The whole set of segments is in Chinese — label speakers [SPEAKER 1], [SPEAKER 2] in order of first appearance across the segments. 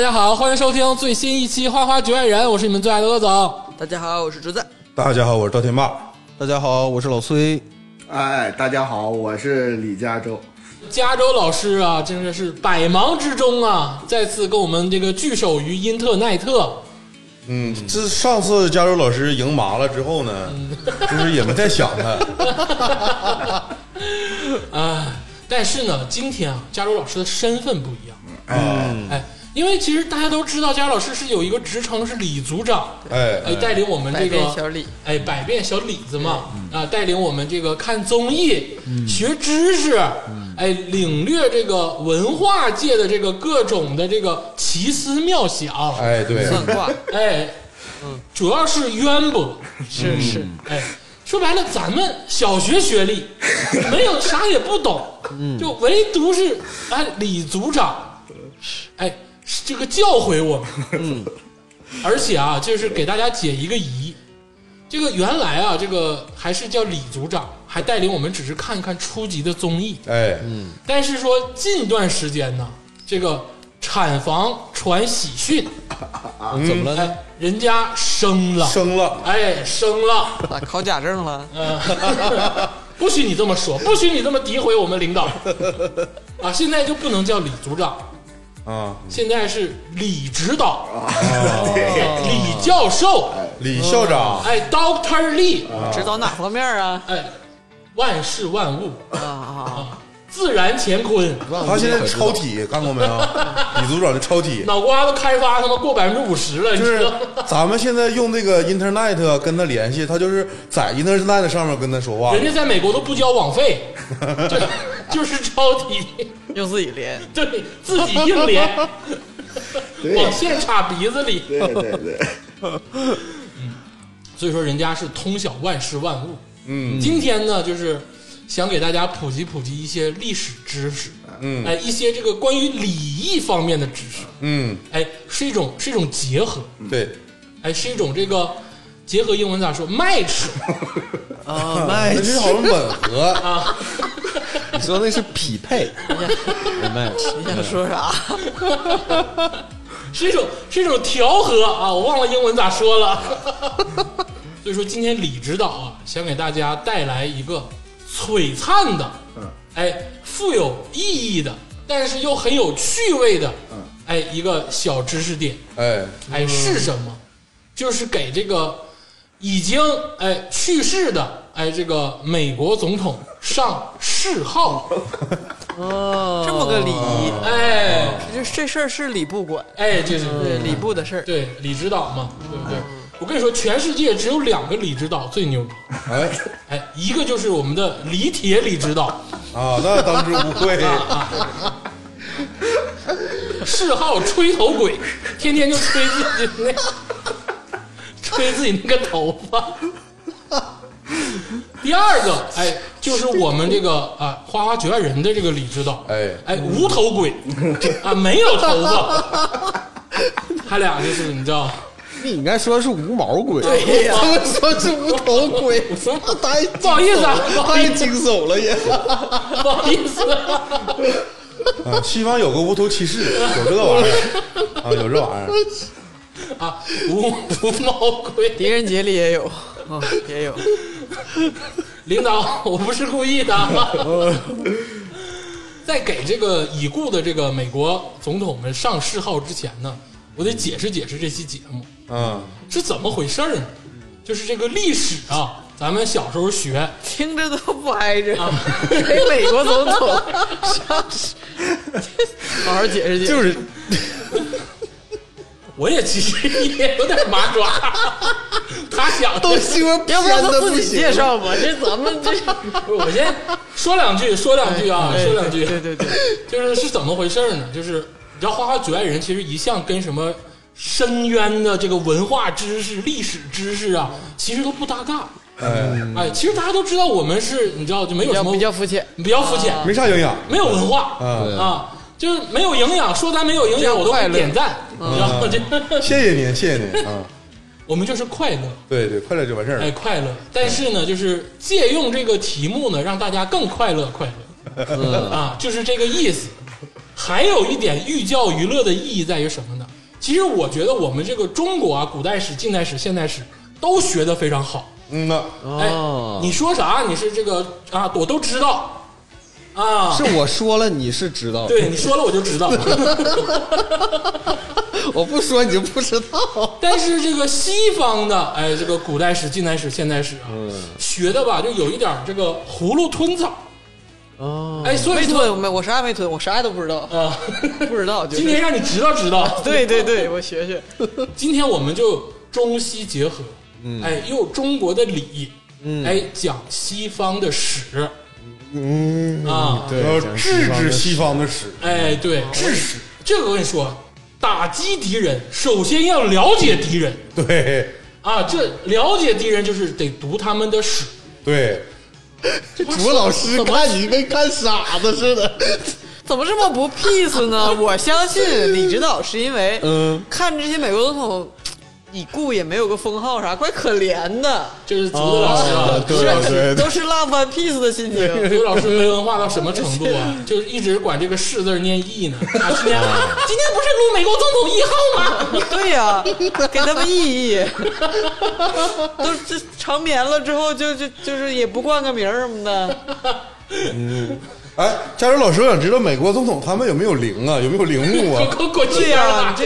[SPEAKER 1] 家好，欢迎收听最新一期《花花局外人》，我是你们最爱的乐总。
[SPEAKER 2] 大家好，我是竹子。
[SPEAKER 3] 大家好，我是赵天霸。
[SPEAKER 4] 大家好，我是老崔。
[SPEAKER 5] 哎，大家好，我是李加州。
[SPEAKER 1] 加州老师啊，真的是百忙之中啊，再次跟我们这个聚首于因特奈特。
[SPEAKER 3] 嗯，自上次加州老师赢麻了之后呢，
[SPEAKER 4] 嗯
[SPEAKER 3] 就是也没再想 他。
[SPEAKER 1] 啊，但是呢，今天啊，加州老师的身份不一样。
[SPEAKER 3] 啊
[SPEAKER 1] 嗯，哎，因为其实大家都知道，加州老师是有一个职称是李组长，
[SPEAKER 3] 哎，
[SPEAKER 1] 哎，带领我们这
[SPEAKER 2] 百变小嗯
[SPEAKER 1] 个。
[SPEAKER 2] 李，
[SPEAKER 1] 哎，百变小李子嘛，啊，带领我们这个看综艺、
[SPEAKER 2] 嗯
[SPEAKER 1] 学知识，哎，领略这个文化界的这个各种的这个奇思妙想，
[SPEAKER 3] 哎，对，
[SPEAKER 2] 算卦
[SPEAKER 1] 哎，主要是渊博，
[SPEAKER 2] 是是，
[SPEAKER 1] 哎，说白了，咱们小学学 历，没有啥也不懂，
[SPEAKER 2] 嗯
[SPEAKER 1] 就唯独是哎李组长，哎这个教诲我们，
[SPEAKER 2] 嗯
[SPEAKER 1] 而且啊，就是给大家解一个疑，这个原来啊，这个还是叫李组长，还带领我们只是看一看初级的综艺，
[SPEAKER 3] 哎，
[SPEAKER 4] 嗯
[SPEAKER 1] 但是说近段时间呢，这个产房传喜讯，
[SPEAKER 4] 怎么了呢？
[SPEAKER 1] 哎，人家生了，
[SPEAKER 3] 生了，
[SPEAKER 1] 哎，生了。
[SPEAKER 2] 咋考假证了？
[SPEAKER 1] 不许你这么说，不许你这么诋毁我们领导啊！现在就不能叫李组长，
[SPEAKER 3] 啊，
[SPEAKER 1] 现在是李指导、 李教授，
[SPEAKER 3] 李校长，
[SPEAKER 1] 哎，Doctor Lee，
[SPEAKER 2] 指导哪方面啊？
[SPEAKER 1] 哎，万事万物，
[SPEAKER 2] 啊啊！
[SPEAKER 1] 自然乾坤，
[SPEAKER 4] 嗯
[SPEAKER 3] 他现在超体，看过没有？李组长的超
[SPEAKER 4] 嗯
[SPEAKER 3] 体，
[SPEAKER 1] 脑瓜子开发他妈过百分之五十了，你
[SPEAKER 3] 就
[SPEAKER 1] 知
[SPEAKER 3] 是
[SPEAKER 1] 道吗？
[SPEAKER 3] 咱们现在用这个 Internet 跟他联系，他就是在 Internet 上面跟他说话
[SPEAKER 1] 人。家在美国都不交网 费，就就是超体，
[SPEAKER 2] 用自己连，
[SPEAKER 1] 对自己硬连，
[SPEAKER 5] 对
[SPEAKER 1] 网线插鼻子里。
[SPEAKER 5] 对对对，
[SPEAKER 1] 所以说人家是通晓万事万物。嗯，今天呢，就是想给大家普及普及一些历史知识，嗯，哎，一些这个关于礼仪方面的知识，
[SPEAKER 3] 嗯，
[SPEAKER 1] 哎，是一种是一种结合，
[SPEAKER 3] 对，
[SPEAKER 1] 哎，是一种这个结合英文咋说？match
[SPEAKER 2] 啊
[SPEAKER 1] 啊
[SPEAKER 3] 哎，这是好像吻合，
[SPEAKER 4] 你说那是匹配 match？
[SPEAKER 2] 你想说啥？
[SPEAKER 1] 啊是一种是一种调和啊，我忘了英文咋说了。 所以说今天李指导啊，想给大家带来一个璀璨的，嗯，哎，富有意义的，但是又很有趣味的，嗯，哎，一个小知识点，
[SPEAKER 3] 哎，
[SPEAKER 1] 哎，是什么？就是给这个已经哎去世的哎这个美国总统上谥 号，
[SPEAKER 2] 这么个礼仪，
[SPEAKER 1] 哎
[SPEAKER 2] 这这事儿是礼部管，
[SPEAKER 1] 哎，这是
[SPEAKER 2] 对礼部的事儿。
[SPEAKER 1] 对李指导嘛，对不对？我跟你说，全世界只有两个李指导最牛逼，
[SPEAKER 3] 哎，
[SPEAKER 1] 哎，一个就是我们的李铁李指导，
[SPEAKER 3] 啊，那当之无愧。
[SPEAKER 1] 嗜好吹头鬼，天天就吹自己那，吹自己那个头发。第二个，哎，就是我们这个啊，花花局外人的这个李指导，
[SPEAKER 3] 哎
[SPEAKER 1] 哎，无头鬼啊，没有头发，他俩就是你知道，
[SPEAKER 4] 你应该说是无毛鬼，
[SPEAKER 1] 对呀
[SPEAKER 4] 他们说是无头鬼，太
[SPEAKER 1] 不好意思啊不好意
[SPEAKER 4] 太惊悚了也。
[SPEAKER 1] 不好意思、
[SPEAKER 3] 啊，西方有个无头骑士，有这个玩意儿啊，有这玩意儿。
[SPEAKER 1] 啊，无无毛鬼。
[SPEAKER 2] 狄仁杰里也有，啊，也有。
[SPEAKER 1] 领导，我不是故意的。 在给这个已故的这个美国总统们上谥号之前呢，我得解释解释这期节目
[SPEAKER 3] 嗯，
[SPEAKER 1] 是怎么回事儿呢？就是这个历史啊，咱们小时候学，
[SPEAKER 2] 听着都不挨着，
[SPEAKER 1] 啊
[SPEAKER 2] 给美国总统上市，好好解释解释。
[SPEAKER 4] 就是
[SPEAKER 1] 我也其实也有点麻爪。他想
[SPEAKER 4] 都
[SPEAKER 1] 的，
[SPEAKER 4] 媳妇
[SPEAKER 2] 要不然
[SPEAKER 4] 编
[SPEAKER 2] 他
[SPEAKER 4] 的不
[SPEAKER 2] 自己
[SPEAKER 4] 行
[SPEAKER 2] 介，绍吧，这咱们这哎
[SPEAKER 1] 我先说两句，说两句啊，说两句。
[SPEAKER 2] 对对对，
[SPEAKER 1] 就是是怎么回事儿呢？就是你知道《花花局外人》其实一向跟什么深渊的这个文化知识、历史知识啊，其实都不搭嘎。
[SPEAKER 3] 哎，
[SPEAKER 1] 哎，其实大家都知道，我们是你知道就没有
[SPEAKER 2] 比
[SPEAKER 1] 什
[SPEAKER 2] 较
[SPEAKER 1] 么
[SPEAKER 2] 嗯比较啊肤浅。
[SPEAKER 1] 比较肤浅，
[SPEAKER 3] 没啥营养。
[SPEAKER 1] 没有文化
[SPEAKER 3] 啊，
[SPEAKER 1] 啊，就是没有营养。说咱没有营养，我都
[SPEAKER 2] 快
[SPEAKER 1] 会
[SPEAKER 2] 乐嗯
[SPEAKER 1] 点赞，你知道吗？ 这
[SPEAKER 3] 谢谢您，谢谢您啊。
[SPEAKER 1] 我们就是快乐，
[SPEAKER 3] 对对，快乐就完事儿
[SPEAKER 1] 哎，
[SPEAKER 3] 了。
[SPEAKER 1] 快乐。但是呢，就是借用这个题目呢，让大家更快乐，快乐啊，就是这个意思。还有一点寓教于乐的意义在于什么呢？其实我觉得我们这个中国啊，古代史、近代史、现代史都学得非常好。
[SPEAKER 3] 嗯呐，
[SPEAKER 1] 哎，你说啥？你是这个啊，我都知道啊。
[SPEAKER 4] 是我说了，你是知道的，
[SPEAKER 1] 对，你说了我就知道。
[SPEAKER 4] 我不说你就不知道。
[SPEAKER 1] 但是这个西方的，哎，这个古代史、近代史、现代史啊，
[SPEAKER 4] 嗯
[SPEAKER 1] 学的吧，就有一点儿这个葫芦吞枣。哦，哎，所以
[SPEAKER 2] 没
[SPEAKER 1] 说
[SPEAKER 2] 吞，没我啥也没吞，我啥也都不知道，
[SPEAKER 1] 啊，
[SPEAKER 2] 不知道。就是
[SPEAKER 1] 今天让你知道知道。
[SPEAKER 2] 对对对，我学学。
[SPEAKER 1] 今天我们就中西结合，哎，用中国的礼，哎，讲西方的史，嗯啊，
[SPEAKER 3] 要制止西方的史，
[SPEAKER 1] 哎，对，致史，这个我跟你说，打击敌人首先要了解敌人
[SPEAKER 3] 对
[SPEAKER 1] 啊，这了解敌人就是得读他们的史，
[SPEAKER 3] 对，
[SPEAKER 4] 这主播老师看你跟看傻子似的。
[SPEAKER 2] 怎么这么不 peace 呢？我相信李指导是因为，
[SPEAKER 4] 嗯，
[SPEAKER 2] 看这些美国总统已故也没有个封号啥，怪可怜的，
[SPEAKER 1] 这是竹子老师啊，
[SPEAKER 3] 哦对对对
[SPEAKER 2] 都是 love and peace 的心情。
[SPEAKER 1] 刘老师没文化到什么程度啊？ 就是一直管这个“是”字念“义”呢。啊，今天今天不是录美国总统一号吗？
[SPEAKER 2] 对呀、给他们意义，都这长眠了之后就就就是也不冠个名儿什么的，
[SPEAKER 3] 哎，加州老师，我想知道美国总统他们有没有灵啊？有没有陵墓
[SPEAKER 1] 滚
[SPEAKER 3] 啊？
[SPEAKER 1] 滚滚去
[SPEAKER 2] 对呀
[SPEAKER 1] 呀！
[SPEAKER 2] 这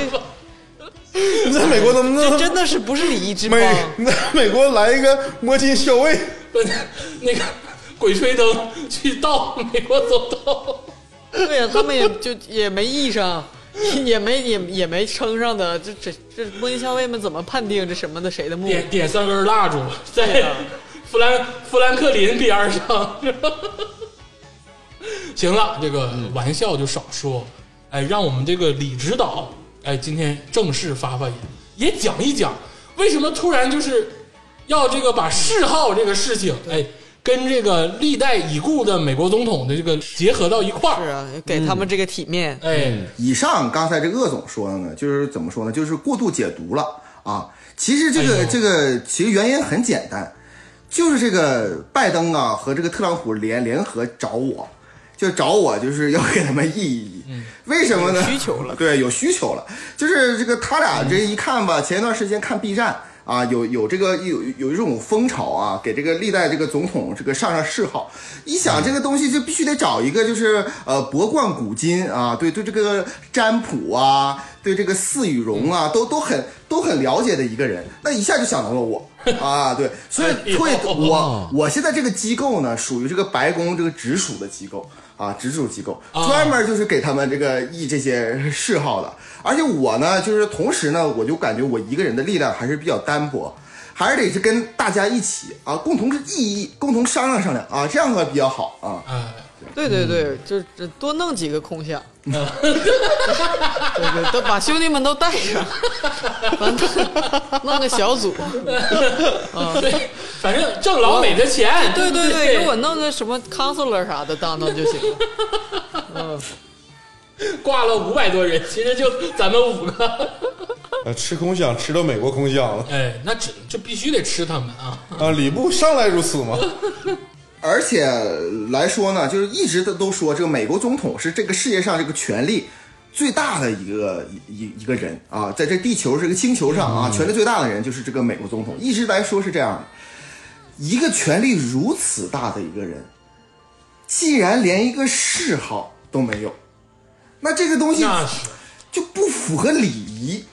[SPEAKER 3] 你在美国能不
[SPEAKER 2] 这
[SPEAKER 3] 能
[SPEAKER 2] 真的是不是礼仪之邦
[SPEAKER 3] 美？你在美国来一个摸金校尉？
[SPEAKER 1] 不 那个鬼吹灯去盗美国总统，
[SPEAKER 2] 对呀、他们也就也没意上，也没也也没称上的，这这这摸金校尉们怎么判定这什么的谁的墓？
[SPEAKER 1] 点点三根蜡烛，
[SPEAKER 2] 对
[SPEAKER 1] 在
[SPEAKER 2] 呀
[SPEAKER 1] 富兰富兰克林边儿上。 行了，这个玩笑就少说。哎，让我们这个李指导，哎，今天正式发发言，也讲一讲为什么突然就是要这个把谥号这个事情，哎，跟这个历代已故的美国总统的这个结合到一块儿。
[SPEAKER 2] 是啊，给他们这个体面。
[SPEAKER 1] 哎，
[SPEAKER 5] 以上刚才这鄂总说的呢，就是怎么说呢？就是过度解读了啊。其实这个、
[SPEAKER 1] 哎呦
[SPEAKER 5] 这个其实原因很简单，就是这个拜登啊和这个特朗普联联合找我，就找我就是要给他们意义。为什么呢？
[SPEAKER 2] 有需求了
[SPEAKER 5] 对，有需求了。就是这个他俩这一看吧，前一段时间看 B 站啊，有有这个有有一种风潮啊，给这个历代这个总统这个上上谥号。一想这个东西就必须得找一个就是呃博冠古今啊，对对这个占卜啊，对这个四羽绒啊，都都很都很了解的一个人。那一下就想到了我啊，对，所以会
[SPEAKER 1] 哎呦
[SPEAKER 5] 我我现在这个机构呢，属于这个白宫这个直属的机构啊，直属机构
[SPEAKER 1] 啊
[SPEAKER 5] 专门就是给他们这个议这些嗜好的。而且我呢，就是同时呢，我就感觉我一个人的力量还是比较单薄，还是得是跟大家一起啊，共同意义，共同商量商量啊，这样会比较好啊。
[SPEAKER 1] 哎，
[SPEAKER 2] 对对对，就就多弄几个空想，
[SPEAKER 1] 嗯
[SPEAKER 2] 对对，都把兄弟们都带上，完了弄个小 组。
[SPEAKER 1] 嗯对，反正挣老美的钱。
[SPEAKER 2] 对对对，给我弄个什么 counselor 啥的当当就行了。
[SPEAKER 1] 挂了五百多人，其实就咱们五个。
[SPEAKER 3] 啊，吃空饷吃到美国空饷了
[SPEAKER 1] 哎，那这这必须得吃他们啊！
[SPEAKER 3] 啊！礼部上来如此吗？
[SPEAKER 5] 而且来说呢，就是一直都都说这个美国总统是这个世界上这个权力最大的一个一一一个人啊，在这地球这个星球上啊，权力最大的人就是这个美国总统，一直来说是这样的。一个权力如此大的一个人，既然连一个嗜好都没有，那这个东西
[SPEAKER 1] 那是
[SPEAKER 5] 就不符合礼仪。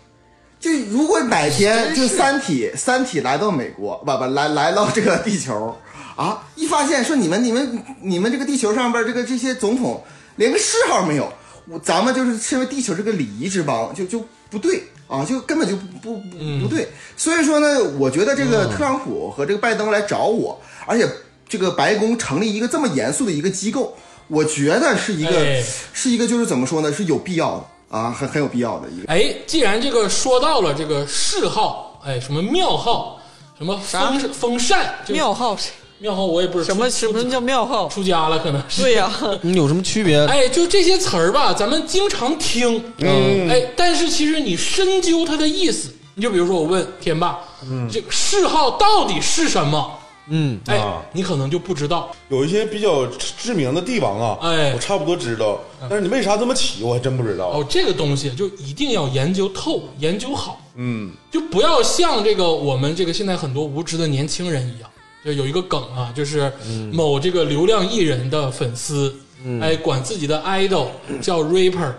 [SPEAKER 5] 就如果哪天就《三体》《三体》来到美国，不不来来到这个地球啊，一发现说你们你们你们这个地球上边这个这些总统连个谥号没有，我咱们就是身为地球这个礼仪之邦，就就不对啊，就根本就不不不不对。所以说呢，我觉得这个特朗普和这个拜登来找我，而且这个白宫成立一个这么严肃的一个机构，我觉得是一个、
[SPEAKER 1] 哎
[SPEAKER 5] 是一个就是怎么说呢，是有必要的啊，很很有必要的一个。
[SPEAKER 1] 哎，既然这个说到了这个谥号，哎，什么庙号，什么封封禅， 就
[SPEAKER 2] 庙号谁
[SPEAKER 1] 庙号，我也不是
[SPEAKER 2] 什么什
[SPEAKER 1] 出
[SPEAKER 2] 么叫庙号？
[SPEAKER 1] 出家了，可能是。
[SPEAKER 2] 对呀、
[SPEAKER 4] 你有什么区别？
[SPEAKER 1] 哎，就这些词儿吧，咱们经常听，嗯，哎，但是其实你深究它的意思，你就比如说我问天霸，嗯，这个谥号到底是什么？
[SPEAKER 4] 嗯，
[SPEAKER 1] 哎
[SPEAKER 3] 啊，
[SPEAKER 1] 你可能就不知道，
[SPEAKER 3] 有一些比较知名的帝王啊，
[SPEAKER 1] 哎嗯
[SPEAKER 3] 我差不多知道，但是你为啥这么起，我还真不知道。
[SPEAKER 1] 哦，这个东西就一定要研究透、研究好，
[SPEAKER 3] 嗯，
[SPEAKER 1] 就不要像这个我们这个现在很多无知的年轻人一样。就有一个梗啊，就是某这个流量艺人的粉丝，哎，管自己的 idol 叫 rapper，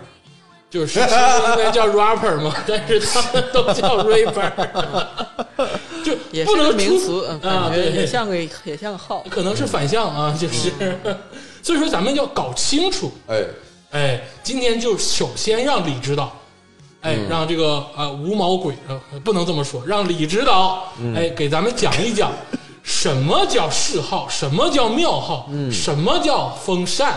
[SPEAKER 1] 就是其实应该叫 rapper 嘛， 但是他们都叫 rapper，就
[SPEAKER 2] 也是
[SPEAKER 1] 不
[SPEAKER 2] 个
[SPEAKER 1] 能
[SPEAKER 2] 名
[SPEAKER 1] 出
[SPEAKER 2] 词，嗯
[SPEAKER 1] 啊，
[SPEAKER 2] 感觉
[SPEAKER 1] 对，
[SPEAKER 2] 也像个也像个号。
[SPEAKER 1] 可能是反向啊，就是， 所以说咱们要搞清楚，
[SPEAKER 3] 哎，
[SPEAKER 1] 哎，今天就首先让李指导，哎，
[SPEAKER 4] 嗯
[SPEAKER 1] 让这个啊无毛鬼呃不能这么说，让李指导
[SPEAKER 4] 嗯
[SPEAKER 1] 哎给咱们讲一 讲什么叫谥号，什么叫庙号，
[SPEAKER 4] 嗯
[SPEAKER 1] 什么叫封禅，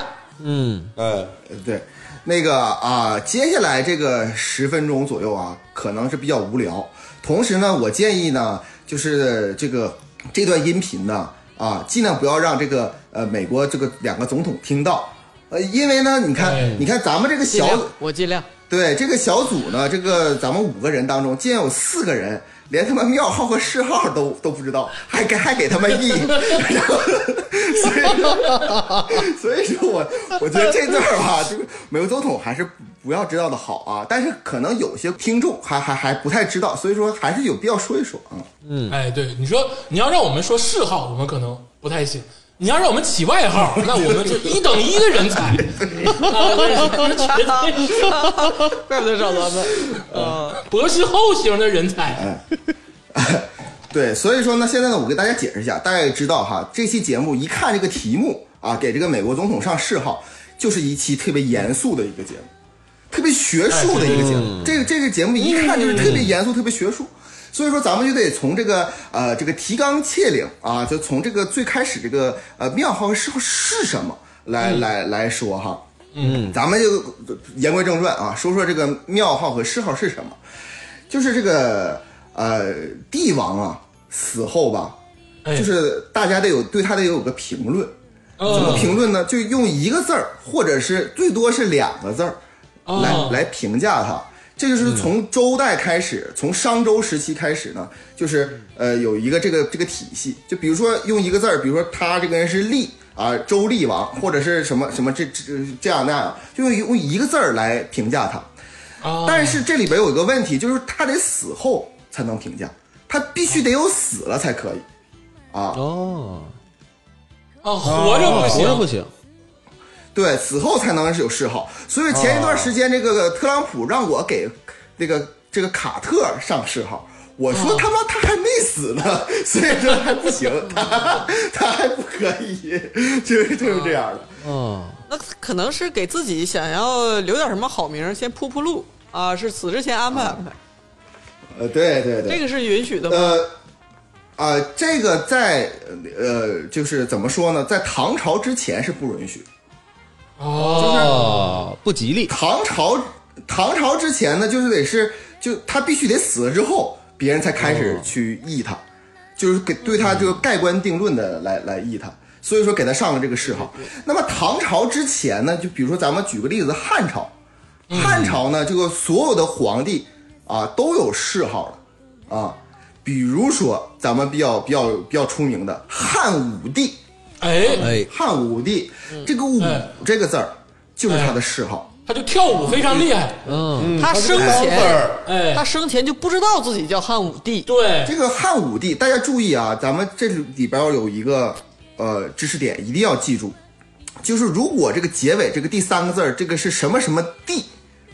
[SPEAKER 3] 哎，
[SPEAKER 5] 对，那个啊，接下来这个十分钟左右啊，可能是比较无聊。同时呢，我建议呢，就是这个这段音频呢，啊，尽量不要让这个呃美国这个两个总统听到，呃，因为呢，你看，
[SPEAKER 1] 哎
[SPEAKER 5] 你看咱们这个
[SPEAKER 2] 尽
[SPEAKER 5] 小
[SPEAKER 2] 量，我尽量。
[SPEAKER 5] 对这个小组呢，这个咱们五个人当中，竟然有四个人连他妈庙号和谥号都都不知道，还给 还给他们译，然后所以说所以 说我我觉得这段儿吧，这个美国总统还是不要知道的好啊。但是可能有些听众还还还不太知道，所以说还是有必要说一说啊。
[SPEAKER 4] 嗯
[SPEAKER 1] 哎，对，你说你要让我们说谥号，我们可能不太行。你要让我们起外 号，那我们是一等一的人才，
[SPEAKER 2] 怪不得找咱们。呃，
[SPEAKER 1] 博士后型的人
[SPEAKER 4] 哎
[SPEAKER 1] 才。
[SPEAKER 5] 对，所以说呢，现在呢，我给大家解释一下，大家也知道哈，这期节目一看这个题目啊，给这个美国总统上谥号，就是一期特别严肃的一个节目，特别学术的一个节目。这个这个节目一看就是特别严肃，特别学术。所以说，咱们就得从这个呃这个提纲挈领啊，就从这个最开始这个呃庙号和谥号是什么来、来来说哈。嗯，咱们就言归正传啊，说说这个庙号和谥号是什么。就是这个呃，帝王啊，死后吧，
[SPEAKER 1] 哎
[SPEAKER 5] 就是大家得有对他得有个评论，
[SPEAKER 1] 哦
[SPEAKER 5] 怎么评论呢？就用一个字儿，或者是最多是两个字儿，
[SPEAKER 1] 哦
[SPEAKER 5] 来来评价他。这就是从周代开始，
[SPEAKER 1] 嗯
[SPEAKER 5] 从商周时期开始呢，就是呃有一个这个这个体系，就比如说用一个字儿，比如说他这个人是厉啊，周厉王或者是什么什么这这这样那样，就用用一个字儿来评价他。
[SPEAKER 1] 啊，
[SPEAKER 5] 但是这里边有一个问题，就是他得死后才能评价，他必须得有死了才可以啊。
[SPEAKER 4] 哦，
[SPEAKER 1] 啊，活着不
[SPEAKER 4] 活着不
[SPEAKER 1] 行，
[SPEAKER 4] 行，
[SPEAKER 5] 对，死后才能是有谥号。所以前一段时间，这个特朗普让我给那个这个卡特上谥号，我说他妈他还没死呢，所以说还不行，
[SPEAKER 2] 嗯
[SPEAKER 5] 他他还不可以，就是就是这样的。
[SPEAKER 4] 哦，
[SPEAKER 2] 那可能是给自己想要留点什么好名儿，先铺铺路啊，是死之前安排安排，
[SPEAKER 5] 呃，对对对，
[SPEAKER 2] 这个是允许的吗？
[SPEAKER 5] 呃，啊、这个在呃，就是怎么说呢，在唐朝之前是不允许的。
[SPEAKER 4] 哦，不吉利，
[SPEAKER 5] 唐朝唐朝之前呢，就是得是就他必须得死了之后，别人才开始去议他，就是给对他就盖棺定论的来来议他。所以说给他上了这个谥号。那么唐朝之前呢，就比如说咱们举个例子，汉朝，汉朝呢，这个所有的皇帝啊都有谥号了啊，比如说咱们比较比较比较出名的汉武帝，
[SPEAKER 1] 哎，
[SPEAKER 4] 哎，
[SPEAKER 5] 汉武帝这个“武
[SPEAKER 1] 哎”
[SPEAKER 5] 这个字儿就是他的谥号。
[SPEAKER 1] 他就跳舞非常厉害，
[SPEAKER 4] 嗯，
[SPEAKER 2] 他生
[SPEAKER 3] 字
[SPEAKER 2] 前
[SPEAKER 3] 儿
[SPEAKER 1] 哎，
[SPEAKER 2] 他生前就不知道自己叫汉武帝，
[SPEAKER 1] 对，
[SPEAKER 5] 这个汉武帝，大家注意啊，咱们这里边有一个呃知识点，一定要记住，就是如果这个结尾这个第三个字儿，这个是什么什么帝，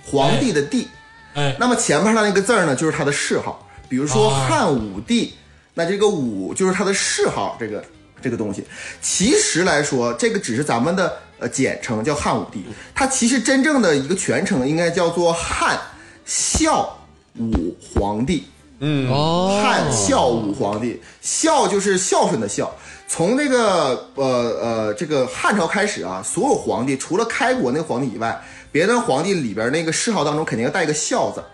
[SPEAKER 5] 皇帝的帝，
[SPEAKER 1] 哎，啊
[SPEAKER 5] 那么前面上那个字儿呢，就是他的谥号，比如说汉武帝，那这个武就是他的谥号，这个这个东西，其实来说，这个只是咱们的呃简称叫汉武帝，它其实真正的一个全称应该叫做汉孝武皇帝。
[SPEAKER 4] 哦，
[SPEAKER 5] 汉孝武皇帝，孝就是孝顺的孝。从那个呃呃这个汉朝开始啊，所有皇帝除了开国那个皇帝以外，别的皇帝里边那个谥号当中肯定要带一个孝字儿，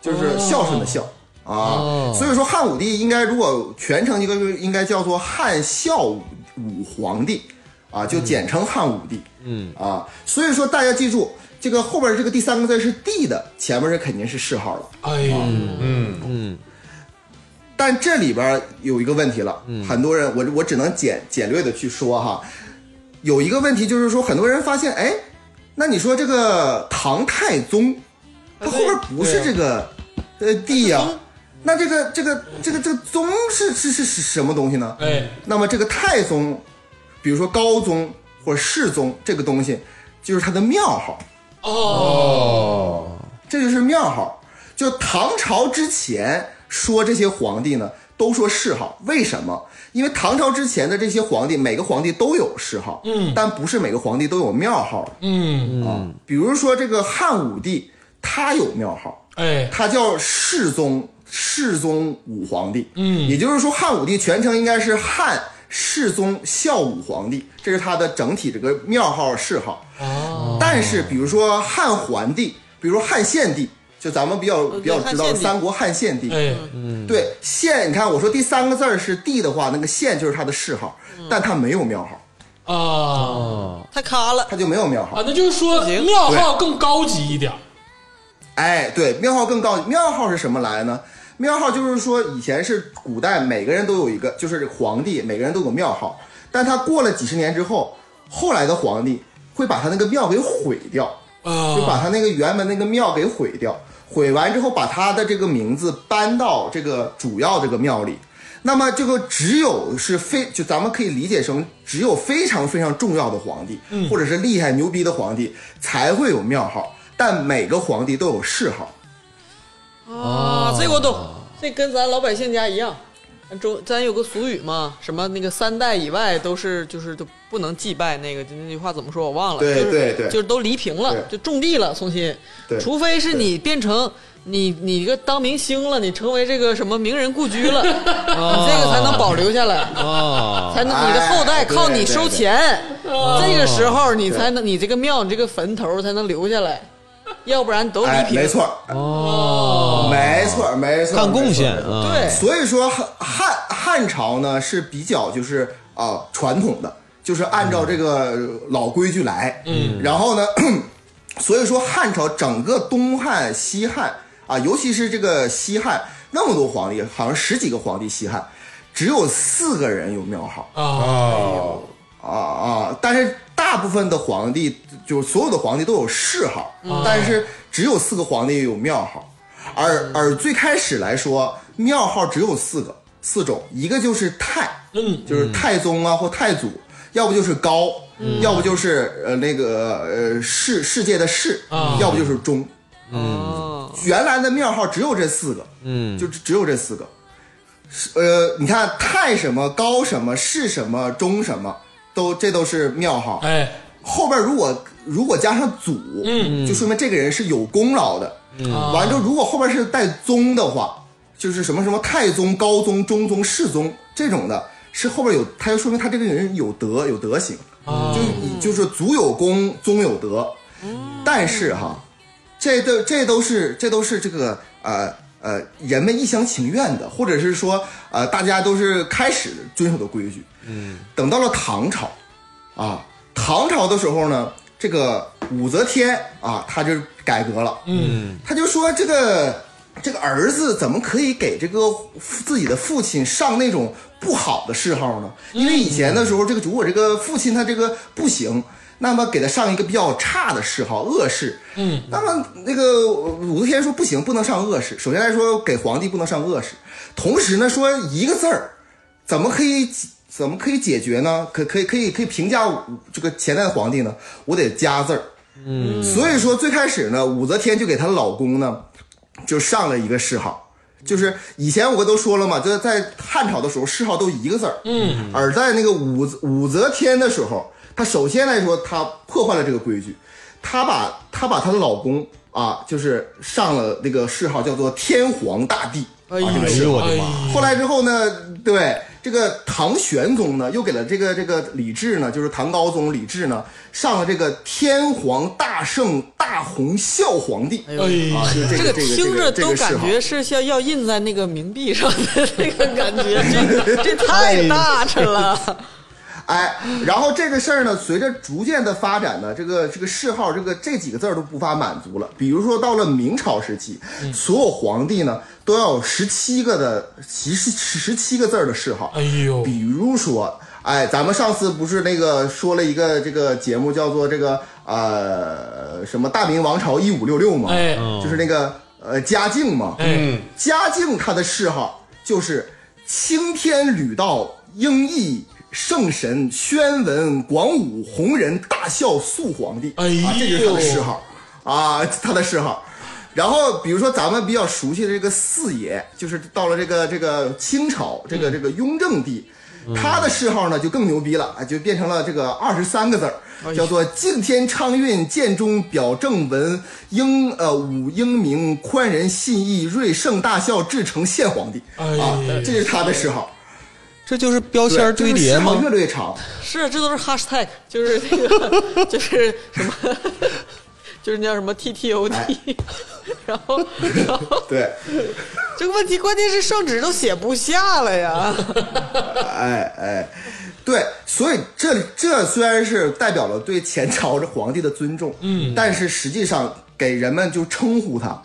[SPEAKER 5] 就是孝顺的孝。啊，所以说汉武帝应该如果全称一个应该叫做汉孝武武皇帝，啊，就简称汉武帝。嗯啊，所以说大家记住，这个后边这个第三
[SPEAKER 1] 哎
[SPEAKER 5] 个
[SPEAKER 4] 嗯
[SPEAKER 5] 字是帝的，前面这肯定是谥号了。
[SPEAKER 1] 哎呦，
[SPEAKER 5] 但这里边儿有一个问题了，很多人我我只能简简略的去说哈，有一个问题就是说，很多人发现，哎，那你说这个唐太宗，他后边不是这个、呃帝呀、那这个这个这个这个宗是是是是什么东西呢？
[SPEAKER 1] 哎，
[SPEAKER 5] 那么这个太宗，比如说高宗或者世宗这个东西，就是他的庙号，
[SPEAKER 1] 哦，
[SPEAKER 5] 这就是庙号。就唐朝之前说这些皇帝呢，都说谥号，为什么？因为唐朝之前的这些皇帝，每个皇帝都有谥号，嗯，但不是每个皇帝都有庙号。啊
[SPEAKER 1] 嗯，
[SPEAKER 5] 比如说这个汉武帝，他有庙号，
[SPEAKER 1] 哎，
[SPEAKER 5] 他叫世宗世宗武皇帝，嗯，也就是说汉武帝全称应该是汉世宗孝武皇帝，这是他的整体这个庙号谥号。哦，但是比如说汉桓帝，比如说汉献帝，就咱们比较比较知道
[SPEAKER 2] 哦汉献
[SPEAKER 5] 的
[SPEAKER 2] 帝嗯
[SPEAKER 5] 三国汉献帝，
[SPEAKER 1] 哎，
[SPEAKER 5] 对献，你看我说第三个字儿是帝的话，那个献就是他的谥号，
[SPEAKER 2] 嗯
[SPEAKER 5] 但他没有庙号，
[SPEAKER 1] 啊
[SPEAKER 2] 太咖了，
[SPEAKER 5] 他就没有庙号。
[SPEAKER 1] 啊，那就是说庙号更高级一点儿，
[SPEAKER 5] 哎，对，庙号更高级。庙号是什么来呢？庙号就是说，以前是古代每个人都有一个，就是皇帝每个人都有庙号，但他过了几十年之后，后来的皇帝会把他那个庙给毁掉，就
[SPEAKER 1] 啊，
[SPEAKER 5] 把他那个原本那个庙给毁掉，毁完之后把他的这个名字搬到这个主要这个庙里。那么这个只有是非，就咱们可以理解成只有非常非常重要的皇帝，或者是厉害牛逼的皇帝才会有庙号，但每个皇帝都有谥号。
[SPEAKER 2] 啊，这个我懂，
[SPEAKER 5] 哦
[SPEAKER 2] 这跟咱老百姓家一样。咱中咱有个俗语嘛，什么那个三代以外都是就是都不能祭拜那个，就那句话怎么说我忘了。
[SPEAKER 5] 对
[SPEAKER 2] 就是
[SPEAKER 5] 对对
[SPEAKER 2] 就是都犁平了，就
[SPEAKER 5] 对
[SPEAKER 2] 种地了，重新。
[SPEAKER 5] 对
[SPEAKER 2] 除非是你变成你你一个当明星了，你成为这个什么名人故居 了，哦你这个才能保留下来。
[SPEAKER 4] 啊，
[SPEAKER 5] 哦
[SPEAKER 2] 才能你的后代
[SPEAKER 5] 哎
[SPEAKER 2] 靠你
[SPEAKER 5] 对对
[SPEAKER 2] 收钱，这个时候你才能你这个庙你这个坟头才能留下来，要不然都离
[SPEAKER 5] 哎，
[SPEAKER 2] 平。
[SPEAKER 5] 没错，哦，没错，没错，
[SPEAKER 4] 干贡献
[SPEAKER 5] 哎没错。
[SPEAKER 4] 啊，
[SPEAKER 2] 对，
[SPEAKER 5] 所以说汉汉汉朝呢是比较就是啊、传统的，就是按照这个老规矩来。嗯，然后呢， 所以说汉朝整个东汉、西汉啊，尤其是这个西汉那么多皇帝，好像十几个皇帝，西汉只有四个人有庙号。
[SPEAKER 1] 啊，
[SPEAKER 3] 啊，
[SPEAKER 5] 啊啊！但是大部分的皇帝，就所有的皇帝都有谥号，但是只有四个皇帝有庙号，而而最开始来说，庙号只有四个，四种，一个就是太，
[SPEAKER 1] 嗯，
[SPEAKER 5] 就是太宗啊或太祖，要不就是高，要不就是呃那个呃世世界的世，要不就是中，
[SPEAKER 2] 哦，
[SPEAKER 5] 原来的庙号只有这四个，嗯，就只只有这四个。是呃，你看太什么高什么是什么中什么，都这都是庙号。
[SPEAKER 1] 哎，
[SPEAKER 5] 后边如果如果加上祖，嗯，就说明这个人是有功劳的。嗯，完之后如果后边是带宗的话，就是什么什么太宗、高宗、中宗、世宗这种的，是后边有，他就说明他这个人有德有德行，就你就是祖有功，宗有德。但是哈，这都这都是这都是这个呃呃人们一厢情愿的，或者是说呃大家都是开始遵守的规矩。嗯，等到了唐朝，啊，唐朝的时候呢，这个武则天啊，她就改革了，嗯，她就说这个这个儿子怎么可以给这个自己的父亲上那种不好的谥号呢？因为以前的时候，这个如果这个父亲他这个不行。那么给他上一个比较差的谥号，恶谥。嗯，那么那个武则天说不行，不能上恶谥。首先来说，给皇帝不能上恶谥，同时呢，说一个字儿怎么可以怎么可以解决呢？可可以可以可以评价这个前代的皇帝呢？我得加字儿。嗯，所以说最开始呢，武则天就给她老公呢，就上了一个谥号。就是以前我都说了嘛，就是在汉朝的时候，谥号都一个字儿。嗯，而在那个武武则天的时候，她首先来说，她破坏了这个规矩，她把她把她的老公啊，就是上了那个谥号叫做天皇大帝。
[SPEAKER 2] 哎呦
[SPEAKER 5] 啊这个
[SPEAKER 4] 哎
[SPEAKER 5] 谥
[SPEAKER 4] 呦
[SPEAKER 5] 号
[SPEAKER 4] 我
[SPEAKER 1] 哎
[SPEAKER 4] 的
[SPEAKER 1] 呀
[SPEAKER 4] 妈，，
[SPEAKER 5] 后来之后呢，对这个唐玄宗呢，又给了这个这个李治呢，就是唐高宗李治呢，上了这个天皇大圣大洪孝皇帝
[SPEAKER 1] 哎呀
[SPEAKER 5] 啊，，就这
[SPEAKER 2] 这
[SPEAKER 5] 个
[SPEAKER 2] 个
[SPEAKER 5] 这个
[SPEAKER 2] 听着
[SPEAKER 5] 这个
[SPEAKER 2] 都
[SPEAKER 5] 这个
[SPEAKER 2] 感
[SPEAKER 5] 谥号
[SPEAKER 2] 觉是像要印在 那个冥币上的那个感觉，这这太大着了。
[SPEAKER 5] 哎，然后这个事儿呢，随着逐渐的发展呢，这个这个谥号，这个这几个字儿都不乏满足了。比如说到了明朝时期，
[SPEAKER 2] 嗯
[SPEAKER 5] 所有皇帝呢都要有十七个的十十七个字儿的谥号。
[SPEAKER 1] 哎呦，
[SPEAKER 5] 比如说，哎，咱们上次不是那个说了一个这个节目叫做这个呃什么大明王朝一五六六嘛，
[SPEAKER 1] 哎
[SPEAKER 5] 就是那个呃嘉靖嘛，
[SPEAKER 1] 哎，
[SPEAKER 5] 嘉靖他的谥号就是青天吕道英毅圣神宣文广武弘仁大孝肃皇帝，
[SPEAKER 1] 哎呦
[SPEAKER 5] 啊，这就是他的谥号啊， 他的谥号。然后比如说咱们比较熟悉的这个四爷，就是到了这个这个清朝这
[SPEAKER 4] 嗯
[SPEAKER 5] 个这个雍正帝。他的谥号呢就更牛逼了啊，就变成了这个二十三个字
[SPEAKER 4] 哎
[SPEAKER 5] 儿，叫做“敬天昌运建中表正文英呃武英明宽仁信义瑞圣大孝至诚献皇帝”
[SPEAKER 1] 哎
[SPEAKER 5] 啊
[SPEAKER 1] 呀，
[SPEAKER 5] 这就是他的谥号。
[SPEAKER 4] 这就是标
[SPEAKER 5] 对
[SPEAKER 4] 签
[SPEAKER 5] 这
[SPEAKER 4] 堆
[SPEAKER 5] 个
[SPEAKER 4] 叠
[SPEAKER 5] 谥号
[SPEAKER 4] 吗？
[SPEAKER 5] 越来越长，
[SPEAKER 2] 是，这都是 hashtag，就是那个，就是什么， 就是那叫什么
[SPEAKER 5] 哎
[SPEAKER 2] TTOT，然 后，然后
[SPEAKER 5] 对，
[SPEAKER 2] 这个问题关键是圣旨都写不下了呀。
[SPEAKER 5] 哎哎，对，所以这这虽然是代表了对前朝的皇帝的尊重，嗯，但是实际上给人们就称呼他，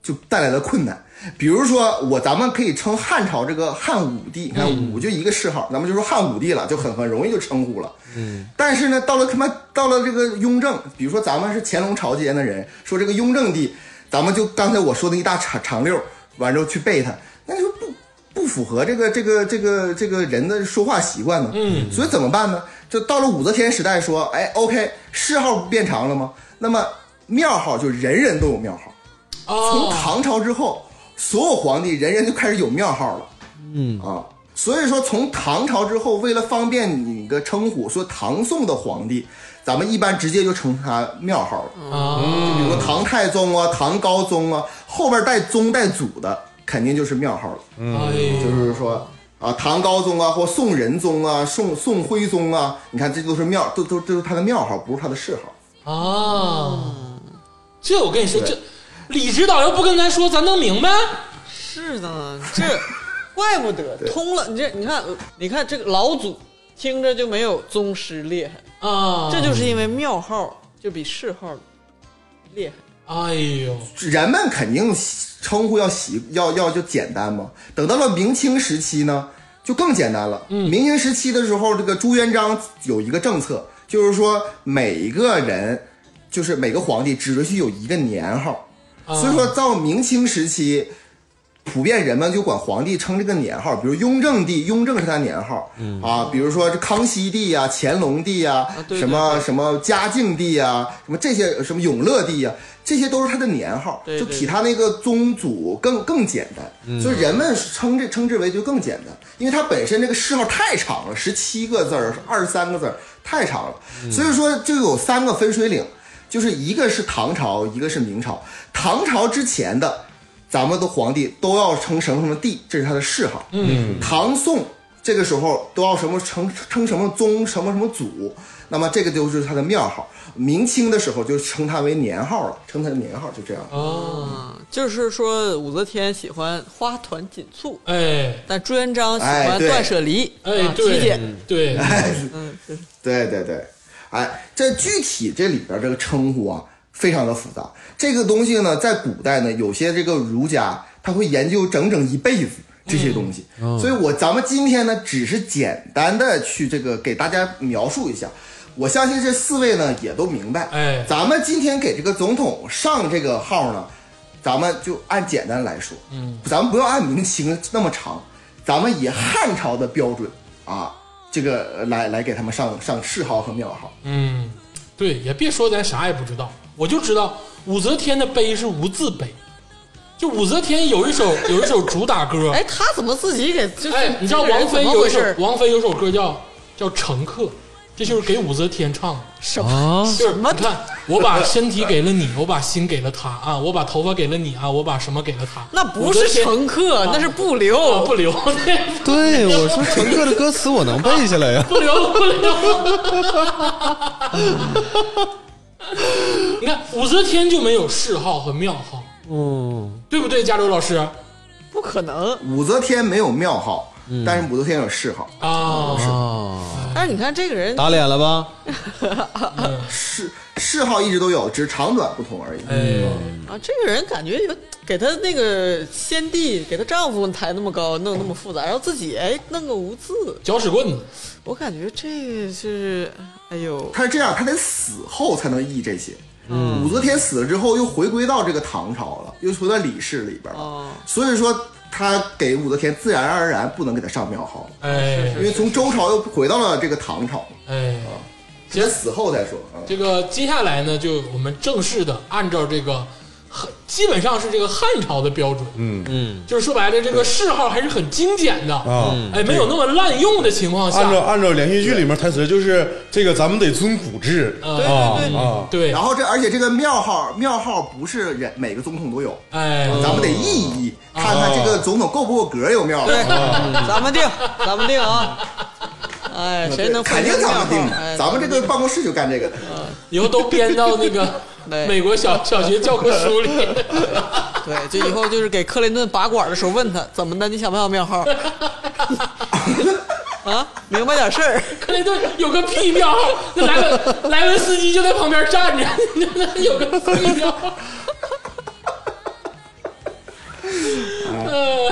[SPEAKER 5] 就带来了困难。比如说我，咱们可以称汉朝这个汉武帝，你看武就一个谥号，咱们就说汉武帝了，就很很容易就称呼了。嗯，但是呢，到了他妈到了这个雍正，比如说咱们是乾隆朝间的人，说这个雍正帝，咱们就刚才我说的一大长长溜儿，完之后去背他，那就不不符合这个这个这个这个人的说话习惯呢。嗯，所以怎么办呢？就到了武则天时代，说，哎，OK，谥号不变长了吗？那么庙号就人人都有庙号。从
[SPEAKER 1] 哦，
[SPEAKER 5] 唐朝之后，所有皇帝人人就开始有庙号了。嗯啊，所以说从唐朝之后，为了方便你个称呼，说唐宋的皇帝，咱们一般直接就称他庙号了。
[SPEAKER 1] 啊，
[SPEAKER 5] 比如说唐太宗啊、唐高宗啊，后边带宗带祖的，肯定就是庙号了。
[SPEAKER 1] 哎
[SPEAKER 5] 就
[SPEAKER 1] 呦，
[SPEAKER 5] 是说啊，唐高宗啊，或宋仁宗啊，宋宋徽宗啊，你看这都是庙，都都都是他的庙号，不是他的谥号。
[SPEAKER 1] 啊，这我跟你说，这李指导要不跟咱说，咱能明白？
[SPEAKER 2] 是呢，这怪不得通了。你这你看，你看这个老祖听着就没有宗师厉害，
[SPEAKER 1] 啊，
[SPEAKER 2] 这就是因为庙号就比谥号厉害。
[SPEAKER 1] 哎呦，
[SPEAKER 5] 人们肯定称呼要习要要就简单嘛。等到了明清时期呢，就更简单了。
[SPEAKER 2] 嗯
[SPEAKER 5] 明清时期的时候，这个朱元璋有一个政策，就是说每一个人，就是每个皇帝只允许有一个年号。
[SPEAKER 2] 啊
[SPEAKER 5] 所以说到明清时期，普遍人们就管皇帝称这个年号，比如雍正帝，雍正是他年号、啊，比如说这康熙帝呀、乾隆帝呀、
[SPEAKER 2] 嗯啊对
[SPEAKER 5] 什么什么嘉靖帝呀、什么这些什么永乐帝呀、这些都是他的年号，
[SPEAKER 2] 对对
[SPEAKER 5] 就比他那个宗祖更更简单，所以人们称这称之为就更简单，因为他本身这个谥号太长了，十七个字儿、二十三个字儿太长了，所以说就有三个分水岭，就是一个是唐朝，一个是明朝，唐朝之前的。咱们的皇帝都要称什么什么帝，这是他的谥号。嗯，唐宋这个时候都要什么称称什么宗什么什么祖，那么这个就是他的庙号。明清的时候就称他为年号了，称他的年号就这样。
[SPEAKER 2] 啊，就是说武则天喜欢花团锦簇，
[SPEAKER 1] 哎，
[SPEAKER 2] 但朱元璋喜
[SPEAKER 5] 哎
[SPEAKER 2] 欢
[SPEAKER 5] 对
[SPEAKER 2] 断舍离，
[SPEAKER 1] 哎
[SPEAKER 2] 啊，嗯
[SPEAKER 1] 对
[SPEAKER 2] 体检。
[SPEAKER 1] 对，
[SPEAKER 5] 对对对，哎，这具体这里边这个称呼啊，非常的复杂。这个东西呢，在古代呢，有些这个儒家他会研究整整一辈子这些东西，所以我咱们今天呢，只是简单的去这个给大家描述一下。我相信这四位呢也都明白，
[SPEAKER 1] 哎
[SPEAKER 5] 咱们今天给这个总统上这个号呢，咱们就按简单来说，嗯，咱们不要按明清那么长，咱们以汉朝的标准啊，这个呃来来给他们上上谥号和庙号。
[SPEAKER 1] 嗯，对，也别说咱啥也不知道，我就知道武则天的碑是无字碑，就武则天有一首 有一首主打歌，
[SPEAKER 2] 哎，他怎么自己给？就是
[SPEAKER 1] 哎，你知道
[SPEAKER 2] 这个人
[SPEAKER 1] 王菲
[SPEAKER 2] 怎么
[SPEAKER 1] 有
[SPEAKER 2] 回
[SPEAKER 1] 一首
[SPEAKER 2] 事？
[SPEAKER 1] 王菲有首歌叫叫《乘客》，这就是给武则天唱的。
[SPEAKER 2] 什么？
[SPEAKER 4] 啊，
[SPEAKER 1] 就是
[SPEAKER 2] 哦什么
[SPEAKER 1] 你看，我把身体给了你，我把心给了 他啊，我把头发给了你啊，我把什么给了他？
[SPEAKER 2] 那不是
[SPEAKER 1] 乘
[SPEAKER 2] 乘客，那是不
[SPEAKER 1] 啊，
[SPEAKER 2] 留
[SPEAKER 1] 不。留，。
[SPEAKER 4] 啊对，我说乘客的歌词我能背下来呀
[SPEAKER 1] 不留，不留。你看武则天就没有谥号和庙号，
[SPEAKER 4] 嗯，
[SPEAKER 1] 对不对，加州老师？啊
[SPEAKER 2] 不可能。
[SPEAKER 5] 武则天没有庙号，但是武则天有谥号。
[SPEAKER 1] 啊，
[SPEAKER 4] 啊，
[SPEAKER 2] 但是哎你看这个人，
[SPEAKER 4] 打脸了吧？
[SPEAKER 5] 嗜嗜好一直都有，只是长短不同而已。
[SPEAKER 1] 哎，
[SPEAKER 2] 啊，这个人感觉有给她那个先帝给她丈夫抬那么高，弄那么复杂，然后自己哎弄个无字，
[SPEAKER 1] 搅屎棍子，
[SPEAKER 2] 我感觉这是哎呦，
[SPEAKER 5] 他是这样，他得死后才能译这些。武则天死了之后，又回归到这个唐朝了，又回到李氏里边了。
[SPEAKER 2] 哦
[SPEAKER 5] 所以说，他给武则天自然而然不能给他上庙号，
[SPEAKER 1] 哎
[SPEAKER 5] 因为从周朝又回到了这个唐朝，
[SPEAKER 1] 哎，
[SPEAKER 5] 只有死后再说啊。
[SPEAKER 1] 这个接下来呢，就我们正式的按照这个汉，基本上是这个汉朝的标准，
[SPEAKER 3] 嗯
[SPEAKER 4] 嗯，
[SPEAKER 1] 就是说白了，这个谥号还是很精简的，
[SPEAKER 3] 啊，
[SPEAKER 1] 哎，没有那么滥用的情况
[SPEAKER 3] 按照
[SPEAKER 1] 下，
[SPEAKER 3] 按照连续剧里面台词，就是这个咱们得遵古制
[SPEAKER 1] 嗯
[SPEAKER 3] 啊
[SPEAKER 2] 对对对
[SPEAKER 3] 啊，
[SPEAKER 1] 对
[SPEAKER 5] 然，后这而且这个庙号庙号不是人每个总统都有，
[SPEAKER 1] 哎，
[SPEAKER 5] 咱们得议一议，看看这个总统够不够格有庙号。
[SPEAKER 2] 对，
[SPEAKER 5] 哦
[SPEAKER 2] 咱们定，咱们定啊，哎，谁能
[SPEAKER 5] 肯定咱们定
[SPEAKER 2] 哎
[SPEAKER 5] 的，咱们这个办公室就干这个的。
[SPEAKER 1] 以后都编到那个
[SPEAKER 2] 对
[SPEAKER 1] 美国小小学教科书里。
[SPEAKER 2] 对，就以后就是给克林顿拔管的时候问他怎么的，你想不想庙 号？啊，明白点事儿，
[SPEAKER 1] 克雷顿有个屁标，那莱文莱文斯基就在旁边站着， 那有个屁标。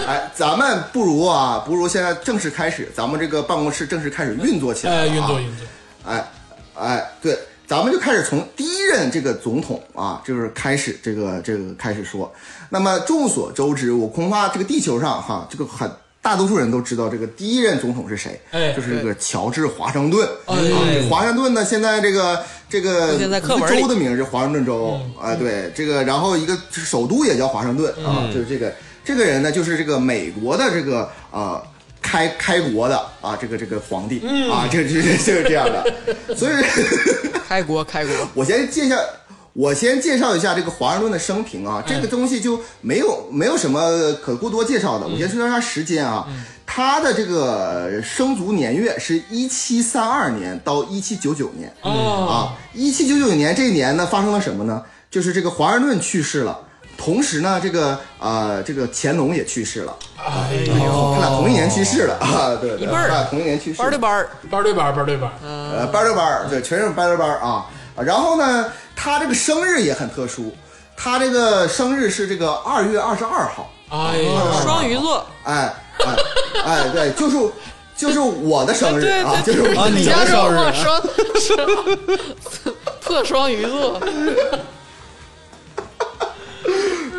[SPEAKER 5] 哎，咱们不如啊，不如现在正式开始，咱们这个办公室正式开始运作起来、
[SPEAKER 1] 哎，
[SPEAKER 5] 啊。
[SPEAKER 1] 运作运作，
[SPEAKER 5] 哎，哎，对，咱们就开始从第一任这个总统啊，就是开始这个这个开始说。那么众所周知，我恐怕这个地球上哈，这个很大多数人都知道这个第一任总统是谁，
[SPEAKER 1] 哎
[SPEAKER 5] 就是这个乔治华盛顿。
[SPEAKER 1] 哎
[SPEAKER 5] 啊华盛顿呢，现在这个这个
[SPEAKER 2] 现在
[SPEAKER 5] 一
[SPEAKER 2] 课
[SPEAKER 5] 个
[SPEAKER 2] 文里
[SPEAKER 5] 州的名是华盛顿州，哎，对，这个然后一个首都也叫华盛顿啊，就是这个这个人呢，就是这个美国的这个呃。开开国的啊，这个这个皇帝、啊，这这这就是这样的，所以
[SPEAKER 2] 开国开国，
[SPEAKER 5] 我先介绍，我先介绍一下这个华盛顿的生平
[SPEAKER 2] 嗯
[SPEAKER 5] 啊，这个东西就没有没有什么可过多介绍
[SPEAKER 2] 嗯
[SPEAKER 5] 的。我先说一下时间啊，他的这个生卒年月是一七三二年到一七九九年
[SPEAKER 1] 哦，
[SPEAKER 5] 啊，一七九九年这一年呢，发生了什么呢？就是这个华盛顿去世了。同时呢，这个呃，这个乾隆也去世了，
[SPEAKER 1] 哎
[SPEAKER 5] 他俩同一年去世了啊，对，对
[SPEAKER 2] 哦一辈儿
[SPEAKER 5] 他俩同一年去世
[SPEAKER 2] 班
[SPEAKER 5] 了
[SPEAKER 2] 儿对班儿，
[SPEAKER 1] 班对班，班对班，
[SPEAKER 5] 呃，班儿对班儿，对，全是班儿对班儿啊。啊然后呢，他这个生日也很特殊，他这个生日是这个二月二十二号，
[SPEAKER 1] 哎呀，
[SPEAKER 2] 双鱼座，
[SPEAKER 5] 哎哎哎，对，就是就是我的生日
[SPEAKER 2] 对
[SPEAKER 5] 啊，
[SPEAKER 2] 对
[SPEAKER 5] 就是我
[SPEAKER 4] 啊你
[SPEAKER 2] 加
[SPEAKER 4] 的
[SPEAKER 2] 州
[SPEAKER 4] 生日
[SPEAKER 2] 破双破双鱼座，
[SPEAKER 5] 啊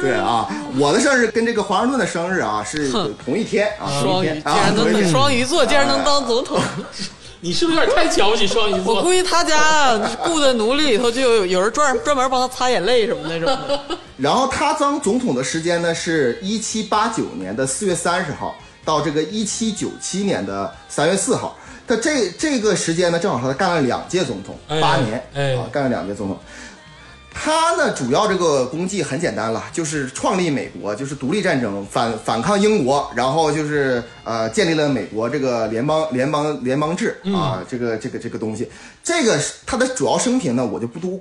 [SPEAKER 5] 对啊，我的生日跟这个华盛顿的生日啊是同一天啊，同
[SPEAKER 2] 双
[SPEAKER 5] 一
[SPEAKER 2] 鱼
[SPEAKER 5] 天
[SPEAKER 2] 竟
[SPEAKER 5] 啊
[SPEAKER 2] 然，
[SPEAKER 5] 同一
[SPEAKER 2] 能
[SPEAKER 5] 天
[SPEAKER 2] 双鱼座竟然能当总
[SPEAKER 5] 啊
[SPEAKER 2] 统，
[SPEAKER 1] 你是不是有点太瞧不起双鱼
[SPEAKER 2] 我
[SPEAKER 1] 座？
[SPEAKER 2] 估计他家雇的奴隶里头就有有人专专门帮他擦眼泪什么那种的，
[SPEAKER 5] 然后他当总统的时间呢是一七八九年的四月三十号到这个一七九七年的三月四号，他这这个时间呢正好是他干了两届总统，
[SPEAKER 1] 哎
[SPEAKER 5] 八年、
[SPEAKER 1] 哎
[SPEAKER 5] 啊，干了两届总统。他呢主要这个功绩很简单了，就是创立美国，就是独立战争反反抗英国，然后就是呃建立了美国这个联邦联邦联邦制啊，这个这个这个东西，这个是他的主要生平呢，我就不多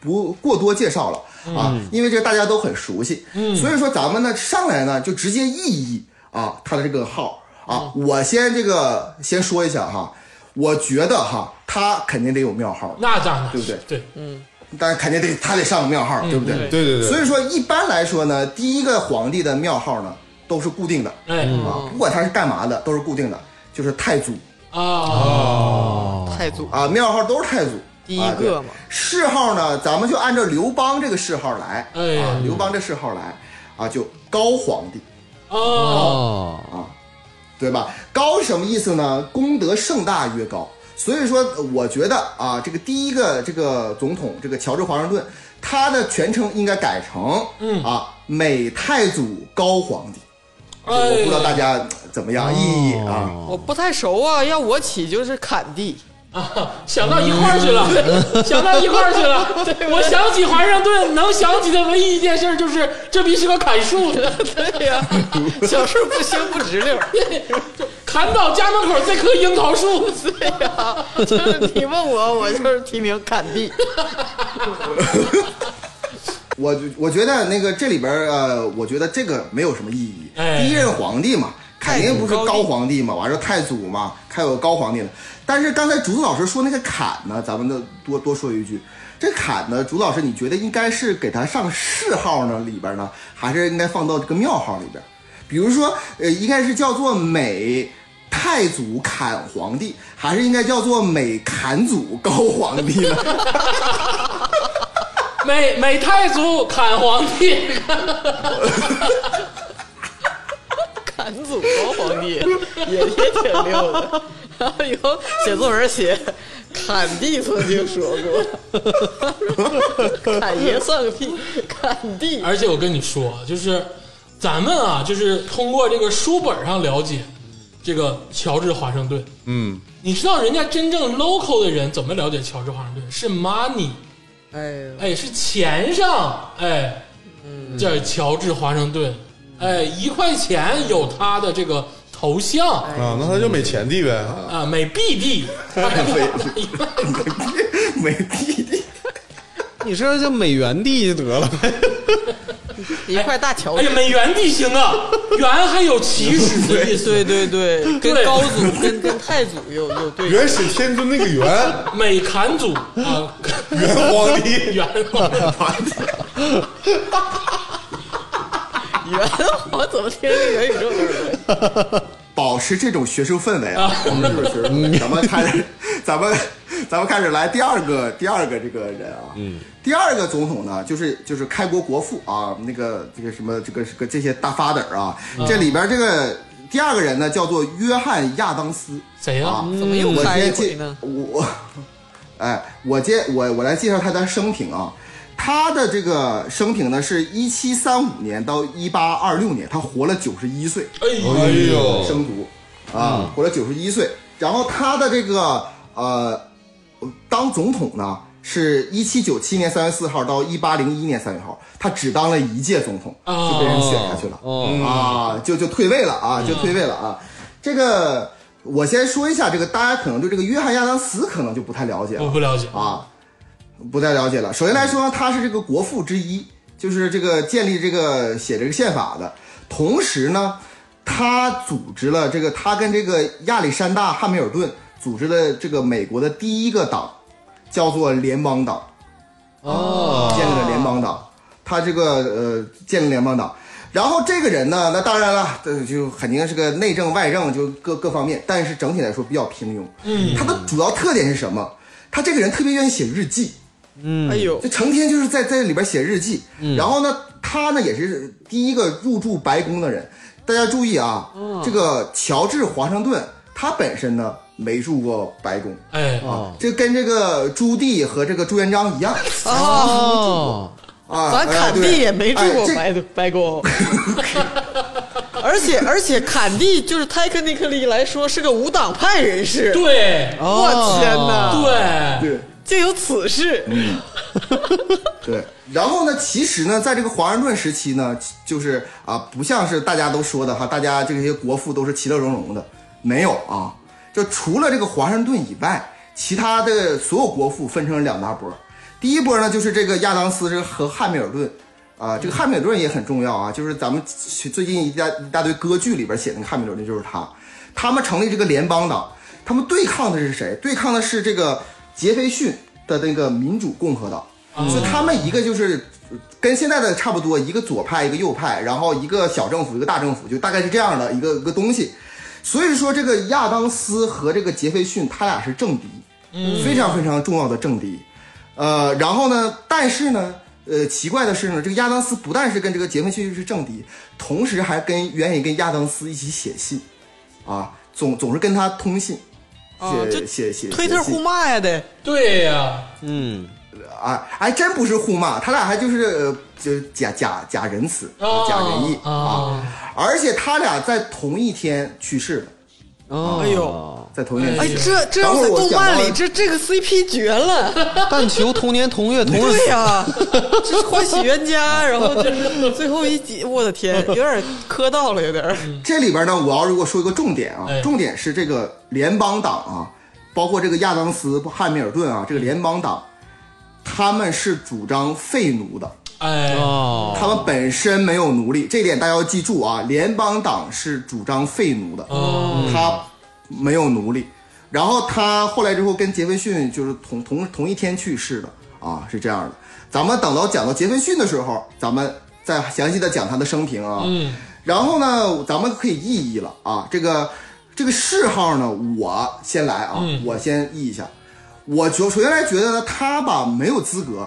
[SPEAKER 5] 不不过多介绍了啊，因为这个大家都很熟悉，所以说咱们呢上来呢就直接意译啊他的这个号啊，我先这个先说一下哈，我觉得哈他肯定得有庙号，
[SPEAKER 1] 那当然，
[SPEAKER 5] 对不嗯对
[SPEAKER 1] 对，
[SPEAKER 5] 但是肯定得他得上个庙号，对不对？
[SPEAKER 1] 对
[SPEAKER 3] 对对对，
[SPEAKER 5] 所以说，一般来说呢，第一个皇帝的庙号呢都是固定的
[SPEAKER 1] 哎
[SPEAKER 2] 嗯哦
[SPEAKER 5] 啊，不管他是干嘛的，都是固定的，就是太祖嗯
[SPEAKER 1] 啊，
[SPEAKER 2] 太祖
[SPEAKER 5] 啊，庙号都是太祖。
[SPEAKER 2] 第一个嘛
[SPEAKER 5] 啊对谥号呢，咱们就按照刘邦这个谥号来，
[SPEAKER 1] 哎
[SPEAKER 5] 啊，刘邦这谥号来，啊，就高皇帝，
[SPEAKER 1] 哦，
[SPEAKER 4] 哦，
[SPEAKER 5] 对吧？高什么意思呢？功德盛大曰高。所以说，我觉得啊，这个第一个这个总统，这个乔治华盛顿，他的全称应该改成，嗯啊，美太祖高皇帝。我不知道
[SPEAKER 1] 哎，
[SPEAKER 5] 大家怎么样意义啊。
[SPEAKER 2] 我不太熟啊，要我起就是砍 地，
[SPEAKER 1] 想到一块儿去 了，想到一块儿去了。我想起华盛顿，能想起的唯一一件事就是这逼是个砍树的，
[SPEAKER 2] 对呀、小树不修不直溜儿，
[SPEAKER 1] 砍倒家门口再棵樱桃树。
[SPEAKER 2] 对呀、就是 你问我，我就是提名砍地，
[SPEAKER 5] 我我觉得那个这里边儿呃，我觉得这个没有什么意义。
[SPEAKER 1] 哎
[SPEAKER 5] 第一任皇帝嘛，肯定不是高皇帝嘛，完了太祖嘛，还有高皇帝了。但是刚才竹子老师说那个坎呢，咱们再多多说一句，这坎呢，竹子老师你觉得应该是给他上谥号呢里边呢，还是应该放到这个庙号里边？比如说，呃，应该是叫做美太祖坎皇帝，还是应该叫做美坎祖高皇帝呢？
[SPEAKER 1] 美美太祖砍皇帝，
[SPEAKER 2] 砍祖高皇帝也也挺溜的。 然后以后写作文写，砍帝曾经说 过，砍爷算个屁，砍帝
[SPEAKER 1] 而且我跟你说，就是咱们啊，就是通过这个书本上了解这个乔治华盛顿。
[SPEAKER 3] 嗯，
[SPEAKER 1] 你知道人家真正 local 的人怎么了解乔治华盛顿？是 money，
[SPEAKER 2] 哎呦，嗯
[SPEAKER 1] 哎，是钱上，哎，这乔治华盛顿，哎，一块钱有他的这个头像
[SPEAKER 2] 哎
[SPEAKER 3] 啊，那他就美钱帝呗。
[SPEAKER 1] 啊，美币币，
[SPEAKER 5] 美美帝帝，
[SPEAKER 4] 你说叫美元帝就得了呗，
[SPEAKER 2] 一块大桥
[SPEAKER 1] 哎呀，美元地形啊，元还有起始的意思，
[SPEAKER 2] 对对对，跟
[SPEAKER 1] 对
[SPEAKER 2] 高祖跟跟太祖又又对
[SPEAKER 3] 元始天尊那个元
[SPEAKER 1] 美坎祖啊，
[SPEAKER 3] 元皇帝，
[SPEAKER 1] 元
[SPEAKER 2] 元 我怎么听着元宇宙就是对
[SPEAKER 5] 保持这种学术氛围啊，保持这种学术氛围。咱们开始，咱们咱们开始来第二个第二个这个人啊，嗯，第二个总统呢，就是就是开国国父啊，那个这个什么这个这个这些大 father 啊，这里边这个第二个人呢叫做约翰亚当斯
[SPEAKER 1] 谁呀、
[SPEAKER 5] 啊，
[SPEAKER 2] 怎么又
[SPEAKER 5] 我
[SPEAKER 2] 开一
[SPEAKER 5] 先
[SPEAKER 2] 回
[SPEAKER 5] 介
[SPEAKER 2] 呢？
[SPEAKER 5] 我，哎，我介我我来介绍他的生平啊。他的这个生平呢，是一七三五年到一八二六年，他活了九十一岁，
[SPEAKER 1] 哎呦，
[SPEAKER 3] 哎呦，
[SPEAKER 5] 生卒啊，活了九十一岁。然后他的这个呃，当总统呢，是一七九七年三月四号到一八零一年三月号，他只当了一届总统，
[SPEAKER 1] 哦
[SPEAKER 5] 就被人选下去了。
[SPEAKER 4] 哦，
[SPEAKER 5] 啊，就就退位了啊，就退位了啊。这个我先说一下，这个大家可能对这个约翰亚当斯可能就不太了解
[SPEAKER 1] 我
[SPEAKER 5] 了
[SPEAKER 1] 不了解，
[SPEAKER 5] 啊，不太了解了。首先来说，他是这个国父之一，就是这个建立这个写这个宪法的。同时呢，他组织了这个，他跟这个亚历山大汉密尔顿组织了这个美国的第一个党，叫做联邦党。
[SPEAKER 4] 哦，
[SPEAKER 5] 建立了联邦党，他这个呃建立联邦党。然后这个人呢，那当然了，这就肯定是个内政外政，就各各方面，但是整体来说比较平庸。嗯，他的主要特点是什么？他这个人特别愿意写日记，
[SPEAKER 2] 哎呦
[SPEAKER 5] 就，成天就是在在里边写日记。
[SPEAKER 2] 嗯
[SPEAKER 5] 然后呢，他呢也是第一个入驻白宫的人。大家注意啊，
[SPEAKER 2] 哦
[SPEAKER 5] 这个乔治华盛顿他本身呢没入过白宫，啊
[SPEAKER 1] 哎，
[SPEAKER 2] 哦
[SPEAKER 5] 这跟这个朱棣和这个朱元璋一样
[SPEAKER 4] 哦，
[SPEAKER 5] 啊。
[SPEAKER 2] 咱
[SPEAKER 5] 哎
[SPEAKER 2] 砍
[SPEAKER 5] 对
[SPEAKER 2] 帝也没住
[SPEAKER 5] 哎
[SPEAKER 2] 过
[SPEAKER 5] 这
[SPEAKER 2] 白白 宫，而且而且砍帝就是 technically 来说是个无党派人士，
[SPEAKER 1] 对
[SPEAKER 4] 啊
[SPEAKER 2] 我天哪
[SPEAKER 1] 对，
[SPEAKER 5] 哦对。嗯
[SPEAKER 2] 竟有此事，
[SPEAKER 5] 对，然后呢，其实呢，在这个华盛顿时期呢，其就是啊、不像是大家都说的哈，大家这些国父都是其乐融融的，没有啊，就除了这个华盛顿以外，其他的所有国父分成了两大波，第一波呢，就是这个亚当斯和汉密尔顿。啊，这个汉密尔顿也很重要啊，就是咱们最近一大一大堆歌剧里边写的那个汉密尔顿就是他，他们成立这个联邦党，他们对抗的是谁？对抗的是这个杰斐逊的那个民主共和党，所以他们一个就是呃跟现在的差不多，一个左派，一个右派，然后一个小政府，一个大政府，就大概是这样的一个一个东西。所以说，这个亚当斯和这个杰斐逊，他俩是政敌，
[SPEAKER 2] 嗯
[SPEAKER 5] 非常非常重要的政敌。呃，然后呢，但是呢，呃，奇怪的是呢，这个亚当斯不但是跟这个杰斐逊是政敌，同时还跟愿意跟亚当斯一起写信，啊，总总是跟他通信，写、
[SPEAKER 2] 啊这
[SPEAKER 5] 写写
[SPEAKER 2] 推特
[SPEAKER 5] 写信
[SPEAKER 2] 互骂呀得，
[SPEAKER 1] 对呀、
[SPEAKER 4] 嗯，
[SPEAKER 5] 啊，还真不是互骂，他俩还就是呃就假假假仁慈，
[SPEAKER 2] 哦
[SPEAKER 1] 啊
[SPEAKER 5] 假仁义
[SPEAKER 1] 啊
[SPEAKER 5] 而且他俩在同一天去世了，
[SPEAKER 4] 哦，
[SPEAKER 2] 哎呦，
[SPEAKER 5] 在同一天
[SPEAKER 2] 哎
[SPEAKER 5] 去世。
[SPEAKER 2] 这这要
[SPEAKER 5] 等
[SPEAKER 2] 在
[SPEAKER 5] 会儿我
[SPEAKER 2] 动
[SPEAKER 5] 讲
[SPEAKER 2] 漫
[SPEAKER 5] 到
[SPEAKER 2] 里这这个 CP 绝了，
[SPEAKER 4] 但求同年同月同日
[SPEAKER 2] 对
[SPEAKER 4] 死，
[SPEAKER 2] 呀，这是欢喜冤家，然后就是最后一集，我的天，有点磕到了，有点儿，
[SPEAKER 5] 这里边呢，我要如果说一个重点啊
[SPEAKER 1] 哎，
[SPEAKER 5] 重点是这个联邦党啊，包括这个亚当斯、汉密尔顿啊，这个联邦党，他们是主张废奴的，
[SPEAKER 1] 哎，
[SPEAKER 4] 哦，
[SPEAKER 5] 他们本身没有奴隶，这点大家要记住啊！联邦党是主张废奴的，他没有奴隶。然后他后来之后跟杰斐逊就是同同同一天去世的啊，是这样的。咱们等到讲到杰斐逊的时候，咱们再详细的讲他的生平啊。嗯。然后呢，咱们可以意译了啊。这个这个谥号呢，我先来啊，我先译一下。我觉首先来觉得呢，他吧没有资格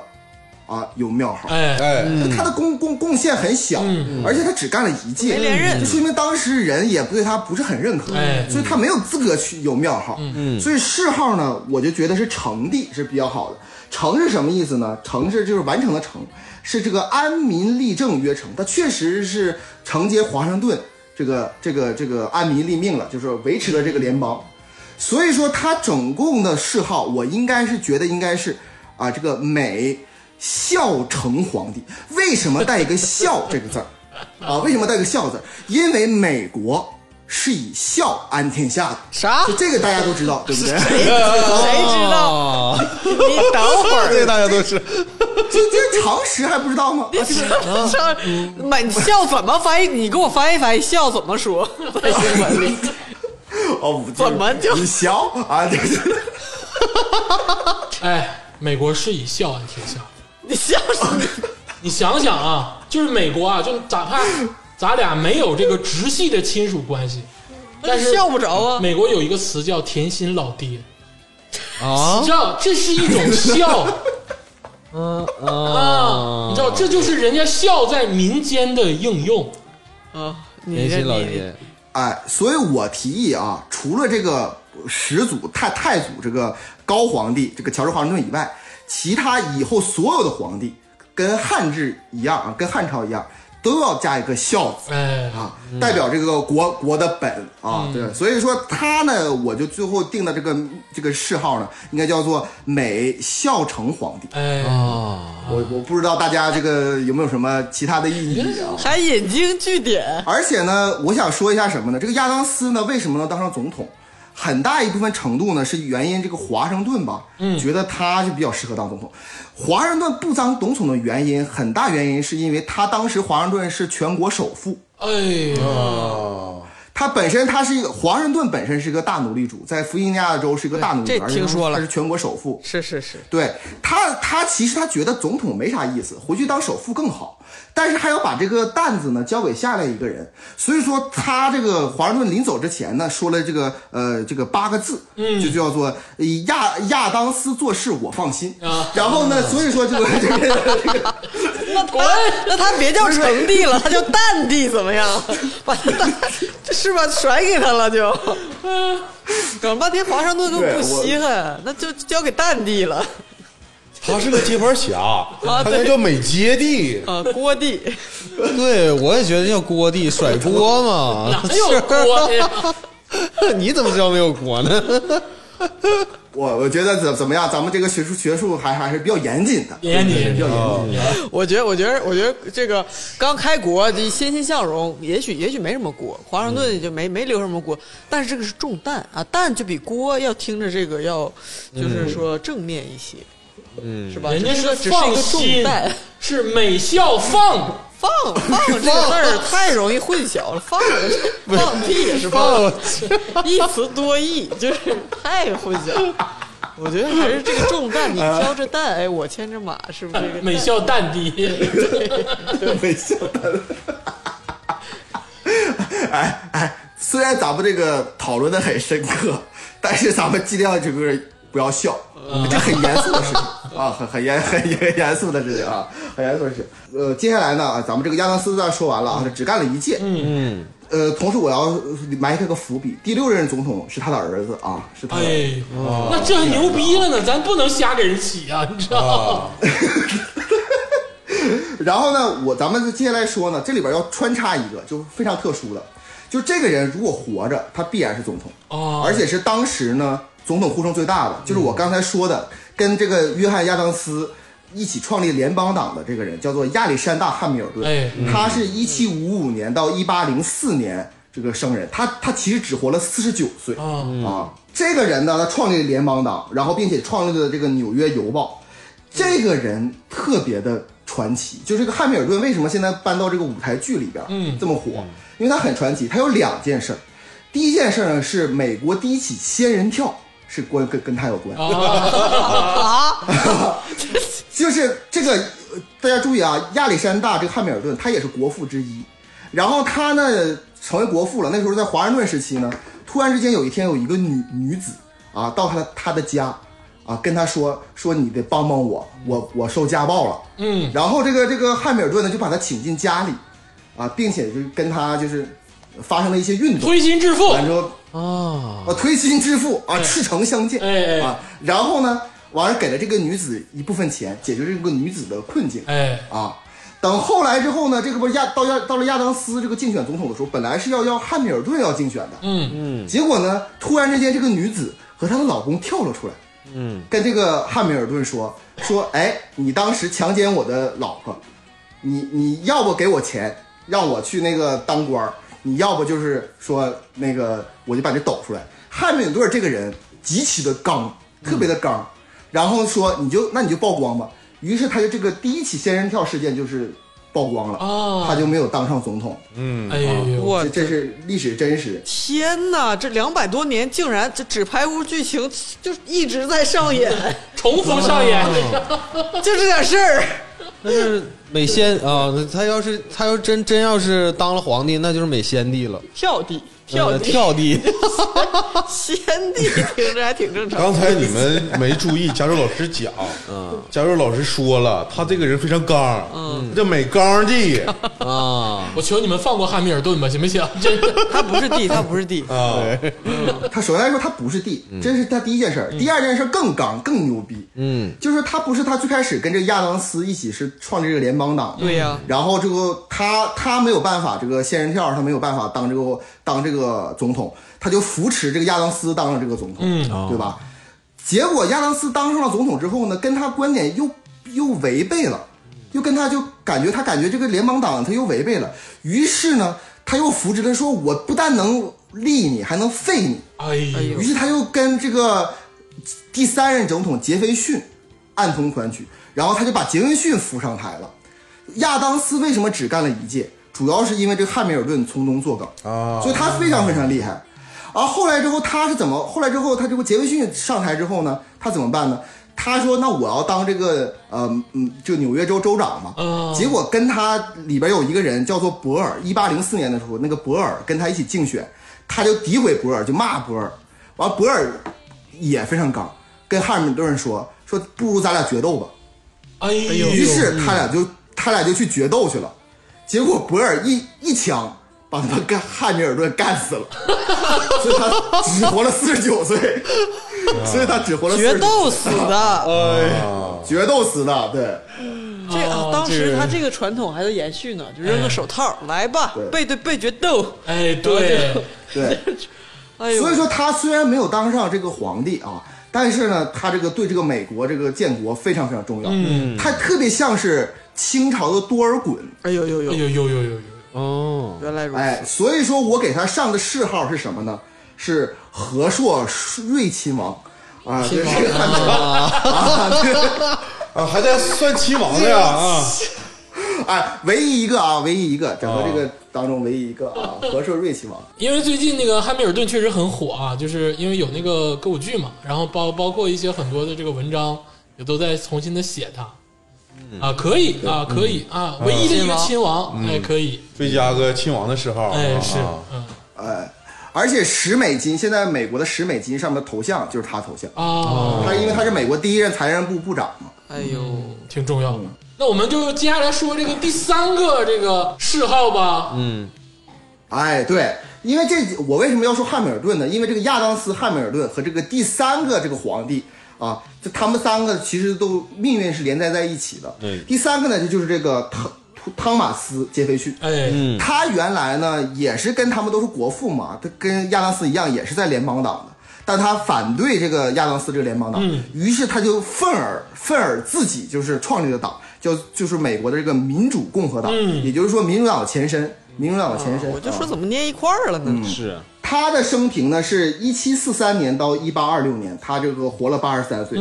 [SPEAKER 5] 啊有庙号。
[SPEAKER 1] 哎，
[SPEAKER 3] 哎，
[SPEAKER 5] 他的贡贡贡献很小，而且他只干了一届，
[SPEAKER 2] 没连任
[SPEAKER 5] 就说明当时人也不对他不是很认可，
[SPEAKER 1] 哎
[SPEAKER 5] 所以他没有资格去有庙号。
[SPEAKER 2] 嗯
[SPEAKER 5] 所以谥号呢，我就觉得是成帝是比较好的。成是什么意思呢？成是就是完成的成，是这个安民立政曰成，他确实是承接华盛顿这个这个这个安民立命了，就是维持了这个联邦。所以说他总共的谥号，我应该是觉得应该是啊，这个美孝成皇帝。为什么带一个孝这个 字儿啊？为什么带个孝字儿？因为美国是以孝安天下的，
[SPEAKER 2] 啥？
[SPEAKER 5] 就这个大家都知道，对不对？
[SPEAKER 2] 谁知道？
[SPEAKER 4] 哦，
[SPEAKER 2] 你等会儿，
[SPEAKER 4] 这个大家都是
[SPEAKER 5] 这这常识还不知道吗？ 啊这
[SPEAKER 2] 这满笑怎么翻译？你给我翻译翻译，笑怎么说？ 在新闻里，
[SPEAKER 5] 哦，
[SPEAKER 2] 怎么就
[SPEAKER 5] 你孝啊？对对对。
[SPEAKER 1] 哎，美国是以孝安天下。
[SPEAKER 2] 你笑 什
[SPEAKER 1] 你想想啊，就是美国啊，就哪怕咱俩没有这个直系的亲属关系，但
[SPEAKER 2] 么？
[SPEAKER 1] 是
[SPEAKER 2] 笑不着啊！
[SPEAKER 1] 美国有一个词叫“甜心老爹”，
[SPEAKER 4] 啊
[SPEAKER 1] 你知道这是一种孝
[SPEAKER 3] 啊
[SPEAKER 1] 啊，你知道这就是人家孝在民间的应用。
[SPEAKER 2] 啊，
[SPEAKER 4] 年
[SPEAKER 2] 你这
[SPEAKER 4] 轻老
[SPEAKER 2] 你
[SPEAKER 4] 人，
[SPEAKER 5] 哎，所以我提议啊，除了这个始祖太太祖这个高皇帝这个乔治华盛顿以外，其他以后所有的皇帝跟汉制一样啊，跟汉朝一样，都要加一个孝字
[SPEAKER 1] 哎，
[SPEAKER 5] 啊，代表这个国国的本啊。对，所以说他呢，我就最后定的这个这个谥号呢，应该叫做美孝成皇帝。
[SPEAKER 1] 哎，
[SPEAKER 5] 我我不知道大家这个有没有什么其他的意义啊？
[SPEAKER 2] 还引经据典，
[SPEAKER 5] 而且呢，我想说一下什么呢？这个亚当斯呢，为什么能当上总统？很大一部分程度呢，是原因这个华盛顿吧，嗯，觉得他就比较适合当总统。华盛顿不当总统的原因，很大原因是因为他当时华盛顿是全国首富，
[SPEAKER 1] 哎呀，
[SPEAKER 5] 他本身他是一个华盛顿本身是一个大奴隶主，在弗吉尼亚州是一个大奴隶
[SPEAKER 2] 对
[SPEAKER 5] 主，
[SPEAKER 2] 这
[SPEAKER 5] 而且
[SPEAKER 2] 听说了
[SPEAKER 5] 他是全国首富，
[SPEAKER 2] 是是 是，
[SPEAKER 5] 对他，他其实他觉得总统没啥意思，回去当首富更好。但是还要把这个担子呢交给下来一个人，所以说他这个华盛顿临走之前呢，说了这个呃这个八个字，嗯，就叫做呃亚亚当斯做事我放心。
[SPEAKER 1] 啊
[SPEAKER 5] 然后呢，所以说这个这个这个
[SPEAKER 2] 那滚！哎那他别叫成帝 了，他叫蛋帝怎么 样？把他蛋，这是吧？甩给他了就， 嗯，整半天华盛顿都不稀罕，那就交给蛋帝了
[SPEAKER 3] 他是个接盘侠，
[SPEAKER 1] 啊
[SPEAKER 3] 他
[SPEAKER 2] 对
[SPEAKER 3] 那叫美接地。
[SPEAKER 2] 啊，锅帝。
[SPEAKER 4] 对我也觉得叫锅帝甩锅嘛，
[SPEAKER 1] 哪有锅呀？
[SPEAKER 4] 是 你怎么知道没有锅呢？
[SPEAKER 5] 我我觉得怎怎么样，咱们这个学术学术还还是比较严谨的，
[SPEAKER 1] 严谨
[SPEAKER 5] 比较严 谨。
[SPEAKER 2] 我觉得，我觉得，我觉得这个刚开国，这欣欣向荣，也许也许没什么锅，华盛顿也就没、没留什么锅，但是这个是重担啊，担就比锅要听着这个要，就是说正面一些，嗯，是吧？
[SPEAKER 1] 人家
[SPEAKER 2] 这
[SPEAKER 1] 啊是
[SPEAKER 2] 只是一
[SPEAKER 1] 放
[SPEAKER 2] 个重
[SPEAKER 1] 心
[SPEAKER 2] 担，，
[SPEAKER 1] 是美孝放。
[SPEAKER 2] 放 放这个字儿太容易混淆了，放放屁也是放，一词多义，就是太混淆。我觉得还是这个重担，你挑着担，哎，我牵着马，是不是这个
[SPEAKER 1] 美
[SPEAKER 2] 担
[SPEAKER 1] 孝淡低，
[SPEAKER 5] 微笑的。哎哎，虽然咱们这个讨论的很深刻，但是咱们尽量就是不要笑，这很严肃的事情啊，很很严很严严肃的事情啊，很严肃的事情。呃，接下来呢，啊咱们这个亚当斯呢说完了啊，他只干了一届，嗯嗯。呃，同时我要埋下个伏笔，第六任总统是他的儿子啊，是他的儿子。
[SPEAKER 1] 哎，那这还牛逼了呢，咱不能瞎给人起啊，你知道吗？
[SPEAKER 5] 然后呢，我咱们接下来说呢，这里边要穿插一个就非常特殊的，就这个人如果活着，他必然是总统，
[SPEAKER 1] 哦
[SPEAKER 5] 而且是当时呢总统呼声最大的，就是我刚才说的，跟这个约翰亚当斯一起创立联邦党的这个人，叫做亚历山大汉密尔顿，
[SPEAKER 1] 哎
[SPEAKER 5] 他是一七五五年到一八零四年这个生人，他他其实只活了四十九岁，
[SPEAKER 1] 啊，
[SPEAKER 5] 啊，这个人呢，他创立了联邦党，然后并且创立了这个《纽约邮报》。这个人特别的传奇。就这个汉密尔顿为什么现在搬到这个舞台剧里边，
[SPEAKER 1] 嗯
[SPEAKER 5] 这么火？因为它很传奇。它有两件事儿，第一件事儿呢是美国第一起仙人跳是关跟跟他有关，
[SPEAKER 2] 啊，
[SPEAKER 5] 就是这个，呃大家注意啊，亚历山大这个汉密尔顿，他也是国父之一。然后他呢成为国父了，那时候在华盛顿时期呢，突然之间有一天有一个女女子啊到他他的家啊跟他说说你得帮帮我，我我受家暴了。
[SPEAKER 1] 嗯，
[SPEAKER 5] 然后这个这个汉密尔顿呢就把他请进家里啊，并且就跟他就是发生了一些运动，
[SPEAKER 1] 推心置腹，
[SPEAKER 5] 完之后
[SPEAKER 4] 啊，
[SPEAKER 5] 啊，推心置腹啊，赤诚相见，
[SPEAKER 1] 哦哎哎
[SPEAKER 5] 啊，然后呢，完了给了这个女子一部分钱，解决这个女子的困境
[SPEAKER 1] 哎，
[SPEAKER 5] 啊。等后来之后呢，这个不是亚到亚到了亚当斯这个竞选总统的时候，本来是要要汉密尔顿要竞选的，
[SPEAKER 1] 嗯，
[SPEAKER 5] 结果呢，突然之间这个女子和她的老公跳了出来，嗯，跟这个汉密尔顿说说，哎，你当时强奸我的老婆，你你要不给我钱，让我去那个当官儿，你要不就是说那个我就把你抖出来。汉密尔顿这个人极其的刚，特别的刚，然后说你就那你就曝光吧。于是他就这个第一起仙人跳事件就是曝光了，
[SPEAKER 1] 哦
[SPEAKER 5] 他就没有当上总统。
[SPEAKER 1] 哎呦，
[SPEAKER 2] 我
[SPEAKER 5] 这这是历史真实。
[SPEAKER 2] 天哪，这两百多年竟然这纸牌屋剧情就一直在上演，
[SPEAKER 1] 重复上演，
[SPEAKER 2] 就这点事儿。
[SPEAKER 4] 那是美仙啊，他要是他要真真要是当了皇帝，那就是美仙帝了，
[SPEAKER 2] 跳地，
[SPEAKER 4] 呃
[SPEAKER 2] 跳地，
[SPEAKER 4] 跳帝，
[SPEAKER 2] 先帝听着还挺正常。
[SPEAKER 3] 刚才你们没注意，加州老师讲，嗯，加州老师说了，他这个人非常刚，嗯，这美刚的
[SPEAKER 4] 啊，
[SPEAKER 1] 我求你们放过汉密尔顿吧，行不行？真的，
[SPEAKER 2] 他不是地，他不是地，
[SPEAKER 3] 啊，
[SPEAKER 5] 他首先来说他不是帝，这是他第一件事儿。第二件事儿更刚更牛逼，
[SPEAKER 4] 嗯，
[SPEAKER 5] 就是他不是他最开始跟这个亚当斯一起是创立这个联邦党的，
[SPEAKER 2] 对呀
[SPEAKER 5] 然后这个他他没有办法，这个仙人跳他没有办法当这个当这个总统，他就扶持这个亚当斯当了这个总统，
[SPEAKER 1] 嗯
[SPEAKER 5] 对吧？结果亚当斯当上了总统之后呢，跟他观点又又违背了，又跟他就感觉他感觉这个联邦党他又违背了，于是呢，他又扶植他说，我不但能立你，还能废你。
[SPEAKER 1] 哎呦
[SPEAKER 5] 于，是他又跟这个第三任总统杰斐逊暗通款曲，然后他就把杰斐逊扶上台了。亚当斯为什么只干了一届？主要是因为这个汉密尔顿从中作梗
[SPEAKER 3] 啊
[SPEAKER 5] 所以他非常非常厉害。而后来之后他是怎么？后来之后他这个杰斐逊上台之后呢，他怎么办呢？他说：“那我要当这个呃嗯，就纽约州州长嘛。
[SPEAKER 1] 哦
[SPEAKER 5] 结果跟他里边有一个人叫做博尔，一八零四年的时候，那个博尔跟他一起竞选，他就诋毁博尔，就骂博尔。完，博尔也非常刚，跟汉密尔顿说：“说不如咱俩决斗吧。”
[SPEAKER 1] 哎呦，
[SPEAKER 5] 于是他俩就他俩就去决斗去了，结果博尔一一枪把他们干汉密尔顿干死了， 所以他只活了四十九岁，所以他只活了
[SPEAKER 2] 决
[SPEAKER 5] 49
[SPEAKER 2] 斗死的。
[SPEAKER 5] 啊决斗死的，对
[SPEAKER 2] 这啊当时他这个传统还在延续呢，就扔个手套，来吧，
[SPEAKER 5] 对
[SPEAKER 2] 背对背决斗。
[SPEAKER 1] 哎，对，
[SPEAKER 5] 对。
[SPEAKER 2] 哎呦，
[SPEAKER 5] 所以说他虽然没有当上这个皇帝啊，但是呢，他这个对这个美国这个建国非常非常重要，嗯，他特别像是清朝的多尔衮，
[SPEAKER 2] 哎呦呦
[SPEAKER 1] 哎呦
[SPEAKER 2] 呦，
[SPEAKER 1] 呦呦呦呦，
[SPEAKER 4] 哦，
[SPEAKER 2] 原来如此。
[SPEAKER 5] 哎，所以说我给他上的谥号是什么呢？是和硕瑞亲王。啊，这是汉朝啊，对，
[SPEAKER 3] 啊，还在算棋王的呀啊，
[SPEAKER 5] 哎，唯一一个啊，唯一一个，整个这个当中唯一一个啊，和硕瑞亲王，
[SPEAKER 1] 因为最近那个汉密尔顿确实很火啊，就是因为有那个歌舞剧嘛，然后包包括一些很多的这个文章也都在重新的写他，啊，可以啊，可以啊，唯一的一个亲王，哎，可以，
[SPEAKER 3] 追加个亲王的谥号，
[SPEAKER 1] 哎，
[SPEAKER 3] 啊
[SPEAKER 1] 是
[SPEAKER 3] 啊，
[SPEAKER 1] 嗯
[SPEAKER 5] 哎，而且十美金，现在美国的十美金上面的头像就是他头像，
[SPEAKER 1] 啊，
[SPEAKER 5] 他因为他是美国第一任财政部部长嘛，
[SPEAKER 2] 哎呦，
[SPEAKER 1] 挺重要的。那我们就接下来说这个第三个这个嗜好吧，
[SPEAKER 5] 哎，对，因为这我为什么要说汉密尔顿呢？因为这个亚当斯·汉密尔顿和这个第三个这个皇帝啊，就他们三个其实都命运是连带在一起的。第三个呢，就就是这个汤汤马斯·杰斐逊。
[SPEAKER 1] 哎，
[SPEAKER 5] 他原来呢也是跟他们都是国父嘛，他跟亚当斯一样也是在联邦党的，但他反对这个亚当斯这个联邦党，于是他就愤而愤而自己就是创立了党，叫就是美国的这个民主共和党，也就是说民主党的前身，民主党的前身。
[SPEAKER 2] 我就
[SPEAKER 5] 啊
[SPEAKER 2] 说怎么捏一块儿了呢？
[SPEAKER 4] 是
[SPEAKER 5] 他的生平呢是一七四三年到一八二六年，他
[SPEAKER 1] 嗯
[SPEAKER 5] 这个活了八十三岁。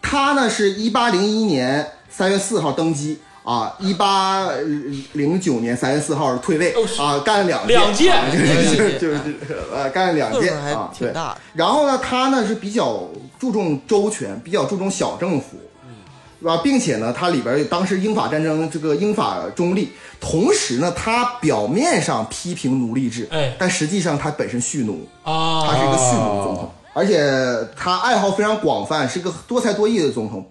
[SPEAKER 5] 他呢是一八零一年三月四号登基，啊，一八零九年三月四号退位
[SPEAKER 1] 哦是
[SPEAKER 5] 啊，干了两
[SPEAKER 1] 两届
[SPEAKER 5] 啊就是
[SPEAKER 2] 两届
[SPEAKER 5] 就是呃干了两届
[SPEAKER 2] 岁数还
[SPEAKER 5] 啊，
[SPEAKER 2] 挺
[SPEAKER 5] 对
[SPEAKER 2] 大的
[SPEAKER 5] 然后呢，他呢是比较注重周全，比较注重小政府，
[SPEAKER 2] 嗯
[SPEAKER 5] 是吧？并且呢，它里边儿当时英法战争这个英法中立，同时呢，他表面上批评奴隶制，
[SPEAKER 1] 哎
[SPEAKER 5] 但实际上他本身蓄奴，他
[SPEAKER 1] 啊，
[SPEAKER 5] 是一个蓄奴总统，而且他爱好非常广泛，是个多才多艺的总统，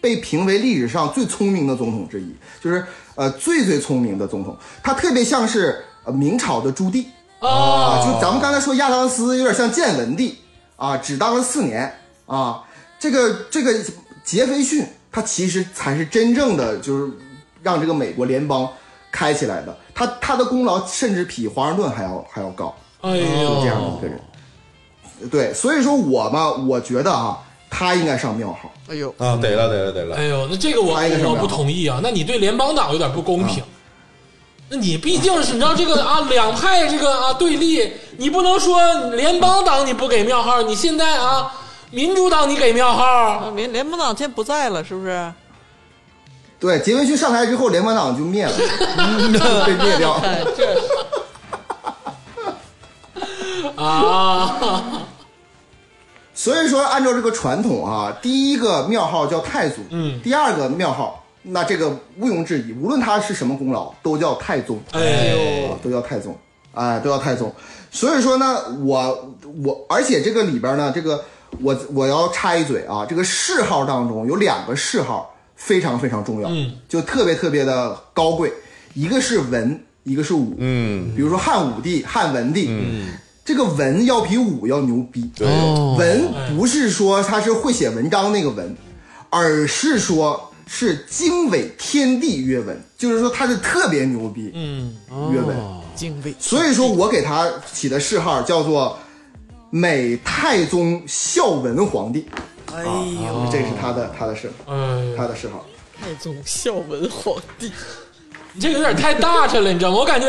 [SPEAKER 5] 被评为历史上最聪明的总统之一，就是呃最最聪明的总统。他特别像是呃明朝的朱棣啊，就咱们刚才说亚当斯有点像建文帝啊，只当了四年啊。这个这个杰斐逊，他其实才是真正的就是让这个美国联邦开起来的，他他的功劳甚至比华盛顿还要还要高。
[SPEAKER 1] 哎呦，
[SPEAKER 5] 就这样的一个人。对，所以说我嘛，我觉得啊，他应该上庙号。
[SPEAKER 2] 哎呦，
[SPEAKER 3] 啊，得了得了得了
[SPEAKER 1] 哎，呦，那这个我
[SPEAKER 5] 还有一个什么
[SPEAKER 1] 我不同意啊！那你对联邦党有点不公
[SPEAKER 2] 啊
[SPEAKER 1] 平。那你毕竟是你知道这个啊，两派这个啊对立，你不能说联邦党你不给庙号，你现在啊民主党你给庙号，
[SPEAKER 2] 啊 联联盟党现在不在了，是不是？
[SPEAKER 5] 对，杰文逊上台之后，联邦党就灭了，被灭掉。
[SPEAKER 1] 啊，
[SPEAKER 5] 所以说，按照这个传统啊，第一个庙号叫太祖，嗯，第二个庙号，那这个毋庸置疑，无论他是什么功劳，都叫太宗。
[SPEAKER 1] 哎呦，
[SPEAKER 5] 啊，都要太宗，哎，都要太宗。所以说呢，我我，而且这个里边呢，这个我我要插一嘴啊，这个谥号当中有两个谥号非常非常重要，
[SPEAKER 1] 嗯，
[SPEAKER 5] 就特别特别的高贵，一个是文，一个是武，嗯，比如说汉武帝、汉文帝，嗯，这个文要比武要牛逼，对
[SPEAKER 4] 哦
[SPEAKER 5] 文不是说他是会写文章那个文，而是说是经纬天地曰文，就是说他是特别牛逼，
[SPEAKER 1] 嗯，
[SPEAKER 5] 曰文。
[SPEAKER 2] 敬畏，
[SPEAKER 5] 所以说我给他起的谥号叫做美太宗孝文皇帝，啊
[SPEAKER 2] 哎呦，
[SPEAKER 5] 这是他的他的谥
[SPEAKER 1] 哎呦，
[SPEAKER 5] 他的谥号。
[SPEAKER 2] 太宗孝文皇帝，
[SPEAKER 1] 你这个有点太 大臣了，你知道吗？我感觉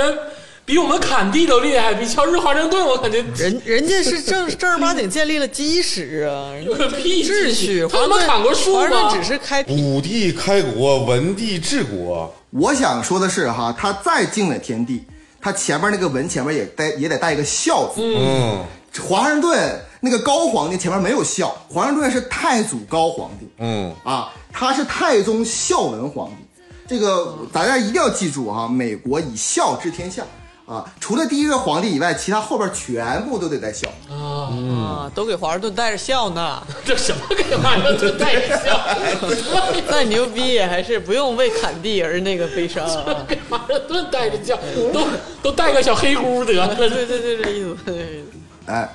[SPEAKER 1] 比我们砍地都厉害，比乔治华盛顿我感觉
[SPEAKER 2] 人人家是正正儿八经建立了基石啊，人
[SPEAKER 1] 有
[SPEAKER 2] 家
[SPEAKER 1] 个屁
[SPEAKER 2] 秩序。
[SPEAKER 1] 他他妈
[SPEAKER 2] 华盛顿
[SPEAKER 1] 砍过树
[SPEAKER 2] 华盛
[SPEAKER 1] 吗
[SPEAKER 2] 顿？只是开辟，
[SPEAKER 3] 武帝开国，文帝治国，
[SPEAKER 5] 我想说的是哈，他再敬畏天地，他前面那个文前面也带也得带一个孝字。
[SPEAKER 3] 嗯
[SPEAKER 5] 华盛顿那个高皇帝前面没有孝，华盛顿是太祖高皇帝。
[SPEAKER 3] 嗯，
[SPEAKER 5] 啊，他是太宗孝文皇帝。这个大家一定要记住哈、美国以孝治天下啊，除了第一个皇帝以外，其他后边全部都得带孝。
[SPEAKER 1] 啊，
[SPEAKER 5] 嗯
[SPEAKER 2] 啊，都给华盛顿带着笑 呢，
[SPEAKER 1] 这什么给华盛顿带 笑？
[SPEAKER 2] 再牛逼也还是不用为砍地而那个悲伤、 啊。
[SPEAKER 1] 给华盛顿带着叫，都都带个小黑箍得了。
[SPEAKER 2] 对对对，这意思这意思。
[SPEAKER 5] 哎，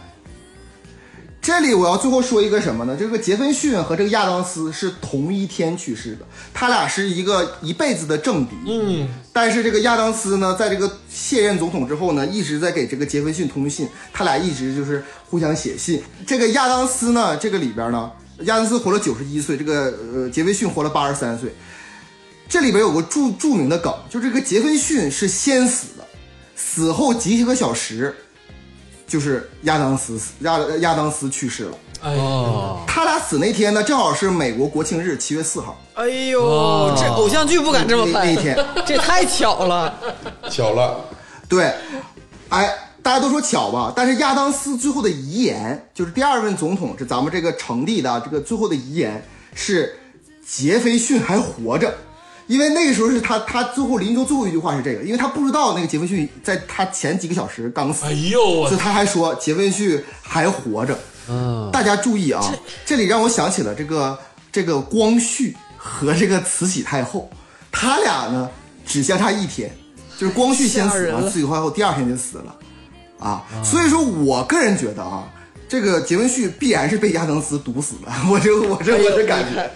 [SPEAKER 5] 这里我要最后说一个什么呢？这个杰斐逊和这个亚当斯是同一天去世的，他俩是一个一辈子的政敌。嗯，但是这个亚当斯呢，在这个卸任总统之后呢，一直在给这个杰斐逊通信，他俩一直就是互相写信。这个亚当斯呢，这个里边呢，亚当斯活了九十一岁，这个呃杰斐逊活了八十三岁。这里边有个著著名的梗，就这个杰斐逊是先死的，死后几个小时，就是亚当斯死亚亚当斯去世了。
[SPEAKER 1] 哎呀，
[SPEAKER 5] 他俩死那天呢，正好是美国国庆日，七月四号
[SPEAKER 2] 哎呦，这偶像剧不敢这么
[SPEAKER 5] 那
[SPEAKER 2] 拍
[SPEAKER 5] 那一，天。
[SPEAKER 2] 这太巧 了。
[SPEAKER 3] 巧了，
[SPEAKER 5] 对，哎，大家都说巧吧，但是亚当斯最后的遗言，就是第二任总统，是咱们这个成帝的啊这个最后的遗言是杰斐逊还活着。因为那个时候是他，他最后临终最后一句话是这个，因为他不知道那个杰斐逊在他前几个小时刚死，
[SPEAKER 1] 哎呦我
[SPEAKER 5] 所以，他还说杰斐逊还活着。嗯，大家注意啊，这里让我想起了这个这个光绪和这个慈禧太后，他俩呢只相差一天，就是光绪先
[SPEAKER 2] 吓
[SPEAKER 5] 死
[SPEAKER 2] 人
[SPEAKER 5] 了，
[SPEAKER 2] 了
[SPEAKER 5] 慈禧太后第二天就死了，啊，所以说我个人觉得啊。这个杰斐逊必然是被亚当斯毒死了，我这我
[SPEAKER 2] 哎
[SPEAKER 5] 这我这感觉，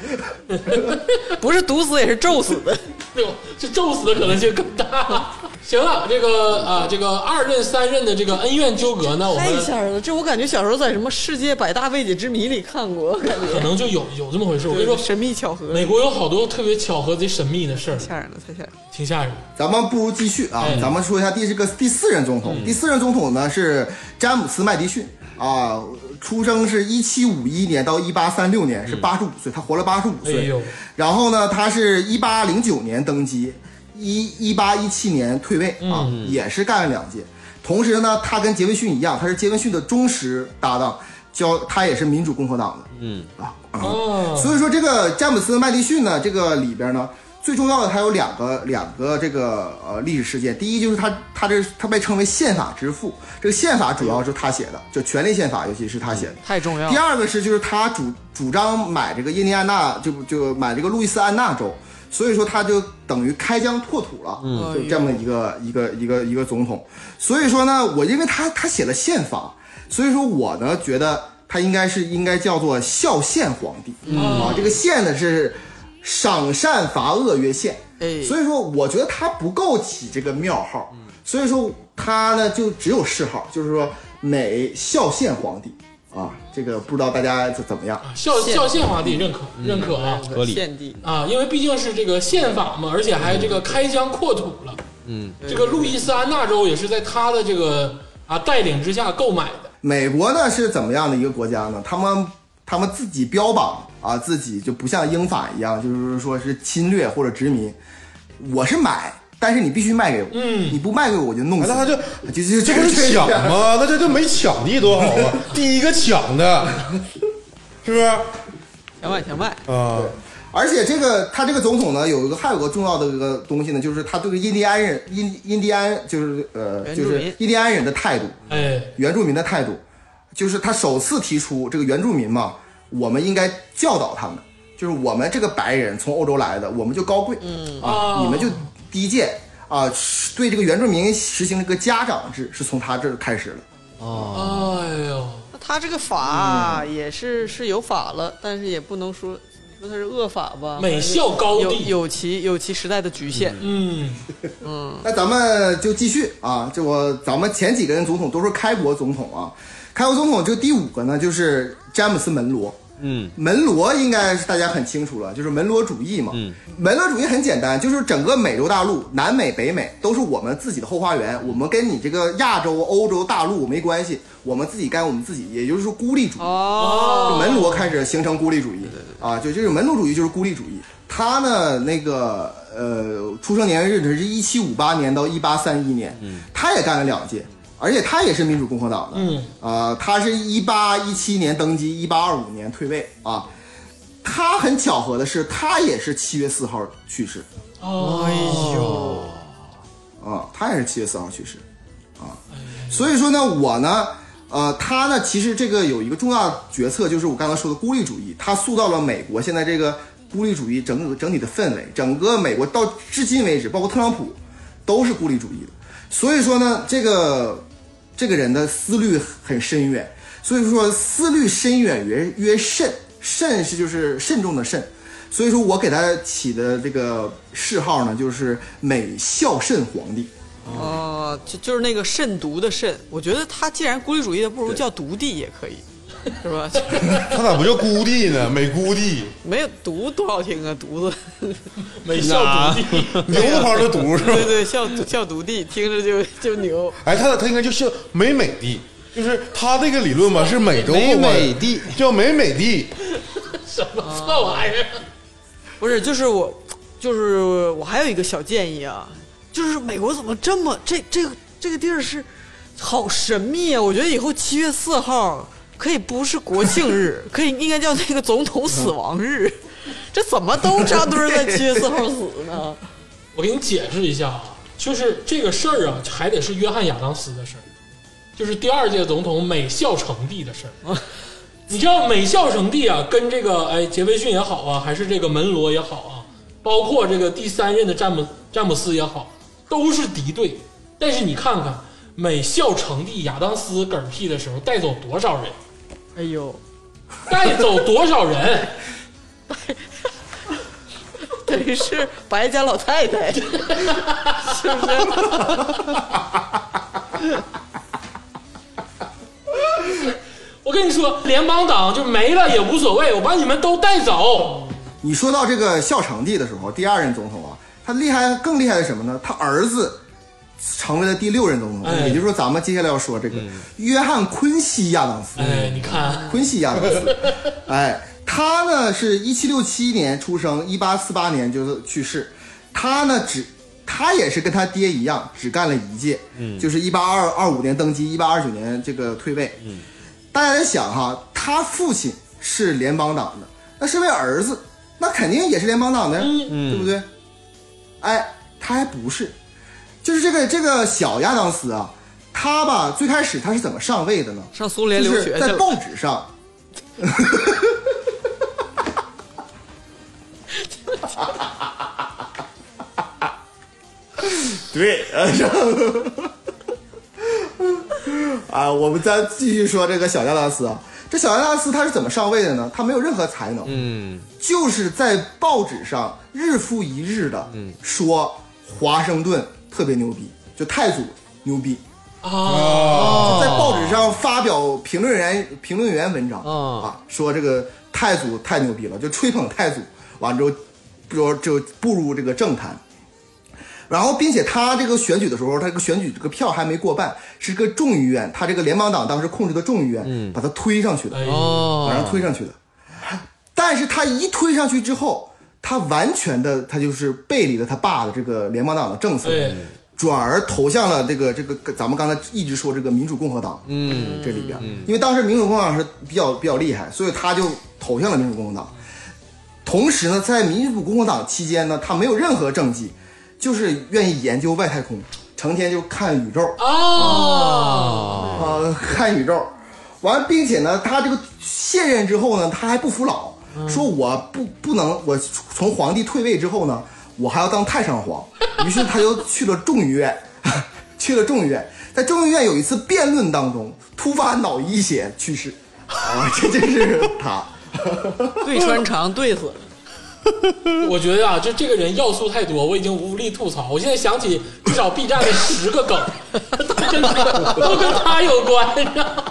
[SPEAKER 2] 不是毒死也是咒死的。
[SPEAKER 1] 这这咒死的可能性更大。行了，这个啊，这个二任三任的这个恩怨纠葛呢，我
[SPEAKER 2] 太
[SPEAKER 1] 们
[SPEAKER 2] 吓人了！这我感觉小时候在什么《世界百大未解之谜》里看过，感觉
[SPEAKER 1] 可能就有有这么回事。我跟你说，
[SPEAKER 2] 神秘巧合，
[SPEAKER 1] 美国有好多特别巧合、贼神秘的事儿，
[SPEAKER 2] 吓人了，太吓人了！
[SPEAKER 1] 挺吓人的。
[SPEAKER 5] 咱们不如继
[SPEAKER 1] 哎嗯
[SPEAKER 5] 续啊，咱们说一下第这个第四任总统。第四任总统呢是詹姆斯麦迪逊啊，出生是一七五一年到一八三六年，是八十五岁，他活了八十五
[SPEAKER 1] 嗯哎
[SPEAKER 5] 岁。
[SPEAKER 1] 呦，
[SPEAKER 5] 然后呢，他是一八零九年登基，一一八一七年退位啊，
[SPEAKER 1] 嗯
[SPEAKER 5] 也是干了两届。同时呢，他跟杰斐逊一样，他是杰斐逊的忠实搭档，叫他也是民主共和党的。嗯啊，
[SPEAKER 1] 哦，
[SPEAKER 5] 所以说这个詹姆斯麦迪逊呢，这个里边呢，最重要的还有两个两个这个呃历史事件。第一就是他他这他被称为宪法之父，这个宪法主要是他写的，就权力宪法，尤其是他写的。
[SPEAKER 2] 太重要
[SPEAKER 5] 第
[SPEAKER 2] 了。
[SPEAKER 5] 二个是就是他主主张买这个印第安纳，就就买这个路易斯安那州，所以说他就等于开疆拓土了，
[SPEAKER 2] 嗯
[SPEAKER 5] 就这么一个一个一个一个总统。所以说呢，我因为他他写了宪法，所以说我呢觉得他应该是应该叫做孝宪皇帝、
[SPEAKER 2] 嗯
[SPEAKER 5] 啊，这个宪呢是赏善罚恶曰宪，
[SPEAKER 2] 哎
[SPEAKER 5] 所以说我觉得他不够起这个庙号，所以说他呢就只有谥号，就是说美孝献皇帝啊，这个不知道大家怎怎么样。
[SPEAKER 1] 孝孝献皇帝认可认可啊
[SPEAKER 4] 合理
[SPEAKER 2] 献帝
[SPEAKER 1] 啊，因为毕竟是这个宪法嘛，而且还这个开疆扩土了。嗯，这个路易斯安那州也是在他的这个啊带领之下购买的。
[SPEAKER 5] 美国呢是怎么样的一个国家呢？他们他们自己标榜啊，自己就不像英法一样，就是说是侵略或者殖民。我是买，但是你必须卖给我，
[SPEAKER 1] 嗯
[SPEAKER 5] 你不卖给我我就弄
[SPEAKER 3] 哎
[SPEAKER 5] 死
[SPEAKER 3] 那他
[SPEAKER 5] 你。
[SPEAKER 3] 就
[SPEAKER 5] 就就
[SPEAKER 3] 这
[SPEAKER 5] 这
[SPEAKER 3] 不是抢
[SPEAKER 5] 样
[SPEAKER 3] 吗？那这就没抢地多好 啊！第一个抢的，是啊不
[SPEAKER 2] 想
[SPEAKER 3] 是
[SPEAKER 2] 买想买，
[SPEAKER 3] 啊？
[SPEAKER 5] 而且这个他这个总统呢，有一个还有个重要的一个东西呢，就是他对印第安人印印第安就是呃
[SPEAKER 2] 原
[SPEAKER 5] 就
[SPEAKER 2] 住民
[SPEAKER 5] 是印第安人的态度，
[SPEAKER 1] 哎，
[SPEAKER 5] 原住民的态度，就是他首次提出这个原住民嘛，我们应该教导他们，就是我们这个白人从欧洲来的，我们就高贵，嗯
[SPEAKER 1] 哦
[SPEAKER 5] 啊，你们就低贱啊，对这个原住民实行这个家长制是从他这儿开始的。
[SPEAKER 1] 哎呦，
[SPEAKER 2] 那他这个法
[SPEAKER 1] 嗯
[SPEAKER 2] 也是是有法了，但是也不能说说他是恶法吧？
[SPEAKER 1] 美效高
[SPEAKER 2] 有
[SPEAKER 1] 地，
[SPEAKER 2] 有其有其时代的局限。
[SPEAKER 1] 嗯，
[SPEAKER 5] 那咱们就继续啊，这我咱们前几个人总统都是开国总统啊，开国总统就第五个呢，就是詹姆斯门罗。嗯，门罗应该是大家很清楚了，就是门罗主义嘛。嗯，门罗主义很简单，就是整个美洲大陆、南美、北美都是我们自己的后花园，我们跟你这个亚洲、欧洲大陆没关系，我们自己干我们自己，也就是说孤立主义。
[SPEAKER 2] 哦，
[SPEAKER 5] 就门罗开始形成孤立主义啊，就就是门罗主义就是孤立主义。他呢，那个呃，出生年月日是一七五八年到一八三一年，他也干了两届，而且他也是民主共和党的，
[SPEAKER 1] 嗯
[SPEAKER 5] 啊，他是一八一七年登基，一八二五年退位啊。他很巧合的是，他也是七月四号去世
[SPEAKER 1] 哎呦，
[SPEAKER 5] 啊，他也是七月四号去世啊。所以说呢，我呢，呃，他呢，其实这个有一个重要的决策，就是我刚才说的孤立主义，他塑造了美国现在这个孤立主义整个整体的氛围，整个美国到至今为止，包括特朗普，都是孤立主义的。所以说呢，这个这个人的思虑很深远，所以说思虑深远曰曰慎，慎是就是慎重的慎。所以说我给他起的这个谥号呢，就是美孝慎皇帝。
[SPEAKER 2] 哦，就就是那个慎独的慎，我觉得他既然孤立主义的，不如叫独帝也可以，是吧？
[SPEAKER 3] 他咋不叫孤地呢？美孤地，
[SPEAKER 2] 没有独多好听啊，独子，
[SPEAKER 1] 美效独立，
[SPEAKER 3] 牛字旁的独是吧？
[SPEAKER 2] 对对，叫叫独帝，听着就就牛。
[SPEAKER 3] 哎，他他应该就是美美地，就是他这个理论吧，是美洲
[SPEAKER 4] 美美地
[SPEAKER 3] 叫美美地，
[SPEAKER 1] 什么破玩意儿？
[SPEAKER 2] 不是，就是我，就是我还有一个小建议啊，就是美国怎么这么这这个这个地儿是好神秘啊！我觉得以后七月四号可以不是国庆日， 可以应该叫那个总统死亡日。这怎么都扎堆儿在七月四号死呢？
[SPEAKER 1] 我给你解释一下啊，就是这个事儿啊，还得是约翰亚当斯的事儿，就是第二届总统美效成帝的事儿。你知道美效成帝啊，跟这个哎杰斐逊也好啊，还是这个门罗也好啊，包括这个第三任的詹姆詹姆斯也好，都是敌对。但是你看看美效成帝亚当斯嗝屁的时候带走多少人，
[SPEAKER 2] 哎呦，
[SPEAKER 1] 带走多少人？
[SPEAKER 2] 得是白家老太太，是不是？
[SPEAKER 1] 我跟你说，联邦党就没了也无所谓，我把你们都带走。
[SPEAKER 5] 你说到这个孝成帝的时候，第二任总统啊，他厉害更厉害的是什么呢？他儿子成为了第六任总统，
[SPEAKER 1] 哎嗯
[SPEAKER 5] 也就是说，咱们接下来要说这个约翰·昆西亚当斯，
[SPEAKER 1] 哎，你看，
[SPEAKER 5] 昆西亚当斯， 哎，他呢是一七六七年出生，一八四八年就是去世。他呢只，他也是跟他爹一样，只干了一届，嗯，就是一八二二五年登基，一八二九年这个退位。嗯，大家想哈，他父亲是联邦党的，那身为儿子，那肯定也是联邦党的呀，对不对？哎，他还不是，就是这个这个小亚当斯啊，他吧最开始他是怎么上位的呢？
[SPEAKER 2] 上苏联留学
[SPEAKER 5] 就是
[SPEAKER 2] 去
[SPEAKER 5] 在
[SPEAKER 2] 了，
[SPEAKER 5] 报纸上。 对， 呃然后啊，我们再继续说这个小亚当斯啊，这小亚当斯他是怎么上位的呢？他没有任何才能，嗯，就是在报纸上日复一日的
[SPEAKER 2] 嗯
[SPEAKER 5] 说华盛顿特别牛逼，就太祖牛逼，在报纸上发表评论员评论员文章、
[SPEAKER 4] 啊
[SPEAKER 5] 啊，说这个太祖太牛逼了，就吹捧太祖，完之后就就步入这个政坛。然后，并且他这个选举的时候，他这个选举这个票还没过半，是个众议院，他这个联邦党当时控制的众议院，把他推上去的。
[SPEAKER 1] 嗯哎，
[SPEAKER 5] 往
[SPEAKER 4] 哦，
[SPEAKER 5] 上推上去的。但是他一推上去之后，他完全的他就是背离了他爸的这个联邦党的政策
[SPEAKER 1] 对，
[SPEAKER 5] 转而投向了这个这个咱们刚才一直说这个民主共和党，嗯，这里边，因为当时民主共和党是比较比较厉害，所以他就投向了民主共和党。同时呢，在民主共和党期间呢，他没有任何政绩，就是愿意研究外太空，成天就看宇宙，
[SPEAKER 1] 哦，
[SPEAKER 5] 啊， 看宇宙，完，并且呢，他这个卸任之后呢，他还不服老，说我不不能，我从皇帝退位之后呢，我还要当太上皇，于是他就去了众议院， 去了众议院，在众议院有一次辩论当中，突发脑溢血去世，啊，这就是他，
[SPEAKER 2] 对穿肠对死了。
[SPEAKER 1] 我觉得啊，就这个人要素太多，我已经无力吐槽。我现在想起至少 B 站的十个梗，都跟他都跟他有关，你知道吗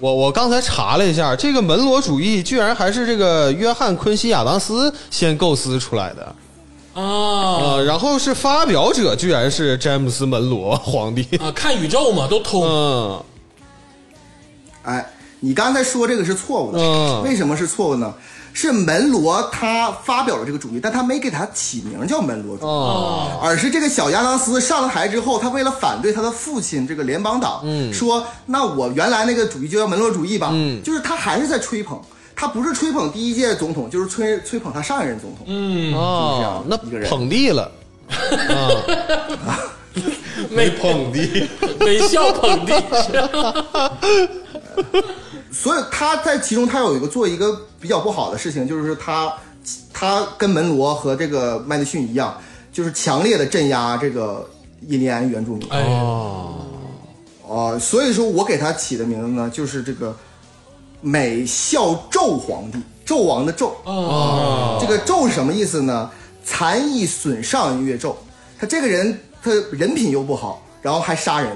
[SPEAKER 4] 我我刚才查了一下，这个门罗主义居然还是这个约翰·昆西亚当斯先构思出来的
[SPEAKER 1] 啊
[SPEAKER 4] 啊、然后是发表者居然是詹姆斯·门罗皇帝，
[SPEAKER 1] 啊，看宇宙嘛，都通。
[SPEAKER 4] 嗯
[SPEAKER 5] 哎，你刚才说这个是错误的，
[SPEAKER 4] 嗯
[SPEAKER 5] 为什么是错误呢？是门罗他发表了这个主义，但他没给他起名叫门罗主
[SPEAKER 4] 啊
[SPEAKER 5] 义。
[SPEAKER 1] 哦，
[SPEAKER 5] 而是这个小亚当斯上了台之后，他为了反对他的父亲这个联邦党，说那我原来那个主义就叫门罗主义吧，就是他还是在吹捧，他不是吹捧第一届总统，就是吹吹捧他上一任总统，
[SPEAKER 4] 哦，那
[SPEAKER 5] 一个人
[SPEAKER 4] 捧地了，
[SPEAKER 3] 没捧的，
[SPEAKER 1] 美笑捧地，
[SPEAKER 5] 所以他在其中他有一个做一个比较不好的事情，就是他他跟门罗和这个麦迪逊一样，就是强烈的镇压这个印第安原住民，
[SPEAKER 1] 哎，
[SPEAKER 5] 哦，所以说我给他起的名字呢，就是这个美孝纣皇帝，纣王的纣。哦，这个纣是什么意思呢？残意损上越纣，他这个人他人品又不好，然后还杀人，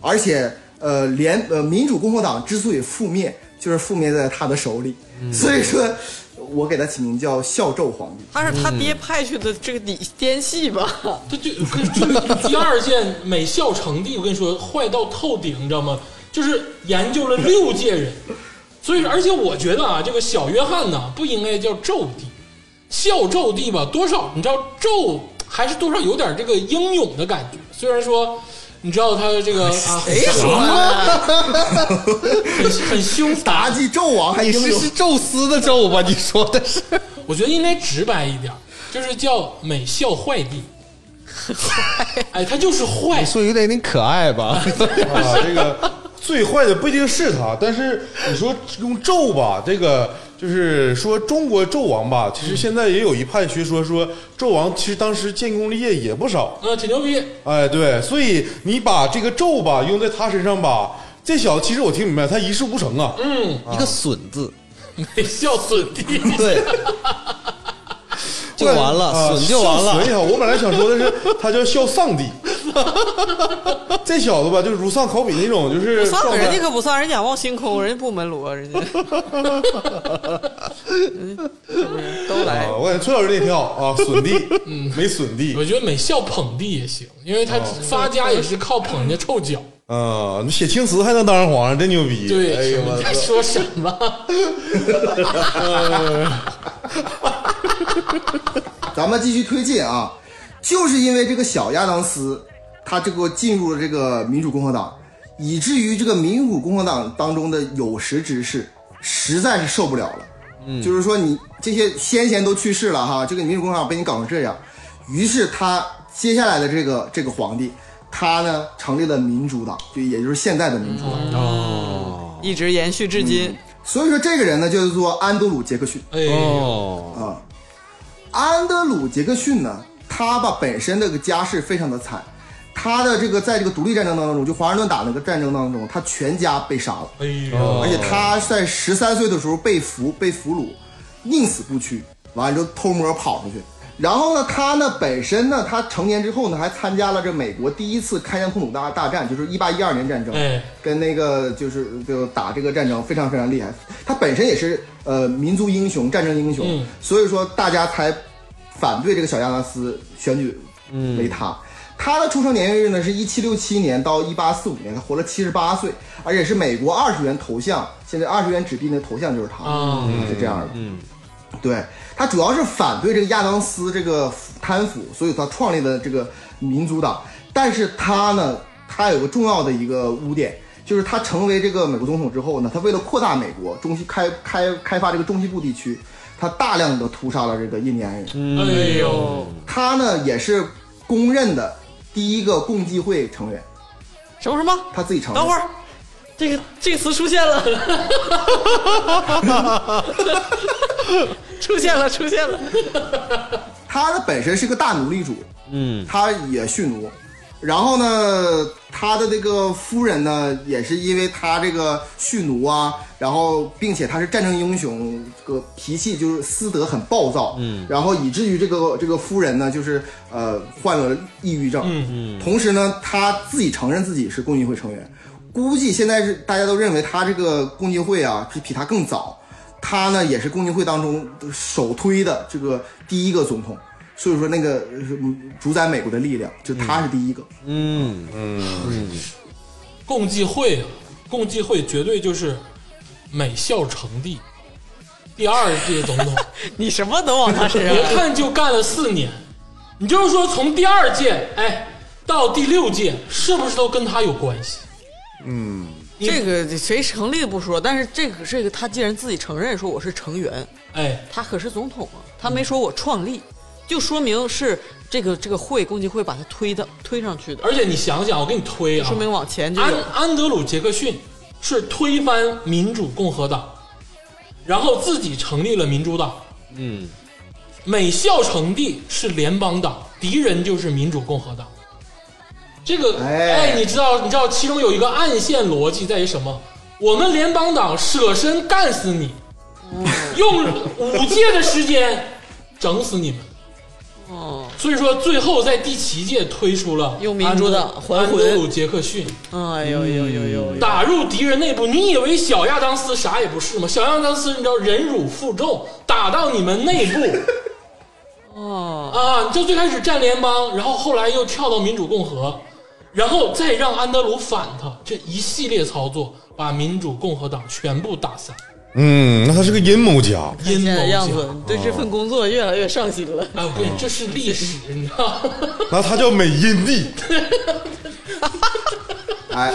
[SPEAKER 5] 而且呃联呃民主共和党之所以覆灭，就是覆灭在他的手里。
[SPEAKER 4] 嗯
[SPEAKER 5] 所以说，我给他起名叫孝纣皇帝。
[SPEAKER 2] 他是他爹派去的这个底奸细吧？
[SPEAKER 1] 这就跟就第二件美校成帝，我跟你说坏到透顶，你知道吗？就是研究了六届人，所以说而且我觉得啊，这个小约翰呢不应该叫纣帝，孝纣帝吧，多少你知道纣还是多少有点这个英勇的感觉，虽然说。你知道他这个啊，很 很很凶
[SPEAKER 5] 妲
[SPEAKER 1] 残，
[SPEAKER 5] 己纣王还
[SPEAKER 4] 啊你
[SPEAKER 5] 英
[SPEAKER 4] 哎是
[SPEAKER 5] 勇
[SPEAKER 4] 是宙斯的宙吧？你说的是
[SPEAKER 1] 我觉得应该直白一点，就是叫美孝坏 帝。哎，他就是坏，
[SPEAKER 4] 说有点点可爱吧？
[SPEAKER 3] 啊，这个最坏的不一定是他，但是你说用纣吧，这个就是说中国纣王吧，其实现在也有一派学说说纣王其实当时建功立业也不少，
[SPEAKER 1] 嗯，挺牛逼，
[SPEAKER 3] 哎，对，所以你把这个纣吧用在他身上吧，这小子其实我听明白，他一事无成啊，
[SPEAKER 4] 一个损字，
[SPEAKER 1] 美孝损帝。
[SPEAKER 4] 对， 呃就完
[SPEAKER 3] 啊
[SPEAKER 4] 了，损就完
[SPEAKER 3] 孝
[SPEAKER 4] 了
[SPEAKER 3] 损也。好，我本来想说的是，他叫孝丧帝，这小子吧，就如丧考妣那种，就是
[SPEAKER 2] 算
[SPEAKER 3] 状
[SPEAKER 2] 了，
[SPEAKER 3] 态
[SPEAKER 2] 人家可不算，人家仰 望星空，人家不门罗，人家嗯都出来
[SPEAKER 3] 啊，。我感觉崔老师这也挺好啊，损地，嗯，没损地
[SPEAKER 1] 我觉得美校捧地也行，因为他
[SPEAKER 3] 哦
[SPEAKER 1] 发家也是靠捧人家臭脚。
[SPEAKER 3] 啊，你写青词还能当上皇上，真牛逼！
[SPEAKER 1] 对，
[SPEAKER 3] 哎呦
[SPEAKER 1] 你在
[SPEAKER 3] 我，
[SPEAKER 1] 说什么？
[SPEAKER 5] 咱们继续推进啊，就是因为这个小亚当斯，他这个进入了这个民主共和党，以至于这个民主共和党当中的有识之士实在是受不了了。嗯，就是说你这些先贤都去世了哈，这个民主共和党被你搞成这样，于是他接下来的这个这个皇帝，他呢成立了民主党，就也就是现在的民主党。
[SPEAKER 2] 一直延续至今。
[SPEAKER 5] 所以说这个人呢叫做安德鲁·杰克逊。
[SPEAKER 1] 哎，
[SPEAKER 4] 哦，
[SPEAKER 5] 安德鲁·杰克逊呢，他吧本身这个家世非常的惨，他的这个在这个独立战争当中，就华盛顿打那个战争当中，他全家被杀了，
[SPEAKER 1] 哎呦，
[SPEAKER 2] 哦
[SPEAKER 5] 而且他在十三岁的时候被俘被俘虏，宁死不屈，完了之后偷摸跑出去。然后呢，他呢本身呢，他成年之后呢，还参加了这美国第一次开疆拓土大大战，就是一八一二年战争。
[SPEAKER 1] 哎，
[SPEAKER 5] 跟那个就是就打这个战争非常非常厉害，他本身也是呃民族英雄、战争英雄，
[SPEAKER 1] 嗯
[SPEAKER 5] 所以说大家才反对这个小亚当斯选举为
[SPEAKER 1] 嗯
[SPEAKER 5] 他。他的出生年月日呢是一七六七年到一八四五年，他活了七十八岁，而且是美国二十元头像，现在二十元纸币的头像就是他，
[SPEAKER 1] 啊
[SPEAKER 5] 是这样的。嗯，对他主要是反对这个亚当斯这个贪腐，所以他创立的这个民主党。但是他呢，他有个重要的一个污点，就是他成为这个美国总统之后呢，他为了扩大美国中西开开开发这个中西部地区，他大量的屠杀了这个印第安人。
[SPEAKER 1] 哎呦，
[SPEAKER 2] 嗯
[SPEAKER 5] 他呢也是公认的第一个共济会成员，
[SPEAKER 2] 什么什么？
[SPEAKER 5] 他自己承认。
[SPEAKER 2] 等会儿，这个这个词出现 了，出现了，出现了。
[SPEAKER 5] 他呢本身是个大奴隶主，嗯，他也蓄奴，然后呢，他的这个夫人呢，也是因为他这个蓄奴啊，然后并且他是战争英雄，这个脾气就是私德很暴躁，嗯，然后以至于这个这个夫人呢，就是呃患了抑郁症，嗯嗯，同时呢，他自己承认自己是共济会成员，估计现在是大家都认为他这个共济会啊，比比他更早。他呢也是共济会当中首推的这个第一个总统，所以说那个呃主宰美国的力量，就他是第一个。
[SPEAKER 4] 嗯，
[SPEAKER 1] 共济会，啊共济会绝对就是美校成帝第二届总 统。
[SPEAKER 2] 你什么都往他身上
[SPEAKER 1] 别
[SPEAKER 2] 来。
[SPEAKER 1] 看就干了四年，你就是说从第二届哎到第六届，是不是都跟他有关系？
[SPEAKER 2] 这个谁成立不说，但是这个这个他既然自己承认说我是成员，
[SPEAKER 1] 哎，
[SPEAKER 2] 他可是总统啊，他没说我创立，就说明是这个这个会共济会把他推的推上去的，
[SPEAKER 1] 而且你想想，我给你推啊，
[SPEAKER 2] 说明往前就
[SPEAKER 1] 安
[SPEAKER 2] 有。
[SPEAKER 1] 安德鲁·杰克逊是推翻民主共和党，然后自己成立了民主党。嗯，美校成帝是联邦党，敌人就是民主共和党。这个，
[SPEAKER 5] 哎
[SPEAKER 1] 哎，你知道，你知道，其中有一个暗线逻辑在于什么？我们联邦党舍身干死你，用五届的时间整死你们。
[SPEAKER 2] 哦，
[SPEAKER 1] 所以说，最后在第七届推出了
[SPEAKER 2] 用民主党
[SPEAKER 1] 安德
[SPEAKER 2] 还
[SPEAKER 1] 安
[SPEAKER 2] 魂
[SPEAKER 1] 德鲁·杰克逊。
[SPEAKER 2] 哎呦呦呦呦呦！
[SPEAKER 1] 打入敌人内部，你以为小亚当斯啥也不是吗？小亚当斯你知道忍辱负重，打到你们内部
[SPEAKER 2] 哦，
[SPEAKER 1] 啊！就最开始占联邦，然后后来又跳到民主共和，然后再让安德鲁反他，这一系列操作把民主共和党全部打散，
[SPEAKER 3] 嗯，那他是个阴谋家，
[SPEAKER 1] 阴
[SPEAKER 2] 现
[SPEAKER 1] 谋
[SPEAKER 2] 在的样子哦
[SPEAKER 1] 家。，
[SPEAKER 2] 你对这份工作越来越上心了。
[SPEAKER 1] 哎，我跟你这是历史，你知道 吗？
[SPEAKER 3] 那他叫美阴帝，
[SPEAKER 5] 哎，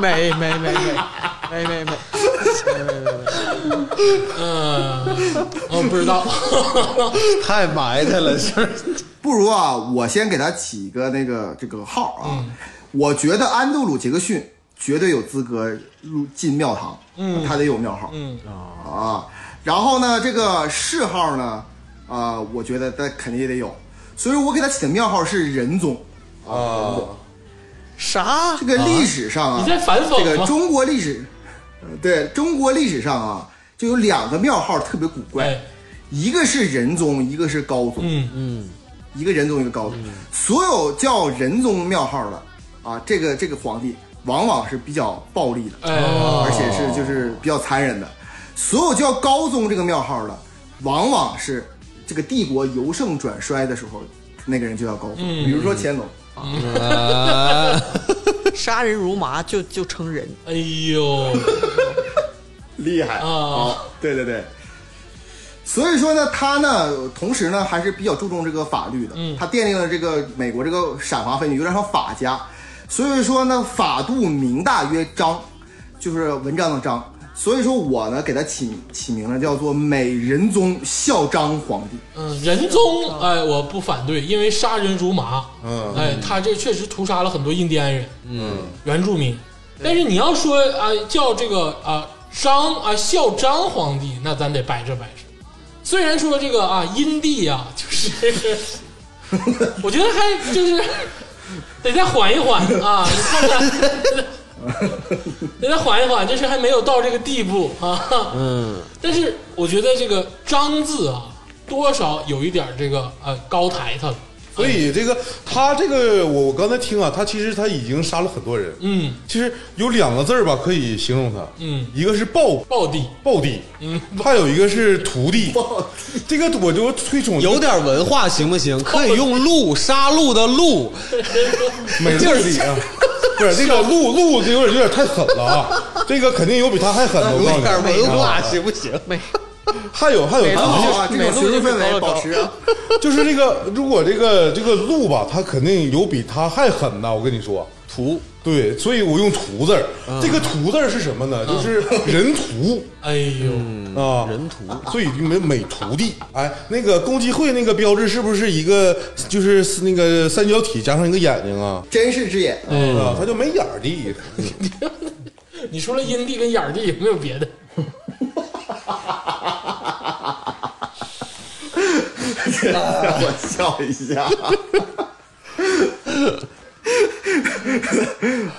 [SPEAKER 2] 没没没没没没没，哦
[SPEAKER 1] 我不知道，
[SPEAKER 4] 太埋汰了，是
[SPEAKER 5] 不如啊，我先给他起一个那个这个号啊，我觉得安德鲁·杰克逊绝对有资格入进庙堂，嗯，他得有庙号，嗯啊，然后呢，这个谥号呢，啊、我觉得他肯定也得有，所以我给他起的庙号是仁宗。
[SPEAKER 2] 啥
[SPEAKER 5] 这？个历史上啊，
[SPEAKER 1] 你在反讽吗
[SPEAKER 5] 这个中国历史，呃对中国历史上啊，就有两个庙号特别古怪，
[SPEAKER 1] 哎，
[SPEAKER 5] 一个是仁宗，一个是高宗，
[SPEAKER 1] 嗯嗯，
[SPEAKER 5] 一个仁宗一个高宗。所有叫仁宗庙号的啊，这个这个皇帝往往是比较暴力的，
[SPEAKER 2] 哦
[SPEAKER 1] 哎，
[SPEAKER 5] 而且是就是比较残忍的。所有叫高宗这个庙号的，往往是这个帝国由盛转衰的时候，那个人就叫高宗。
[SPEAKER 1] 嗯
[SPEAKER 5] 比如说乾隆，
[SPEAKER 4] 啊，
[SPEAKER 2] 杀人如麻就就成人，
[SPEAKER 1] 哎呦，
[SPEAKER 5] 厉害
[SPEAKER 1] 啊
[SPEAKER 5] 好对对对。所以说呢，他呢，同时呢，还是比较注重这个法律的。他奠定了这个美国这个赏罚分明，有点像法家。所以说呢，法度明大曰章，就是文章的章。所以说我呢，给他起起名呢，叫做美仁宗孝章皇帝。
[SPEAKER 1] 嗯，仁宗，哎，我不反对，因为杀人如麻，
[SPEAKER 3] 嗯
[SPEAKER 1] 哎，他这确实屠杀了很多印第安人，嗯，原住民。但是你要说啊，叫这个啊张啊孝张皇帝，那咱得掰扯掰扯。虽然说这个啊阴帝啊，就是 我觉得还就是得再缓一缓啊，你看看。 得再缓一缓，就是还没有到这个地步啊。
[SPEAKER 4] 嗯，
[SPEAKER 1] 但是我觉得这个“张”字啊，多少有一点这个呃高抬他了。
[SPEAKER 3] 所以这个他这个我我刚才听啊，他其实他已经杀了很多人，
[SPEAKER 1] 嗯，
[SPEAKER 3] 其实有两个字儿吧可以形容他，
[SPEAKER 1] 嗯
[SPEAKER 3] 一个是暴
[SPEAKER 1] 暴帝，
[SPEAKER 3] 暴地，嗯，还有一个是徒弟，这个我就推崇
[SPEAKER 4] 有点文化行不行？可以用鹿，杀鹿的鹿，
[SPEAKER 3] 美乐理啊，不是这个路路有点有点太狠了啊，这个肯定有比他还狠的，我
[SPEAKER 4] 有
[SPEAKER 3] 告诉你，啊
[SPEAKER 4] 点文化行不行？
[SPEAKER 2] 美
[SPEAKER 3] 还有还有
[SPEAKER 2] 美
[SPEAKER 3] 徒弟
[SPEAKER 2] 路
[SPEAKER 5] 啊，这种学术氛围保持啊。
[SPEAKER 3] 就是这个，如果这个这个鹿吧，它肯定有比它还狠的。我跟你说，
[SPEAKER 4] 图嗯
[SPEAKER 3] 对，所以我用“屠”字儿。这个“屠”字儿是什么呢？就是人屠
[SPEAKER 1] 哎呦，
[SPEAKER 3] 啊，人屠。所以你们美徒弟，哎，那个共济会那个标志是不是一个就是那个三角体加上一个眼睛啊？
[SPEAKER 5] 真是之眼，
[SPEAKER 3] 啊，它就没眼儿的。
[SPEAKER 1] 你除了阴帝跟眼儿帝有没有别的？
[SPEAKER 5] 我笑一下。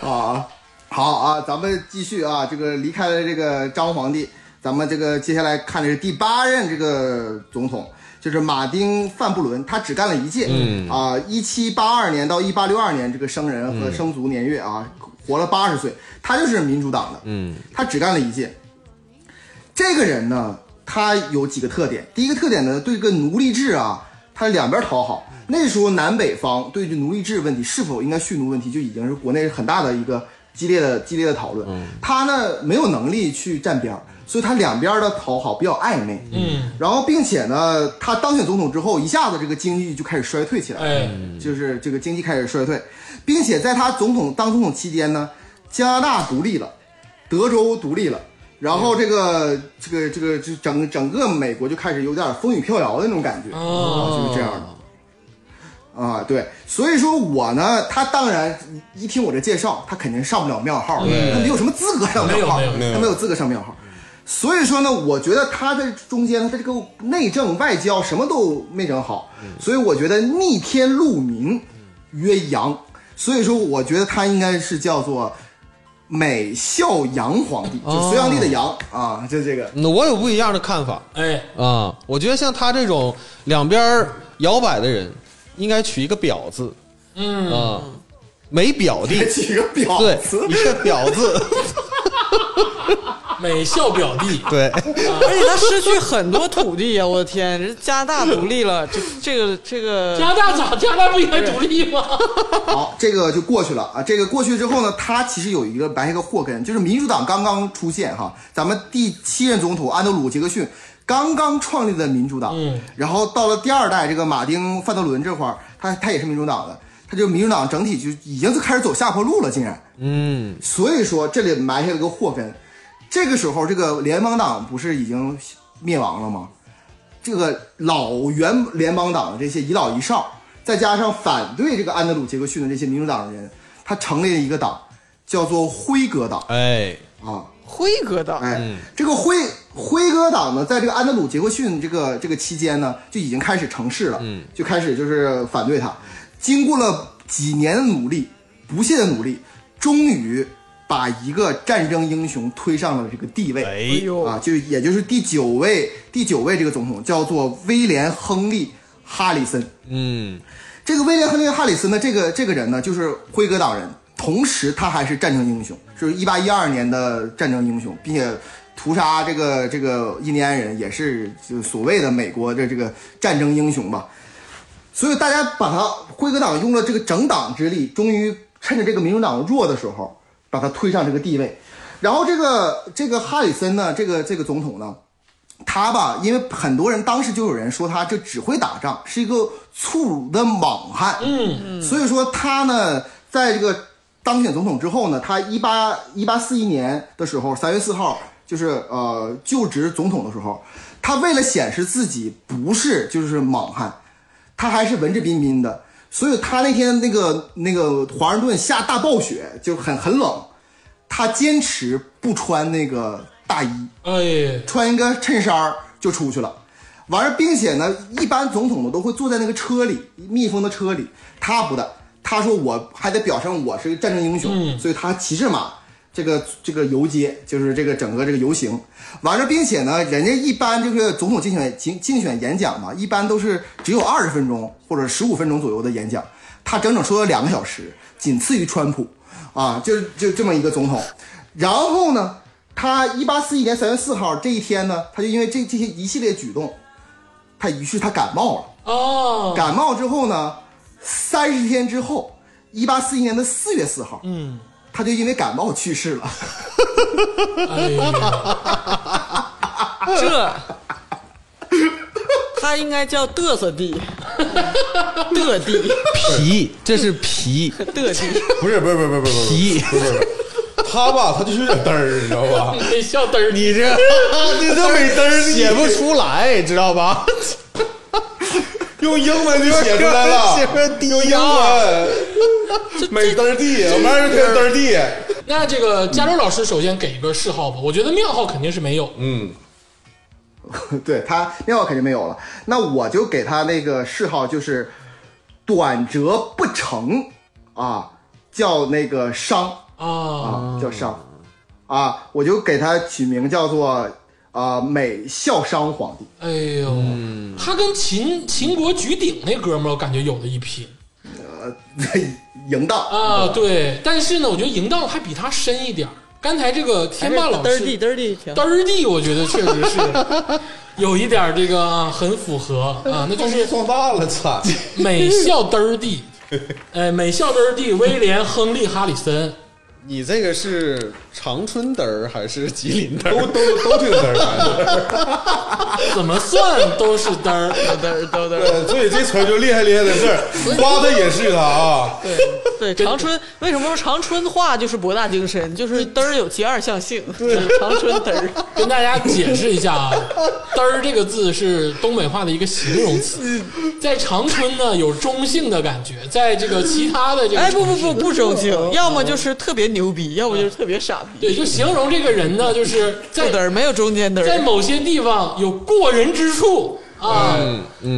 [SPEAKER 5] 啊，好啊，咱们继续啊，这个离开了这个张皇帝，咱们这个接下来看的是第八任这个总统，就是马丁·范布伦，他只干了一届，嗯啊，一七八二年到一八六二年这个生人和生卒年月啊，活了八十岁，他就是民主党的，嗯，他只干了一届。这个人呢，他有几个特点。第一个特点呢，对这个奴隶制啊，他两边讨好。那时候南北方对这奴隶制问题是否应该蓄奴问题，就已经是国内很大的一个激烈的激烈的讨论。他呢没有能力去站边儿，所以他两边的讨好比较暧昧。
[SPEAKER 1] 嗯，
[SPEAKER 5] 然后并且呢，他当选总统之后，一下子这个经济就开始衰退起来了。
[SPEAKER 1] 哎，
[SPEAKER 5] 就是这个经济开始衰退，并且在他总统当总统期间呢，加拿大独立了，德州独立了，然后这个、这个这个这整整个美国就开始有点风雨飘摇的那种感觉，
[SPEAKER 1] 哦
[SPEAKER 5] 就是这样的。啊，对，所以说我呢，他当然一听我这介绍，他肯定上不了庙号，他没有什么资格上庙号，
[SPEAKER 1] 没有没有
[SPEAKER 3] 没有
[SPEAKER 5] 他没有资格上庙号。所以说呢，我觉得他在中间，他这个内政外交什么都没整好，
[SPEAKER 1] 嗯
[SPEAKER 5] 所以我觉得逆天路明曰阳，所以说我觉得他应该是叫做美孝阳皇帝，
[SPEAKER 1] 哦
[SPEAKER 5] 就隋炀帝的阳啊，就这个，
[SPEAKER 4] 那我有不一样的看法
[SPEAKER 1] 哎，
[SPEAKER 4] 啊！我觉得像他这种两边儿摇摆的人，应该取一个表字
[SPEAKER 1] 嗯，
[SPEAKER 4] 啊，没表弟
[SPEAKER 5] 别，起个表
[SPEAKER 4] 对
[SPEAKER 5] 词，，
[SPEAKER 4] 一个表 字，
[SPEAKER 1] 美笑表弟，
[SPEAKER 4] 对，
[SPEAKER 2] 而且他失去很多土地呀、我的天，这加拿大独立了，这这个这
[SPEAKER 1] 加拿
[SPEAKER 2] 个
[SPEAKER 1] 大咋？加拿大不应该独立吗？
[SPEAKER 5] 好，这个就过去了啊。这个过去之后呢，他其实有一个埋下一个祸根，就是民主党刚刚出现哈，咱们第七任总统安德鲁·杰克逊刚刚创立的民主党，
[SPEAKER 1] 嗯，
[SPEAKER 5] 然后到了第二代这个马丁·范德伦这块儿，他他也是民主党的，他就民主党整体就已经就开始走下坡路了，竟然，
[SPEAKER 4] 嗯，
[SPEAKER 5] 所以说这里埋下了个祸根。这个时候，这个联邦党不是已经灭亡了吗？这个老原联邦党的这些遗老遗少，再加上反对这个安德鲁·杰克逊的这些民主党人，他成立了一个党，叫做辉格党
[SPEAKER 4] 哎，
[SPEAKER 5] 啊。
[SPEAKER 2] 辉哥党，
[SPEAKER 5] 哎，这个辉辉哥党呢，在这个安德鲁·杰克逊这个这个期间呢，就已经开始成事了，嗯，就开始就是反对他。经过了几年的努力，不懈的努力，终于把一个战争英雄推上了这个地位，
[SPEAKER 2] 哎呦，
[SPEAKER 5] 啊，就也就是第九位第九位这个总统叫做威廉·亨利·哈里森。
[SPEAKER 4] 嗯，
[SPEAKER 5] 这个威廉·亨利·哈里森呢，这个这个人呢，就是辉格党人，同时他还是战争英雄，就是一八一二年的战争英雄，并且屠杀这个这个印第安人，也是就所谓的美国的这个战争英雄吧。所以大家把他辉格党用了这个整党之力，终于趁着这个民主党弱的时候，把他推上这个地位。然后这个这个哈里森呢，这个这个总统呢，他吧，因为很多人当时就有人说他这只会打仗，是一个粗鲁的莽汉。
[SPEAKER 1] 嗯
[SPEAKER 5] 所以说他呢，在这个当选总统之后呢，他一八一八四一年的时候，三月四号，就是呃就职总统的时候，他为了显示自己不是就是莽汉，他还是文质彬彬的，所以他那天那个那个华盛顿下大暴雪，就很很冷，他坚持不穿那个大衣，
[SPEAKER 1] 哎，
[SPEAKER 5] 穿一个衬衫儿就出去了。完事儿，并且呢，一般总统都会坐在那个车里，密封的车里，他不的，他说我还得表现我是战争英雄，所以他骑着马，这个这个游街，就是这个整个这个游行。完事儿，并且呢，人家一般这个总统竞选竞竞选演讲嘛，一般都是只有二十分钟或者十五分钟左右的演讲，他整整说了两个小时，仅次于川普，啊，就就这么一个总统。然后呢，他一八四一年三月四号这一天呢，他就因为这这些一系列举动，他于是他感冒了。
[SPEAKER 1] 哦，
[SPEAKER 5] 感冒之后呢，三十天之后，一八四一年的四月四号，嗯，他就因为感冒去世了。
[SPEAKER 1] 哎呀，
[SPEAKER 2] 这，他应该叫嘚瑟地，嘚地，
[SPEAKER 4] 皮，这是皮
[SPEAKER 2] 嘚地。
[SPEAKER 3] 不是不是不是不是不是
[SPEAKER 4] 皮，
[SPEAKER 3] 不是不是，他吧，他就是有点嘚儿，你知道吧？
[SPEAKER 1] 你这笑嘚儿，
[SPEAKER 4] 你 这你这美嘚儿写不出来，知道 吧？
[SPEAKER 3] 用英文就写出来
[SPEAKER 4] 写
[SPEAKER 3] 了，
[SPEAKER 4] 出
[SPEAKER 3] 用英
[SPEAKER 4] DR
[SPEAKER 3] 文，美嘚儿地，我们是嘚儿地，
[SPEAKER 1] 那这个加州老师首先给一个谥号吧，我觉得庙号肯定是没有，
[SPEAKER 3] 嗯，
[SPEAKER 5] 对他那我肯定没有了。那我就给他那个谥号就是短折不成啊，叫那个伤
[SPEAKER 1] 啊，
[SPEAKER 5] 啊，叫伤啊，我就给他取名叫做啊、美孝商皇帝。
[SPEAKER 1] 哎呦，他跟秦秦国举鼎那哥们儿，我感觉有的一拼
[SPEAKER 5] 淫荡，
[SPEAKER 1] 啊，对，但是呢，我觉得淫荡还比他深一点儿。刚才这个天霸老
[SPEAKER 2] 嘚地
[SPEAKER 1] 师
[SPEAKER 2] 嘚地挺
[SPEAKER 1] 嘚
[SPEAKER 2] 好。
[SPEAKER 1] 儿地，我觉得确实是 有一点儿这个啊很符合啊，那就
[SPEAKER 3] 放
[SPEAKER 1] 是
[SPEAKER 3] 放大了，惨，
[SPEAKER 1] 美校嘚儿地，哎，美校嘚儿地，威廉·亨利·哈里森，
[SPEAKER 4] 你这个是长春嘚儿还是吉林嘚
[SPEAKER 3] 都
[SPEAKER 4] 儿？
[SPEAKER 3] 都都挺嘚儿的，
[SPEAKER 1] 怎么算都是嘚儿。
[SPEAKER 2] 嘚嘚嘚，
[SPEAKER 3] 对，所以这词儿就厉害厉害的事儿，夸他也是他啊，
[SPEAKER 2] 对长春为什么说长春话就是博大精深？就是嘚儿有其二象 性，就是长春嘚儿。
[SPEAKER 1] 跟大家解释一下 啊，嘚儿这个字是东北话的一个形容词，在长春呢有中性的感觉，在这个其他的这个
[SPEAKER 2] 哎，不不
[SPEAKER 1] 城市
[SPEAKER 2] 不，不中情，要么就是特别牛逼，要么就是特别傻逼。
[SPEAKER 1] 对，就形容这个人呢，就是
[SPEAKER 2] 不
[SPEAKER 1] 在
[SPEAKER 2] 嘚儿没有中间嘚
[SPEAKER 1] 在
[SPEAKER 2] 儿，
[SPEAKER 1] 某些地方有过人之处啊、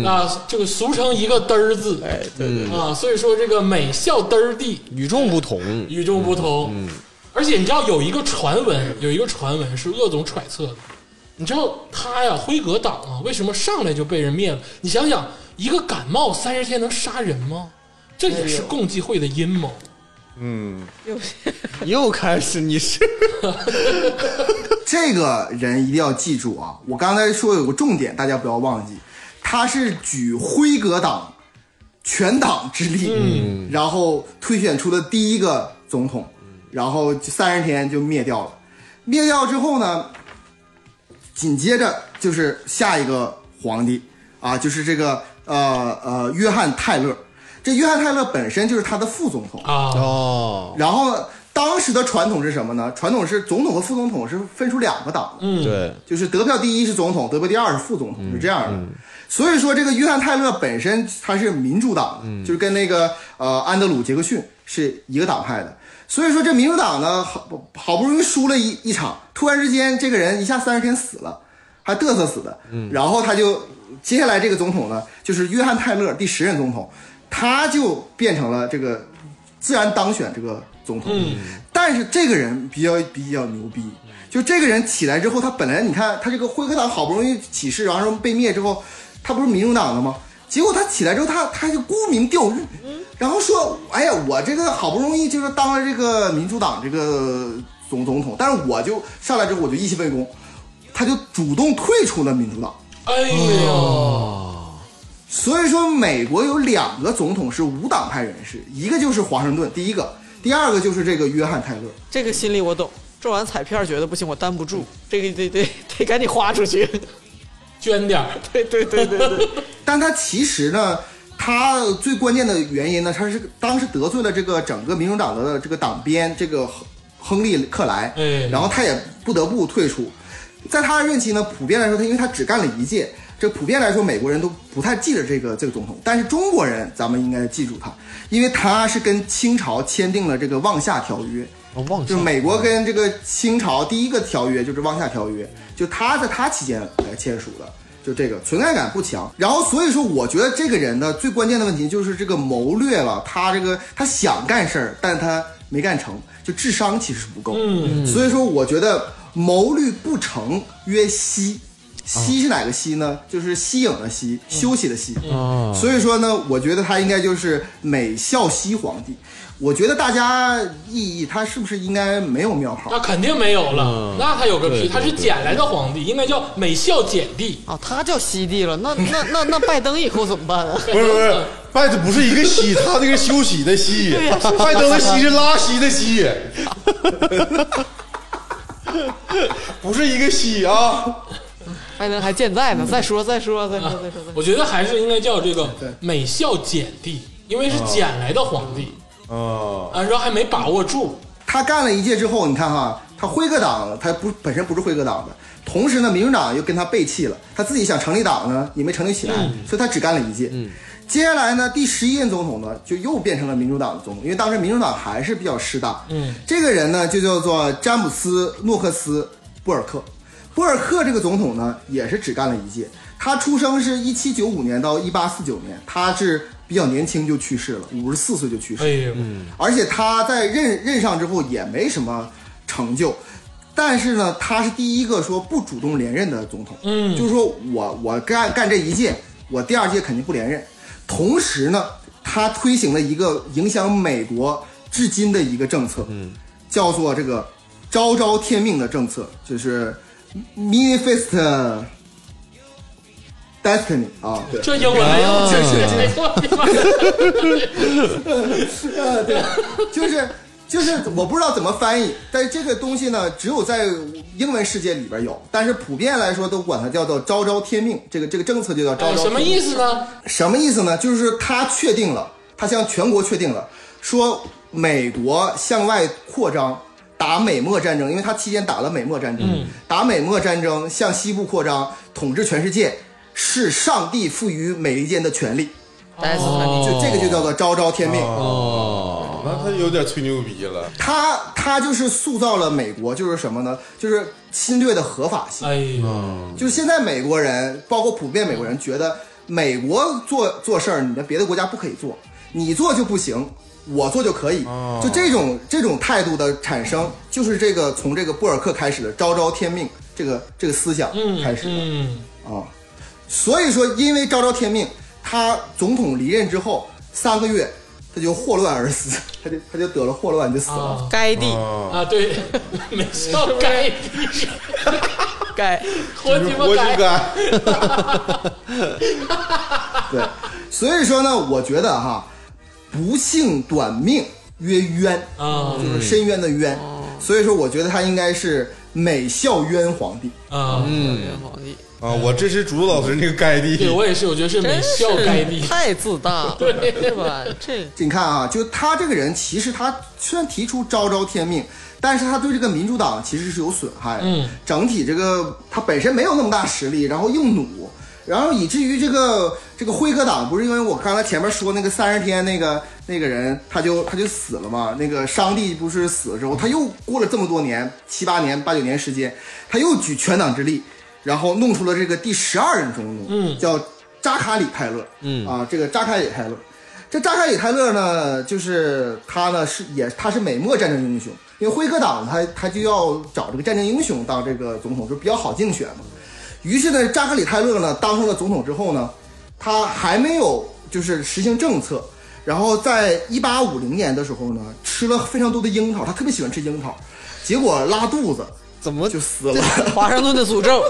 [SPEAKER 1] 啊，这个俗称一个嘚儿字，哎对啊，所以说这个美校嘚儿地
[SPEAKER 4] 与众不同，
[SPEAKER 1] 与众不同。而且你知道有一个传闻，有一个传闻是鄂总揣测的。你知道他呀，辉格党啊，为什么上来就被人灭了？你想想，一个感冒三十天能杀人吗？这也是共济会的阴谋。
[SPEAKER 4] 又开始你是
[SPEAKER 5] 这个人一定要记住啊！我刚才说有个重点，大家不要忘记，他是举辉格党全党之力，嗯、然后推选出的第一个总统，然后三十天就灭掉了。灭掉之后呢，紧接着就是下一个皇帝啊，就是这个呃呃约翰泰勒。这约翰泰勒本身就是他的副总统，
[SPEAKER 1] 啊，
[SPEAKER 4] 哦，
[SPEAKER 5] 然后呢，当时的传统是什么呢？传统是总统和副总统是分出两个党的，
[SPEAKER 4] 对，
[SPEAKER 5] 就是得票第一是总统，得票第二是副总统，是这样的。所以说，这个约翰泰勒本身他是民主党的，就是跟那个呃安德鲁杰克逊是一个党派的。所以说，这民主党呢，好不好不容易输了一一场，突然之间这个人一下三十天死了，还嘚瑟死的。然后他就接下来这个总统呢，就是约翰泰勒第十任总统，他就变成了这个自然当选这个总统。但是这个人比较比较牛逼，就这个人起来之后，他本来你看他这个辉格党好不容易起势，然后被灭之后，他不是民主党的吗？结果他起来之后，他他就沽名钓誉，然后说：“哎呀，我这个好不容易就是当了这个民主党这个总总统，但是我就上来之后我就意气奉公，他就主动退出了民主党。
[SPEAKER 1] 哎呦，
[SPEAKER 5] 所以说，美国有两个总统是无党派人士，一个就是华盛顿，第一个，第二个就是这个约翰泰勒。
[SPEAKER 2] 这个心理我懂。中完彩票觉得不行，我担不住，这个得得得赶紧花出去。
[SPEAKER 1] 捐点儿，
[SPEAKER 2] 对对对对对，
[SPEAKER 5] 但他其实呢，他最关键的原因呢，他是当时得罪了这个整个民主党的这个党鞭，这个亨亨利克莱，
[SPEAKER 1] 哎
[SPEAKER 5] 然后他也不得不退出。在他的任期呢，普遍来说，他因为他只干了一届，这普遍来说美国人都不太记得这个这个总统，但是中国人咱们应该记住他，因为他是跟清朝签订了这个《望夏条约》。
[SPEAKER 4] 哦，忘记
[SPEAKER 5] 就是
[SPEAKER 4] 了
[SPEAKER 5] 美国跟这个清朝第一个条约就是《望夏条约》，就他在他期间来签署的，就这个存在感不强。然后所以说，我觉得这个人的最关键的问题就是这个谋略了，他这个他想干事儿，但他没干成，就智商其实是不够。嗯，所以说我觉得谋虑不成曰息。息是哪个息呢？就是息影的息，休息的息。
[SPEAKER 4] 啊，
[SPEAKER 5] 所以说呢，我觉得他应该就是美孝熙皇帝。我觉得大家异议，他是不是应该没有庙号
[SPEAKER 1] 那？肯定没有了
[SPEAKER 4] 嗯。
[SPEAKER 1] 那他有个
[SPEAKER 4] 对
[SPEAKER 1] 屁，
[SPEAKER 4] 对
[SPEAKER 1] 他是捡来的皇帝，应该叫美孝简帝。
[SPEAKER 2] 啊，他叫西帝了，那那那那拜登以后怎么办啊？
[SPEAKER 3] 不是不是，拜登不是一个西，他那个休息的西，拜登的西是拉稀的稀，不是一个西啊。
[SPEAKER 2] 拜登还健在呢，再说再说再说再说再说，
[SPEAKER 1] 我觉得还是应该叫这个
[SPEAKER 5] 对
[SPEAKER 1] 美孝简帝，因为是捡来的皇帝
[SPEAKER 3] 啊，
[SPEAKER 1] 啊，然后还没把握住。
[SPEAKER 5] 他干了一届之后，你看哈，他辉格党他不本身不是辉格党的，同时呢，民主党又跟他背弃了，他自己想成立党呢也没成立起来，所以他只干了一届。接下来呢，第十一任总统呢就又变成了民主党的总统，因为当时民主党还是比较失大。
[SPEAKER 1] 嗯，
[SPEAKER 5] 这个人呢就叫做詹姆斯·诺克斯·布尔克。布尔克这个总统呢，也是只干了一届。他出生是一七九五年到一八四九年，他是比较年轻就去世了，五十四岁就去世了
[SPEAKER 1] 哎。呦，
[SPEAKER 5] 而且他在任任上之后也没什么成就，但是呢，他是第一个说不主动连任的总统，
[SPEAKER 1] 嗯
[SPEAKER 5] 就是说我我干干这一届，我第二届肯定不连任。同时呢，他推行了一个影响美国至今的一个政策，嗯，叫做这个“昭昭天命”的政策，就是 “manifest destiny” 啊，对。
[SPEAKER 1] 这英文没有，这是没错。
[SPEAKER 5] 呃，对，就是就是，我不知道怎么翻译，但是这个东西呢，只有在英文世界里边有，但是普遍来说都管它叫做“昭昭天命”，这个这个政策就叫“昭
[SPEAKER 1] 呃
[SPEAKER 5] 昭”。
[SPEAKER 1] 什么意？思呢？
[SPEAKER 5] 什么意思呢？就是他确定了，他向全国确定了，说美国向外扩张。打美墨战争，因为他期间打了美墨战争，
[SPEAKER 1] 嗯
[SPEAKER 5] 打美墨战争向西部扩张，统治全世界，是上帝赋予每一间的权利，
[SPEAKER 2] 该死了
[SPEAKER 1] 哦
[SPEAKER 5] 就这个就叫做昭昭天命。
[SPEAKER 3] 哦，那他有点吹牛逼了。
[SPEAKER 5] 他他就是塑造了美国，就是什么呢？就是侵略的合法性。
[SPEAKER 1] 哎呦，
[SPEAKER 5] 就是现在美国人，包括普遍美国人，觉得美国做做事儿，你的别的国家不可以做，你做就不行，我做就可以。
[SPEAKER 1] 哦
[SPEAKER 5] 就这种这种态度的产生，就是这个从这个布尔克开始的“昭昭天命”这个这个思想开始的。
[SPEAKER 1] 嗯，
[SPEAKER 5] 啊，所以说因为昭昭天命，他总统离任之后三个月，他就霍乱而死， 他就他就得了霍乱就死了。
[SPEAKER 1] 啊
[SPEAKER 2] 该地
[SPEAKER 3] 哦
[SPEAKER 1] 啊，对， 没笑该地上，
[SPEAKER 2] 该，
[SPEAKER 1] 活鸡巴
[SPEAKER 3] 活就
[SPEAKER 1] 该，
[SPEAKER 3] 该，
[SPEAKER 5] 对，所以说呢，我觉得哈，不幸短命曰冤，
[SPEAKER 1] 啊
[SPEAKER 5] 就是深渊的冤。所以说，我觉得他应该是美孝冤皇帝。
[SPEAKER 1] 啊，
[SPEAKER 2] 嗯，皇帝
[SPEAKER 3] 啊！我支持竹子老师那个该地。
[SPEAKER 1] 对我也是，我觉得是美
[SPEAKER 2] 真
[SPEAKER 1] 笑该地
[SPEAKER 2] 是。太自大了，对吧？这
[SPEAKER 5] 你看啊，就他这个人，其实他虽然提出昭昭天命，但是他对这个民主党其实是有损害的。
[SPEAKER 1] 嗯，
[SPEAKER 5] 整体这个他本身没有那么大实力，然后硬弩，然后以至于这个这个辉格党不是因为我刚才前面说那个三十天那个那个人他就他就死了嘛，那个商帝不是死了之后，他又过了这么多年七八年八九年时间，他又举全党之力，然后弄出了这个第十二任总统，
[SPEAKER 1] 嗯
[SPEAKER 5] 叫扎卡里泰勒，嗯啊，这个扎卡里泰勒。这扎卡里泰勒呢，就是他呢是也他是美墨战争英雄，因为辉格党他他就要找这个战争英雄当这个总统，就比较好竞选嘛。于是呢，扎克里泰勒呢当上了总统之后呢，他还没有就是实行政策，然后在一八五零年的时候呢，吃了非常多的樱桃，他特别喜欢吃樱桃，结果拉肚子，
[SPEAKER 4] 怎么
[SPEAKER 5] 就撕了。
[SPEAKER 2] 华盛顿的诅咒，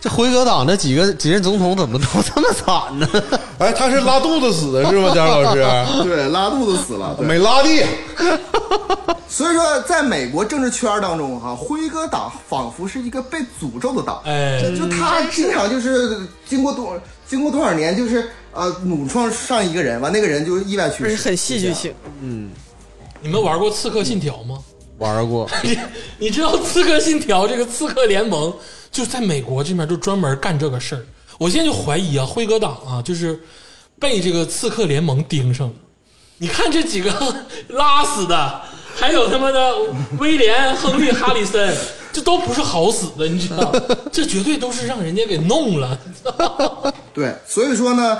[SPEAKER 4] 这回革党这几个几任总统怎么都这么惨呢？
[SPEAKER 3] 哎，他是拉肚子死的是吗？贾老师
[SPEAKER 5] 对，拉肚子死了。对，
[SPEAKER 3] 没拉地，
[SPEAKER 5] 所以说，在美国政治圈当中，哈，辉哥党仿佛是一个被诅咒的党。
[SPEAKER 1] 哎，
[SPEAKER 5] 就他经常就是经过多经过多少年，就是呃努创上一个人，完那个人就意外去
[SPEAKER 2] 而且
[SPEAKER 5] 世，
[SPEAKER 2] 很戏剧性。
[SPEAKER 1] 你们玩过《刺客信条》吗？
[SPEAKER 4] 玩过，
[SPEAKER 1] 你 你知道《刺客信条》这个刺客联盟就在美国这面就专门干这个事儿。我现在就怀疑啊，辉哥党啊，就是被这个刺客联盟盯上了。你看这几个 拉死的，还有他妈的威廉、亨利、哈里森，这都不是好死的，你知道？这绝对都是让人家给弄了。
[SPEAKER 5] 对，所以说呢，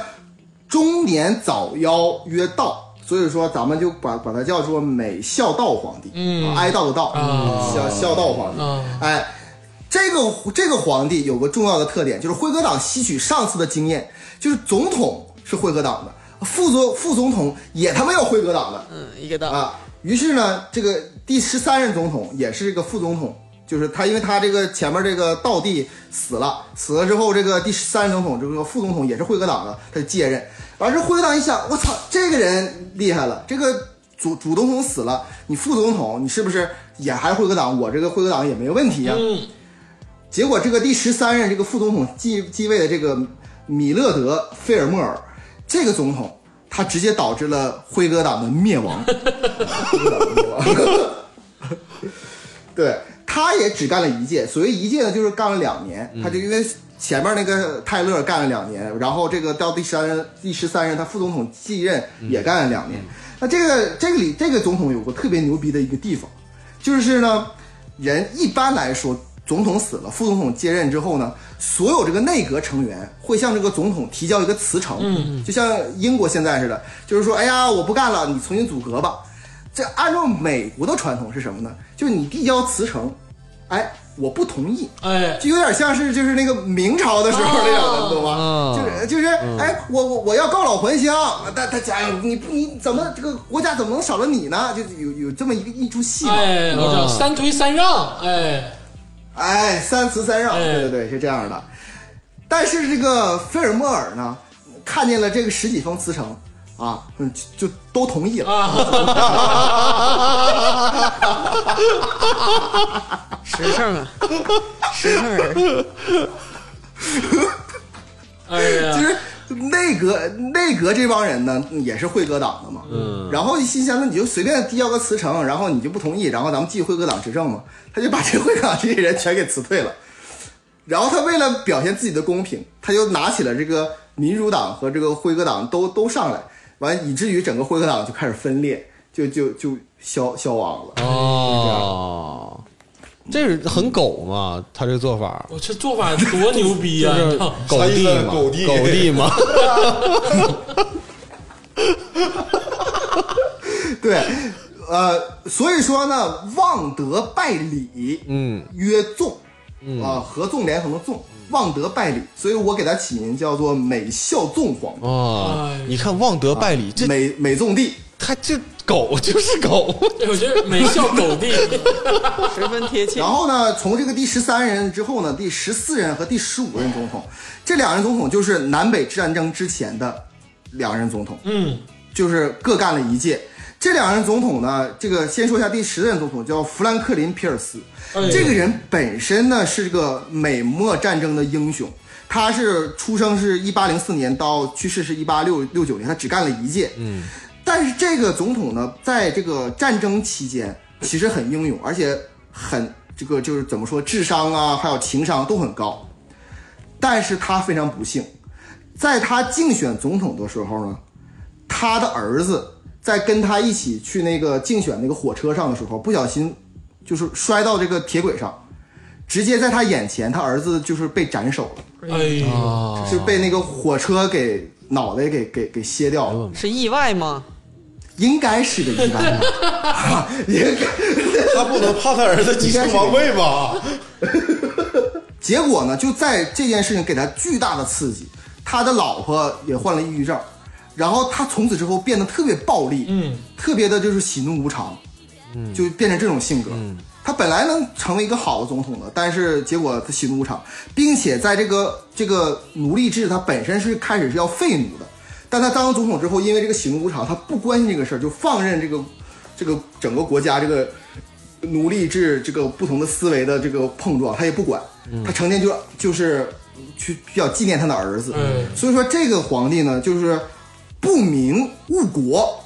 [SPEAKER 5] 中年早夭曰道。所以说，咱们就把把它叫做美孝道皇帝，嗯，哀悼的道，
[SPEAKER 1] 啊
[SPEAKER 5] 孝孝道皇帝，
[SPEAKER 1] 啊
[SPEAKER 5] 哎，这个这个皇帝有个重要的特点，就是辉格党吸取上次的经验，就是总统是辉格党的，副总副总统也他妈要辉格党的，
[SPEAKER 2] 嗯，一个档，
[SPEAKER 5] 啊，于是呢，这个第十三任总统也是这个副总统，就是他，因为他这个前面这个道弟死了，死了之后，这个第十三任总统这个副总统也是辉格党的，他就接任。完事，辉格党一想，我操，这个人厉害了，这个主主总统死了，你副总统你是不是也还辉格党？我这个辉格党也没问题呀、
[SPEAKER 1] 嗯，
[SPEAKER 5] 结果这个第十三任这个副总统继继位的这个米勒德·费尔莫尔，这个总统他直接导致了辉格党的灭亡。对，他也只干了一届，所谓一届呢，就是干了两年，他就因为。前面那个泰勒干了两年，然后这个到第十三任，第十三任他副总统继任也干了两年。那这个这个里这个总统有个特别牛逼的一个地方，就是呢，人一般来说，总统死了，副总统接任之后呢，所有这个内阁成员会向这个总统提交一个辞呈，嗯，就像英国现在似的，就是说，哎呀，我不干了，你重新组阁吧。这按照美国的传统是什么呢？就是你递交辞呈，哎，我不同意，
[SPEAKER 1] 哎，
[SPEAKER 5] 就有点像是就是那个明朝的时候那
[SPEAKER 1] 哦
[SPEAKER 5] 种的，懂吗？
[SPEAKER 3] 嗯
[SPEAKER 5] 就是就是，
[SPEAKER 1] 嗯
[SPEAKER 5] 哎，我我我要告老还乡，大大家哎你你怎么这个国家怎么能少了你呢？就有有这么一个一出戏嘛。
[SPEAKER 1] 哎，我知道，三推三让，哎，
[SPEAKER 5] 哎，三辞三让，
[SPEAKER 1] 哎
[SPEAKER 5] 对对对，是这样的。但是这个菲尔莫尔呢，看见了这个十几封辞呈啊，嗯，就就都同意了。
[SPEAKER 2] 实诚啊，实诚人，
[SPEAKER 1] 哎呀，
[SPEAKER 5] 其实内阁内阁这帮人呢，也是辉格党的嘛。嗯。然后心想，那你就随便递交个辞呈，然后你就不同意，然后咱们继续辉格党执政嘛。他就把这辉格党这些人全给辞退了。然后他为了表现自己的公平，他就拿起了这个民主党和这个辉格党都都上来，完以至于整个辉格党就开始分裂，就就就消消亡了。
[SPEAKER 4] 哦，这是很狗嘛？他这个做法
[SPEAKER 1] 我这做法多牛逼 呀、啊！你
[SPEAKER 4] 就是
[SPEAKER 1] 知道
[SPEAKER 4] 狗
[SPEAKER 3] 啥意思
[SPEAKER 4] 地嘛，
[SPEAKER 3] 狗地
[SPEAKER 4] 狗地 嘛，
[SPEAKER 5] 对，呃，所以说呢，望德拜礼，嗯，曰纵，啊，合纵连横的纵，望德拜礼，所以我给它起名叫做美孝纵皇帝，
[SPEAKER 4] 啊！
[SPEAKER 3] 哎
[SPEAKER 4] 你看望德拜礼，这
[SPEAKER 5] 美美纵帝。
[SPEAKER 4] 他这狗就是狗，
[SPEAKER 1] 我觉得美笑狗地，
[SPEAKER 2] 十分贴切
[SPEAKER 5] 然。后呢，从这个第十三任之后呢，第十四任和第十五任总统，这两任总统就是南北战争之前的两任总统，
[SPEAKER 1] 嗯，
[SPEAKER 5] 就是各干了一届。这两任总统呢，这个先说一下第十任总统叫富兰克林·皮尔斯，
[SPEAKER 1] 哎呦
[SPEAKER 5] 这个人本身呢是个美墨战争的英雄，他是出生是一八零四年到去世是一八六六九年，他只干了一届。嗯，但是这个总统呢，在这个战争期间其实很英勇，而且很这个就是怎么说智商啊，还有情商都很高，但是他非常不幸，在他竞选总统的时候呢，他的儿子在跟他一起去那个竞选那个火车上的时候，不小心就是摔到这个铁轨上，直接在他眼前，他儿子就是被斩首了，
[SPEAKER 1] 哎呦，
[SPEAKER 3] 啊
[SPEAKER 5] 是被那个火车给脑袋给给给歇掉了，
[SPEAKER 2] 是意外吗？
[SPEAKER 5] 应该是个意外，应该。
[SPEAKER 3] 他不能怕他儿子继承王位吧？
[SPEAKER 5] 结果呢，就在这件事情给他巨大的刺激，他的老婆也患了抑郁症，然后他从此之后变得特别暴力，嗯，特别的就是喜怒无常，就变成这种性格。他本来能成为一个好的总统的，但是结果他喜怒无常，并且在这个这个奴隶制，他本身是开始是要废奴的，但他当了总统之后，因为这个喜怒无常，他不关心这个事儿，就放任这个这个整个国家这个奴隶制这个不同的思维的这个碰撞，他也不管，他成天就就是去比较纪念他的儿子，
[SPEAKER 1] 嗯
[SPEAKER 5] 所以说这个皇帝呢，就是不明误国，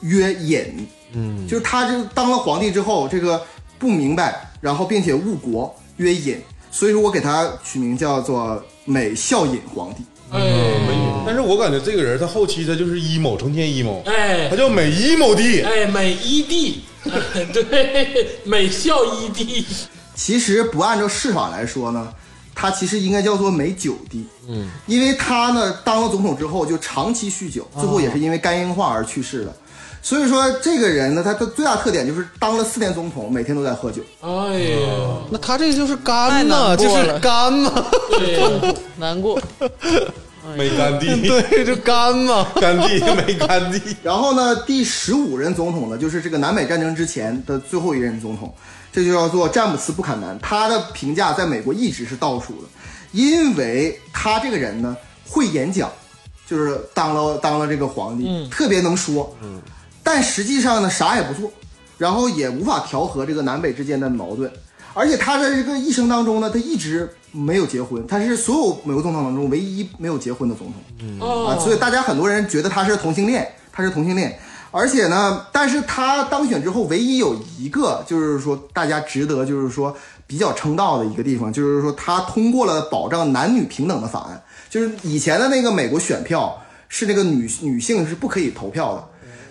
[SPEAKER 5] 曰隐，嗯，就是他这当了皇帝之后，这个不明白，然后并且误国，曰隐，所以说我给他取名叫做美孝隐皇帝。
[SPEAKER 1] 哎
[SPEAKER 3] 但是我感觉这个人他后期他就是 emo，成天 emo，他
[SPEAKER 1] 哎
[SPEAKER 3] 叫美 emo 帝，
[SPEAKER 1] 哎，美伊地，哎对，美笑伊地，
[SPEAKER 5] 其实不按照世法来说呢，他其实应该叫做美酒帝，嗯，因为他呢当了总统之后就长期酗酒，最后也是因为肝硬化而去世的。所以说这个人呢，他的最大特点就是当了四年总统，每天都在喝酒。
[SPEAKER 1] 哎呀，
[SPEAKER 4] 那他这就是干
[SPEAKER 2] 太
[SPEAKER 4] 呐，
[SPEAKER 2] 难
[SPEAKER 4] 就
[SPEAKER 2] 过了
[SPEAKER 4] 是干嘛，
[SPEAKER 1] 对，
[SPEAKER 2] 难过。
[SPEAKER 3] 美甘地，
[SPEAKER 4] 对，就干嘛。
[SPEAKER 3] 甘地美甘地，
[SPEAKER 5] 然后呢，第十五任总统呢，就是这个南北战争之前的最后一任总统，这就叫做詹姆斯·布坎南。他的评价在美国一直是倒数的，因为他这个人呢会演讲，就是当了当了这个皇帝，特别能说，嗯，但实际上呢啥也不做，然后也无法调和这个南北之间的矛盾。而且他在这个一生当中呢，他一直没有结婚，他是所有美国总统当中唯一没有结婚的总统。啊，
[SPEAKER 1] 哦，
[SPEAKER 5] 所以大家很多人觉得他是同性恋，他是同性恋。而且呢，但是他当选之后，唯一有一个就是说大家值得就是说比较称道的一个地方，就是说他通过了保障男女平等的法案。就是以前的那个美国选票是那个女女性是不可以投票的，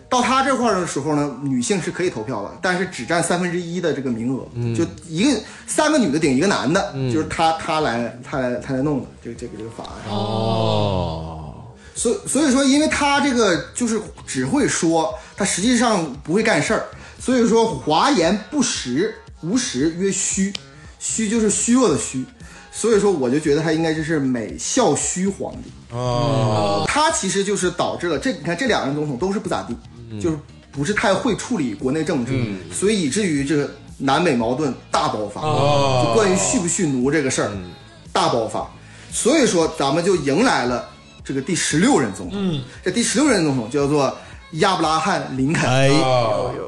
[SPEAKER 5] 到他这块儿的时候呢，女性是可以投票的，但是只占三分之一的这个名额，就一个三个女的顶一个男的，就是他他来他来他来弄的这个这个这个法案。所所以说，因为他这个就是只会说，他实际上不会干事儿，所以说华言不实，无实曰虚，虚就是虚弱的虚，所以说我就觉得他应该就是美孝虚皇帝。哦，他其实就是导致了这，你看这两任总统都是不咋地，
[SPEAKER 1] 嗯
[SPEAKER 5] 就是不是太会处理国内政治，所以以至于这个南北矛盾大爆发。
[SPEAKER 1] 哦嗯
[SPEAKER 5] 就关于蓄不蓄奴这个事儿、大爆发，所以说咱们就迎来了这个第十六任总统。
[SPEAKER 1] 嗯
[SPEAKER 5] 这第十六任总统叫做亚伯拉罕·林肯。
[SPEAKER 4] 哎，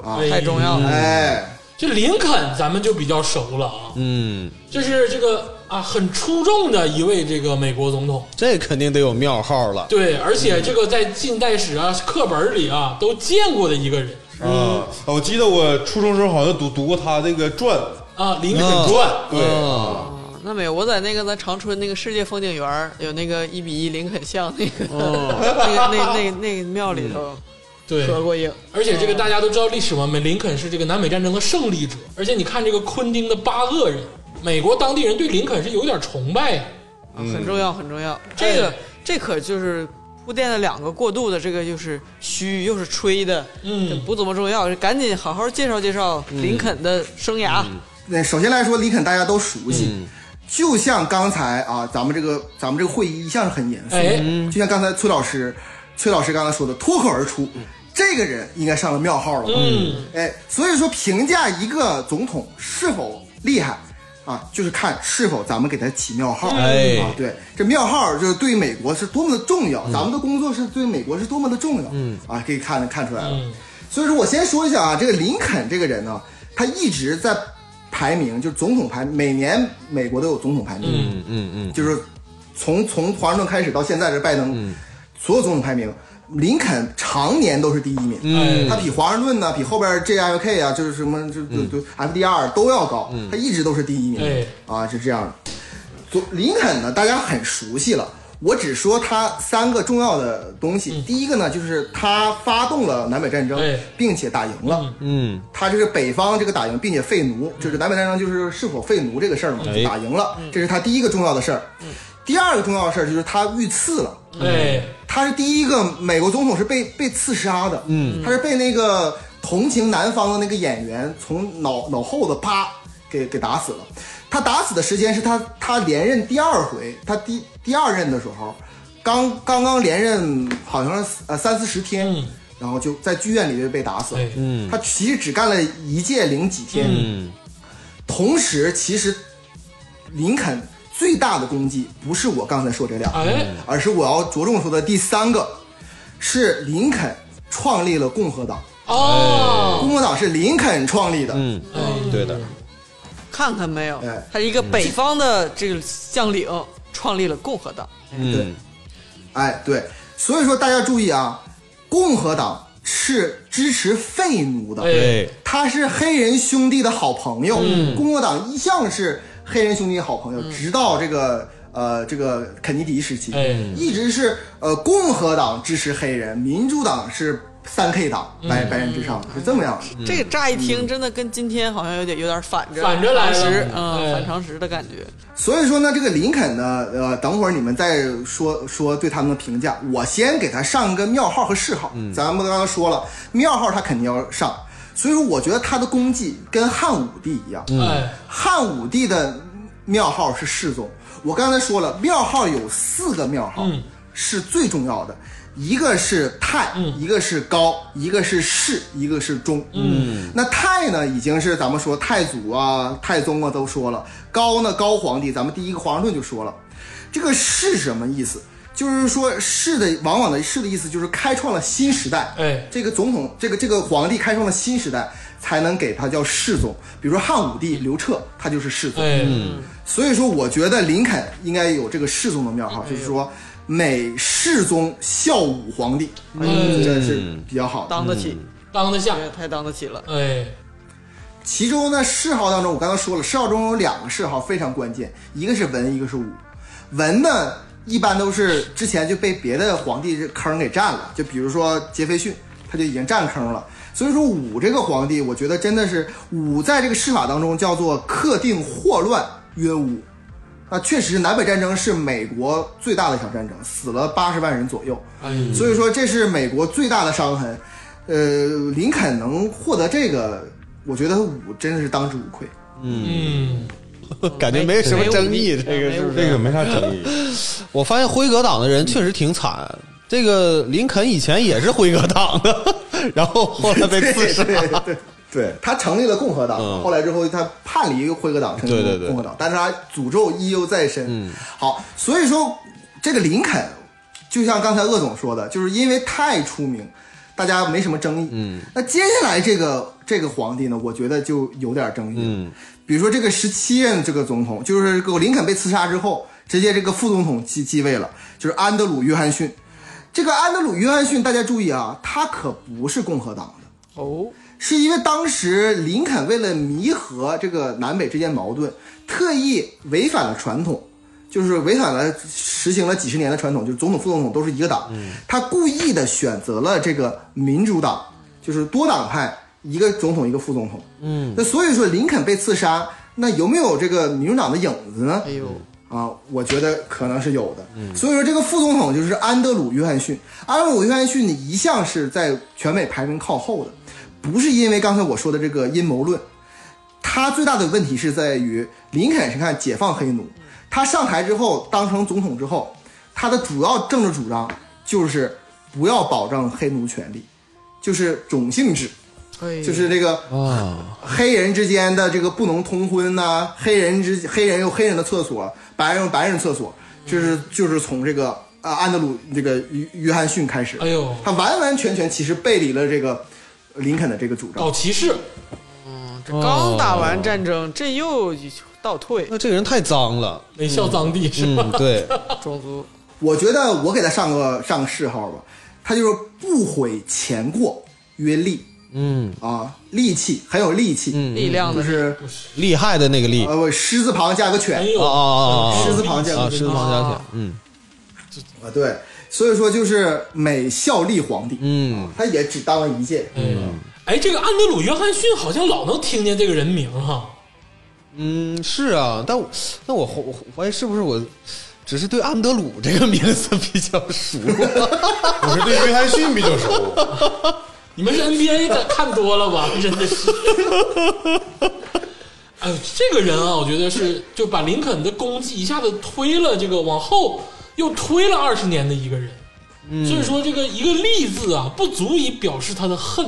[SPEAKER 3] 啊，
[SPEAKER 1] 哎
[SPEAKER 2] 太重要了。
[SPEAKER 5] 哎
[SPEAKER 1] 这林肯咱们就比较熟了啊，
[SPEAKER 4] 嗯，
[SPEAKER 1] 这是这个啊很出众的一位这个美国总统，
[SPEAKER 4] 这肯定得有庙号了。
[SPEAKER 1] 对，而且这个在近代史啊课本里啊都见过的一个人
[SPEAKER 3] 啊，我记得我初中时候好像读读过他这个传，
[SPEAKER 1] 啊，林肯
[SPEAKER 4] 嗯
[SPEAKER 1] 传，
[SPEAKER 3] 对
[SPEAKER 4] 啊
[SPEAKER 2] 啊那没有，我在那个咱长春那个世界风景园儿有那个一比一林肯像那个、 那个那那那个庙里头
[SPEAKER 1] 对，
[SPEAKER 2] 合过影。
[SPEAKER 1] 嗯而且这
[SPEAKER 4] 嗯
[SPEAKER 1] 个大家都知道历史嘛，美林肯是这个南北战争的胜利者，而且你看这个昆汀的八恶人，美国当地人对林肯是有点崇拜呀、
[SPEAKER 2] 啊很重要，很重要。这个这可就是铺垫了两个过渡的，这个就是虚又是吹的，
[SPEAKER 1] 嗯
[SPEAKER 2] 不怎么重要。赶紧好好介绍介绍林肯的生涯。
[SPEAKER 5] 那首先来说，林肯大家都熟悉，就像刚才啊，咱们这个咱们这个会议一向是很严肃的，
[SPEAKER 1] 哎
[SPEAKER 5] 就像刚才崔老师，崔老师刚才说的，脱口而出，这个人应该上了庙号了吧？
[SPEAKER 1] 嗯，
[SPEAKER 5] 哎，所以说评价一个总统是否厉害啊，就是看是否咱们给他起庙号。
[SPEAKER 4] 哎
[SPEAKER 5] 啊，对，这庙号就是对美国是多么的重要，咱们的工作是对美国是多么的重要。嗯，啊，可以看看出来了。
[SPEAKER 1] 嗯
[SPEAKER 5] 所以说我先说一下啊，这个林肯这个人呢，他一直在排名，就是总统排，每年美国都有总统排名。
[SPEAKER 1] 嗯
[SPEAKER 4] 嗯嗯，
[SPEAKER 5] 就是从从华盛顿开始到现在这拜登，所有总统排名，林肯常年都是第一名。
[SPEAKER 1] 嗯
[SPEAKER 5] 他比华盛顿呢，比后边 J F K 啊，就是什么就就就 F D R 都要高，他一直都是第一名。
[SPEAKER 1] 哎
[SPEAKER 5] 啊，是这样的。总林肯呢，大家很熟悉了。我只说他三个重要的东西。第一个呢，就是他发动了南北战争，
[SPEAKER 1] 哎
[SPEAKER 5] 并且打赢了。
[SPEAKER 4] 嗯，
[SPEAKER 5] 他就是北方这个打赢，并且废奴，就是南北战争就是是否废奴这个事儿嘛，就打赢了，这是他第一个重要的事儿。第二个重要的事儿就是他遇刺了，
[SPEAKER 4] 嗯
[SPEAKER 1] 哎
[SPEAKER 5] 他是第一个美国总统是被被刺杀的，嗯，他是被那个同情南方的那个演员从脑脑后子啪给给打死了。他打死的时间是他他连任第二回，他第第二任的时候，刚刚刚连任好像是呃三四十天，然后就在剧院里就被打死了
[SPEAKER 1] 哎。
[SPEAKER 5] 嗯，他其实只干了一届零几天。嗯，同时，其实林肯最大的功绩不是我刚才说这两个，
[SPEAKER 1] 哎，
[SPEAKER 5] 而是我要着重说的第三个，是林肯创立了共和党。
[SPEAKER 4] 嗯
[SPEAKER 1] 哦，
[SPEAKER 5] 共和党是林肯创立的。嗯，
[SPEAKER 1] 哎
[SPEAKER 4] 对的，
[SPEAKER 2] 看看没有
[SPEAKER 5] 哎，
[SPEAKER 2] 他一个北方的这个将领创立了共和党，
[SPEAKER 4] 嗯，
[SPEAKER 5] 哎，对，所以说大家注意啊，共和党是支持废奴的，
[SPEAKER 1] 哎
[SPEAKER 4] 对，
[SPEAKER 5] 他是黑人兄弟的好朋友。
[SPEAKER 1] 嗯
[SPEAKER 5] 共和党一向是黑人兄弟的好朋友，直到这个呃这个肯尼迪时期，
[SPEAKER 1] 哎
[SPEAKER 5] 一直是呃共和党支持黑人，民主党是三 K 党，
[SPEAKER 1] 嗯
[SPEAKER 5] 白、白人至上是这么样
[SPEAKER 4] 嗯
[SPEAKER 5] 的。
[SPEAKER 2] 这个乍一听真的跟今天好像有点有点反着
[SPEAKER 1] 反着来了
[SPEAKER 2] 常识，
[SPEAKER 1] 哎
[SPEAKER 2] 嗯，反常识的感觉。
[SPEAKER 5] 所以说呢，这个林肯呢，呃，等会儿你们再说说对他们的评价，我先给他上个庙号和谥号。咱们刚刚说了，庙号他肯定要上，所以说我觉得他的功绩跟汉武帝一样。
[SPEAKER 4] 嗯
[SPEAKER 1] 哎，
[SPEAKER 5] 汉武帝的庙号是世宗，我刚才说了，庙号有四个庙号、是最重要的，一个是太，一个是高，一个是世，一个是忠。嗯，那太呢，已经是咱们说太祖啊、太宗啊都说了，高呢，高皇帝，咱们第一个《皇上论》就说了，这个世是什么意思？就是说世的往往的世的意思就是开创了新时代。
[SPEAKER 1] 哎
[SPEAKER 5] 这个总统，这个这个皇帝开创了新时代，才能给他叫世宗。比如说汉武帝刘彻，他就是世宗。
[SPEAKER 1] 哎，
[SPEAKER 4] 嗯
[SPEAKER 5] 所以说，我觉得林肯应该有这个世宗的庙号，就是说每世宗效武皇帝，
[SPEAKER 1] 嗯
[SPEAKER 5] 这是比较好的。
[SPEAKER 2] 当得起，
[SPEAKER 4] 嗯
[SPEAKER 1] 当得下，
[SPEAKER 2] 对，太当得起了。
[SPEAKER 1] 哎，
[SPEAKER 5] 其中呢，谥号当中，我刚才说了，谥号中有两个谥号非常关键，一个是文，一个是武。文呢，一般都是之前就被别的皇帝这坑给占了，就比如说杰斐逊，他就已经占坑了。所以说武这个皇帝，我觉得真的是武在这个谥法当中叫做克定祸乱曰武。啊，确实，南北战争是美国最大的一场战争，死了八十万人左右。
[SPEAKER 1] 哎，
[SPEAKER 5] 所以说这是美国最大的伤痕。呃，林肯能获得这个，我觉得他武真的是当之无愧。
[SPEAKER 1] 嗯，
[SPEAKER 4] 感觉没什么争议，
[SPEAKER 2] 没
[SPEAKER 4] 这个是不
[SPEAKER 3] 这
[SPEAKER 4] 是？
[SPEAKER 3] 个没啥争 议。
[SPEAKER 4] 我发现辉格党的人确实挺惨。这个林肯以前也是辉格党的， 然后后来被刺杀。
[SPEAKER 5] 对对对，他成立了共和党，
[SPEAKER 4] 嗯
[SPEAKER 5] 后来之后他叛离辉格党，成立了
[SPEAKER 4] 对对对嗯
[SPEAKER 5] 共和党，但是他诅咒依旧在身。好，所以说这个林肯，就像刚才鄂总说的，就是因为太出名，大家没什么争议。嗯，那接下来这个这个皇帝呢，我觉得就有点争议。嗯，比如说这个十七任这个总统，就是这个林肯被刺杀之后，直接这个副总统继继位了，就是安德鲁·约翰逊。这个安德鲁·约翰逊，大家注意啊，他可不是共和党的。
[SPEAKER 2] 哦，
[SPEAKER 5] 是因为当时林肯为了弥合这个南北之间矛盾，特意违反了传统，就是违反了实行了几十年的传统，就是总统、副总统都是一个党。他故意的选择了这个民主党，就是多党派，一个总统一个副总统。嗯，那所以说林肯被刺杀，那有没有这个民主党的影子呢？
[SPEAKER 2] 哎呦，
[SPEAKER 5] 啊，我觉得可能是有的。所以说，这个副总统就是安德鲁·约翰逊。安德鲁·约翰逊呢，一向是在全美排名靠后的，不是因为刚才我说的这个阴谋论，他最大的问题是在于林肯是看解放黑奴，他上台之后当成总统之后，他的主要政治主张就是不要保障黑奴权利，就是种姓制，
[SPEAKER 2] 哎
[SPEAKER 5] 就是这个黑人之间的这个不能通婚呐、黑人之黑人有黑人的厕所，白人有白人厕所，就是就是从这个啊、安德鲁这个约约翰逊开始，
[SPEAKER 1] 哎呦，
[SPEAKER 5] 他完完全全其实背离了这个林肯的这个主张。
[SPEAKER 1] 搞歧视，
[SPEAKER 2] 这刚打完战争，这又倒退
[SPEAKER 4] 那这个人太脏了，
[SPEAKER 1] 没笑脏地是吧？
[SPEAKER 4] 嗯，对，
[SPEAKER 2] 种族，
[SPEAKER 5] 我觉得我给他上个上个谥号吧，他就是不悔前过曰戾
[SPEAKER 4] 嗯，
[SPEAKER 5] 啊，戾气很有戾气，
[SPEAKER 2] 力量
[SPEAKER 5] 就
[SPEAKER 2] 的
[SPEAKER 5] 是
[SPEAKER 4] 厉害的那个厉，
[SPEAKER 5] 呃不狮字旁加个犬
[SPEAKER 1] 嗯哎呦，
[SPEAKER 4] 哦哦哦哦
[SPEAKER 5] 狮子旁加
[SPEAKER 4] 啊，
[SPEAKER 5] 个
[SPEAKER 4] 狮子
[SPEAKER 5] 犬
[SPEAKER 4] 王加
[SPEAKER 2] 啊
[SPEAKER 4] 铁，嗯
[SPEAKER 5] 啊对，所以说就是每效力皇帝，
[SPEAKER 4] 嗯，
[SPEAKER 5] 他也只当了一届。
[SPEAKER 1] 嗯，哎，这个安德鲁·约翰逊好像老能听见这个人名哈，
[SPEAKER 4] 嗯，是啊，但我但我怀我怀疑是不是我只是对安德鲁这个名字比较熟，
[SPEAKER 3] 我是对约翰逊比较熟，
[SPEAKER 1] 你们是 NBA 的看多了吧？真的是。哎呦，这个人啊，我觉得是就把林肯的功绩一下子推了这个往后，又推了二十年的一个人。所以说这个一个“利”字啊，不足以表示他的恨，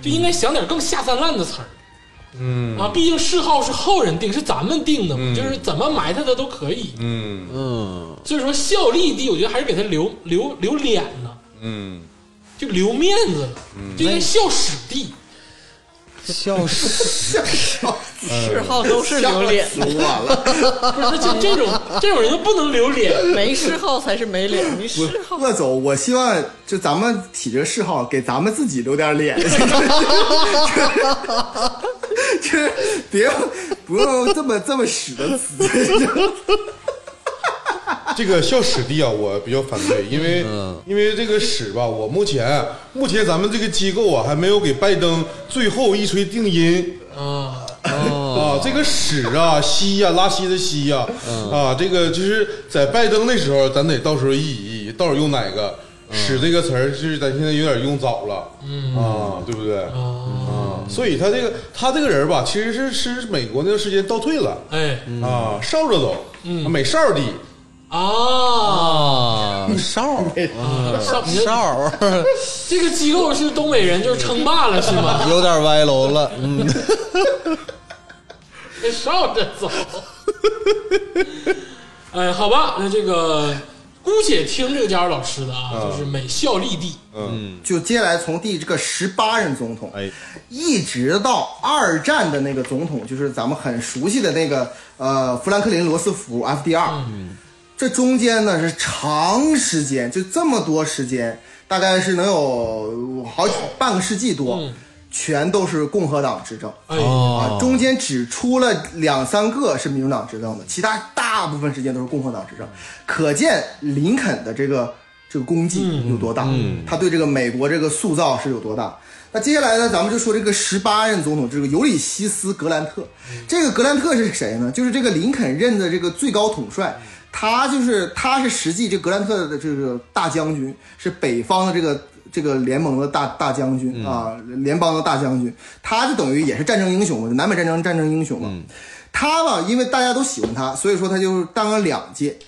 [SPEAKER 1] 就应该想点更下三滥的词儿。嗯啊，毕竟谥号是后人定，是咱们定的嘛，就是怎么埋汰他都可以。
[SPEAKER 3] 嗯
[SPEAKER 4] 嗯
[SPEAKER 1] 所以说孝立帝，我觉得还是给他留留留脸呢，
[SPEAKER 3] 嗯，
[SPEAKER 1] 就留面子了，
[SPEAKER 5] 嗯
[SPEAKER 1] 就应该孝史帝。
[SPEAKER 4] 笑死，
[SPEAKER 2] 谥号都是
[SPEAKER 5] 吓
[SPEAKER 2] 留 脸，
[SPEAKER 5] 死我 了！
[SPEAKER 1] 不是，那就这 种这种人就不能留脸。
[SPEAKER 2] 没谥号才是没脸，你谥号
[SPEAKER 5] 乐总，我希望就咱们起这个嗜好，给咱们自己留点脸， 就是别不用这么这么使的词。
[SPEAKER 3] 这个校史地啊，我比较反对，因为因为这个史吧，我目前目前咱们这个机构啊，还没有给拜登最后一锤定音。
[SPEAKER 1] 啊，
[SPEAKER 3] 啊，这个屎啊，稀呀、拉稀的稀呀、啊，这个就是在拜登那时候，咱得到时候一一一，到时候用哪个“屎”这个词儿，就是咱现在有点用早了，嗯啊，对不对？啊，所以他这个他这个人吧，其实是是美国那段时间倒退了
[SPEAKER 1] 哎
[SPEAKER 3] 啊，少着走，美少地，
[SPEAKER 1] 啊，
[SPEAKER 5] 哦
[SPEAKER 4] 啊，少
[SPEAKER 1] 少你这
[SPEAKER 4] 少，
[SPEAKER 1] 这个机构是东北人就是称霸了是吗？
[SPEAKER 4] 有点歪楼了，嗯，
[SPEAKER 1] 得绕着走。哎，好吧，那这个姑且听这个佳儿老师的
[SPEAKER 5] 嗯
[SPEAKER 1] 啊，就是美孝立帝。
[SPEAKER 5] 就接下来从第这个十八任总统，
[SPEAKER 4] 哎，
[SPEAKER 5] 一直到二战的那个总统，就是咱们很熟悉的那个呃富兰克林·罗斯福 （FDR）。这中间呢是长时间，就这么多时间，大概是能有好几半个世纪多，全都是共和党执政。
[SPEAKER 1] 哎，
[SPEAKER 4] 哦
[SPEAKER 5] 啊，中间只出了两三个是民主党执政的，其他大部分时间都是共和党执政。可见林肯的这个这个功绩有多大，他对这个美国这个塑造是有多大。那接下来呢，咱们就说这个十八任总统，这个尤里西斯·格兰特。这个格兰特是谁呢？就是这个林肯任的这个最高统帅，他就是他是实际这格兰特的这个大将军，是北方的这个这个联盟的大大将军啊，联邦的大将军，他就等于也是战争英雄嘛，就南北战争战争英雄嘛。他嘛，因为大家都喜欢他，所以说他就当了两届。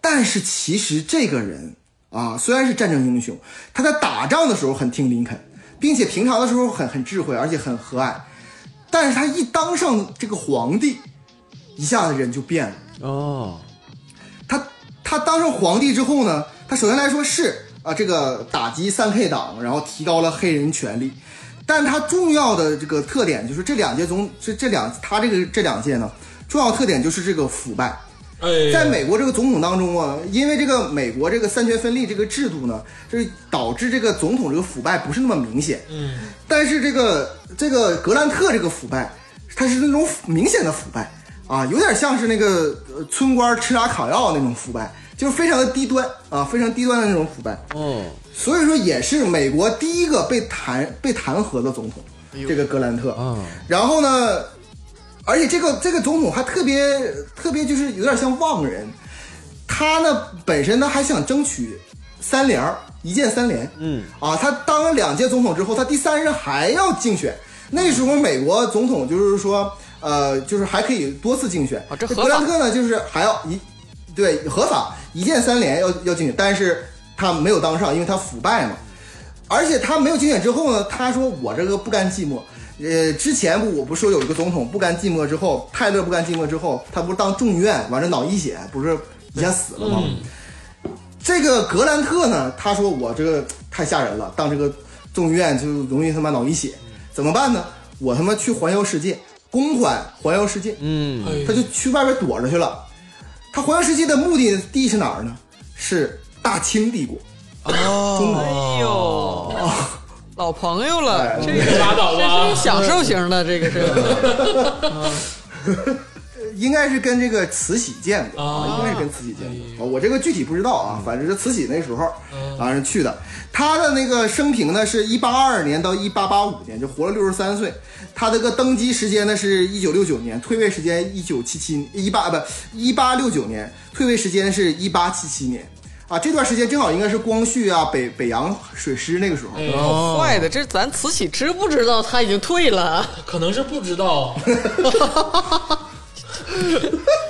[SPEAKER 5] 但是其实这个人啊，虽然是战争英雄，他在打仗的时候很听林肯，并且平常的时候很很智慧，而且很和蔼。但是他一当上这个皇帝，一下子人就变了。
[SPEAKER 4] 哦，
[SPEAKER 5] 他他当上皇帝之后呢，他首先来说是啊，这个打击三 K 党，然后提高了黑人权利。但他重要的这个特点就是这两届总这这两他这个这两届呢，重要特点就是这个腐败。
[SPEAKER 1] 哎，
[SPEAKER 5] 在美国这个总统当中啊，因为这个美国这个三权分立这个制度呢，就是导致这个总统这个腐败不是那么明显。
[SPEAKER 1] 嗯，
[SPEAKER 5] 但是这个这个格兰特这个腐败，它是那种明显的腐败啊，有点像是那个呃村官吃俩烤药那种腐败，就是非常的低端啊，非常低端的那种腐败。
[SPEAKER 4] 哦，
[SPEAKER 5] 所以说也是美国第一个被弹被弹劾的总统，这个格兰特。然后呢，而且这个这个总统还特别特别，就是有点像忘人。他呢本身呢还想争取三连儿，一键三连。嗯，啊，他当了两届总统之后，他第三任还要竞选。那时候美国总统就是说，呃，就是还可以多次竞选。
[SPEAKER 2] 啊这合法
[SPEAKER 5] 格兰特呢，就是还要一对合法一键三连要要竞选，但是他没有当上，因为他腐败嘛。而且他没有竞选之后呢，他说我这个不甘寂寞。呃，之前不我不说有一个总统不甘寂寞之后，泰勒不甘寂寞之后，他不是当众议院完了脑溢血，不是一下死了吗？
[SPEAKER 2] 嗯
[SPEAKER 5] 这个格兰特呢，他说我这个太吓人了，当这个众议院就容易他妈脑溢血，怎么办呢？我他妈去环游世界，公款环游世界。
[SPEAKER 4] 嗯，
[SPEAKER 1] 哎
[SPEAKER 5] 他就去外边躲着去了。他环游世界的目的地是哪儿呢？是大清帝国。
[SPEAKER 4] 哦
[SPEAKER 2] 哎呦，老朋友了，
[SPEAKER 4] 哎
[SPEAKER 2] 这个
[SPEAKER 1] 拉倒吧
[SPEAKER 2] 这是享受型的，这个是
[SPEAKER 5] 应该是跟这个慈禧见过
[SPEAKER 1] 啊
[SPEAKER 5] 应该是跟慈禧见过、啊。我这个具体不知道啊，反正是慈禧那时候啊是去的。他的那个生平呢，是一八二二年到一八八五年，就活了六十三岁。他这个登基时间呢是一九六九年，退位时间一九七七一八不一八六九年，退位时间是一八七七年。啊，这段时间正好应该是光绪啊，北北洋水师那个时候。
[SPEAKER 4] 哦
[SPEAKER 3] 哦
[SPEAKER 2] 坏的，这咱慈禧知不知道他已经退了？
[SPEAKER 1] 可能是不知 道，啊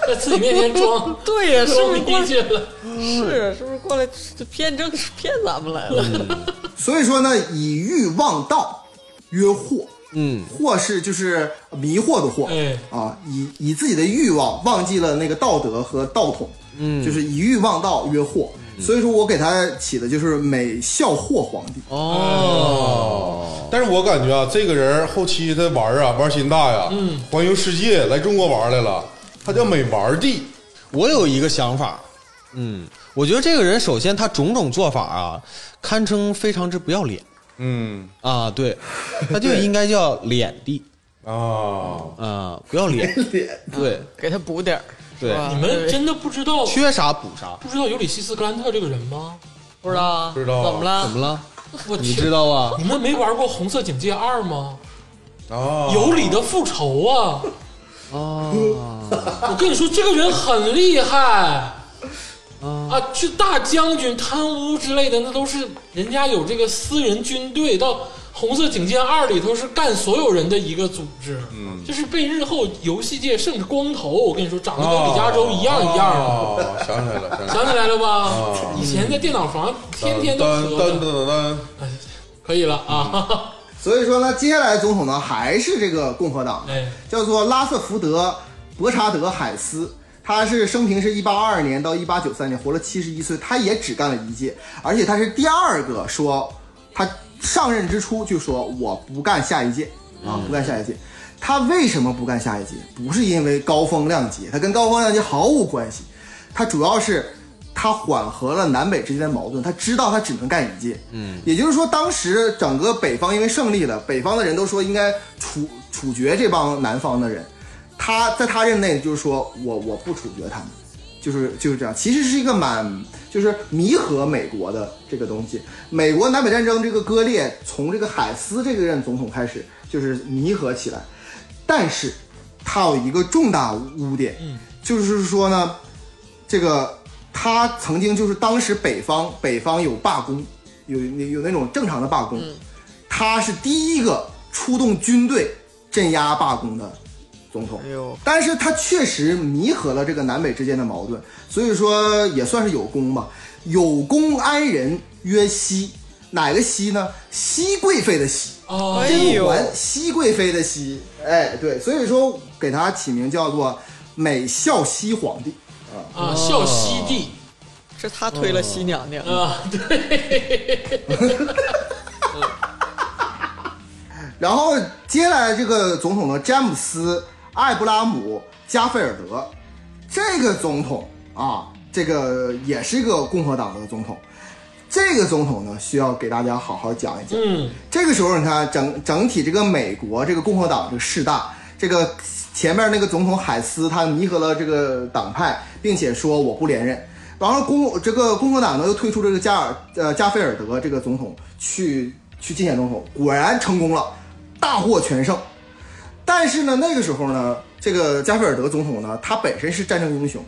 [SPEAKER 1] 在自己面前装
[SPEAKER 2] 对呀，是不
[SPEAKER 1] 装
[SPEAKER 2] 是
[SPEAKER 1] 迷
[SPEAKER 2] 光
[SPEAKER 1] 去了。
[SPEAKER 2] 是是不是过来骗正骗咱们来了。
[SPEAKER 3] 嗯
[SPEAKER 5] 所以说呢，以欲望道，曰惑。
[SPEAKER 4] 嗯，
[SPEAKER 5] 惑是就是迷惑的惑，
[SPEAKER 1] 哎
[SPEAKER 5] 啊，以以自己的欲望忘记了那个道德和道统，嗯，就是以欲望道曰惑。所以说我给他起的就是美孝惑皇帝，哎
[SPEAKER 3] 但是我感觉啊，这个人后期他玩啊，玩心大呀，嗯，环游世界来中国玩来了，他叫美玩帝，
[SPEAKER 4] 我有一个想法，嗯，我觉得这个人首先他种种做法啊，堪称非常之不要脸
[SPEAKER 3] 嗯
[SPEAKER 4] 啊，对，他就应该叫脸帝
[SPEAKER 3] 啊，
[SPEAKER 4] 啊，不要脸，对
[SPEAKER 2] 给他补点儿，
[SPEAKER 4] 啊对
[SPEAKER 2] 是吧
[SPEAKER 1] 你们真的不知道
[SPEAKER 4] 缺啥补啥，
[SPEAKER 1] 不知道尤里西斯格兰特这个人吗？
[SPEAKER 2] 不知道啊？
[SPEAKER 3] 不知道啊
[SPEAKER 2] 怎么
[SPEAKER 4] 怎
[SPEAKER 2] 了？
[SPEAKER 4] 么了？
[SPEAKER 1] 我
[SPEAKER 4] 你
[SPEAKER 1] 天
[SPEAKER 4] 知道啊？
[SPEAKER 1] 你们没玩过《红色警戒二》吗？
[SPEAKER 3] 啊，
[SPEAKER 1] 尤里的复仇 啊！哦，我跟你说，这个人很厉害。啊，去大将军贪污之类的，那都是人家有这个私人军队。到《红色警戒二》里头是干所有人的一个组织，嗯，就是被日后游戏界甚至光头，我跟你说，长得跟李嘉洲一样一样的。
[SPEAKER 4] 哦
[SPEAKER 3] 啊，想起来了，想起来了，
[SPEAKER 1] 想起来了吧？以前在电脑房天天都
[SPEAKER 3] 噔
[SPEAKER 1] 喝
[SPEAKER 3] 噔
[SPEAKER 1] 的，
[SPEAKER 3] 噔噔
[SPEAKER 1] 哎可以了啊！
[SPEAKER 5] 所以说呢，接下来总统呢还是这个共和党，
[SPEAKER 1] 哎，
[SPEAKER 5] 叫做拉瑟福德·伯查德·海斯。他是生平是一八二二年到一八九三年，活了七十一岁。他也只干了一届，而且他是第二个说他上任之初就说我不干下一届啊，不干下一届。他为什么不干下一届？不是因为高风亮节，他跟高风亮节毫无关系。他主要是他缓和了南北之间的矛盾，他知道他只能干一届。嗯，也就是说，当时整个北方因为胜利了，北方的人都说应该处处决这帮南方的人，他在他任内就是说我我不处决他们。就是就是这样，其实是一个蛮就是弥合美国的这个东西。美国南北战争这个割裂，从这个海斯这个任总统开始就是弥合起来，但是他有一个重大污点，
[SPEAKER 2] 嗯
[SPEAKER 5] 就是说呢，这个他曾经就是当时北方北方有罢工，有有那种正常的罢工，
[SPEAKER 2] 嗯
[SPEAKER 5] 他是第一个出动军队镇压罢工的总统。
[SPEAKER 2] 哎呦，
[SPEAKER 5] 但是他确实弥合了这个南北之间的矛盾，所以说也算是有功吧。有功安人曰熹，哪个熹呢？熹贵妃的熹，
[SPEAKER 1] 哦
[SPEAKER 2] 哎，
[SPEAKER 5] 甄
[SPEAKER 2] 呦
[SPEAKER 5] 嬛熹贵妃的熹。哎，对，所以说给他起名叫做美孝熹皇帝。
[SPEAKER 1] 啊，笑西帝
[SPEAKER 2] 是他推了西娘娘，
[SPEAKER 3] 嗯
[SPEAKER 1] 啊，
[SPEAKER 5] 然后接下来这个总统呢，詹姆斯·艾布拉姆·加菲尔德，这个总统啊，这个也是一个共和党的总统。这个总统呢，需要给大家好好讲一讲。
[SPEAKER 1] 嗯，
[SPEAKER 5] 这个时候你看整整体这个美国这个共和党这个势大，这个前面那个总统海斯他弥合了这个党派，并且说我不连任。然后共这个共和党呢又推出这个加尔呃加菲尔德这个总统去去竞选总统，果然成功了，大获全胜。但是呢，那个时候呢，这个加菲尔德总统呢，他本身是战争英雄，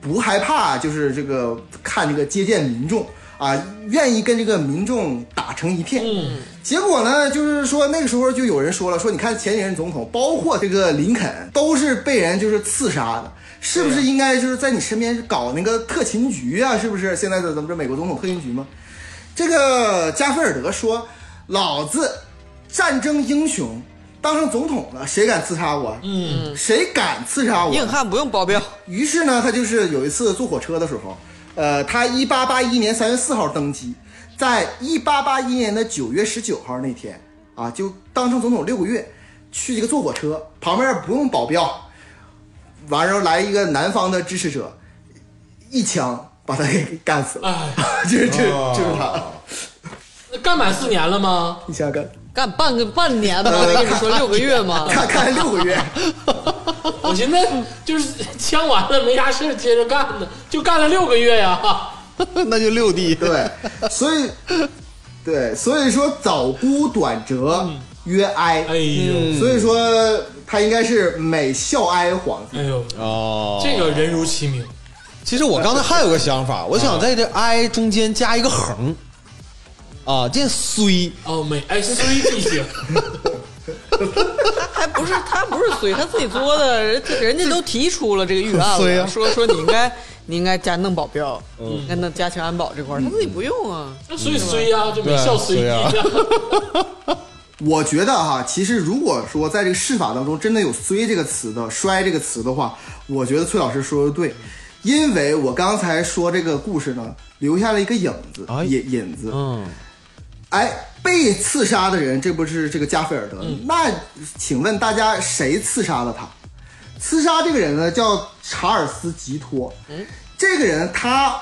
[SPEAKER 5] 不害怕，就是这个看这个接见民众啊，愿意跟这个民众打成一片。嗯，结果呢，就是说那个时候就有人说了，说你看前几任总统，包括这个林肯，都是被人就是刺杀的。是不是应该就是在你身边搞那个特勤局啊？是不是现在的咱们这美国总统特勤局吗？这个加菲尔德说：“老子战争英雄，当上总统了，谁敢刺杀我？嗯，谁敢刺杀我？
[SPEAKER 2] 嗯硬汉不用保镖，
[SPEAKER 5] 于是呢，他就是有一次坐火车的时候，呃，他一八八一年三月四号登基，在一八八一年的九月十九号那天啊，就当上总统六个月，去这个坐火车，旁边不用保镖，完之后来一个南方的支持者，一枪把他给干死了，
[SPEAKER 1] 哎，
[SPEAKER 5] 就是就是就是他，
[SPEAKER 1] 那干满四年了吗？
[SPEAKER 5] 一枪干，
[SPEAKER 2] 干半个半年吧，
[SPEAKER 3] 嗯
[SPEAKER 2] 我跟你说六个月 嘛，
[SPEAKER 5] 干干了六 个月。
[SPEAKER 1] 我寻思就是枪完了没啥事儿接着干呢，就干了六个月呀。
[SPEAKER 4] 那就六弟，
[SPEAKER 5] 对，所以对，所以说早孤短折曰哀，
[SPEAKER 1] 嗯
[SPEAKER 5] 嗯
[SPEAKER 1] 哎呦，
[SPEAKER 5] 所以说他应该是美孝哀皇 帝。
[SPEAKER 1] 哎呦，
[SPEAKER 4] 哦，
[SPEAKER 1] 这个人如其名，
[SPEAKER 4] 其实我刚才还有个想法，我想在这 i 中间加一个横，啊，这虽
[SPEAKER 1] 哦，美哎，虽地形，
[SPEAKER 2] 他还不是他不是随他自己作的，人人家都提出了这个预案
[SPEAKER 4] 对呀
[SPEAKER 3] 啊
[SPEAKER 2] 了，说说你应该。你应该加弄保镖，
[SPEAKER 3] 嗯
[SPEAKER 2] 应该弄加强安保这块儿，他自己不用啊。
[SPEAKER 1] 那所以衰呀、就没
[SPEAKER 4] 对
[SPEAKER 1] 笑衰
[SPEAKER 4] 衰呀
[SPEAKER 1] 呀
[SPEAKER 5] 我觉得哈，其实如果说在这个试法当中真的有“衰”这个词的“衰”这个词的话，我觉得崔老师说的对，因为我刚才说这个故事呢，留下了一个影子，
[SPEAKER 4] 哎
[SPEAKER 5] 引引子。
[SPEAKER 4] 嗯，
[SPEAKER 5] 哎，被刺杀的人，这不是这个加菲尔德？
[SPEAKER 4] 嗯
[SPEAKER 5] 那请问大家谁刺杀了他？刺杀这个人呢，叫查尔斯吉托。
[SPEAKER 4] 嗯
[SPEAKER 5] 这个人他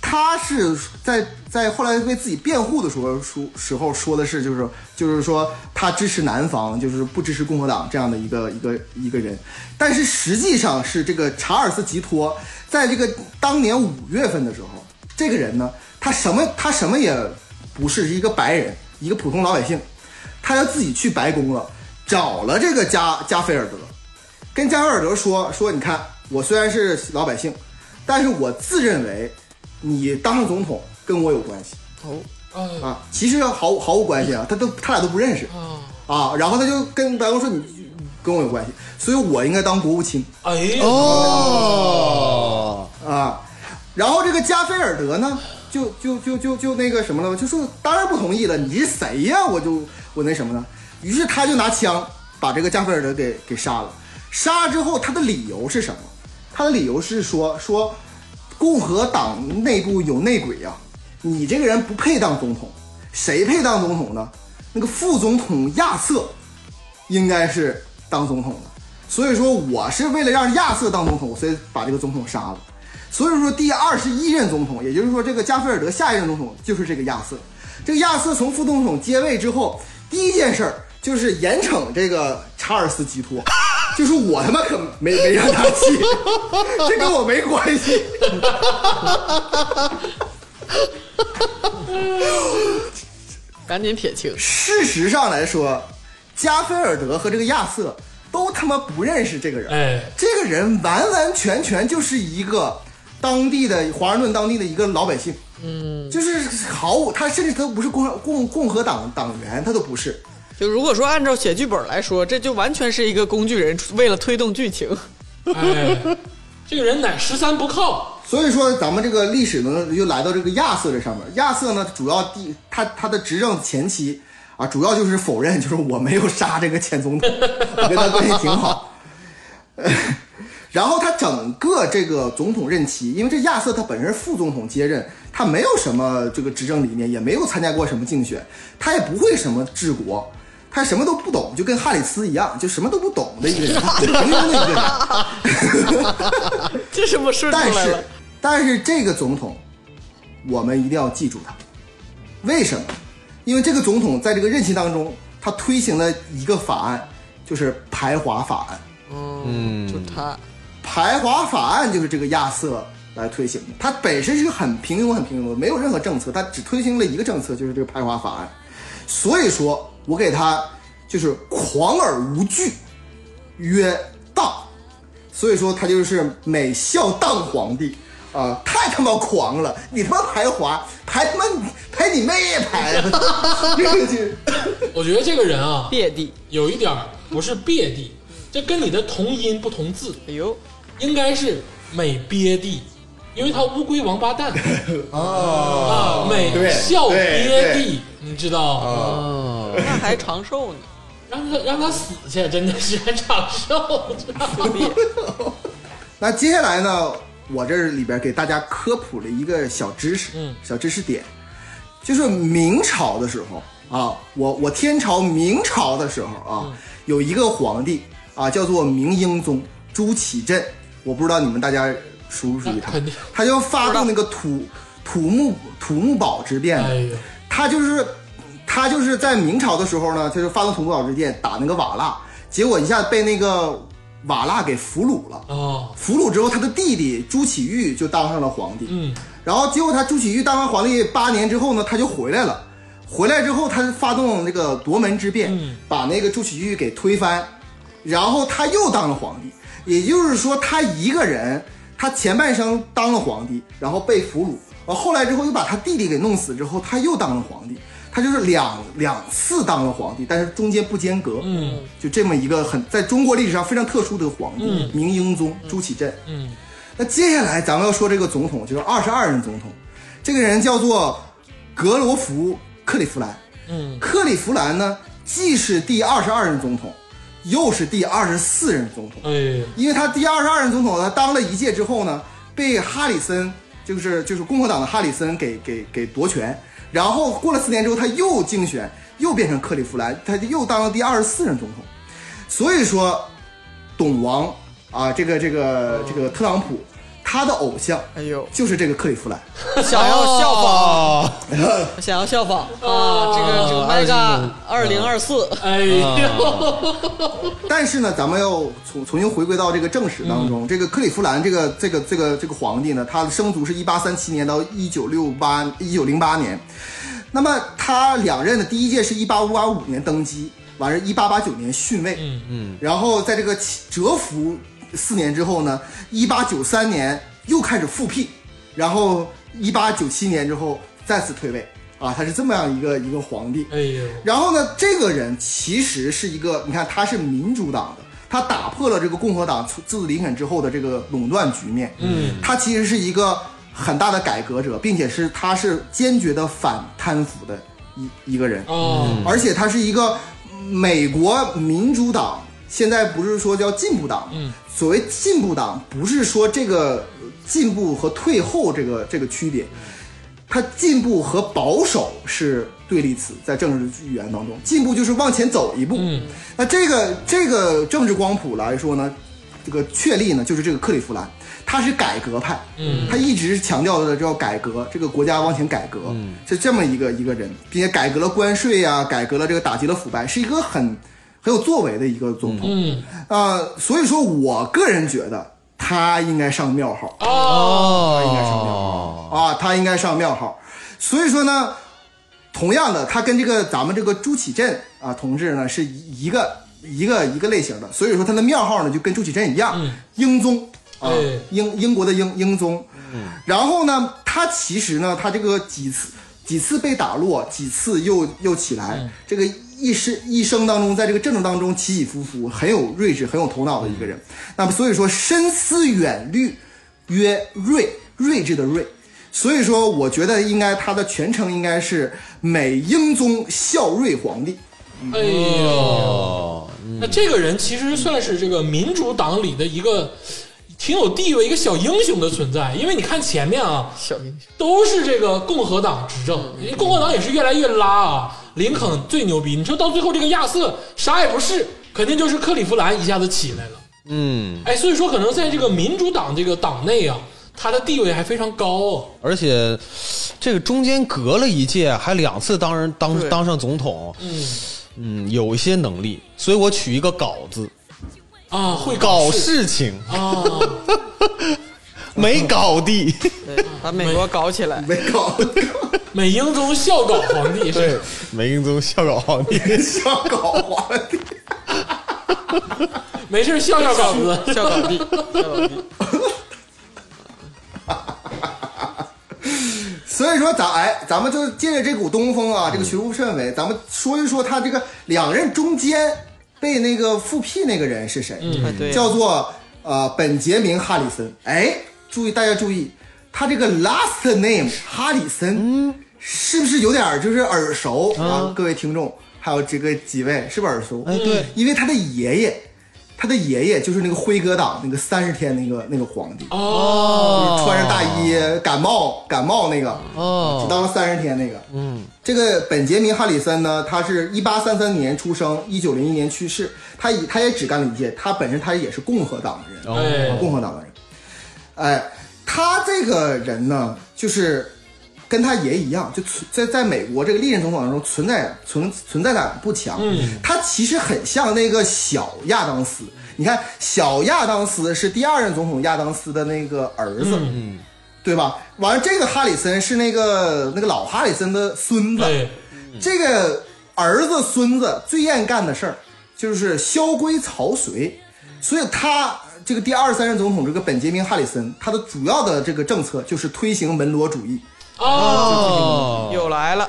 [SPEAKER 5] 他是在在后来为自己辩护的时候说时候说的是，就是就是说他支持南方，就是不支持共和党这样的一个一个一个人，但是实际上是这个查尔斯吉托在这个当年五月份的时候，这个人呢，他什么他什么也不是，是一个白人，一个普通老百姓，他要自己去白宫了，找了这个加加菲尔德，跟加菲尔德说说，你看我虽然是老百姓，但是我自认为你当上总统跟我有关系
[SPEAKER 2] 哦，
[SPEAKER 1] 啊
[SPEAKER 5] 啊，其实毫无毫无关系啊，他都他俩都不认识
[SPEAKER 1] 啊！
[SPEAKER 5] 啊，然后他就跟白宫说你跟我有关系，所以我应该当国务卿
[SPEAKER 1] 哎呀，
[SPEAKER 4] 哦，
[SPEAKER 5] 啊。然后这个加菲尔德呢，就就就就就那个什么了，就说当然不同意了，你是谁呀？我就我那什么呢？于是他就拿枪把这个加菲尔德给给杀了。杀了之后，他的理由是什么？他的理由是说说共和党内部有内鬼呀、你这个人不配当总统，谁配当总统呢？那个副总统亚瑟应该是当总统的，所以说我是为了让亚瑟当总统，所以把这个总统杀了。所以说第二十一任总统，也就是说这个加菲尔德下一任总统就是这个亚瑟。这个亚瑟从副总统接位之后，第一件事儿就是严惩这个查尔斯吉托，就是我他妈可没没让他去， 这跟我没关系。
[SPEAKER 2] 赶紧撇清。
[SPEAKER 5] 事实上来说，加菲尔德和这个亚瑟都他妈不认识这个人。
[SPEAKER 1] 哎，
[SPEAKER 5] 这个人完完全全就是一个当地的华盛顿当地的一个老百姓，嗯，就是毫无他甚至他都不是共共共和党党员，他都不是。
[SPEAKER 2] 就如果说按照写剧本来说，这就完全是一个工具人为了推动剧情。
[SPEAKER 1] 哎，这个人乃十三不靠，
[SPEAKER 5] 所以说，咱们这个历史呢，又来到这个亚瑟这上面。亚瑟呢，主要第他他的执政前期啊，主要就是否认，就是我没有杀这个前总统， 我跟他关系挺好。 然后他整个这个总统任期，因为这亚瑟他本身是副总统接任，他没有什么这个执政理念，也没有参加过什么竞选，他也不会什么治国，他什么都不懂，就跟哈里斯一样，就什么都不懂的一个人， 他很平庸的一个人。
[SPEAKER 2] 这是不顺出
[SPEAKER 5] 但
[SPEAKER 2] 来
[SPEAKER 5] 是
[SPEAKER 2] 了？，
[SPEAKER 5] 但是这个总统，我们一定要记住他。为什么？因为这个总统在这个任期当中，他推行了一个法案，就是排华法案。
[SPEAKER 2] 嗯，就他
[SPEAKER 5] 排华法案就是这个亚瑟来推行的，他本身是个很平庸、很平庸的，没有任何政策，他只推行了一个政策，就是这个排华法案。所以说我给他就是狂而无惧，曰荡。所以说他就是每笑荡皇帝啊、太他妈狂了！你他妈排华，排他妈排你妹呀排！
[SPEAKER 1] 我觉得这个人啊，
[SPEAKER 2] 别地。
[SPEAKER 1] 有一点儿不是别地，这跟你的同音不同字，
[SPEAKER 2] 哎呦，
[SPEAKER 1] 应该是美憋地，因为他乌龟王八 蛋啊，美
[SPEAKER 5] 对
[SPEAKER 1] 笑憋
[SPEAKER 5] 哦对哦
[SPEAKER 1] 地，你知道。
[SPEAKER 2] 那还长寿呢，
[SPEAKER 1] 让他让他死去，真的是长寿，知道吗
[SPEAKER 5] 那接下来呢，我这里边给大家科普了一个小知识，
[SPEAKER 1] 嗯
[SPEAKER 5] 小知识点，就是明朝的时候啊，我我天朝明朝的时候啊，
[SPEAKER 1] 嗯
[SPEAKER 5] 有一个皇帝啊，叫做明英宗朱祁镇，我不知道你们大家熟不熟悉他
[SPEAKER 1] 那啊肯定，
[SPEAKER 5] 他就发动那个土土木土木堡之变嘛
[SPEAKER 1] 哎呦，
[SPEAKER 5] 他就是他就是在明朝的时候呢，他就发动土木堡之变打那个瓦剌，结果一下被那个瓦剌给俘虏了。
[SPEAKER 1] 哦，
[SPEAKER 5] 俘虏之后，他的弟弟朱祁钰就当上了皇帝。
[SPEAKER 1] 嗯，
[SPEAKER 5] 然后结果他朱祁钰当上皇帝八年之后呢，他就回来了。回来之后，他发动这个夺门之变，
[SPEAKER 1] 嗯
[SPEAKER 5] 把那个朱祁钰给推翻，然后他又当了皇帝。也就是说，他一个人，他前半生当了皇帝，然后被俘虏，然后后来之后又把他弟弟给弄死之后，他又当了皇帝。他就是两两次当了皇帝，但是中间不间隔。
[SPEAKER 1] 嗯，
[SPEAKER 5] 就这么一个很在中国历史上非常特殊的皇帝，
[SPEAKER 1] 嗯
[SPEAKER 5] 明英宗朱祁镇。
[SPEAKER 1] 嗯，
[SPEAKER 5] 那接下来咱们要说这个总统，就是二十二任总统，这个人叫做格罗福·克利夫兰。嗯，克利夫兰呢，既是第二十二任总统，又是第二十四任总统。
[SPEAKER 1] 哎，
[SPEAKER 5] 因为他第二十二任总统呢，当了一届之后呢，被哈里森，就是就是共和党的哈里森给给给夺权，然后过了四年之后，他又竞选，又变成克利夫兰，他就又当了第二十四任总统。所以说，董王啊，这个这个这个特朗普，他的偶像
[SPEAKER 2] 哎呦，
[SPEAKER 5] 就是这个克利夫兰。
[SPEAKER 2] 想要效仿，
[SPEAKER 4] 哦，
[SPEAKER 2] 想要效仿啊！这个这啊个 Mega 二零二四，
[SPEAKER 1] 哎呦，
[SPEAKER 5] 但是呢，咱们要重重新回归到这个正史当中。这个克利夫兰这个这个这个这个皇帝呢，他生卒是一八三七年到一九六八一九零八年，那么他两任的第一届是一八八五年登基，完事一八八九年逊位，嗯嗯，然后在这个蛰伏四年之后呢，一八九三年又开始复辟，然后一八九七年之后再次退位，啊，他是这么样一个一个皇帝，
[SPEAKER 1] 哎呦，
[SPEAKER 5] 然后呢，这个人其实是一个，你看他是民主党的，他打破了这个共和党从自林肯之后的这个垄断局面。嗯，他其实是一个很大的改革者，并且是他是坚决的反贪腐的一一个人，嗯
[SPEAKER 1] 哦，
[SPEAKER 5] 而且他是一个美国民主党。现在不是说叫进步党，嗯，所谓进步党不是说这个进步和退后这个这个区别，它进步和保守是对立词，在政治语言当中，进步就是往前走一步。嗯，那这个这个政治光谱来说呢，这个确立呢就是这个克利夫兰，他是改革派，嗯，他一直强调的叫改革，这个国家往前改革，嗯，是这么一个一个人，并且改革了关税呀、改革了这个打击了腐败，是一个很很有作为的一个总统。
[SPEAKER 1] 嗯，
[SPEAKER 5] 呃，所以说我个人觉得他应该上庙号。
[SPEAKER 4] 哦，
[SPEAKER 5] 应该上庙啊，他应该上庙号。所以说呢，同样的，他跟这个咱们这个朱启镇啊同志呢是一个一个一个类型的，所以说他的庙号呢就跟朱启镇一样，英宗啊
[SPEAKER 1] 哎，
[SPEAKER 5] 英英国的英英宗。然后呢，他其实呢，他这个几次几次被打落，几次又又起来，这个一生一生当中，在这个政治当中起起伏伏，很有睿智，很有头脑的一个人。那么所以说，深思远虑，曰睿，睿智的睿。所以说，我觉得应该他的全称应该是美英宗孝睿皇帝。
[SPEAKER 1] 哎呦，那这个人其实算是这个民主党里的一个挺有地位、一个小英雄的存在。因为你看前面啊，
[SPEAKER 2] 小英雄，
[SPEAKER 1] 都是这个共和党执政，因为共和党也是越来越拉啊。林肯最牛逼，你说到最后这个亚瑟啥也不是，肯定就是克利夫兰一下子起来了。
[SPEAKER 4] 嗯，
[SPEAKER 1] 哎，所以说可能在这个民主党这个党内啊，他的地位还非常高、啊。
[SPEAKER 4] 而且这个中间隔了一届，还两次当人当
[SPEAKER 2] 对
[SPEAKER 4] 当上总统，
[SPEAKER 1] 嗯
[SPEAKER 4] 嗯，有一些能力，所以我取一个搞字，
[SPEAKER 1] 啊，会
[SPEAKER 4] 搞
[SPEAKER 1] 事
[SPEAKER 4] 事情
[SPEAKER 1] 啊，
[SPEAKER 4] 没搞地，
[SPEAKER 2] 对，把美国搞起来，
[SPEAKER 5] 没搞，
[SPEAKER 1] 美英宗笑搞皇 帝是。，
[SPEAKER 4] 梅英宗笑搞皇帝，
[SPEAKER 5] 想搞皇帝。
[SPEAKER 1] 没事儿笑笑稿子。
[SPEAKER 2] 笑搞地，笑搞地，
[SPEAKER 5] 所以说咱哎，咱们就借着这股东风啊，这个学术氛围，咱们说一说他这个两任中间被那个复辟那个人是谁？
[SPEAKER 2] 哎对，
[SPEAKER 5] 叫做呃本杰明哈里森。哎，注意大家注意，他这个 last name 哈里森，是不是有点儿就是耳熟啊？各位听众，还有这个几位，是不是耳熟？
[SPEAKER 4] 哎对，
[SPEAKER 5] 因为他的爷爷，他的爷爷就是那个辉哥党那个三十天那个那个皇帝。
[SPEAKER 4] 哦
[SPEAKER 5] 穿着大衣感冒感冒那个，
[SPEAKER 4] 哦
[SPEAKER 5] 只当了三十天那个。嗯，这个本杰明哈里森呢，他是一八三三年出生，一九零一年去世，他以他也只干了一届，他本身他也是共和党的人，
[SPEAKER 1] 哎，
[SPEAKER 5] 共和党的人。哎，他这个人呢，就是跟他爷一样，就存在在美国这个历任总统当中存在存存在感不强。嗯，他其实很像那个小亚当斯。你看，小亚当斯是第二任总统亚当斯的那个儿子，嗯，对吧？完了，这个哈里森是那个那个老哈里森的孙子。
[SPEAKER 1] 哎，
[SPEAKER 5] 这个儿子孙子最愿干的事儿就是萧规曹随，所以他这个第二十三任总统这个本杰明哈里森，他的主要的这个政策就是推行门罗主义。
[SPEAKER 1] 啊，
[SPEAKER 4] 哦，
[SPEAKER 2] 又来了，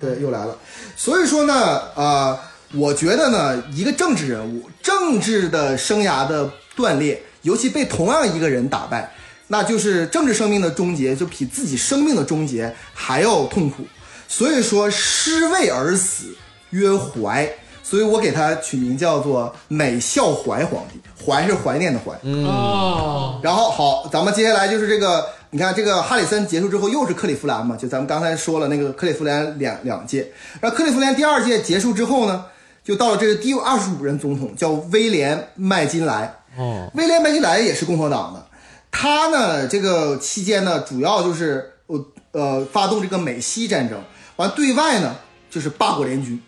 [SPEAKER 5] 对，又来了。所以说呢，啊呃，我觉得呢，一个政治人物政治的生涯的断裂，尤其被同样一个人打败，那就是政治生命的终结，就比自己生命的终结还要痛苦。所以说，失位而死，曰怀。所以我给他取名叫做美孝怀皇帝，怀是怀念的怀。
[SPEAKER 1] 嗯哦，
[SPEAKER 5] 然后好，咱们接下来就是这个，你看这个哈里森结束之后又是克利夫兰嘛，就咱们刚才说了那个克利夫兰两两届，然后克利夫兰第二届结束之后呢，就到了这个第二十五任总统叫威廉麦金莱。哦，威廉麦金莱也是共和党的，他呢这个期间呢主要就是呃呃发动这个美西战争，完对外呢就是八国联军。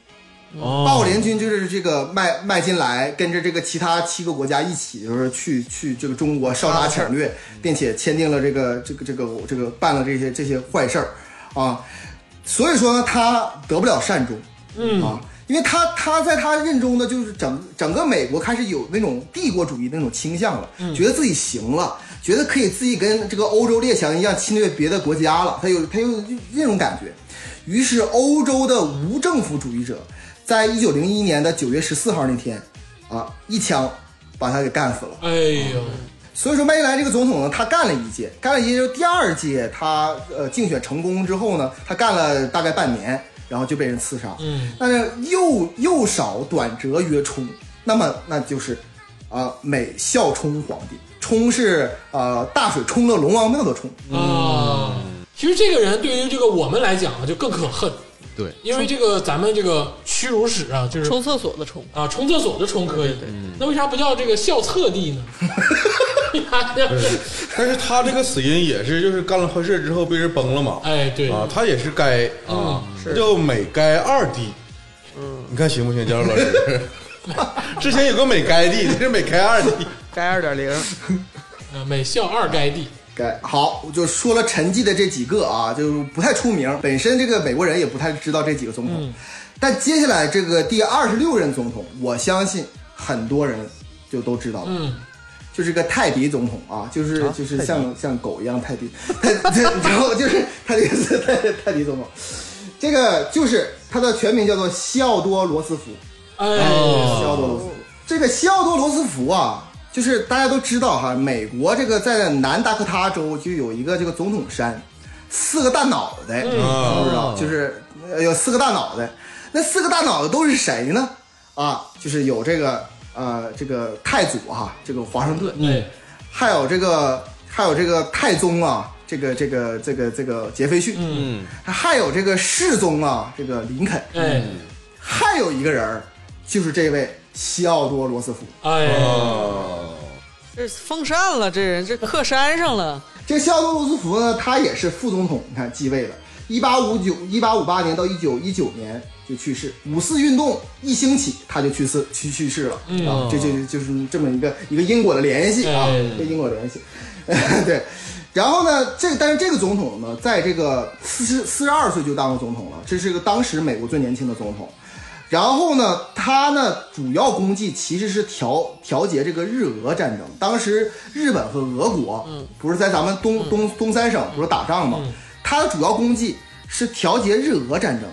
[SPEAKER 5] 八国联军就是这个麦麦金莱跟着这个其他七个国家一起，就是去去这个中国烧杀抢掠，嗯并且签订了这个这个这个这个办了这些这些坏事儿啊，所以说呢，他得不了善终，嗯啊，因为他他在他任中呢，就是整整个美国开始有那种帝国主义那种倾向了，觉得自己行了，觉得可以自己跟这个欧洲列强一样侵略别的国家了，他有他有那种感觉，于是欧洲的无政府主义者。在一九零一年的九月十四号那天，啊，一枪把他给干死了。
[SPEAKER 1] 哎呦，
[SPEAKER 5] 所以说麦金莱这个总统呢，他干了一届，干了一届之后，第二届他呃竞选成功之后呢，他干了大概半年，然后就被人刺杀。
[SPEAKER 1] 嗯，
[SPEAKER 5] 但是右右少短折曰冲，那么那就是啊、美孝冲皇帝，冲是呃大水冲了龙王庙的冲。
[SPEAKER 1] 啊，其实这个人对于这个我们来讲啊，就更可恨，
[SPEAKER 4] 对，
[SPEAKER 1] 因为这个咱们这个屈辱史啊，就是
[SPEAKER 2] 冲厕所的冲，
[SPEAKER 1] 啊冲厕所的冲可以，那为啥不叫这个校厕地呢？为啥叫
[SPEAKER 3] 但是他这个死因也是就是干了坏事之后被人崩了嘛，
[SPEAKER 1] 哎，对，嗯
[SPEAKER 3] 啊，他也是该啊，叫美该二弟，嗯，你看行不行，姜老师？ 之前有个美该弟，这是美该二弟，
[SPEAKER 2] 该二点零，
[SPEAKER 1] 呃美校二该地，
[SPEAKER 5] 该好，我就说了陈记的这几个啊，就不太出名，本身这个美国人也不太知道这几个总统。但接下来这个第二十六任总统，我相信很多人就都知道了，
[SPEAKER 1] 嗯，
[SPEAKER 5] 就是个泰迪总统啊，就是、就是像像狗一样泰迪， 泰泰然后就是 泰迪斯泰泰迪总统，这个就是他的全名叫做西奥多罗斯福。
[SPEAKER 1] 哎，
[SPEAKER 5] 西奥多罗斯福。这个西奥多罗斯福啊，就是大家都知道哈，美国这个在南达科他州就有一个这个总统山，四个大脑袋，你知道，就是呃有四个大脑袋。那四个大脑袋都是谁呢？啊，就是有这个呃这个太祖哈、这个华盛顿，
[SPEAKER 1] 哎，
[SPEAKER 5] 还有这个还有这个太宗啊，这个这个这个这个杰斐逊，嗯，还有这个世宗啊，这个林肯，
[SPEAKER 1] 哎，
[SPEAKER 5] 还有一个人儿，就是这位西奥多罗斯福。
[SPEAKER 1] 哎，
[SPEAKER 3] 啊
[SPEAKER 2] 这风扇了，这人这客山上了，
[SPEAKER 5] 这西奥多罗斯福呢，他也是副总统，你看继位了，一八五九一八五八年到一九一九年就去世。五四运动一兴起，他就去世去去世了、啊，这就就是这么一个一个因果的联系啊，
[SPEAKER 1] 哎
[SPEAKER 5] 一个因果联系。 对，然后呢，这但是这个总统呢，在这个四十四十二岁就当了总统了，这是个当时美国最年轻的总统。然后呢，他呢主要功绩其实是调调节这个日俄战争。当时日本和俄国，不是在咱们东、东东三省不是打仗吗？他的主要功绩是调节日俄战争。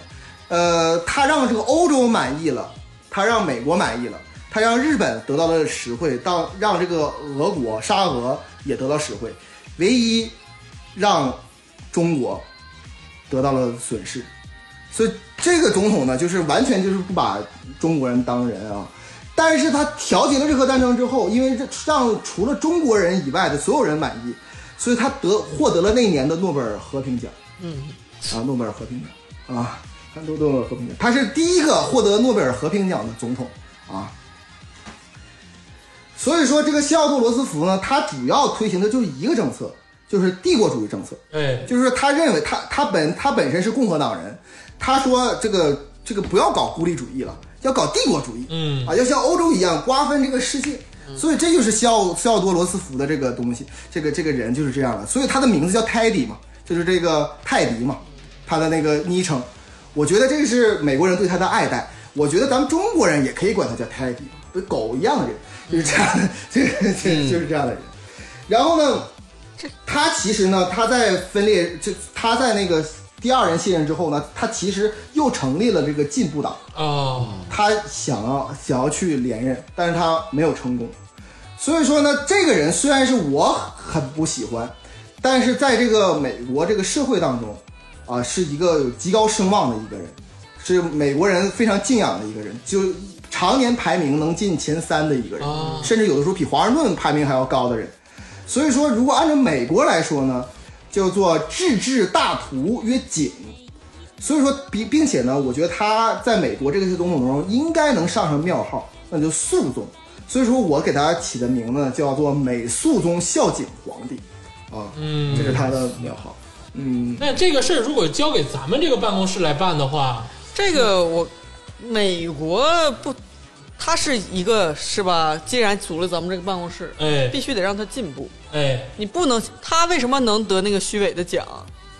[SPEAKER 5] 呃，他让这个欧洲满意了，他让美国满意了，他让日本得到了实惠，当让这个俄国沙俄也得到实惠，唯一让中国得到了损失。所以这个总统呢，就是完全就是不把中国人当人啊。但是他调解了日俄战争之后，因为这让除了中国人以外的所有人满意，所以他得获得了那年的诺贝尔和平奖。嗯，啊，诺贝尔和平奖啊，他诺诺贝尔和平奖，他是第一个获得诺贝尔和平奖的总统啊。所以说，这个西奥多罗斯福呢，他主要推行的就是一个政策，就是帝国主义政策。
[SPEAKER 1] 哎，
[SPEAKER 5] 就是他认为他他本他本身是共和党人，他说这个这个不要搞孤立主义了，要搞帝国主义，
[SPEAKER 1] 嗯
[SPEAKER 5] 啊，要像欧洲一样瓜分这个世界。所以这就是西奥西奥多罗斯福的这个东西，这个这个人就是这样的，所以他的名字叫泰迪嘛，就是这个泰迪嘛，他的那个昵称。我觉得这是美国人对他的爱戴，我觉得咱们中国人也可以管他叫泰迪，跟狗一样的人，就是这样的， 这个这就是这样的人。然后呢，他其实呢，他在分裂，就他在那个第二任卸任之后呢，他其实又成立了这个进步党，
[SPEAKER 1] 哦，
[SPEAKER 5] 他想要想要去连任，但是他没有成功。所以说呢，这个人虽然是我很不喜欢，但是在这个美国这个社会当中，啊，是一个极高声望的一个人，是美国人非常敬仰的一个人，就常年排名能进前三的一个人，
[SPEAKER 1] 啊
[SPEAKER 5] 甚至有的时候比华盛顿排名还要高的人。所以说，如果按照美国来说呢，叫做治治大图曰景。所以说，并并且呢，我觉得他在美国这个总统中应该能上上庙号，那就肃宗。所以说我给他起的名字呢叫做美肃宗孝景皇帝，啊，这是他的庙号。 嗯，
[SPEAKER 1] 那这个事儿如果交给咱们这个办公室来办的话，
[SPEAKER 2] 这个我美国不，它是一个是吧？既然组了咱们这个办公室，
[SPEAKER 1] 哎
[SPEAKER 2] 必须得让它进步。
[SPEAKER 1] 哎，
[SPEAKER 2] 你不能，他为什么能得那个虚伪的奖？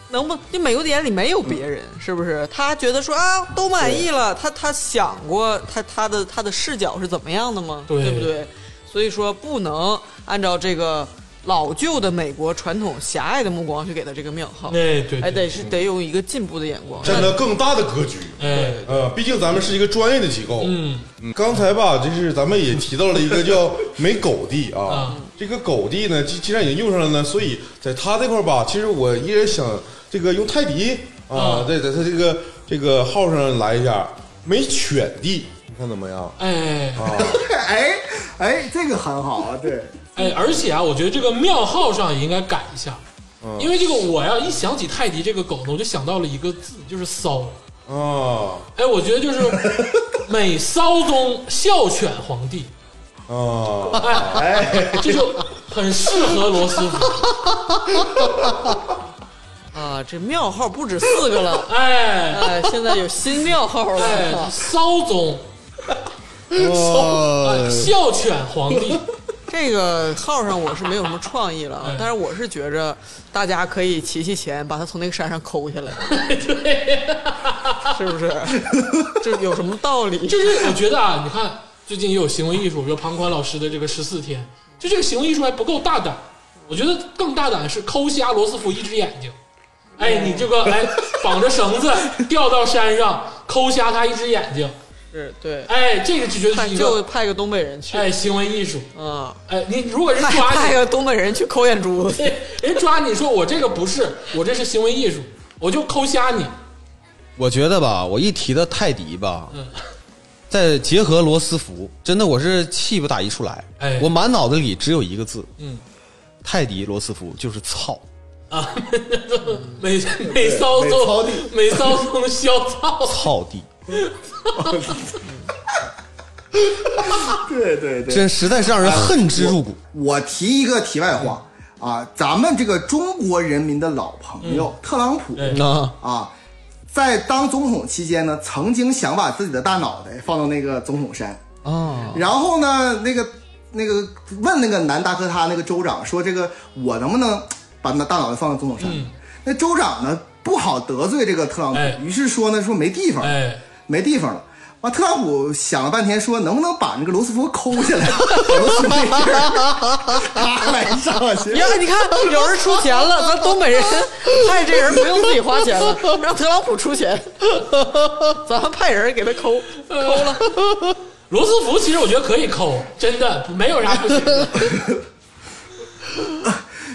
[SPEAKER 2] 能不？就美国眼里没有别人，是不是？他觉得说啊，都满意了，他他想过他他的他的视角是怎么样的吗？
[SPEAKER 1] 对
[SPEAKER 2] 不对？所以说不能按照这个老旧的美国传统狭隘的目光去给他这个庙号，
[SPEAKER 1] 哎对
[SPEAKER 2] 哎，
[SPEAKER 1] 对
[SPEAKER 2] 得是得用一个进步的眼光。
[SPEAKER 3] 站得更大的格局。
[SPEAKER 1] 哎，
[SPEAKER 3] 呃，毕竟咱们是一个专业的机构。
[SPEAKER 1] 嗯，
[SPEAKER 3] 刚才吧，就是咱们也提到了一个叫没狗地啊
[SPEAKER 1] 嗯，
[SPEAKER 3] 这个狗地呢，既既然已经用上了呢，所以在他这块儿吧，其实我依然想这个用泰迪啊
[SPEAKER 1] 嗯，
[SPEAKER 3] 在在他这个这个号上来一下没犬地，你看怎么样？
[SPEAKER 1] 哎
[SPEAKER 5] 哎哎，这个很好啊，对，
[SPEAKER 1] 哎，而且啊，我觉得这个庙号上也应该改一下，因为这个我要一想起泰迪这个狗呢，我就想到了一个字，就是骚。
[SPEAKER 3] 啊
[SPEAKER 1] 哎，我觉得就是美骚宗孝犬皇帝，
[SPEAKER 3] 啊，
[SPEAKER 1] 哎，这就很适合罗斯福。，
[SPEAKER 2] 啊，这庙号不止四个了
[SPEAKER 1] 哎
[SPEAKER 2] 哎，现在有新庙号了。啊
[SPEAKER 1] 哎，骚宗哎
[SPEAKER 4] 哇
[SPEAKER 1] 孝犬皇帝，
[SPEAKER 2] 这个号上我是没有什么创意了，啊
[SPEAKER 1] 哎，
[SPEAKER 2] 但是我是觉着大家可以骑骑钱，把它从那个山上 抠下来，是不是？这有什么道理？
[SPEAKER 1] 就是我觉得啊，你看最近也有行为艺术，比如庞宽老师的这个十四天，就这个行为艺术还不够大胆，我觉得更大胆的是抠瞎罗斯福一只眼睛。哎，你这个哎，绑着绳子吊到山上，抠瞎他一只眼睛，
[SPEAKER 2] 是对，
[SPEAKER 1] 哎，这个就觉得
[SPEAKER 2] 派
[SPEAKER 1] 是一
[SPEAKER 2] 就
[SPEAKER 1] 个
[SPEAKER 2] 派个东北人去
[SPEAKER 1] 哎行为艺术。
[SPEAKER 2] 啊，
[SPEAKER 1] 哎，你如果人
[SPEAKER 2] 派
[SPEAKER 1] 抓
[SPEAKER 2] 派
[SPEAKER 1] 你，
[SPEAKER 2] 个东北人去抠眼珠子，
[SPEAKER 1] 对人抓你说我这个不是，我这是行为艺术，我就抠瞎你。
[SPEAKER 4] 我觉得吧，我一提到泰迪吧，
[SPEAKER 1] 嗯
[SPEAKER 4] 再结合罗斯福，真的我是气不打一处来。
[SPEAKER 1] 哎
[SPEAKER 4] 我满脑子里只有一个字，
[SPEAKER 1] 嗯
[SPEAKER 4] 泰迪罗斯福就是操。
[SPEAKER 1] 啊， 美美骚
[SPEAKER 5] 美骚
[SPEAKER 1] 宗
[SPEAKER 5] 地，
[SPEAKER 1] 美骚宗消操。
[SPEAKER 4] 操地，
[SPEAKER 5] 对对对。
[SPEAKER 4] 真实在是让人恨之入骨。
[SPEAKER 5] 我提一个题外话啊，咱们这个中国人民的老朋友、特朗普
[SPEAKER 1] 哎
[SPEAKER 4] 啊，
[SPEAKER 5] 啊，在当总统期间呢，曾经想把自己的大脑袋放到那个总统山啊，然后呢，那个那个问那个南达科他那个州长说，这个我能不能把那大脑袋放到总统山？那州长呢不好得罪这个特朗
[SPEAKER 1] 嗯
[SPEAKER 5] 普，
[SPEAKER 1] 哎
[SPEAKER 5] 于是说呢说没地方，
[SPEAKER 1] 哎，
[SPEAKER 5] 没地方了。完，特朗普想了半天，说能不能把那个罗斯福抠下 来？罗斯福没地儿他来上
[SPEAKER 2] 你
[SPEAKER 5] 去。
[SPEAKER 2] 看，你看， 有人出钱了，咱 东北人派这人不用自己花钱了，让特朗普出钱，咱们派人给他抠抠了。
[SPEAKER 1] 罗斯福其实我觉得可以抠，真的没有啥不行的。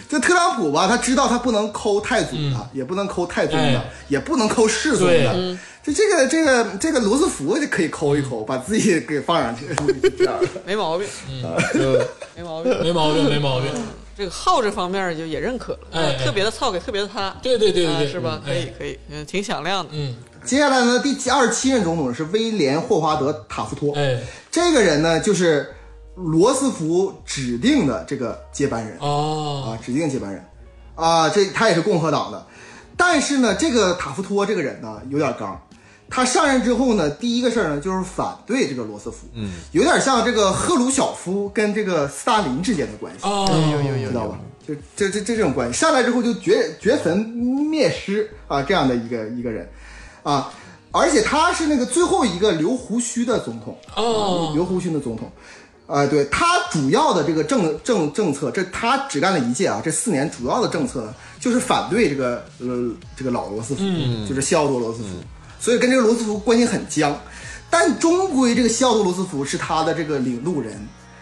[SPEAKER 5] 这特朗普吧，他知道他不能抠太祖的，也不能抠太宗的
[SPEAKER 1] 嗯哎，
[SPEAKER 5] 也不能抠世宗
[SPEAKER 1] 对
[SPEAKER 5] 的。就这个这个这个罗斯福就可以抠一抠，把自己给放 上去，就这样
[SPEAKER 2] 没毛病，
[SPEAKER 1] 嗯
[SPEAKER 2] 没毛病。
[SPEAKER 1] 没毛病，没毛病。
[SPEAKER 2] 这个号这方面儿就也认可了，呃
[SPEAKER 1] 哎哎
[SPEAKER 2] 特别的操给特别的他，
[SPEAKER 1] 对对对对
[SPEAKER 2] 啊
[SPEAKER 1] 对，哎
[SPEAKER 2] 是吧？可以可以，嗯，挺响亮的。
[SPEAKER 1] 嗯，
[SPEAKER 5] 接下来呢，第二十七任总统是威廉·霍华德·塔夫托。
[SPEAKER 1] 哎，
[SPEAKER 5] 这个人呢，就是罗斯福指定的这个接班人。
[SPEAKER 1] 哦，
[SPEAKER 5] 啊，指定接班人，啊，这他也是共和党的，但是呢，这个塔夫托这个人呢有点刚，他上任之后呢，第一个事儿呢就是反对这个罗斯福，嗯，有点像这个赫鲁晓夫跟这个斯大林之间的关系，
[SPEAKER 1] 哦，
[SPEAKER 5] 知道吧？就这这这这种关系，上来之后就绝绝坟灭尸啊，这样的一个一个人，啊，而且他是那个最后一个留胡须的总统，
[SPEAKER 1] 哦
[SPEAKER 5] 啊留胡须的总统，啊、对他主要的这个政政政策，这他只干了一届啊，这四年主要的政策呢，就是反对这个呃这个老罗斯福，就是西奥多罗斯福，所以跟这个罗斯福关系很僵，但终归这个西奥多罗斯福是他的这个领路人。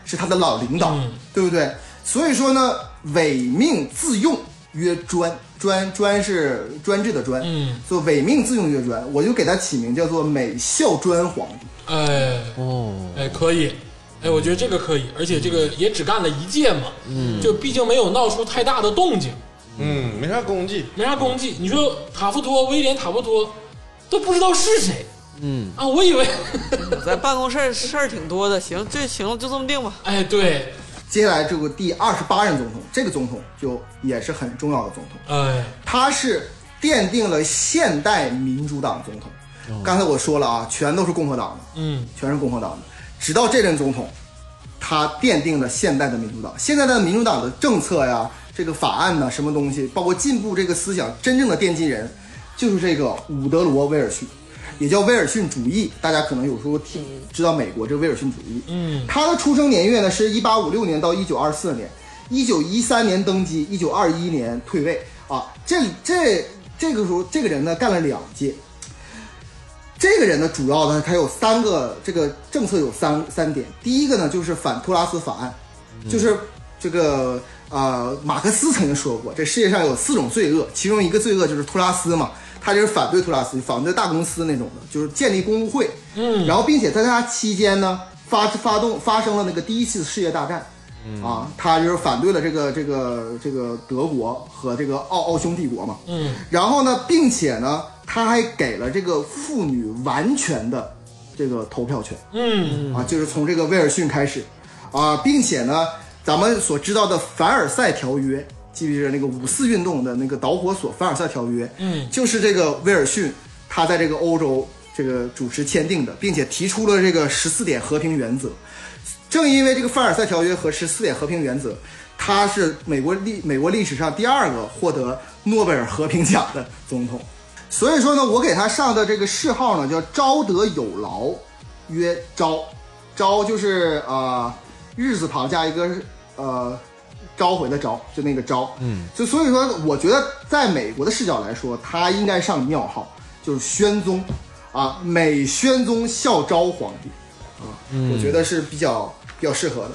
[SPEAKER 5] 是他的老领导，对不对？所以说呢，伪命自用曰专，专专是专制的专，
[SPEAKER 1] 嗯，
[SPEAKER 5] 所以伪命自用曰专，我就给他起名叫做美孝专皇帝。
[SPEAKER 1] 哎，
[SPEAKER 4] 哦，
[SPEAKER 1] 哎，可以，哎，我觉得这个可以，而且这个也只干了一届嘛，嗯，就毕竟没有闹出太大的动静，
[SPEAKER 3] 嗯，没啥功绩，
[SPEAKER 1] 没啥功绩。你说塔夫托、威廉塔夫托都不知道是谁，嗯啊，我以为，
[SPEAKER 2] 咱办公室事儿挺多的，行，这行了，就这么定吧。
[SPEAKER 1] 哎，对，
[SPEAKER 5] 接下来这个第二十八任总统，这个总统就也是很重要的总统，
[SPEAKER 1] 哎，
[SPEAKER 5] 他是奠定了现代民主党总统。刚才我说了啊，全都是共和党的，
[SPEAKER 1] 嗯，
[SPEAKER 5] 全是共和党的。直到这任总统，他奠定了现代的民主党。现在的民主党的政策呀，这个法案呐，什么东西，包括进步这个思想，真正的奠基人就是这个伍德罗·威尔逊，也叫威尔逊主义。大家可能有时候听知道美国这个威尔逊主义。
[SPEAKER 1] 嗯，
[SPEAKER 5] 他的出生年月呢是一八五六年到一九二四年，一九一三年登基，一九二一年退位啊。这这这个时候，这个人呢干了两届，这个人呢，主要呢，他有三个这个政策有三三点。第一个呢，就是反托拉斯法案，就是这个呃，马克思曾经说过，这世界上有四种罪恶，其中一个罪恶就是托拉斯嘛，他就是反对托拉斯，反对大公司那种的，就是建立公会。嗯，然后并且在他期间呢，发发动发生了那个第一次世界大战。啊，他就是反对了这个这个这个德国和这个奥奥匈帝国嘛。
[SPEAKER 1] 嗯，
[SPEAKER 5] 然后呢，并且呢，他还给了这个妇女完全的这个投票权
[SPEAKER 1] 嗯，
[SPEAKER 5] 啊，就是从这个威尔逊开始啊，并且呢，咱们所知道的凡尔赛条约，记不记得那个五四运动的那个导火索？凡尔赛条约，
[SPEAKER 1] 嗯，
[SPEAKER 5] 就是这个威尔逊他在这个欧洲这个主持签订的，并且提出了这个十四点和平原则。正因为这个凡尔赛条约和十四点和平原则，他是美国历美国历史上第二个获得诺贝尔和平奖的总统。所以说呢，我给他上的这个谥号呢叫昭德有劳，曰昭，昭就是呃日字旁加一个呃召回的召，就那个昭。嗯，就所以说，我觉得在美国的视角来说，他应该上庙号，就是宣宗啊，美宣宗孝昭皇帝。我觉
[SPEAKER 1] 嗯
[SPEAKER 5] 得是比较比较适合的。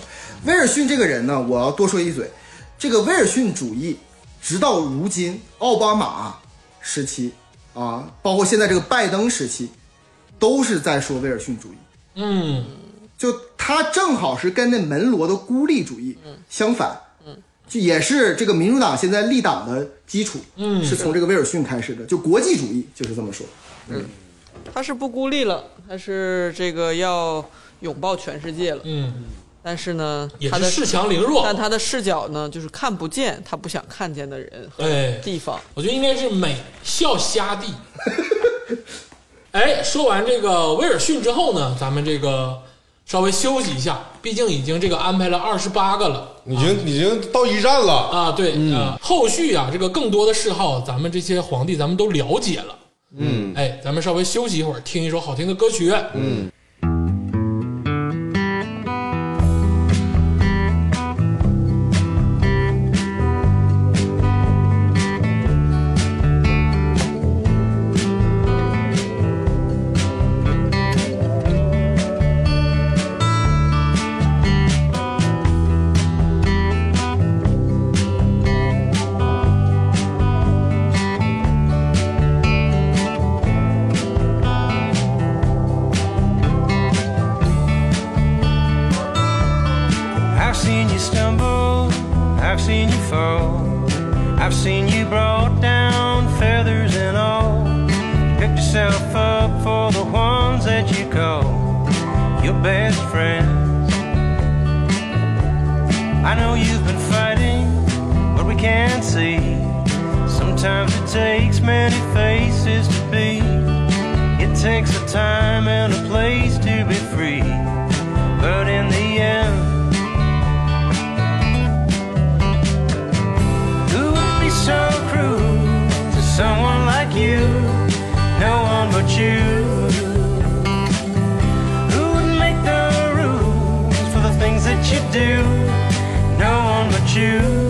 [SPEAKER 5] 威尔逊这个人呢，我要多说一嘴，这个威尔逊主义直到如今奥巴马时期啊，包括现在这个拜登时期，都是在说威尔逊主义。
[SPEAKER 1] 嗯，
[SPEAKER 5] 就他正好是跟那门罗的孤立主义
[SPEAKER 1] 嗯
[SPEAKER 5] 相反，就也是这个民主党现在立党的基础，
[SPEAKER 1] 嗯
[SPEAKER 5] 是从这个威尔逊开始的，就国际主义就是这么说。
[SPEAKER 2] 他是不孤立了，他是这个要拥抱全世界了。
[SPEAKER 1] 嗯，
[SPEAKER 2] 但是呢
[SPEAKER 1] 也，
[SPEAKER 2] 他的
[SPEAKER 1] 是恃强凌弱，
[SPEAKER 2] 但他的视角呢，就是看不见他不想看见的人和
[SPEAKER 1] 哎，
[SPEAKER 2] 地方。
[SPEAKER 1] 我觉得应该是美笑虾帝。哎，说完这个威尔逊之后呢，咱们这个稍微休息一下，毕竟已经这个安排了二十八个了
[SPEAKER 3] 已经已经到一战了，
[SPEAKER 1] 啊。对，呃，后续啊，这个更多的谥号，咱们这些皇帝咱们都了解了。嗯，哎，咱们稍微休息一会儿，听一首好听的歌曲。嗯。
[SPEAKER 6] I've seen you stumble, I've seen you fall, I've seen you brought down, feathers and all. Pick yourself up for the ones that you call your best friends. I know you've been fighting, but we can't see. Sometimes it takes many faces to be. It takes a time and a place to be free. But in the end, Who would be so cruel to someone like you? No one but you. Who would make the rules for the things that you do? No one but you.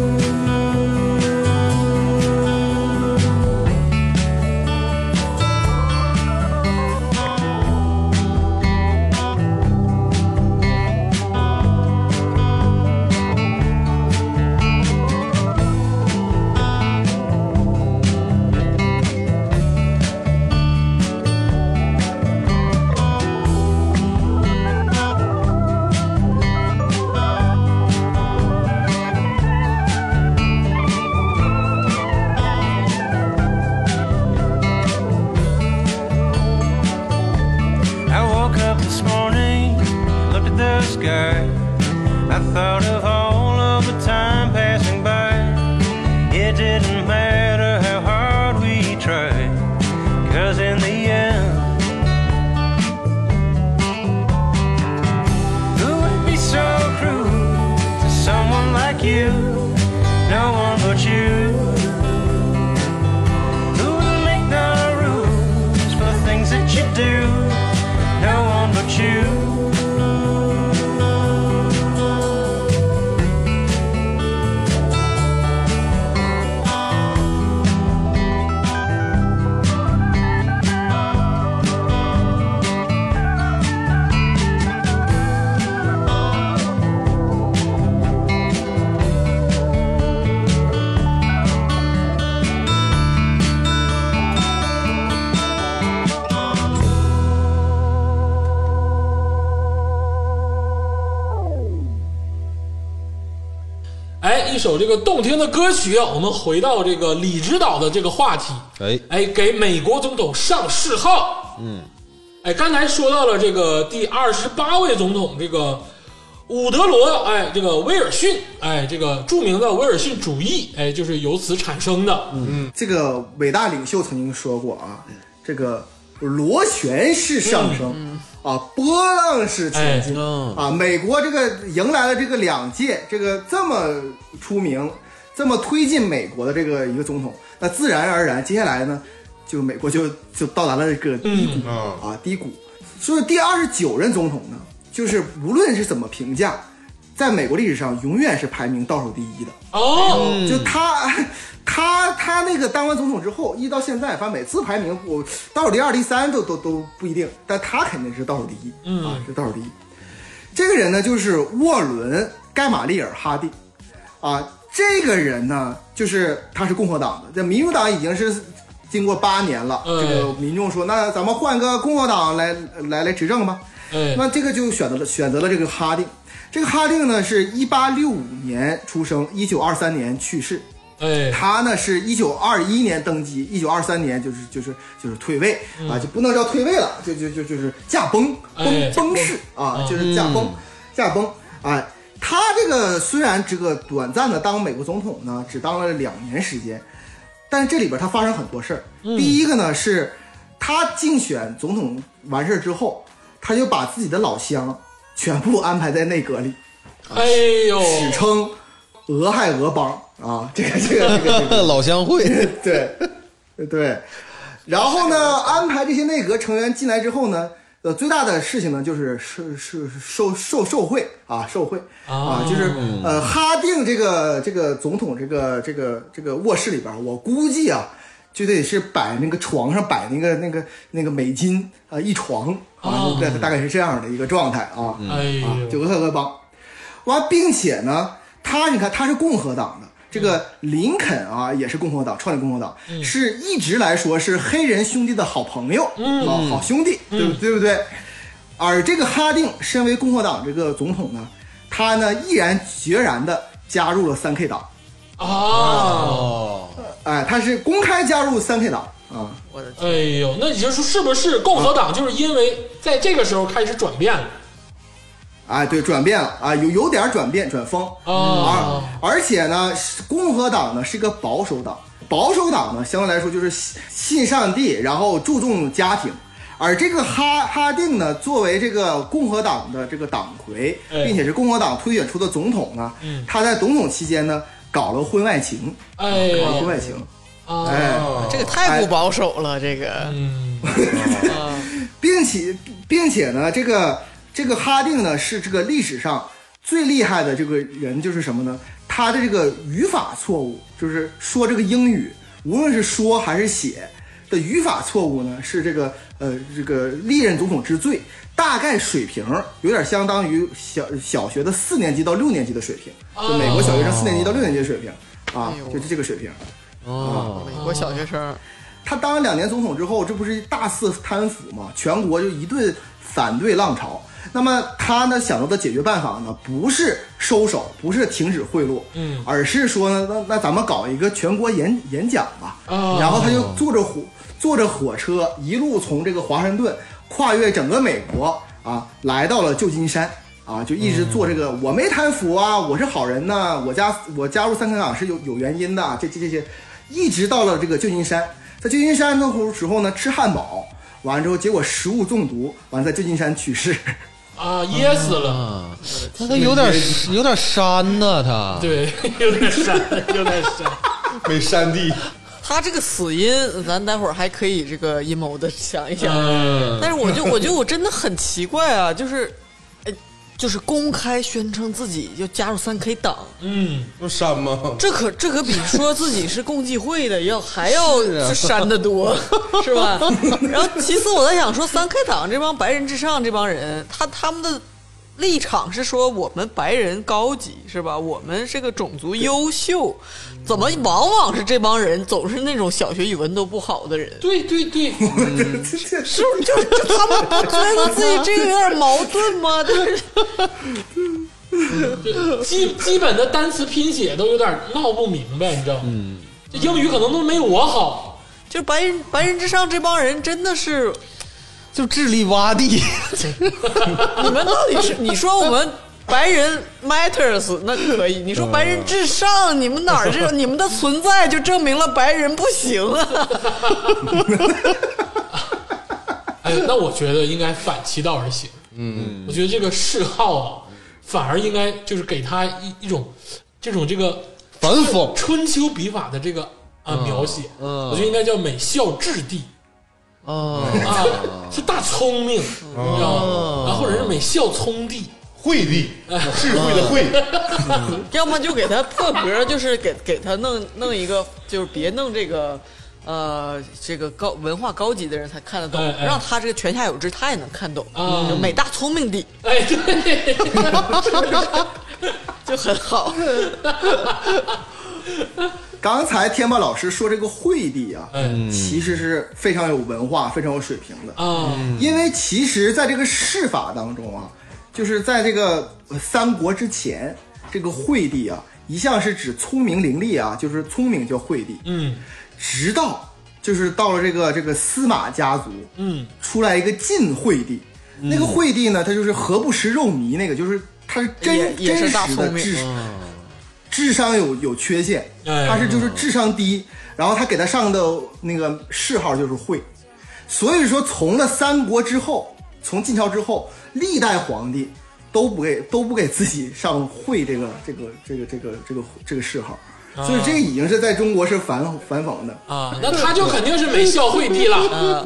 [SPEAKER 6] I thought of all of the time passing by. It didn't matter how hard we tried, cause in the end, who would be so cruel to someone like you? No one but you. Who would make the rules for things that you do? No one but you.
[SPEAKER 1] 哎，一首这个动听的歌曲啊，我们回到这个李指导的这个话题。
[SPEAKER 4] 哎
[SPEAKER 1] 哎，给美国总统上谥号。嗯，哎，刚才说到了这个第二十八位总统，这个伍德罗，哎，这个威尔逊，哎，这个著名的威尔逊主义，哎，就是由此产生的。嗯，
[SPEAKER 5] 这个伟大领袖曾经说过啊，这个螺旋式上升、啊，波浪式前进、啊，美国这个迎来了这个两届这个这么出名、这么推进美国的这个一个总统，那自然而然接下来呢，就美国就就到达了这个低谷、啊低谷，所以第二十九任总统呢，就是无论是怎么评价，在美国历史上永远是排名倒数第一的。
[SPEAKER 1] 哦，
[SPEAKER 5] 就他，他他那个当完总统之后，一到现在，反正每次排名我倒数第二、第三都都都不一定，但他肯定是倒数第一，嗯啊，是倒数第一。这个人呢，就是沃伦·盖马利尔·哈蒂，啊，这个人呢，就是他是共和党的，这民主党已经是经过八年了，
[SPEAKER 1] 哎
[SPEAKER 5] 这个民众说，那咱们换个共和党来来来执政吧，
[SPEAKER 1] 哎，
[SPEAKER 5] 那这个就选择了选择了这个哈定。这个哈定呢，是一八六五年出生，一九二三年去世。
[SPEAKER 1] 哎，
[SPEAKER 5] 他呢是一九二一年登基，一九二三年就是就是就是退位、啊，就不能叫退位了，就就就就是驾崩
[SPEAKER 1] 哎
[SPEAKER 5] 崩崩逝啊，就是驾崩驾崩啊。他这个虽然这个短暂的当美国总统呢，只当了两年时间，但是这里边他发生很多事儿。第一个呢是，他竞选总统完事儿之后，他就把自己的老乡全部安排在内阁里，
[SPEAKER 1] 哎呦，
[SPEAKER 5] 史称“俄亥俄帮”啊，这个这个这个 这个
[SPEAKER 4] 老乡会，
[SPEAKER 5] 对，对。然后呢，安排这些内阁成员进来之后呢，呃，最大的事情呢就是是是受受受贿啊，受贿啊，就是呃，哈定这个这个总统这个这个这个卧室里边，我估计啊，就得是摆那个床上摆那个那个那个美金啊，一床啊，
[SPEAKER 1] 哦
[SPEAKER 5] 大大概是这样的一个状态啊。
[SPEAKER 1] 哎
[SPEAKER 5] 啊，
[SPEAKER 1] 呦，
[SPEAKER 5] 就俄亥俄邦。完，并且呢，他你看他是共和党的，这个
[SPEAKER 1] 嗯
[SPEAKER 5] 林肯啊也是共和党，创立共和党，是一直来说是黑人兄弟的好朋友，
[SPEAKER 1] 嗯
[SPEAKER 5] 啊，好兄弟，对不对不对？而这个哈定身为共和党这个总统呢，他呢毅然决然的加入了三 K 党，
[SPEAKER 1] 啊，
[SPEAKER 4] 哦，
[SPEAKER 5] 哎，他是公开加入三 K 党啊，
[SPEAKER 2] 我的
[SPEAKER 1] 哎呦，那你就说是不是共和党就是因为在这个时候开始转变了？
[SPEAKER 5] 哎，对，转变了啊，有有点转变转风啊
[SPEAKER 1] 哦
[SPEAKER 5] 而而且呢，是共和党呢是一个保守党，保守党呢相对来说就是信信上帝，然后注重家庭。而这个哈哈定呢，作为这个共和党的这个党魁，
[SPEAKER 1] 哎嗯
[SPEAKER 5] 并且是共和党推选出的总统呢，他在总统期间呢搞了婚外情，
[SPEAKER 1] 哎
[SPEAKER 5] 搞了婚
[SPEAKER 1] 呦，
[SPEAKER 5] 外情，
[SPEAKER 1] 啊，
[SPEAKER 5] 哎，
[SPEAKER 2] 这个太不保守了，这个
[SPEAKER 1] 嗯，
[SPEAKER 5] 并且并且呢，这个这个哈定呢是这个历史上最厉害的这个人，就是什么呢？他的这个语法错误，就是说这个英语，无论是说还是写的语法错误呢，是这个呃这个历任总统之最，大概水平有点相当于小小学的四年级到六年级的水平，就美国小学生四年级到六年级的水平啊
[SPEAKER 2] 哎呦，
[SPEAKER 5] 就是这个水平。
[SPEAKER 4] 哦
[SPEAKER 2] 美国小学
[SPEAKER 1] 哦
[SPEAKER 2] 生
[SPEAKER 5] 他当了两年总统之后，这不是大肆贪腐嘛，全国就一顿反对浪潮。那么他呢想到的解决办法呢，不是收手，不是停止贿赂，
[SPEAKER 1] 嗯
[SPEAKER 5] 而是说呢，那那咱们搞一个全国演演讲吧。
[SPEAKER 1] 哦
[SPEAKER 5] 然后他就坐着火坐着火车，一路从这个华盛顿跨越整个美国啊，来到了旧金山啊，就一直做这个，我没贪腐啊，我是好人呐、我加我加入三三党是有有原因的，这这这些，一直到了这个旧金山，在旧金山那会儿时候呢，吃汉堡，完了之后结果食物中毒，完了在旧金山去世，
[SPEAKER 1] 啊，噎死了，
[SPEAKER 4] 啊，那他有点有点山呐，他
[SPEAKER 1] 对， 有点闪，有点闪。
[SPEAKER 3] 没山地，
[SPEAKER 2] 他这个死因，咱待会儿还可以这个阴谋的想一想。
[SPEAKER 1] 嗯，
[SPEAKER 2] 但是 我就我觉得我真的很奇怪啊，就是，哎，就是公开宣称自己就加入三 K 党，
[SPEAKER 1] 嗯，
[SPEAKER 3] 不山吗？
[SPEAKER 2] 这可这可比说自己是共济会的要还 要就删的 多，是吧？然后其次我在想说，三 K 党这帮白人至上这帮人，他他们的立场是说我们白人高级是吧？我们这个种族优秀，怎么往往是这帮人总是那种小学语文都不好的人？
[SPEAKER 1] 对对对，
[SPEAKER 5] 这这
[SPEAKER 2] 是不是就就他们不觉得自己这个有点矛盾吗？ 但是
[SPEAKER 1] 基 基本的单词拼写都有点闹不明白，你知道吗？嗯，这英语可能都没我好。
[SPEAKER 2] 就白人白人至上这帮人真的是，
[SPEAKER 4] 就智力洼地，
[SPEAKER 2] 你们到底是你说我们白人 matters 那可以，你说白人至上，你们哪儿是你们的存在就证明了白人不行啊？
[SPEAKER 1] 哎，那我觉得应该反其道而行。嗯，我觉得这个嗜好啊，反而应该就是给他一一种这种这个
[SPEAKER 4] 反讽
[SPEAKER 1] 春秋笔法的这个啊描写，
[SPEAKER 4] 嗯
[SPEAKER 1] 我觉得应该叫美孝质地
[SPEAKER 4] 啊，
[SPEAKER 1] 啊，是大聪明，你知道
[SPEAKER 4] 哦
[SPEAKER 1] 吗？啊，或者是美孝聪弟，
[SPEAKER 3] 惠地，智慧的 慧，
[SPEAKER 2] 要么就给他破格，就是给给他弄弄一个，就是别弄这个。呃，这个高文化高级的人才看得懂，
[SPEAKER 1] 哎哎
[SPEAKER 2] 让他这个泉下有知，他也能看懂，
[SPEAKER 1] 啊
[SPEAKER 2] 就美大聪明的，
[SPEAKER 1] 哎，对，
[SPEAKER 2] 就很好。
[SPEAKER 5] 刚才天霸老师说这个惠帝啊，
[SPEAKER 1] 嗯
[SPEAKER 5] 其实是非常有文化、非常有水平的，
[SPEAKER 1] 啊，
[SPEAKER 2] 嗯
[SPEAKER 5] 因为其实在这个释法当中啊，就是在这个呃三国之前，这个惠帝啊，一向是指聪明伶俐啊，就是聪明叫惠帝，
[SPEAKER 1] 嗯
[SPEAKER 5] 直到就是到了这个这个司马家族，
[SPEAKER 1] 嗯，
[SPEAKER 5] 出来一个晋惠帝，
[SPEAKER 2] 嗯
[SPEAKER 5] 那个惠帝呢，他就是何不食肉糜那个，就是他是
[SPEAKER 2] 也
[SPEAKER 5] 真
[SPEAKER 2] 也
[SPEAKER 5] 真
[SPEAKER 2] 是
[SPEAKER 5] 实
[SPEAKER 2] 大
[SPEAKER 5] 的
[SPEAKER 2] 聪明嗯
[SPEAKER 5] 智智商有有缺陷，
[SPEAKER 1] 哎
[SPEAKER 5] 他是就是智商低，然后他给他上的那个谥号就是惠，所以说从了三国之后，从晋朝之后，历代皇帝都不给都不给自己上惠这个这个这个这个这个这个谥号，所以这个已经是在中国是反反讽的。
[SPEAKER 1] 啊，嗯那他就肯定是美孝惠帝了，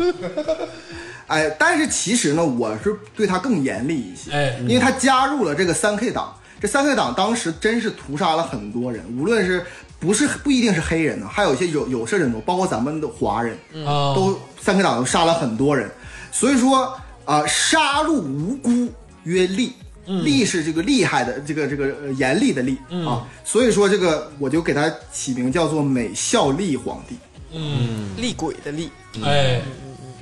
[SPEAKER 5] 哎，但是其实呢，我是对他更严厉一些，
[SPEAKER 1] 哎
[SPEAKER 5] 因为他加入了这个三 K 党，这三 K 党当时真是屠杀了很多人，无论是不是不一定是黑人呢，还有一些有有色人种，包括咱们的华人，
[SPEAKER 1] 啊
[SPEAKER 5] 都三 K 党都杀了很多人，所以说啊、杀戮无辜曰厉。厉是这个厉害的，这个这个呃严厉的厉、啊，所以说这个我就给他起名叫做美孝厉皇帝。
[SPEAKER 2] 厉鬼的厉，
[SPEAKER 1] 哎，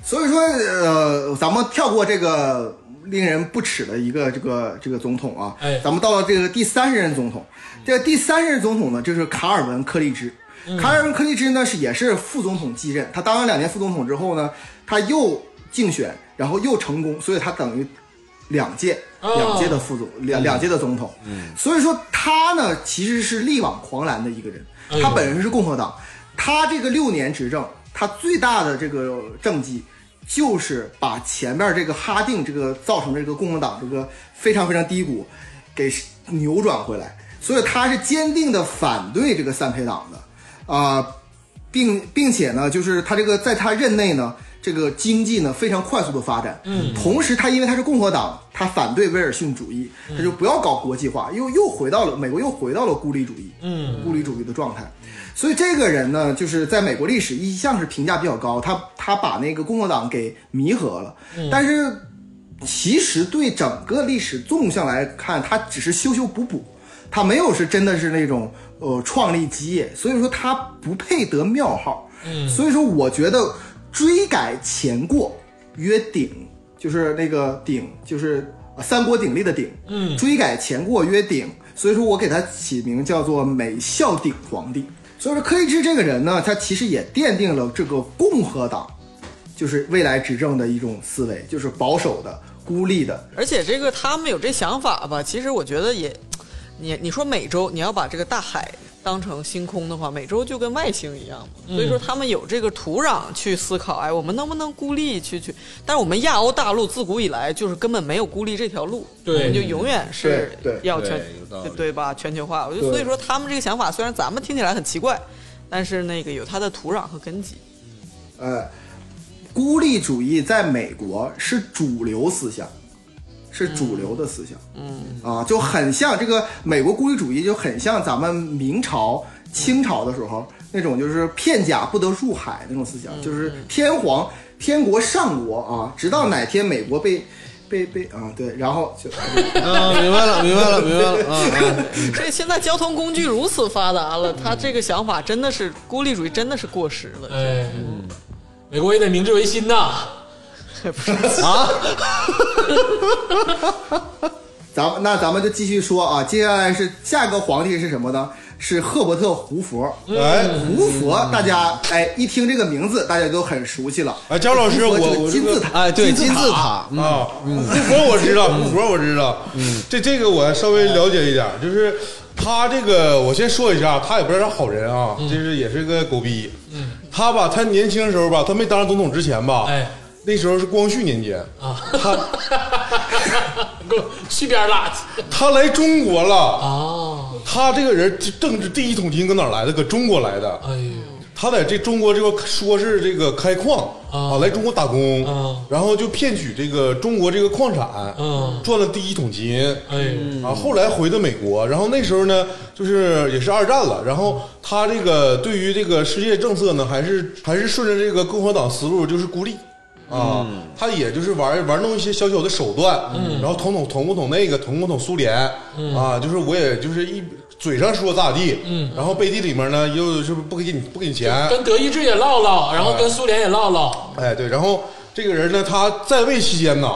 [SPEAKER 5] 所以说，呃，咱们跳过这个令人不齿的一个这个这个总统啊，
[SPEAKER 1] 哎
[SPEAKER 5] 咱们到了这个第三十任总统，这个第三十任总统呢，就是卡尔文·柯立芝。
[SPEAKER 1] 嗯
[SPEAKER 5] 卡尔文·柯立芝呢是也是副总统继任，他当了两年副总统之后呢，他又竞选，然后又成功，所以他等于两届、
[SPEAKER 1] 哦
[SPEAKER 5] 两届的副总，两两届的总统。所以说他呢其实是力挽狂澜的一个人，
[SPEAKER 1] 呦
[SPEAKER 5] 他本身是共和党，他这个六年执政，他最大的这个政绩就是把前面这个哈定这个造成这个共和党这个非常非常低谷给扭转回来，所以他是坚定的反对这个三 K 党的，啊、并并且呢，就是他这个在他任内呢，这个经济呢非常快速的发展。嗯，同时他因为他是共和党，他反对威尔逊主义，他就不要搞国际化，又又回到了美国又回到了孤立主义，嗯，孤立主义的状态。所以这个人呢，就是在美国历史一向是评价比较高，他他把那个共和党给弥合了，但是其实对整个历史纵向来看，他只是修修补补，他没有是真的是那种呃创立基业，所以说他不配得庙号。嗯，所以说我觉得追改前过曰鼎，就是那个鼎，就是呃三国鼎立的鼎。嗯，追改前过曰鼎，所以说我给他起名叫做美孝鼎皇帝。所以说柯立芝这个人呢，他其实也奠定了这个共和党就是未来执政的一种思维，就是保守的、孤立的。
[SPEAKER 2] 而且这个他们有这想法吧，其实我觉得也，你你说美洲，你要把这个大海当成星空的话，美洲就跟外星一样嘛。
[SPEAKER 7] 嗯
[SPEAKER 2] 所以说他们有这个土壤去思考，哎，我们能不能孤立去去？但是我们亚欧大陆自古以来就是根本没有孤立这条路，
[SPEAKER 1] 对
[SPEAKER 2] 我们就永远是
[SPEAKER 5] 对对
[SPEAKER 2] 要
[SPEAKER 7] 对
[SPEAKER 2] 全
[SPEAKER 7] 有道理
[SPEAKER 2] 对吧？全球化，我就
[SPEAKER 5] 对
[SPEAKER 2] 所以说他们这个想法虽然咱们听起来很奇怪，但是那个有它的土壤和根基。
[SPEAKER 5] 呃，孤立主义在美国是主流思想，是主流的思想。嗯啊，就很像这个美国孤立主义，就很像咱们明朝、清朝的时候那种就是片甲不得入海那种思想，就是天皇、天国、上国啊，直到哪天美国被被被啊对，然后就。
[SPEAKER 4] 啊，明白了，明白了，明白了啊啊！
[SPEAKER 2] 所以现在交通工具如此发达了，他这个想法真的是孤立主义，真的是过时了。
[SPEAKER 1] 哎，美国也得明治维新呐。
[SPEAKER 5] 咱们那咱们就继续说啊，接下来是下个皇帝是什么呢？是赫伯特·胡佛。
[SPEAKER 3] 哎
[SPEAKER 4] 嗯
[SPEAKER 5] 胡佛，大家哎一听这个名字，大家都很熟悉了。
[SPEAKER 3] 哎，姜老师，
[SPEAKER 5] 胡佛
[SPEAKER 3] 我
[SPEAKER 5] 这
[SPEAKER 3] 我这
[SPEAKER 5] 个金字
[SPEAKER 3] 个
[SPEAKER 5] 塔，
[SPEAKER 4] 哎，对，金字
[SPEAKER 5] 字
[SPEAKER 4] 塔，嗯
[SPEAKER 3] 啊，胡佛我知道，胡佛我知道，嗯，这这个我稍微了解一点，就是他这个，我先说一下，他也不是啥好人啊，就是也是个狗逼，嗯，他吧，他年轻时候吧，他没当上总统之前吧，
[SPEAKER 1] 哎，
[SPEAKER 3] 那时候是光绪年间 啊，他
[SPEAKER 1] 给我去边儿拉去！
[SPEAKER 3] 他来中国了，
[SPEAKER 1] 哦，
[SPEAKER 3] 他这个人政治第一桶金搁哪儿来的？搁中国来的，
[SPEAKER 1] 哎呦，
[SPEAKER 3] 他在这中国这个说是这个开矿
[SPEAKER 1] 啊
[SPEAKER 3] 来中国打工
[SPEAKER 1] 啊，
[SPEAKER 3] 然后就骗取这个中国这个矿产
[SPEAKER 1] 嗯，
[SPEAKER 3] 赚了第一桶金。
[SPEAKER 1] 哎呦，
[SPEAKER 3] 啊，后来回的美国，然后那时候呢，就是也是二战了，然后他这个对于这个世界政策呢，还是还是顺着这个共和党思路，就是孤立啊，他也就是玩玩弄一些小小的手段，然后捅捅捅不捅那个，捅不捅苏联啊，就是我也就是一嘴上说咋地，然后背地里面呢又是不给你不给你钱，
[SPEAKER 1] 跟德意志也唠唠，然后跟苏联也唠唠，
[SPEAKER 3] 哎，对，然后这个人呢，他在位期间呢，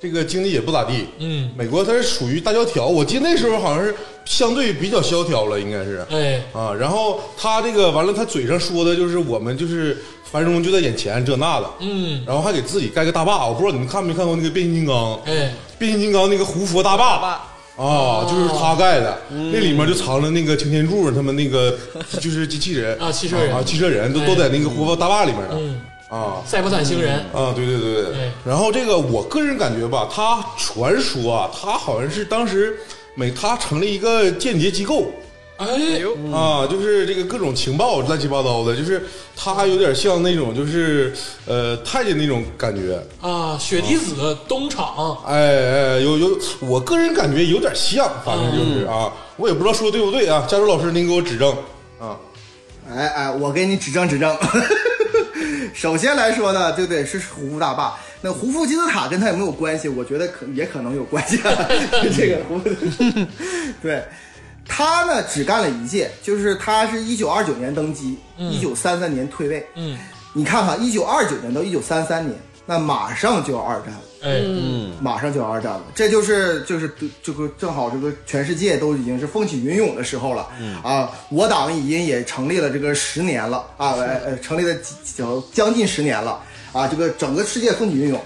[SPEAKER 3] 这个经济也不咋地。
[SPEAKER 1] 嗯
[SPEAKER 3] 美国它是属于大萧条，我记得那时候好像是相对比较萧条了，应该是。
[SPEAKER 1] 哎，
[SPEAKER 3] 啊，然后他这个完了，他嘴上说的就是我们就是繁荣就在眼前这那的，
[SPEAKER 1] 嗯，
[SPEAKER 3] 然后还给自己盖个大坝，我不知道你们看没看过那个变形金刚，
[SPEAKER 1] 哎，
[SPEAKER 3] 变形金刚那个胡佛大坝。啊，就是他盖
[SPEAKER 1] 哦
[SPEAKER 3] 的，那里面就藏了那个擎天柱，他们那 个就是机器人
[SPEAKER 1] 啊汽车人哎
[SPEAKER 3] 啊，汽车人都都在那个胡佛大坝里面呢。
[SPEAKER 1] 嗯，
[SPEAKER 3] 啊，
[SPEAKER 1] 塞伯坦星人，
[SPEAKER 3] 啊，对对对
[SPEAKER 1] 对
[SPEAKER 3] 然后这个我个人感觉吧，他传说啊，他好像是当时美他成立一个间谍机构。
[SPEAKER 1] 哎，
[SPEAKER 3] 啊，就是这个各种情报乱七八糟的，就是他有点像那种就是呃太监那种感觉，
[SPEAKER 1] 啊，雪滴子东厂，
[SPEAKER 3] 哎哎，有有，我个人感觉有点像，反正就是啊，我也不知道说对不对啊，加州老师您给我指正啊，
[SPEAKER 5] 哎哎，我给你指正指正。 首先来说呢，就得是胡夫大坝。那胡夫金字塔跟它有没有关系？我觉得可也可能有关系、啊。 这个胡夫，对他呢只干了一届，就是他是一九二九年登基，一九三三年退位。
[SPEAKER 1] 嗯，
[SPEAKER 5] 你看看一九二九年到一九三三年，那马上就要二战了。
[SPEAKER 1] 哎，
[SPEAKER 5] 马上就要二战了，这就是就是这个正好这个全世界都已经是风起云涌的时候了，啊，我党已经也成立了这个十年了啊，呃呃，成立了几几将近十年了啊，这个整个世界风起云涌，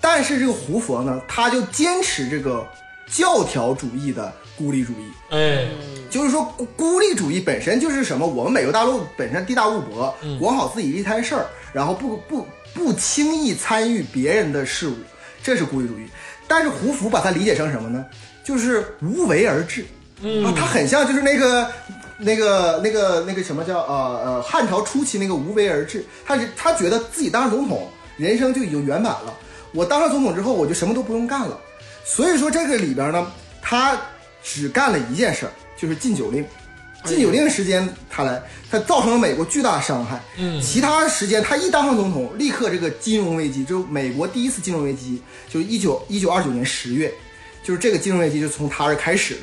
[SPEAKER 5] 但是这个胡佛呢，他就坚持这个教条主义的孤立主义，
[SPEAKER 1] 哎，
[SPEAKER 5] 就是说孤孤立主义本身就是什么？我们美洲大陆本身地大物博，管好自己一摊事儿，然后不不不轻易参与别人的事物，这是孤立主义。但是胡佛把它理解成什么呢？就是无为而治。嗯、啊，他很像就是那个。那个、那个、那个什么叫呃呃汉朝初期那个无为而治，他是他觉得自己当上总统，人生就已经圆满了。我当上总统之后，我就什么都不用干了。所以说这个里边呢，他只干了一件事儿，就是禁酒令。
[SPEAKER 2] 哎
[SPEAKER 5] 禁酒令时间他来，他造成了美国巨大的伤害。嗯，其他时间他一当上总统，立刻这个金融危机，就是美国第一次金融危机，就是一九一九二九年十月，就是这个金融危机就从他这儿开始了。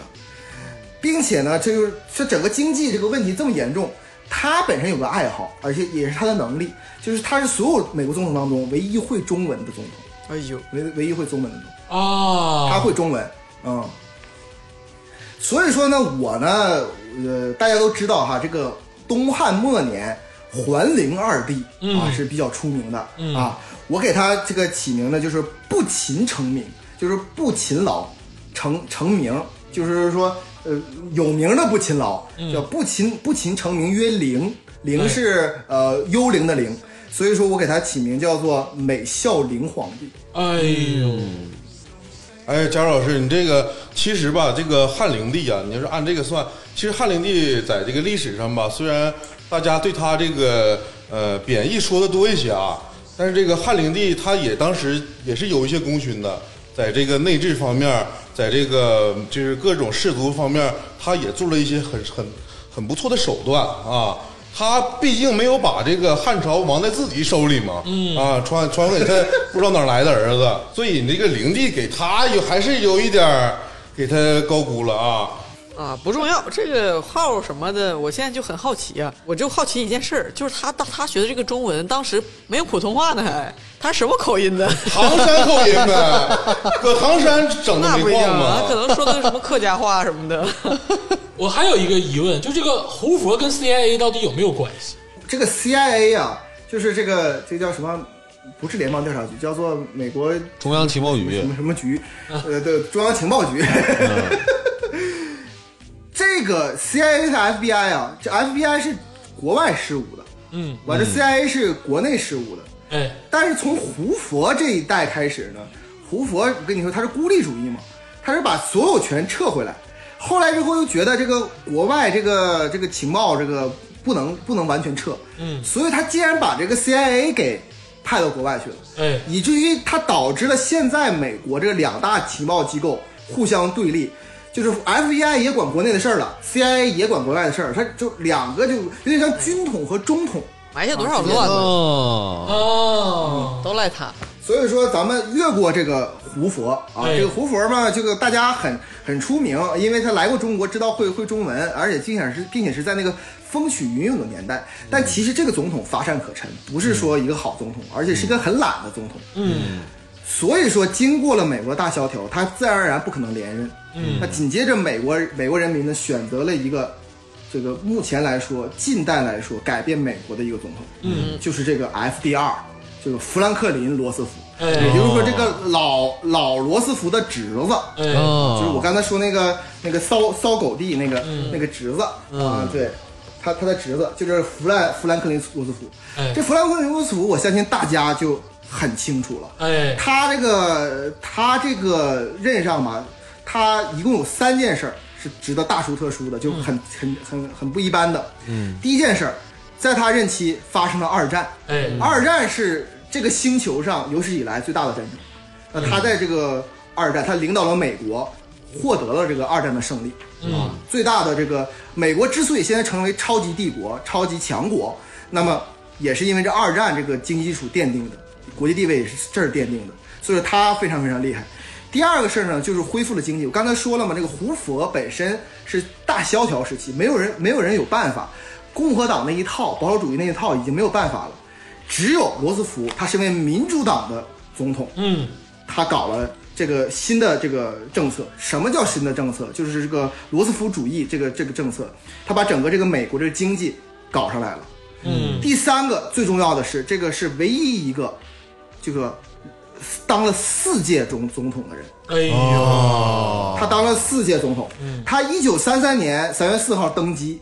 [SPEAKER 5] 并且呢，这就是这整个经济这个问题这么严重，他本身有个爱好，而且也是他的能力，就是他是所有美国总统当中唯一会中文的总统，
[SPEAKER 2] 哎呦，
[SPEAKER 5] 唯唯一会中文的总统。他
[SPEAKER 1] 啊，
[SPEAKER 5] 会中文，嗯。所以说呢，我呢，呃，大家都知道哈，这个东汉末年，桓灵二帝啊、是比较出名的、啊。我给他这个起名呢，就是不勤成名，就是不勤劳，成成名，就是说呃有名的不勤劳，叫不勤不勤成名曰灵，灵是呃幽灵的灵，所以说我给他起名叫做美孝灵皇帝。
[SPEAKER 1] 哎呦，
[SPEAKER 3] 哎，贾老师，你这个其实吧，这个汉灵帝啊，你要是按这个算，其实汉灵帝在这个历史上吧，虽然大家对他这个呃贬义说的多一些啊，但是这个汉灵帝他也当时也是有一些功勋的，在这个内治方面，在这个就是各种氏族方面，他也做了一些很很很不错的手段啊。他毕竟没有把这个汉朝亡在自己手里嘛，
[SPEAKER 2] 嗯
[SPEAKER 3] 啊，传传给他不知道哪儿来的儿子， 所以你这个灵帝给他有还是有一点儿给他高估 了啊。
[SPEAKER 2] 啊，不重要。这个号什么的，我现在就很好奇啊。我就好奇一件事儿，就是他当他学的这个中文，当时没有普通话呢，还他什么口音呢？
[SPEAKER 3] 唐山口音呗，搁唐山整的
[SPEAKER 2] 那不
[SPEAKER 3] 没
[SPEAKER 2] 一样
[SPEAKER 3] 逛
[SPEAKER 2] 啊，可
[SPEAKER 3] 吗？
[SPEAKER 2] 能说的什么客家话什么的。
[SPEAKER 1] 我还有一个疑问，就这个胡佛跟 CIA 到底有没有关系？
[SPEAKER 5] 这个 CIA 啊，就是这个这个叫什么？不是联邦调查局，叫做美国
[SPEAKER 4] 中央情报
[SPEAKER 5] 什
[SPEAKER 4] 局
[SPEAKER 5] 么什么局，呃，对，中央情报局。 这个 CIA 和 FBI 啊，这 FBI 是国外事务的，
[SPEAKER 1] 嗯，
[SPEAKER 5] 完了 CIA 是国内事务的。
[SPEAKER 1] 哎，
[SPEAKER 5] 但是从胡佛这一代开始呢，胡佛我跟你说他是孤立主义嘛，他是把所有权撤回来，后来之后又觉得这个国外这个这个情报这个不能不能完全撤，嗯，所以他竟然把这个 CIA 给派到国外去了，
[SPEAKER 1] 哎
[SPEAKER 5] 以至于它导致了现在美国这两大情报机构互相对立。就是 FBI 也管国内的事儿了，CIA 也管国外的事儿，它就两个就有点像军统和中统，
[SPEAKER 2] 埋下多少乱子，
[SPEAKER 4] 哦，
[SPEAKER 1] 哦，
[SPEAKER 2] 都赖他。
[SPEAKER 5] 所以说，咱们越过这个胡佛啊，
[SPEAKER 1] 哎
[SPEAKER 5] 这个胡佛嘛，这个大家很很出名，因为他来过中国，知道会会中文，而且并且是并且是在那个风起云涌的年代。但其实这个总统乏善可陈，不是说一个好总统，而且是一个很懒的总统。
[SPEAKER 1] 嗯，
[SPEAKER 5] 所以说，经过了美国大萧条，他自然而然不可能连任。嗯，那紧接着美国美国人民呢选择了一个，这个目前来说近代来说改变美国的一个总统，嗯，就是这个 FDR，就是富兰克林罗斯福，
[SPEAKER 1] 哎
[SPEAKER 5] 也就是说这个老老罗斯福的侄子，
[SPEAKER 1] 哎，
[SPEAKER 5] 就是我
[SPEAKER 4] 哦，
[SPEAKER 5] 刚才说那个那个骚骚狗弟那个、那个侄子、啊，对，他他的侄子就是弗兰弗兰克林罗斯福。
[SPEAKER 1] 哎
[SPEAKER 5] 这弗兰克林罗斯福，我相信大家就很清楚了。
[SPEAKER 1] 哎
[SPEAKER 5] 他这个他这个任上吧，他一共有三件事儿是值得大书特书的，就很、很很很不一般的。嗯，第一件事儿，在他任期发生了二战。
[SPEAKER 1] 哎，
[SPEAKER 5] 二战是这个星球上有史以来最大的战争。那他在这个二战，他领导了美国，获得了这个二战的胜利。啊，最大的这个美国之所以现在成为超级帝国、超级强国，那么也是因为这二战这个经济基础奠定的，国际地位也是这儿奠定的，所以说他非常非常厉害。第二个事儿呢，就是恢复了经济。我刚才说了嘛，这个胡佛本身是大萧条时期，没有人没有人有办法，共和党那一套、保守主义那一套已经没有办法了，只有罗斯福，他身为民主党的总统，
[SPEAKER 1] 嗯，
[SPEAKER 5] 他搞了这个新的这个政策。什么叫新的政策？就是这个罗斯福主义这个这个政策，他把整个这个美国这个经济搞上来了。
[SPEAKER 1] 嗯，
[SPEAKER 5] 第三个最重要的是，这个是唯一一个这个当了四届总总统的人。
[SPEAKER 1] 哎呦，
[SPEAKER 5] 他当了四届总统。他一九三三年三月四号登基，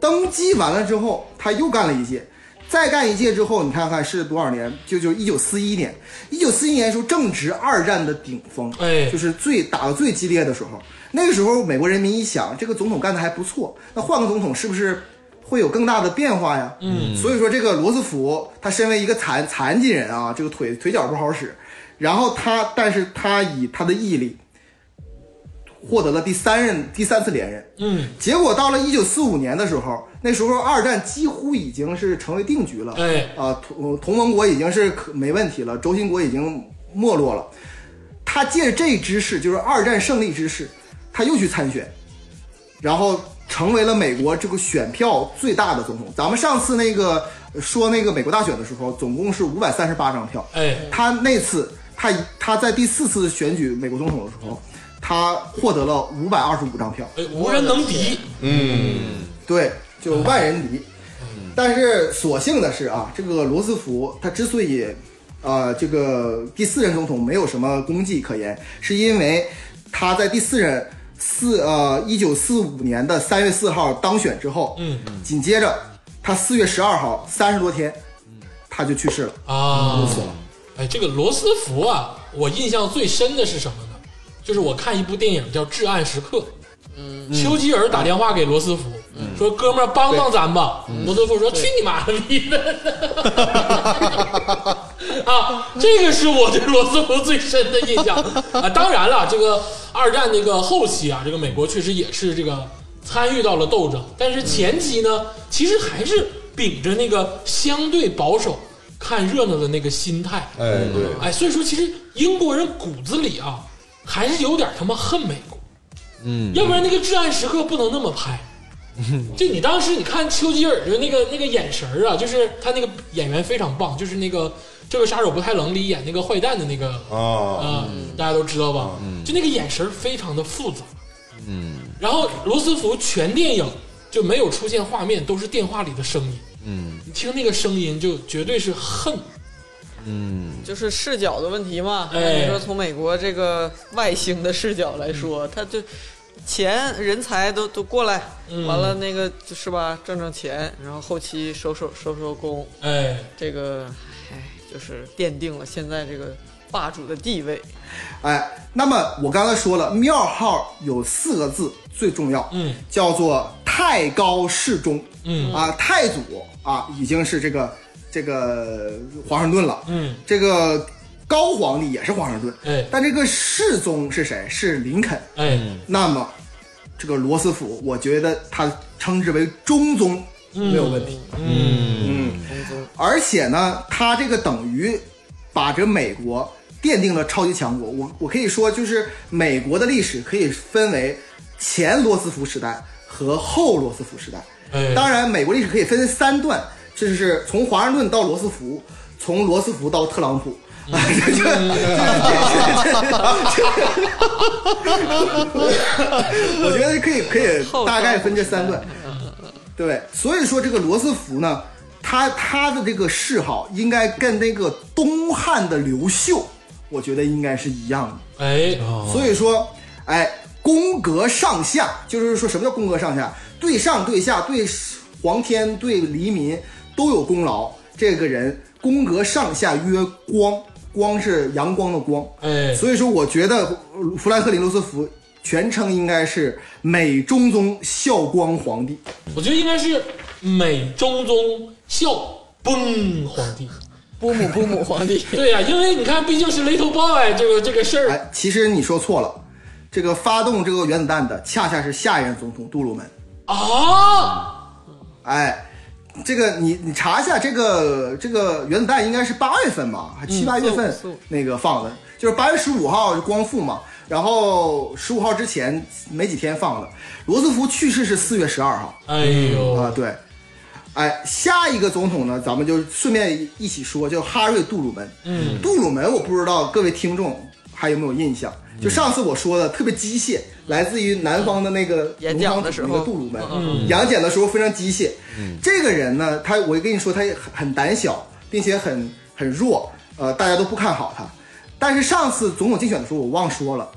[SPEAKER 5] 登基完了之后，他又干了一届，再干一届之后，你看看是多少年？就就一九四一年，一九四一年的时候正值二战的顶峰，
[SPEAKER 1] 哎
[SPEAKER 5] 就是最打的最激烈的时候。那个时候，美国人民一想，这个总统干的还不错，那换个总统是不是？会有更大的变化呀，嗯，所以说这个罗斯福，他身为一个残残疾人啊，这个腿腿脚不好使，然后他，但是他以他的毅力，获得了第三任第三次连任。
[SPEAKER 1] 嗯，
[SPEAKER 5] 结果到了一九四五年的时候，那时候二战几乎已经是成为定局了。
[SPEAKER 1] 哎
[SPEAKER 5] 啊，同同盟国已经是可没问题了，轴心国已经没落了。他借着这之势，就是二战胜利之势，他又去参选，然后成为了美国这个选票最大的总统。咱们上次那个呃说那个美国大选的时候，总共是五百三十八张票。
[SPEAKER 1] 哎
[SPEAKER 5] 他那次他他在第四次选举美国总统的时候，他获得了五百二十五张票，
[SPEAKER 1] 哎，无人能敌，
[SPEAKER 5] 对，就万人敌。但是所幸的是啊，这个罗斯福他之所以呃，这个第四任总统没有什么功绩可言，是因为他在第四任四呃一九四五年的三月四号当选之后，嗯，紧接着他四月十二号三十多天，他就去世了。
[SPEAKER 1] 啊，哎，这个罗斯福啊，我印象最深的是什么呢？就是我看一部电影叫《至暗时刻》，嗯，丘吉尔打电话给罗斯福。说哥们儿帮帮咱吧，罗斯福说去你妈了逼的！ 啊，这个是我对罗斯福最深的印象啊。当然了，这个二战那个后期啊，这个美国确实也是这个参与到了斗争，但是前期呢，其实还是秉着那个相对保守、看热闹的那个心态，
[SPEAKER 3] 哎，
[SPEAKER 2] 嗯
[SPEAKER 3] 对，
[SPEAKER 1] 哎，所以说其实英国人骨子里啊，还是有点他妈恨美国，嗯，要不然那个至暗时刻不能那么 拍。就你当时你看丘吉尔的那个那个眼神儿啊，就是他那个演员非常棒，就是那个《这个杀手不太冷》里演那个坏蛋的那个
[SPEAKER 3] 啊，
[SPEAKER 1] 啊，大家都知道吧？就那个眼神非常的复杂。嗯，然后罗斯福全电影就没有出现画面，都是电话里的声音。嗯，你听那个声音就绝对是恨。
[SPEAKER 2] 就是视角的问题嘛。
[SPEAKER 1] 哎
[SPEAKER 2] 那你说从美国这个外星的视角来说，他就钱人才都都过来，
[SPEAKER 1] 嗯
[SPEAKER 2] 完了那个就是吧，挣挣钱，然后后期收收收收工，
[SPEAKER 1] 哎，
[SPEAKER 2] 这个哎，就是奠定了现在这个霸主的地 位。
[SPEAKER 5] 哎，那么我刚才说了，庙号有四个字最重要，
[SPEAKER 1] 嗯，
[SPEAKER 5] 叫做太高适中，
[SPEAKER 1] 嗯
[SPEAKER 5] 啊，太祖啊已经是这个这个华盛顿了，
[SPEAKER 1] 嗯，
[SPEAKER 5] 这个高皇帝也是华盛顿，
[SPEAKER 1] 哎
[SPEAKER 5] 但这个世宗是谁？是林肯。
[SPEAKER 1] 哎，
[SPEAKER 5] 那么这个罗斯福，我觉得他称之为中宗没有问题，
[SPEAKER 1] 嗯，
[SPEAKER 5] 嗯，而且呢，他这个等于把这美国奠定了超级强国。我我可以说，就是美国的历史可以分为前罗斯福时代和后罗斯福时代。
[SPEAKER 1] 哎
[SPEAKER 5] 当然，美国历史可以分三段，这就是从华盛顿到罗斯福，从罗斯福到特朗普。 啊，这这这这， 我觉得可以可以大概分这三段。对，所以说这个罗斯福呢，他他的这个嗜好应该跟那个东汉的刘秀，我觉得应该是一样的。
[SPEAKER 1] 哎，
[SPEAKER 5] 所以说，哎，宫阁上下，就是说什么叫宫阁上下？对上对下，对皇天对黎民都有功劳。这个人宫阁上下曰光，光是阳光的光。
[SPEAKER 1] 哎，
[SPEAKER 5] 所以说，我觉得呃富兰克林·罗斯福全称应该是美中宗孝光皇帝。
[SPEAKER 1] 我觉得应该是美中宗孝崩皇帝。
[SPEAKER 2] 波姆波姆皇帝
[SPEAKER 1] 对呀、因为你看，毕竟是 Little Boy 这个这个事儿，
[SPEAKER 5] 哎，其实你说错了，这个发动这个原子弹的恰恰是下一任总统杜鲁门。
[SPEAKER 1] 啊，
[SPEAKER 5] 哎，这个你你查一下，这个这个原子弹应该是八月份吧，还七八月份
[SPEAKER 2] 嗯四五四五
[SPEAKER 5] 那个放的，就是八月十五号是光复嘛，然后十五号之前没几天放的。罗斯福去世是四月十二号
[SPEAKER 1] 哎
[SPEAKER 2] 哦
[SPEAKER 1] 呦，
[SPEAKER 5] 啊，对。哎，下一个总统呢，咱们就顺便一起说，叫哈瑞·杜鲁门。嗯，杜鲁门，我不知道各位听众还有没有印象？
[SPEAKER 2] 嗯
[SPEAKER 5] 就上次我说的特别机械，来自于南方的那个
[SPEAKER 2] 演讲的时候嗯
[SPEAKER 5] 农场主那个杜鲁门，演讲的时候非常机械。这个人呢，他我跟你说，他也很很胆小，并且很很弱，呃，大家都不看好他。但是上次总统竞选的时候，我忘说了，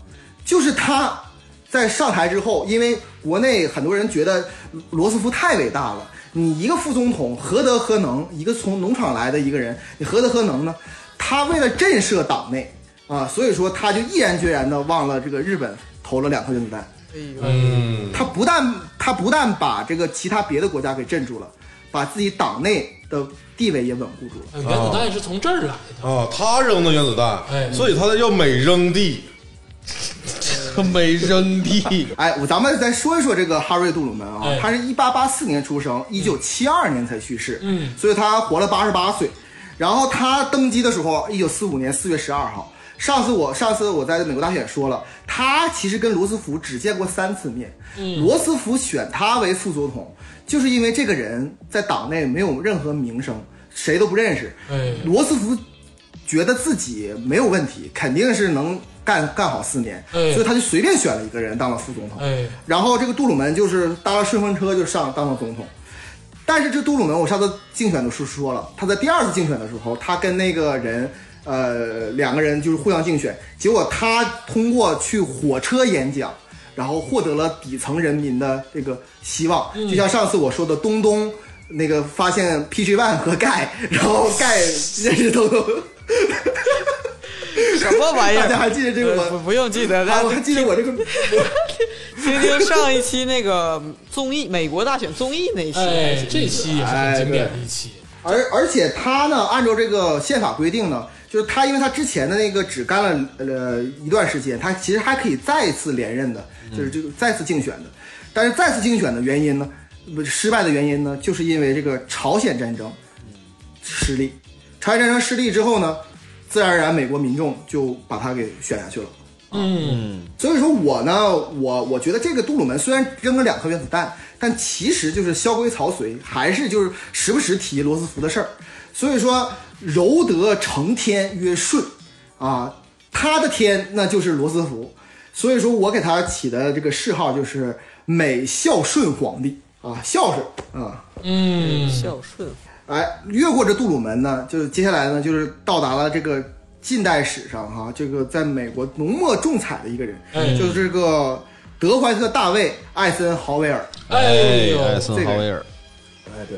[SPEAKER 5] 就是他在上台之后，因为国内很多人觉得罗斯福太伟大了，你一个副总统何德何能？一个从农场来的一个人，你何德何能呢？他为了震慑党内啊，所以说他就毅然决然的忘了这个日本投了两颗原子弹。
[SPEAKER 2] 哎呦，
[SPEAKER 3] 嗯，
[SPEAKER 5] 他不但他不但把这个其他别的国家给镇住了，把自己党内的地位也稳固住了。
[SPEAKER 1] 原子弹是从这儿来的，
[SPEAKER 3] 啊，他扔的原子弹，
[SPEAKER 2] 嗯
[SPEAKER 1] 哎
[SPEAKER 3] 所以他叫美 扔地，
[SPEAKER 4] 他没扔地，
[SPEAKER 5] 哎，我咱们再说一说这个哈瑞·杜鲁门啊，
[SPEAKER 1] 哎
[SPEAKER 5] 他是一八八四年出生，一九七二年才去世，
[SPEAKER 1] 嗯，
[SPEAKER 5] 所以他活了八十八岁。然后他登基的时候，一九四五年四月十二号。上次我上次我在美国大选说了，他其实跟罗斯福只见过三次面。
[SPEAKER 1] 嗯
[SPEAKER 5] 罗斯福选他为副总统，就是因为这个人在党内没有任何名声，谁都不认识。
[SPEAKER 1] 哎
[SPEAKER 5] 罗斯福觉得自己没有问题，肯定是能干干好四年，
[SPEAKER 1] 哎
[SPEAKER 5] 所以他就随便选了一个人当了副总统。
[SPEAKER 1] 哎，
[SPEAKER 5] 然后这个杜鲁门就是搭了顺风车就上当了总统。但是这杜鲁门，我上次竞选的时候说了，他在第二次竞选的时候，他跟那个人，呃，两个人就是互相竞选，结果他通过去火车演讲，然后获得了底层人民的这个希望。就像上次我说的，东东那个发现 PG One 和盖，然后盖认识东东，
[SPEAKER 2] 什么玩意
[SPEAKER 5] 大家
[SPEAKER 2] 儿？呃
[SPEAKER 5] 还记得这个
[SPEAKER 2] 不
[SPEAKER 5] 吗？
[SPEAKER 2] 不用记得，
[SPEAKER 5] 啊，
[SPEAKER 2] 大
[SPEAKER 5] 我
[SPEAKER 2] 家
[SPEAKER 5] 还记得我这个
[SPEAKER 2] 听听上一期那个综艺美国大选综艺那一期。
[SPEAKER 1] 哎，这期也是很经典的一期，
[SPEAKER 5] 而而且他呢，按照这个宪法规定呢，就是他因为他之前的那个只干了呃一段时间，他其实还可以再次连任的，就是这个再次竞选的。但是再次竞选的原因呢，不是失败的原因呢，就是因为这个朝鲜战争失利。朝鲜战争失利之后呢，自然而然美国民众就把他给选下去了。
[SPEAKER 1] 嗯，
[SPEAKER 5] 所以说我呢，我我觉得这个杜鲁门虽然扔了两颗原子弹，但其实就是萧规曹随，还是就是时不时提罗斯福的事儿。所以说柔德成天曰舜，啊，他的天那就是罗斯福。所以说我给他起的这个谥号就是美孝顺皇帝啊，孝顺啊。
[SPEAKER 2] 孝顺，
[SPEAKER 5] 哎，越过这杜鲁门呢，就是接下来呢，就是到达了这个近代史上哈、这个在美国浓墨重彩的一个人，
[SPEAKER 1] 哎
[SPEAKER 5] 就是这个德怀特·大卫·艾森豪威尔。
[SPEAKER 1] 哎呦，
[SPEAKER 4] 艾森豪威尔，
[SPEAKER 5] 哎，对，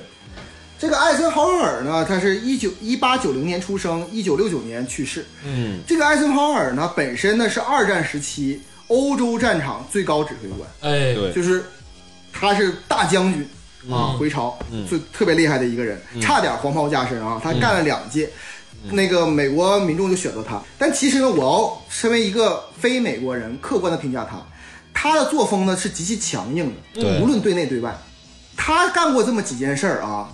[SPEAKER 5] 这个艾森豪威尔呢，他是一九一八九零年出生，一九六九年去世。嗯，这个艾森豪威尔呢，本身呢是二战时期欧洲战场最高指挥官。
[SPEAKER 1] 哎，
[SPEAKER 4] 对
[SPEAKER 5] 就是他是大将军啊，
[SPEAKER 1] 嗯
[SPEAKER 5] 回朝最特别厉害的一个人，差点黄袍加身啊，他干了两届。那个美国民众就选择他，但其实呢，我要身为一个非美国人，客观的评价他，他的作风呢是极其强硬的，
[SPEAKER 4] 对
[SPEAKER 5] 无论对内对外，他干过这么几件事儿啊。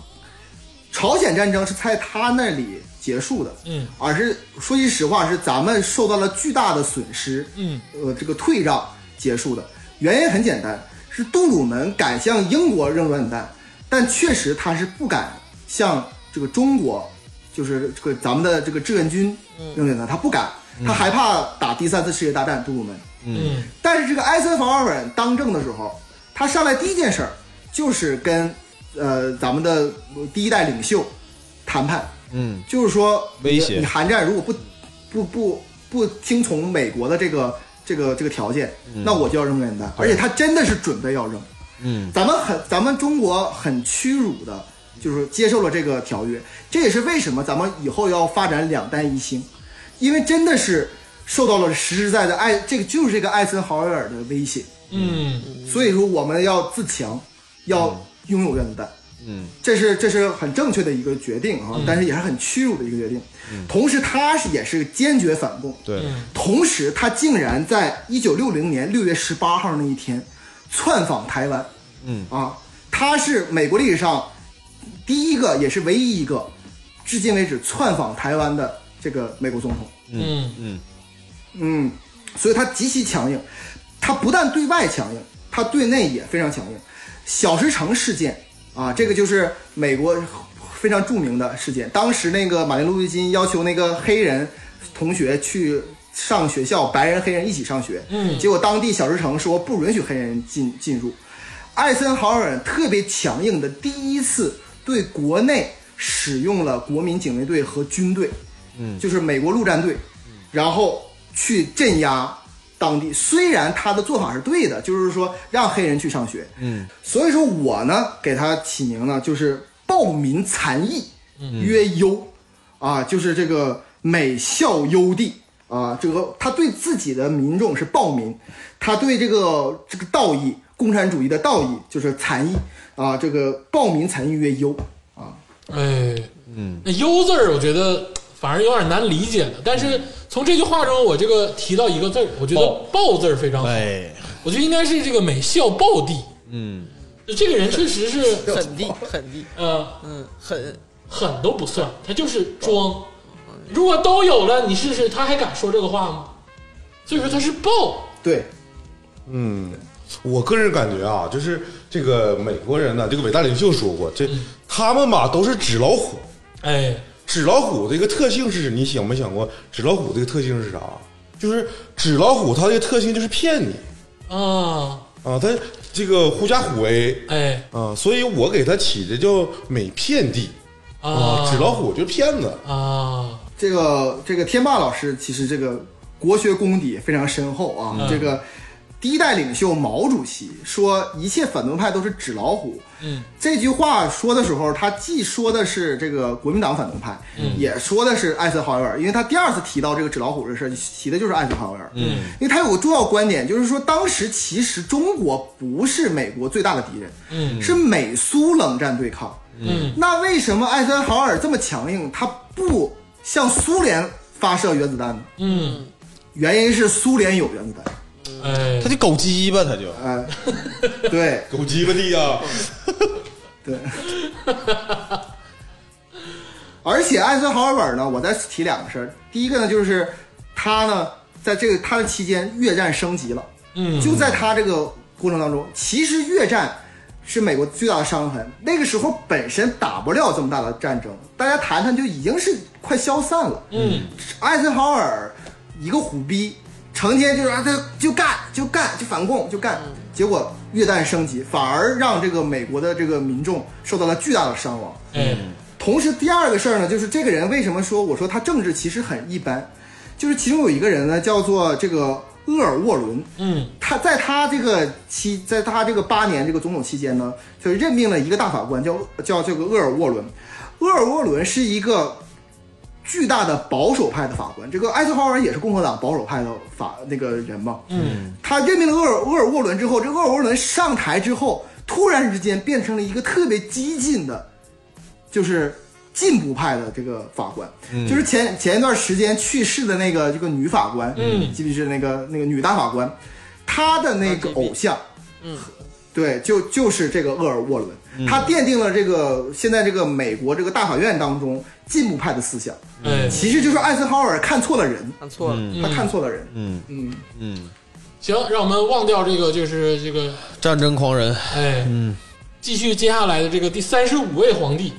[SPEAKER 5] 朝鲜战争是在他那里结束的，
[SPEAKER 1] 嗯，
[SPEAKER 5] 而是说句实话，是咱们受到了巨大的损失，
[SPEAKER 1] 嗯，
[SPEAKER 5] 呃，这个退让结束的。原因很简单，是杜鲁门敢向英国扔原子弹，但确实他是不敢向这个中国，就是这个咱们的这个志愿军
[SPEAKER 1] 嗯
[SPEAKER 5] 扔原子弹，他不敢，他害怕打第三次世界大战。杜鲁门，
[SPEAKER 1] 嗯，
[SPEAKER 5] 但是这个艾森豪威尔当政的时候，他上来第一件事儿就是跟呃咱们的第一代领袖谈判，
[SPEAKER 4] 嗯，
[SPEAKER 5] 就是说
[SPEAKER 4] 威胁
[SPEAKER 5] 你你韩战如果不不不不听从美国的这个这个这个条件，那我就要扔原子弹，而且他真的是准备要扔。
[SPEAKER 4] 嗯，
[SPEAKER 5] 咱们很咱们中国很屈辱的，就是接受了这个条约，这也是为什么咱们以后要发展两弹一星，因为真的是受到了实实在在艾这个就是这个艾森豪威尔的威胁，
[SPEAKER 1] 嗯，
[SPEAKER 5] 所以说我们要自强，要拥有原子弹。
[SPEAKER 4] 嗯，
[SPEAKER 5] 这是这是很正确的一个决定啊，但是也是很屈辱的一个决定。同时，他是也是坚决反共。
[SPEAKER 4] 嗯对，
[SPEAKER 5] 同时，他竟然在一九六零年六月十八号那一天窜访台湾。
[SPEAKER 4] 嗯
[SPEAKER 5] 啊，他是美国历史上第一个，也是唯一一个，至今为止窜访台湾的这个美国总统。
[SPEAKER 1] 嗯，
[SPEAKER 5] 嗯，所以他极其强硬，他不但对外强硬，他对内也非常强硬。小石城事件啊，这个就是美国非常著名的事件。当时那个马丁路德金要求那个黑人同学去上学校，白人黑人一起上学，
[SPEAKER 1] 嗯
[SPEAKER 5] 结果当地小石城说不允许黑人进进入。艾森豪威尔特别强硬的第一次对国内使用了国民警卫队和军队，嗯，就是美国陆战队，然后去镇压当地。虽然他的做法是对的，就是说让黑人去上学，嗯，所以说我呢给他起名呢就是暴民残役，曰忧，啊，就是这个美孝优帝。啊，这个他对自己的民众是暴民，他对这个这个道义，共产主义的道义就是残义啊，这个暴民残义曰忧啊，
[SPEAKER 1] 哎，嗯，那“优”字儿，我觉得反而有点难理解了。但是从这句话中，我这个提到一个字儿，我觉得“豹”字儿非常好，
[SPEAKER 4] 哎，
[SPEAKER 1] 我觉得应该是这个美孝豹帝。嗯，这个人确实是，
[SPEAKER 2] 狠地狠地，
[SPEAKER 1] 呃，
[SPEAKER 2] 嗯，狠，
[SPEAKER 1] 狠都不算，他就是装。如果都有了，你试试，他还敢说这个话吗？所以说他是豹，
[SPEAKER 5] 对，
[SPEAKER 3] 我个人感觉啊，就是这个美国人呢，这个伟大领袖说过，这
[SPEAKER 1] 嗯
[SPEAKER 3] 他们吧都是纸老虎。
[SPEAKER 1] 哎，
[SPEAKER 3] 纸老虎的一个特性是，你想没想过纸老虎这个特性是啥？就是纸老虎它这个特性就是骗你
[SPEAKER 1] 啊，
[SPEAKER 3] 啊，它这个狐假虎威
[SPEAKER 1] 哎，
[SPEAKER 3] 啊，所以我给它起的叫美骗帝
[SPEAKER 1] 啊，
[SPEAKER 3] 哦啊，纸老虎就是骗子。
[SPEAKER 1] 啊，
[SPEAKER 5] 这个这个天霸老师其实这个国学功底非常深厚啊。这个第一代领袖毛主席说：“一切反动派都是纸老虎。”嗯，这句话说的时候，他既说的是这个国民党反动派，也说的是艾森豪威尔，因为他第二次提到这个纸老虎这事儿，提的就是艾森豪威尔。嗯，因为他有个重要观点，就是说当时其实中国不是美国最大的敌人，嗯，是美苏冷战对抗。嗯，那为什么艾森豪威尔这么强硬，他不向苏联发射原子弹呢？
[SPEAKER 1] 嗯，
[SPEAKER 5] 原因是苏联有原子弹。
[SPEAKER 1] 哎
[SPEAKER 4] 他，就狗鸡巴，他就
[SPEAKER 5] 哎，对
[SPEAKER 3] 狗鸡巴地啊！
[SPEAKER 5] 对。而且艾森豪威尔呢，我再提两个事儿。第一个呢，就是他呢，在这个他的期间，越战升级了。
[SPEAKER 1] 嗯，
[SPEAKER 5] 就在他这个过程当中，其实越战是美国最大的伤痕。那个时候本身打不了这么大的战争，大家谈谈就已经是快消散了。
[SPEAKER 1] 嗯，
[SPEAKER 5] 艾森豪威尔一个虎逼，成天就是啊，他就干就干就反共就
[SPEAKER 1] 嗯
[SPEAKER 5] 干，结果越战升级，反而让这个美国的这个民众受到了巨大的伤亡。
[SPEAKER 1] 哎，
[SPEAKER 5] 同时，第二个事儿呢，就是这个人为什么说我说他政治其实很一般，就是其中有一个人呢叫做这个厄尔沃伦，
[SPEAKER 1] 嗯，
[SPEAKER 5] 他在他这个期，在他这个八年这个总统期间呢，就任命了一个大法官，叫叫这个厄尔沃伦。厄尔沃伦是一个巨大的保守派的法官，这个艾森豪威尔也是共和党保守派的法那个人嘛。嗯，他任命了厄尔厄尔沃伦之后，这个厄尔沃伦上台之后，突然之间变成了一个特别激进的，就是进步派的这个法官，就是前前一段时间去世的那个这个女法官，
[SPEAKER 1] 嗯
[SPEAKER 5] 记不记得那个那个女大法官，她的那个偶像，嗯，对，就就是这个厄尔沃伦，他奠定了这个现在这个美国这个大法院当中进步派的思想，
[SPEAKER 1] 哎，
[SPEAKER 5] 其实就是艾森豪威尔看错了人，
[SPEAKER 2] 看错了，
[SPEAKER 1] 嗯
[SPEAKER 5] 他看错了人，
[SPEAKER 4] 嗯
[SPEAKER 5] 嗯，
[SPEAKER 4] 嗯，
[SPEAKER 1] 行，让我们忘掉这个，就是这个，
[SPEAKER 4] 战争狂人，
[SPEAKER 1] 哎，嗯，继续接下来的这个第三十五位皇帝，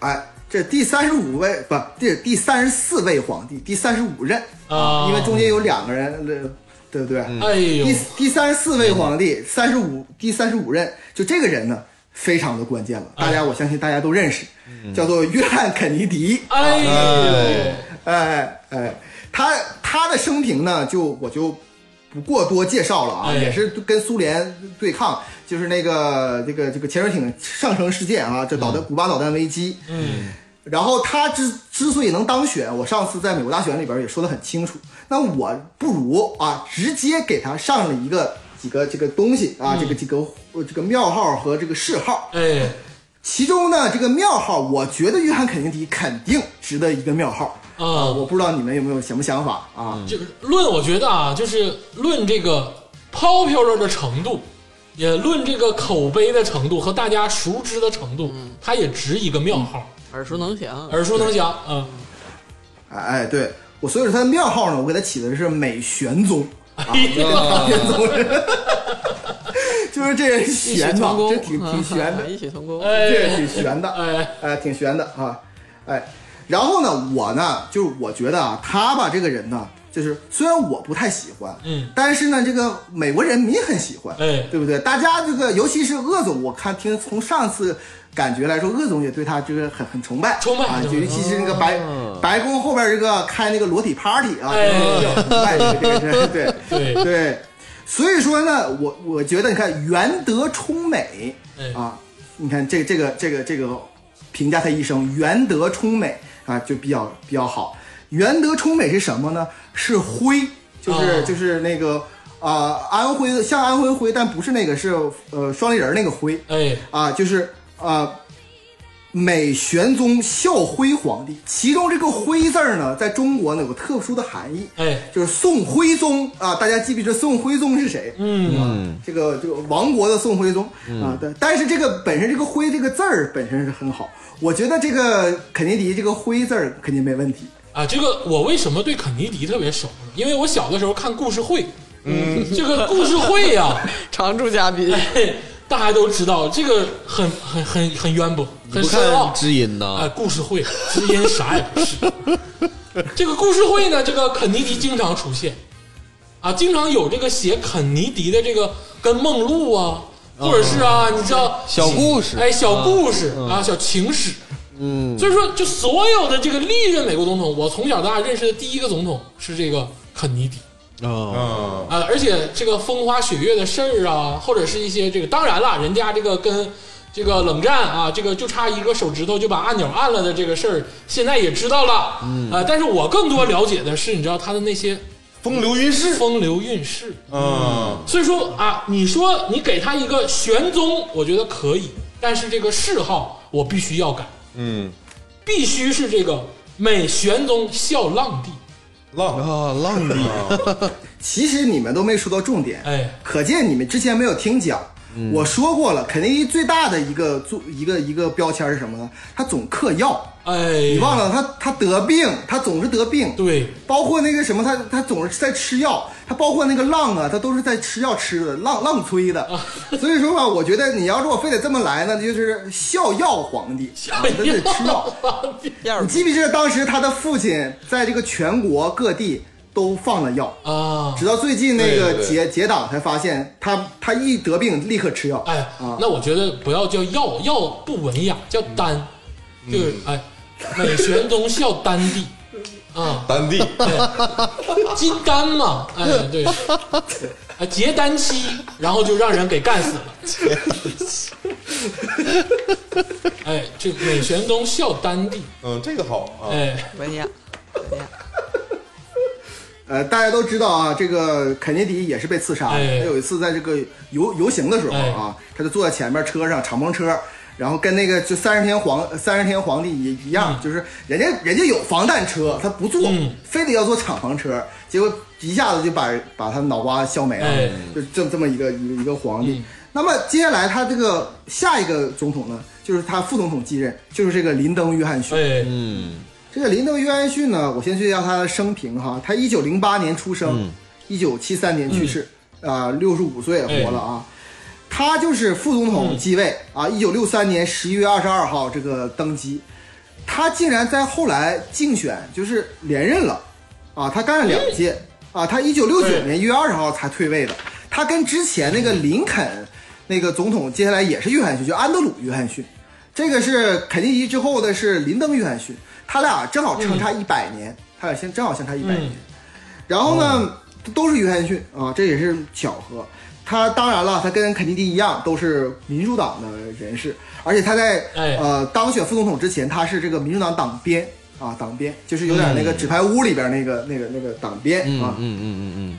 [SPEAKER 5] 哎，这第三十五位不，这第三十四位皇帝，第三十五任
[SPEAKER 1] 啊
[SPEAKER 5] 因为中间有两个人，呃对不对？
[SPEAKER 1] 哎呦
[SPEAKER 5] 第，第三十四位皇帝，三十五第三十五任，就这个人呢，非常的关键
[SPEAKER 1] 哎
[SPEAKER 5] 了。大家我相信大家都认识，叫做约翰肯尼迪。
[SPEAKER 1] 嗯哎呦，
[SPEAKER 5] 哎哎，他他的生平呢，就我就不过多介绍了啊，
[SPEAKER 1] 哎
[SPEAKER 5] 也是跟苏联对抗，就是那个这个这个潜水艇上升事件啊，这导弹、古巴导弹危机。
[SPEAKER 1] 嗯，
[SPEAKER 5] 然后他之之所以能当选，我上次在美国大选里边也说得很清楚。那我不如啊，直接给他上了一个几个这个东西啊，
[SPEAKER 1] 嗯
[SPEAKER 5] 这个几个呃这个庙号和这个谥号。
[SPEAKER 1] 哎，
[SPEAKER 5] 其中呢，这个庙号，我觉得约翰肯尼迪肯定值得一个庙号。
[SPEAKER 1] 啊，
[SPEAKER 5] 我不知道你们有没有什么想法啊？
[SPEAKER 1] 就论我觉得啊，就是论这个抛飘着的程度，也论这个口碑的程度和大家熟知的程度，他也值一个庙号，
[SPEAKER 2] 耳熟能详。
[SPEAKER 1] 耳熟能详啊。
[SPEAKER 5] 哎哎，对我，所以说他的庙号呢，我给他起的是美玄宗啊，
[SPEAKER 1] 哎呦
[SPEAKER 5] 唐玄宗人， 就是这人
[SPEAKER 2] 异曲
[SPEAKER 5] 玄呐
[SPEAKER 2] 同，工，
[SPEAKER 5] 这挺
[SPEAKER 1] 嗯
[SPEAKER 5] 挺玄的，
[SPEAKER 2] 异曲同工。
[SPEAKER 5] 这
[SPEAKER 1] 哎
[SPEAKER 5] 挺玄的，
[SPEAKER 1] 哎，
[SPEAKER 5] 哎，挺悬的啊，哎，然后呢，我呢，就是我觉得啊，他吧这个人呢，就是虽然我不太喜欢，
[SPEAKER 1] 嗯，
[SPEAKER 5] 但是呢，这个美国人民很喜欢，
[SPEAKER 1] 哎
[SPEAKER 5] 对不对？大家这个，尤其是鄂总，我看听从上次感觉来说，鄂总也对他这个很很崇拜，
[SPEAKER 1] 崇拜
[SPEAKER 5] 啊，
[SPEAKER 1] 崇拜
[SPEAKER 5] 尤其是那个白、白宫后边这个开那个裸体 party 啊，
[SPEAKER 1] 哎
[SPEAKER 5] 这个崇拜这个人，对
[SPEAKER 1] 对，
[SPEAKER 5] 对，所以说呢，我我觉得你看袁德充美
[SPEAKER 1] 哎
[SPEAKER 5] 啊，你看这这个这个这个评价他一生袁德充美啊，就比较比较好。袁德充美是什么呢？是徽，就是、
[SPEAKER 1] 哦
[SPEAKER 5] 就是那个啊、安徽的像安徽徽，但不是那个是呃双立人那个徽
[SPEAKER 1] 哎，
[SPEAKER 5] 啊，就是啊。美玄宗孝徽皇帝，其中这个“徽”字儿呢，在中国呢有个特殊的含义，
[SPEAKER 1] 哎，
[SPEAKER 5] 就是宋徽宗啊，大家记不记得宋徽宗是谁？啊
[SPEAKER 1] 嗯，
[SPEAKER 5] 这个这个亡国的宋徽宗啊，对。但是这个本身这个“徽”这个字儿本身是很好，我觉得这个肯尼迪这个“徽”字儿肯定没问题。
[SPEAKER 1] 啊，这个我为什么对肯尼迪特别熟呢？因为我小的时候看故事会，嗯， 这个故事会呀、
[SPEAKER 2] 常驻嘉
[SPEAKER 5] 哎
[SPEAKER 2] 宾，
[SPEAKER 1] 嘿 大家都知道，这个很很很很渊博，很
[SPEAKER 4] 不啊
[SPEAKER 1] 深奥
[SPEAKER 4] 看。知音
[SPEAKER 1] 哎，
[SPEAKER 4] 呐，
[SPEAKER 1] 故事会知音啥也不 是。这个故事会呢，这个肯尼迪经常出现，啊，经常有这个写肯尼迪的这个跟梦露啊，或者是啊，你知道
[SPEAKER 4] 嗯小故事嗯
[SPEAKER 1] 哎，小故事啊，小情史嗯，所以说，就所有的这个历任美国总统，我从小到大认识的第一个总统是这个肯尼迪
[SPEAKER 4] 啊，
[SPEAKER 3] 嗯，
[SPEAKER 1] 啊、而且这个风花雪月的事儿啊，或者是一些这个，当然啦，人家这个跟这个冷战啊，这个就差一个手指头就把按钮按了的这个事儿，现在也知道了，嗯，啊、但是我更多了解的是，你知道他的那些
[SPEAKER 3] 风流韵事，
[SPEAKER 1] 风流韵事，
[SPEAKER 3] 嗯，
[SPEAKER 1] 所以说啊，你说你给他一个玄宗，我觉得可以，但是这个谥号我必须要改，
[SPEAKER 3] 嗯，
[SPEAKER 1] 必须是这个美玄宗孝浪帝。
[SPEAKER 3] 浪，
[SPEAKER 4] 啊，浪弟，
[SPEAKER 1] 嗯
[SPEAKER 5] 其实你们都没说到重点，
[SPEAKER 1] 哎
[SPEAKER 5] 可见你们之前没有听讲。我说过了，肯尼迪最大的一个做一个一个标签是什么呢？他总嗑药，
[SPEAKER 1] 哎，
[SPEAKER 5] 你忘了他他得病，他总是得病，
[SPEAKER 1] 对，
[SPEAKER 5] 包括那个什么，他他总是在吃药，他包括那个浪啊，他都是在吃药吃的，浪浪催的。所以说吧，我觉得你要是我非得这么来呢，就是效药皇帝，啊，他得吃药。
[SPEAKER 2] 要
[SPEAKER 5] 你
[SPEAKER 2] 是
[SPEAKER 5] 记不记得当时他的父亲在这个全国各地都放了药，
[SPEAKER 1] 啊，
[SPEAKER 5] 直到最近那
[SPEAKER 3] 对
[SPEAKER 5] 个
[SPEAKER 3] 对
[SPEAKER 5] 结结党才发现他他一得病立刻吃药。啊
[SPEAKER 1] 哎，那我觉得不要叫药，药不文雅，叫丹，就是哎，美玄宗孝丹帝。啊，
[SPEAKER 3] 丹帝，
[SPEAKER 1] 金丹嘛，哎，对，啊，结丹期，然后就让人给干死了。哎，这美玄宗孝丹帝，
[SPEAKER 3] 嗯，这个好啊，
[SPEAKER 1] 哎，
[SPEAKER 2] 文雅，文雅，
[SPEAKER 5] 呃，大家都知道啊，这个肯尼迪也是被刺杀的。
[SPEAKER 1] 哎
[SPEAKER 5] 他有一次在这个游游行的时候啊，他就坐在前面车上敞篷车，然后跟那个就三十天皇三十天皇帝也一样，就是人家人家有防弹车，他不坐，
[SPEAKER 1] 嗯
[SPEAKER 5] 非得要坐敞篷车，结果一下子就把把他脑瓜削没了，
[SPEAKER 1] 哎
[SPEAKER 5] 就这这么一个一个一个皇帝。
[SPEAKER 1] 嗯
[SPEAKER 5] 那么接下来他这个下一个总统呢，就是他副总统继任，就是这个林登·约翰逊。
[SPEAKER 1] 哎，
[SPEAKER 5] 这个林登·约翰逊呢，我先去一下他的生平哈，他一九零八年出生，一九七三年去世，啊、六十五岁活了啊。他就是副总统继位、啊，一九六三年十一月二十二号这个登基，他竟然在后来竞选就是连任了，啊，他干了两届，啊，他一九六九年一月二十号才退位的，他跟之前那个林肯那个总统接下来也是约翰逊，就安德鲁约翰逊，这个是肯尼迪之后的是林登约翰逊，他俩正好相差一百年，他俩相正好相差一百年。然后
[SPEAKER 4] 哦
[SPEAKER 5] 呢，都是约翰逊啊，这也是巧合。他当然了，他跟肯尼迪一样都是民主党的人士，而且他在、
[SPEAKER 1] 哎
[SPEAKER 5] 呃当选副总统之前，他是这个民主党党鞭啊，党鞭就是有点那个纸牌屋里边那个、那个那个党鞭啊。
[SPEAKER 4] 嗯嗯嗯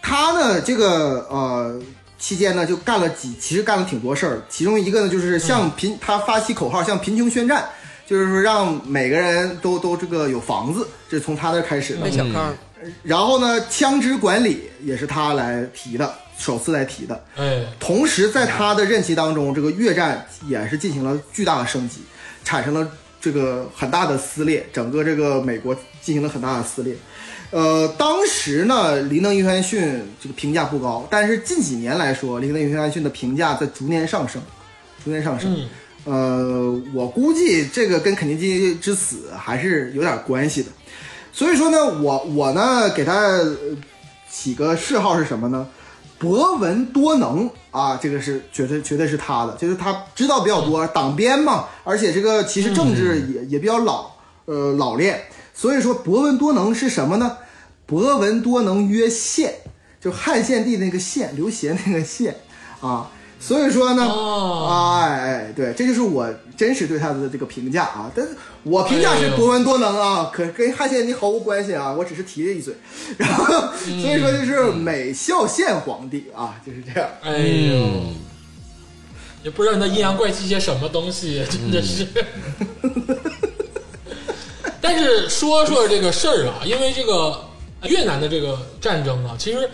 [SPEAKER 5] 他呢，这个呃期间呢，就干了几，其实干了挺多事儿。其中一个呢，就是
[SPEAKER 4] 嗯
[SPEAKER 5] 向贫，他发起口号，向贫穷宣战，就是说让每个人都都这个有房子，这是从他那儿开始的
[SPEAKER 4] 嗯
[SPEAKER 2] 被。小康，
[SPEAKER 5] 然后呢，枪支管理也是他来提的，首次来提的。
[SPEAKER 1] 哎，
[SPEAKER 5] 同时，在他的任期当中，这个越战也是进行了巨大的升级，产生了这个很大的撕裂，整个这个美国进行了很大的撕裂。呃，当时呢，林登·约翰逊这个评价不高，但是近几年来说，林登·约翰逊的评价在逐年上升，逐年上升。
[SPEAKER 1] 嗯
[SPEAKER 5] 呃，我估计这个跟肯尼基之死还是有点关系的。所以说呢，我我呢给他呃起个谥号是什么呢？博闻多能啊，这个是绝对绝对是他的，就是他知道比较多，党鞭嘛，而且这个其实政治
[SPEAKER 1] 嗯
[SPEAKER 5] 也、也比较老呃老练，所以说博闻多能是什么呢？博闻多能曰宪，就汉献帝那个献，刘协那个献啊，所以说呢，
[SPEAKER 1] 哦
[SPEAKER 5] 哎哎，对，这就是我真实对他的这个评价啊，但是我评价
[SPEAKER 1] 哎
[SPEAKER 5] 是
[SPEAKER 1] 呦
[SPEAKER 5] 博闻多能啊，可跟汉献帝毫无关系啊，我只是提了一嘴， 然后所以说就是美孝献皇帝啊，就是这样。
[SPEAKER 1] 哎呦，也不知道你那阴阳怪气些什么东西，真的是。但是说说这个事儿啊，因为这个呃越南的这个战争啊，其实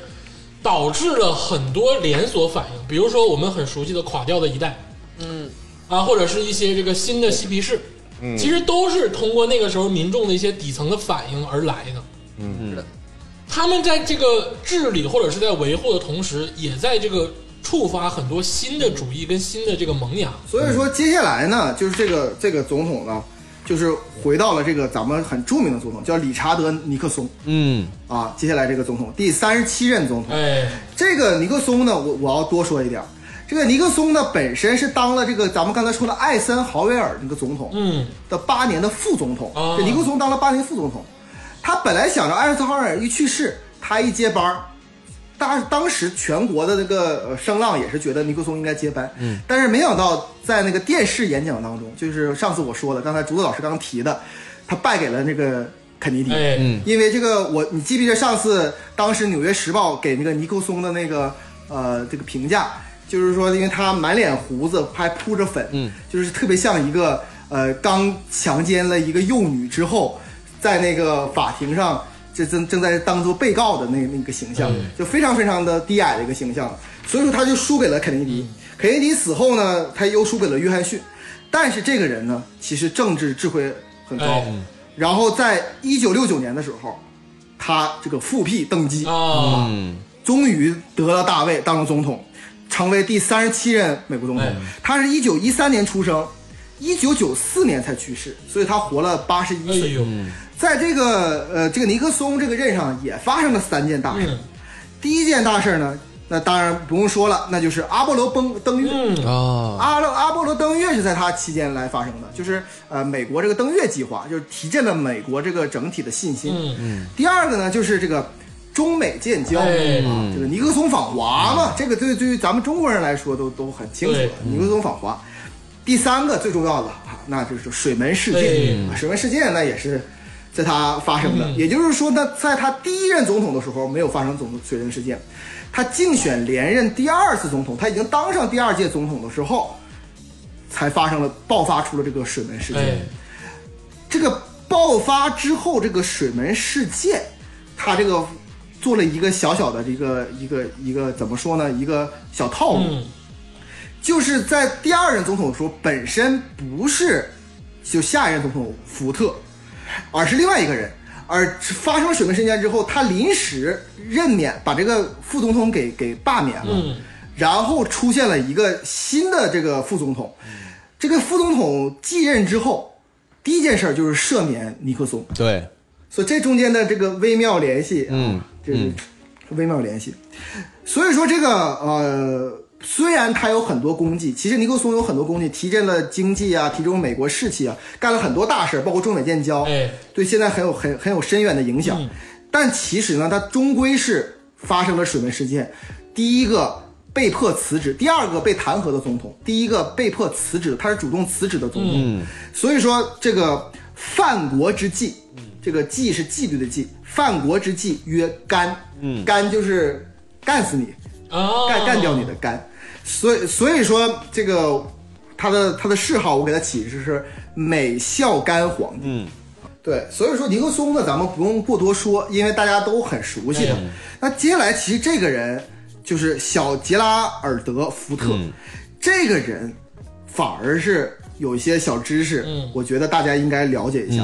[SPEAKER 1] 导致了很多连锁反应，比如说我们很熟悉的垮掉的一代，嗯，啊，或者是一些这个新的嬉皮士，嗯，其实都是通过那个时候民众的一些底层的反应而来的，他们在这个治理或者是在维护的同时，也在这个触发很多新的主义跟新的这个萌芽。
[SPEAKER 5] 所以说接下来呢，就是这个这个总统呢，就是回到了这个咱们很著名的总统，叫理查德·尼克松
[SPEAKER 4] 嗯
[SPEAKER 5] 啊。接下来这个总统第三十七任总统，
[SPEAKER 1] 哎，
[SPEAKER 5] 这个尼克松呢，我我要多说一点儿，这个尼克松呢，本身是当了这个咱们刚才说的艾森豪威尔那个总统，
[SPEAKER 1] 嗯，
[SPEAKER 5] 的八年的副总统
[SPEAKER 1] 啊，
[SPEAKER 5] 这尼克松当了八年副总统。他本来想着艾森豪威尔一去世，他一接班儿，当当时全国的那个呃声浪也是觉得尼克松应该接班，嗯，但是没想到在那个电视演讲当中，就是上次我说的，刚才竹子老师刚提的，他败给了那个肯尼迪，
[SPEAKER 1] 哎，
[SPEAKER 5] 因为这个我，你记不记得上次当时《纽约时报》给那个尼克松的那个呃这个评价，就是说因为他满脸胡子还铺着粉，嗯，就是特别像一个呃刚强奸了一个幼女之后，在那个法庭上这正正在当做被告的那那个形象，就非常非常的低矮的一个形象，所以说他就输给了肯尼迪。肯尼迪死后呢，他又输给了约翰逊，但是这个人呢，其实政治智慧很高。
[SPEAKER 1] 哎
[SPEAKER 5] 然后在一九六九年的时候，他这个复辟登基，
[SPEAKER 1] 啊，
[SPEAKER 5] 终于得了大位，当了总统，成为第三十七任美国总统
[SPEAKER 1] 哎。
[SPEAKER 5] 他是一九一三年出生，一九九四年才去世，所以他活了八十一
[SPEAKER 1] 哎
[SPEAKER 5] 岁。
[SPEAKER 1] 呦，
[SPEAKER 5] 在这个呃这个尼克松这个任上也发生了三件大事。
[SPEAKER 1] 嗯
[SPEAKER 5] 第一件大事呢，那当然不用说了，那就是阿波罗登登月。
[SPEAKER 1] 嗯，
[SPEAKER 4] 啊，
[SPEAKER 5] 阿勒阿波罗登月是在他期间来发生的，就是呃美国这个登月计划，就是提振了美国这个整体的信心。
[SPEAKER 1] 嗯
[SPEAKER 5] 第二个呢，就是这个中美建交、
[SPEAKER 1] 哎
[SPEAKER 5] 啊，这个尼克松访华嘛，这个对对于咱们中国人来说都都很清楚
[SPEAKER 1] 对
[SPEAKER 5] 了，尼克松访华。第三个最重要的啊，那就是水门事件。啊水门事件那也是在他发生的，也就是说，呢，在他第一任总统的时候没有发生总水门事件，他竞选连任第二次总统，他已经当上第二届总统的时候，才发生了爆发出了这个水门事件。
[SPEAKER 1] 哎，
[SPEAKER 5] 这个爆发之后，这个水门事件，他这个做了一个小小的这个一个一个怎么说呢？一个小套路，
[SPEAKER 1] 嗯，
[SPEAKER 5] 就是在第二任总统的时候，本身不是就下一任总统福特，而是另外一个人。而发生水门事件之后，他临时任免，把这个副总统给给罢免了，
[SPEAKER 1] 嗯
[SPEAKER 5] 然后出现了一个新的这个副总统。这个副总统继任之后，第一件事儿就是赦免尼克松，
[SPEAKER 4] 对，
[SPEAKER 5] 所以这中间的这个微妙联系，啊
[SPEAKER 4] 嗯，
[SPEAKER 5] 这是微妙联系。所以说这个呃，虽然他有很多功绩，其实尼克松有很多功绩，提振了经济啊，提振美国士气啊，干了很多大事，包括中美建交，
[SPEAKER 1] 哎
[SPEAKER 5] 对现在很有很很有深远的影响。但其实呢，他终归是发生了水门事件，第一个。被迫辞职，第二个被弹劾的总统，第一个被迫辞职，他是主动辞职的总统。所以说这个犯国之计，这个计是纪律的计，犯国之计曰干，嗯，干就是干死你，
[SPEAKER 1] 啊，
[SPEAKER 5] 干干掉你的干。所以所以说这个他的他的谥号，我给他起的是美孝干皇帝。嗯。对，所以说尼克松呢，咱们不用过多说，因为大家都很熟悉他。那接下来，其实这个人就是小杰拉尔德·福特，这个人反而是有一些小知识，
[SPEAKER 1] 嗯
[SPEAKER 5] 我觉得大家应该了解一下。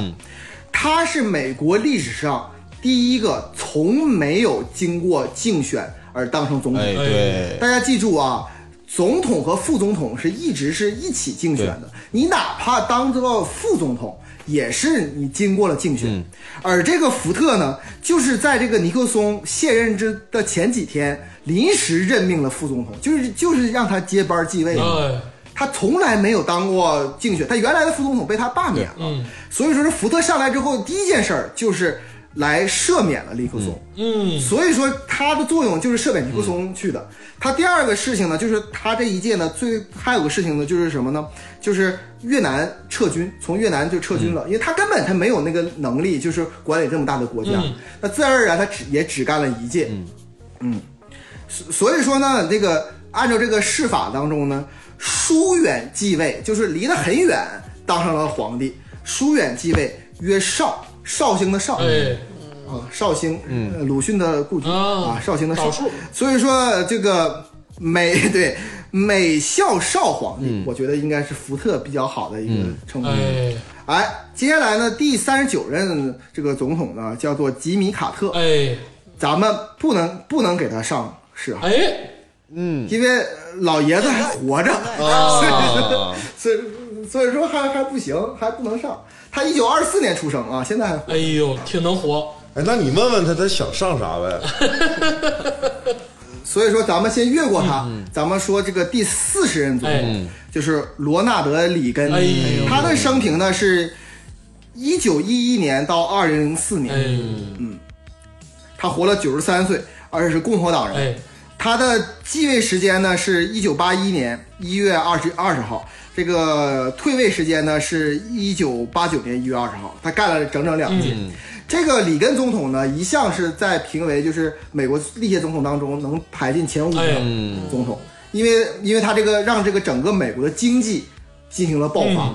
[SPEAKER 5] 他是美国历史上第一个从没有经过竞选而当上总统的
[SPEAKER 4] 哎
[SPEAKER 5] 人。
[SPEAKER 4] 对，
[SPEAKER 5] 大家记住啊，总统和副总统是一直是一起竞选的。你哪怕当做副总统，也是你经过了竞选。而这个福特呢，就是在这个尼克松卸任之的前几天，临时任命了副总统，就是就是让他接班继位的。
[SPEAKER 1] 哎，
[SPEAKER 5] 他从来没有当过竞选，他原来的副总统被他罢免了，
[SPEAKER 1] 嗯
[SPEAKER 5] 所以说是福特上来之后第一件事儿就是来赦免了尼克松。
[SPEAKER 1] 嗯，
[SPEAKER 5] 所以说它的作用就是赦免尼克松去的。它第二个事情呢，就是它这一届呢最还有个事情呢，就是什么呢？就是越南撤军，从越南就撤军
[SPEAKER 1] 嗯
[SPEAKER 5] 了，因为他根本他没有那个能力，就是管理这么大的国家。
[SPEAKER 1] 嗯
[SPEAKER 5] 那自然而然他只也只干了一届。嗯所所以说呢，这个按照这个释法当中呢，疏远继位就是离得很远当上了皇帝，疏远继位曰绍，绍兴的绍。
[SPEAKER 1] 哎，
[SPEAKER 5] 啊，绍兴，嗯，鲁迅的故居
[SPEAKER 1] 啊
[SPEAKER 5] 啊，绍兴的
[SPEAKER 1] 少
[SPEAKER 5] 绍
[SPEAKER 1] 数，
[SPEAKER 5] 所以说这个美 对美孝少皇帝，我觉得应该是福特比较好的一个称呼。
[SPEAKER 1] 哎，
[SPEAKER 5] 哎，接下来呢，第三十九任这个总统呢叫做吉米卡特，
[SPEAKER 1] 哎，
[SPEAKER 5] 咱们不能不能给他上谥号，
[SPEAKER 1] 哎，
[SPEAKER 5] 因为老爷子还活着，
[SPEAKER 1] 哦
[SPEAKER 4] 啊，
[SPEAKER 5] 所以所以说还还不行，还不能上。他一九二四年出生啊，现在还活着
[SPEAKER 1] 哎呦，挺能活，
[SPEAKER 3] 哎，那你问问他，他想上啥呗？
[SPEAKER 5] 所以说咱们先越过它，咱们说这个第四十任总
[SPEAKER 1] 嗯哎
[SPEAKER 5] 统、就是罗纳德·里根，
[SPEAKER 1] 哎呦
[SPEAKER 5] 他的生平呢是一九一一年到二零零四年，
[SPEAKER 1] 哎
[SPEAKER 5] 他活了九十三岁，而且是共和党人。
[SPEAKER 1] 哎，
[SPEAKER 5] 他的继位时间呢是一九八一年一月二十二十号，这个退位时间呢是一九八九年一月二十号，他干了整整两届。这个里根总统呢，一向是在评为就是美国历届总统当中能排进前五
[SPEAKER 1] 哎
[SPEAKER 5] 的总统，因为因为他这个让这个整个美国的经济进行了爆发。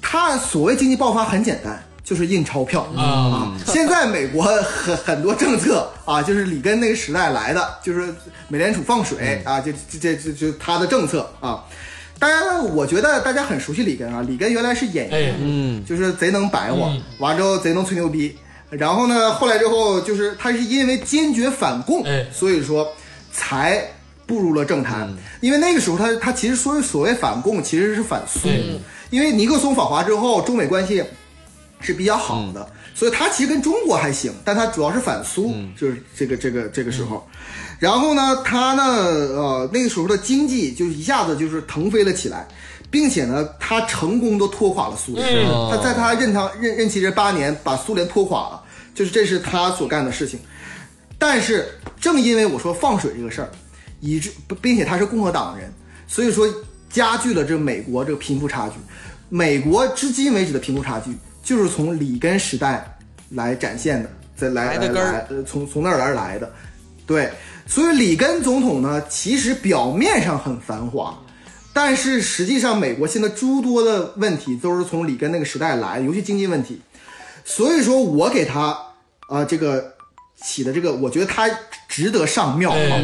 [SPEAKER 5] 他所谓经济爆发很简单，就是印钞票啊。现在美国很很多政策啊，就是里根那个时代来的，就是美联储放水啊，就这这这就他的政策啊。当然，我觉得大家很熟悉里根啊，里根原来是演员，
[SPEAKER 1] 哎
[SPEAKER 5] 就是贼能白活，完之后贼能吹牛逼。然后呢，后来之后就是他是因为坚决反共，
[SPEAKER 1] 哎嗯
[SPEAKER 5] 所以说才步入了政坛。因为那个时候他他其实说所谓反共其实是反苏，
[SPEAKER 1] 哎
[SPEAKER 5] 因为尼克松访华之后，中美关系是比较好的，
[SPEAKER 1] 嗯
[SPEAKER 5] 所以他其实跟中国还行，但他主要是反苏，就是这个这个这个时候。然后呢，他呢，呃，那个时候的经济就是一下子就是腾飞了起来，并且呢，他成功的拖垮了苏联。
[SPEAKER 1] 嗯
[SPEAKER 5] 他在他任他任任期这八年，把苏联拖垮了，就是这是他所干的事情。但是正因为我说放水这个事儿，以致并且他是共和党人，所以说加剧了这美国这个贫富差距。美国至今为止的贫富差距，就是从里根时代来展现的，再来
[SPEAKER 2] 来的
[SPEAKER 5] 来
[SPEAKER 2] 根儿
[SPEAKER 5] 来，呃从从那儿而来的。对，所以里根总统呢，其实表面上很繁华，但是实际上美国现在诸多的问题都是从里根那个时代来，尤其经济问题。所以说我给他啊、呃这个起的这个，我觉得他值得上庙号、
[SPEAKER 1] 哎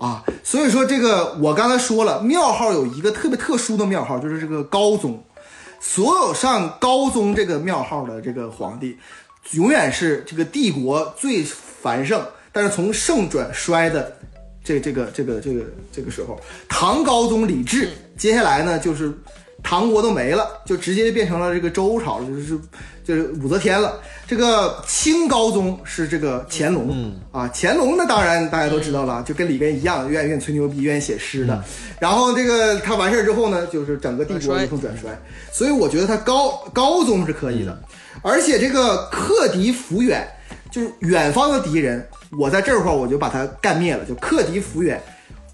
[SPEAKER 5] 啊。所以说这个我刚才说了，庙号有一个特别特殊的庙号，就是这个高宗。所有上高宗这个庙号的这个皇帝，永远是这个帝国最繁盛，但是从盛转衰的这这个这个这个这个时候，唐高宗李治，接下来呢就是唐国都没了，就直接变成了这个周朝了，就是就是武则天了。这个清高宗是这个乾隆，啊，乾隆那当然大家都知道了，就跟里根一样，愿意愿意吹牛逼，愿意写诗的。然后这个他完事儿之后呢，就是整个帝国由盛转衰，所以我觉得他高高宗是可以的，而且这个克敌抚远。就是远方的敌人，我在这块儿我就把他干灭了，就克敌抚远。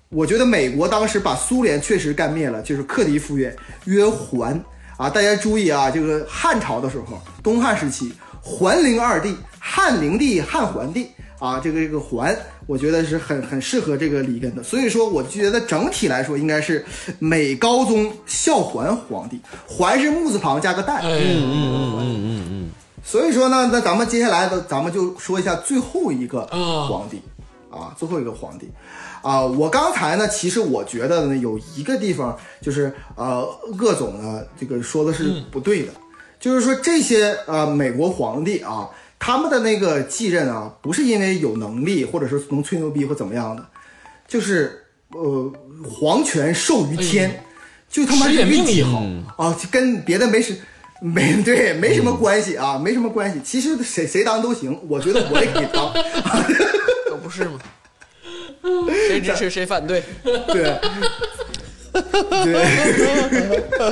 [SPEAKER 5] 我觉得美国当时把苏联确实干灭了，就是克敌复远约还啊！大家注意啊，这个汉朝的时候，东汉时期，桓灵二帝，汉灵帝、汉桓帝啊，这个这个桓，我觉得是很很适合这个里根的。所以说，我觉得整体来说应该是美高宗孝桓皇帝，桓是木字旁加个代，
[SPEAKER 1] 哎嗯
[SPEAKER 5] 所以说呢，那咱们接下来的咱们就说一下最后一个
[SPEAKER 1] 啊
[SPEAKER 5] 皇帝、啊，最后一个皇帝啊。我刚才呢，其实我觉得呢，有一个地方就是呃，鄂总呢这个说的是不对的，就是说这些呃美国皇帝啊，他们的那个继任啊，不是因为有能力或者是能吹牛逼或怎么样的，就是呃皇权授于天，就他妈
[SPEAKER 1] 吃
[SPEAKER 5] 是
[SPEAKER 1] 点
[SPEAKER 5] 运
[SPEAKER 1] 命
[SPEAKER 5] 气
[SPEAKER 1] 也
[SPEAKER 5] 好。
[SPEAKER 1] 好，
[SPEAKER 5] 啊，就跟别的没什没对没什么关系啊，没什么关系。其实谁谁当都行，我觉得我也可以当。嗯
[SPEAKER 2] 可不是嘛，谁支持谁 反对，
[SPEAKER 5] 对，对。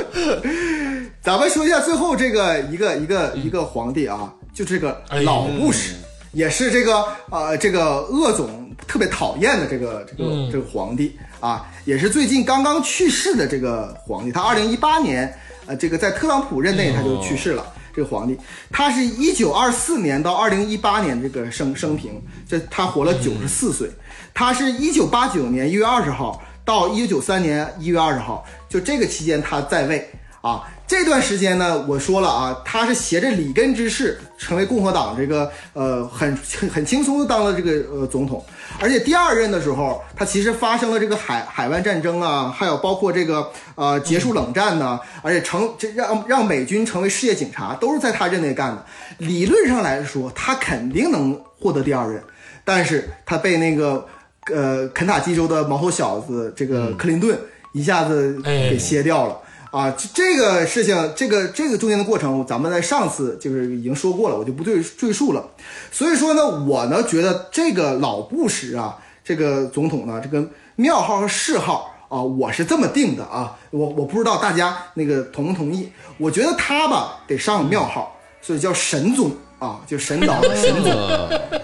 [SPEAKER 5] 咱们说一下最后这个一个一个一个皇帝啊，就这个老牧师，也是这个呃这个鄂总特别讨厌的这个这个这个皇帝啊，也是最近刚刚去世的这个皇帝。他二零一八年呃这个在特朗普任内他就去世了。这个皇帝，他是一九二四年到二零一八年这个生生平，这他活了九十四岁。他是一九八九年一月二十号到一九九三年一月二十号，就这个期间他在位啊。这段时间呢，我说了啊，他是携着里根之势成为共和党这个呃很很很轻松的当了这个呃总统，而且第二任的时候，他其实发生了这个海海湾战争啊，还有包括这个呃结束冷战呐、而且成这让让美军成为世界警察，都是在他任内干的。理论上来说，他肯定能获得第二任，但是他被那个呃肯塔基州的毛头小子这个克林顿一下子给歇掉了。啊，这这个事情，这个这个中间的过程，咱们在上次就是已经说过了，我就不赘赘述了。所以说呢，我呢觉得这个老布什啊，这这个总统呢，这个庙号和谥号啊，我是这么定的啊，我我不知道大家那个同不同意？我觉得他吧得上个庙号，所以叫神宗啊，就神岛的神宗。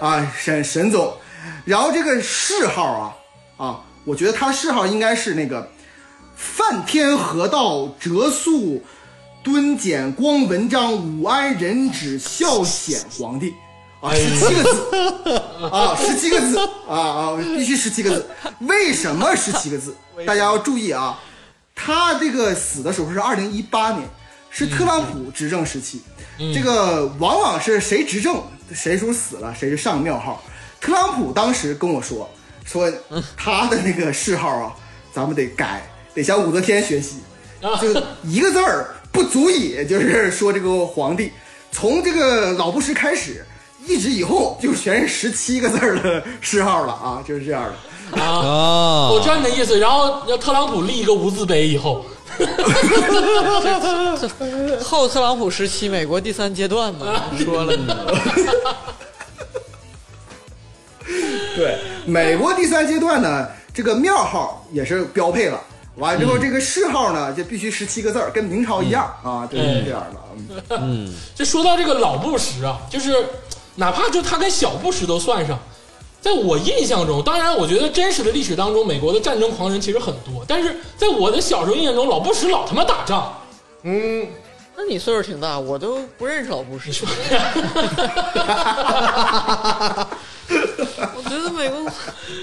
[SPEAKER 5] 啊，沈沈总，然后这个谥号啊啊，我觉得他谥号应该是那个梵天河道折宿敦简光文章武安人旨孝显皇帝啊，十七个字啊，十七个字啊啊，必须十七个字。为什么十七个字？大家要注意啊，他这个死的时候是二零一八年，是特朗普执政时期。这个往往是谁执政，谁时候死了，谁就上庙号。特朗普当时跟我说，说他的那个谥号啊，咱们得改，得向武则天学习，就一个字儿不足以，就是说这个皇帝从这个老布什开始。一直以后就全是十七个字儿的谥号了啊，就是这样的。
[SPEAKER 1] 啊！
[SPEAKER 4] 啊
[SPEAKER 1] 我知道你的意思。然后让特朗普立一个无字碑以后，
[SPEAKER 2] 后特朗普时期美国第三阶段嘛，说了，
[SPEAKER 5] 对，美国第三阶段呢，这个庙号也是标配了。完了之后，这个谥号呢，就必须十七个字儿，跟明朝一样、啊，就是这样的。嗯
[SPEAKER 1] 就说到这个老布什啊，就是哪怕就他跟小布什都算上，在我印象中，当然我觉得真实的历史当中，美国的战争狂人其实很多，但是在我的小时候印象中，老布什老他妈打仗。
[SPEAKER 2] 那你岁数挺大，我都不认识老布什
[SPEAKER 1] 你。说，
[SPEAKER 2] 我觉得美国，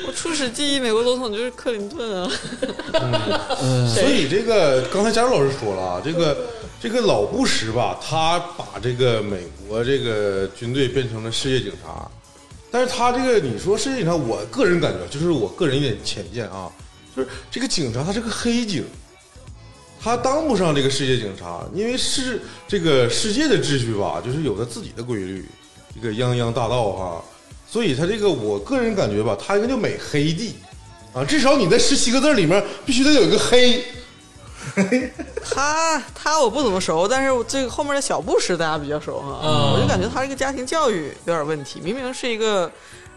[SPEAKER 2] 我初始记忆美国总统就是克林顿啊。
[SPEAKER 3] 所以这个刚才佳茹老师说了啊，这个这个老布什吧，他把这个美国这个军队变成了世界警察，但是他这个你说世界警察，我个人感觉就是我个人一点浅见啊，就是这个警察他是个黑警，他当不上这个世界警察，因为世这个世界的秩序吧，就是有他自己的规律，这个泱泱大道哈、所以他这个我个人感觉吧，他应该叫美黑帝啊，至少你在十七个字里面必须得有一个黑。
[SPEAKER 2] 他他我不怎么熟，但是我这个后面的小布什大家比较熟哈、
[SPEAKER 1] 嗯
[SPEAKER 2] 我就感觉他这个家庭教育有点问题，明明是一个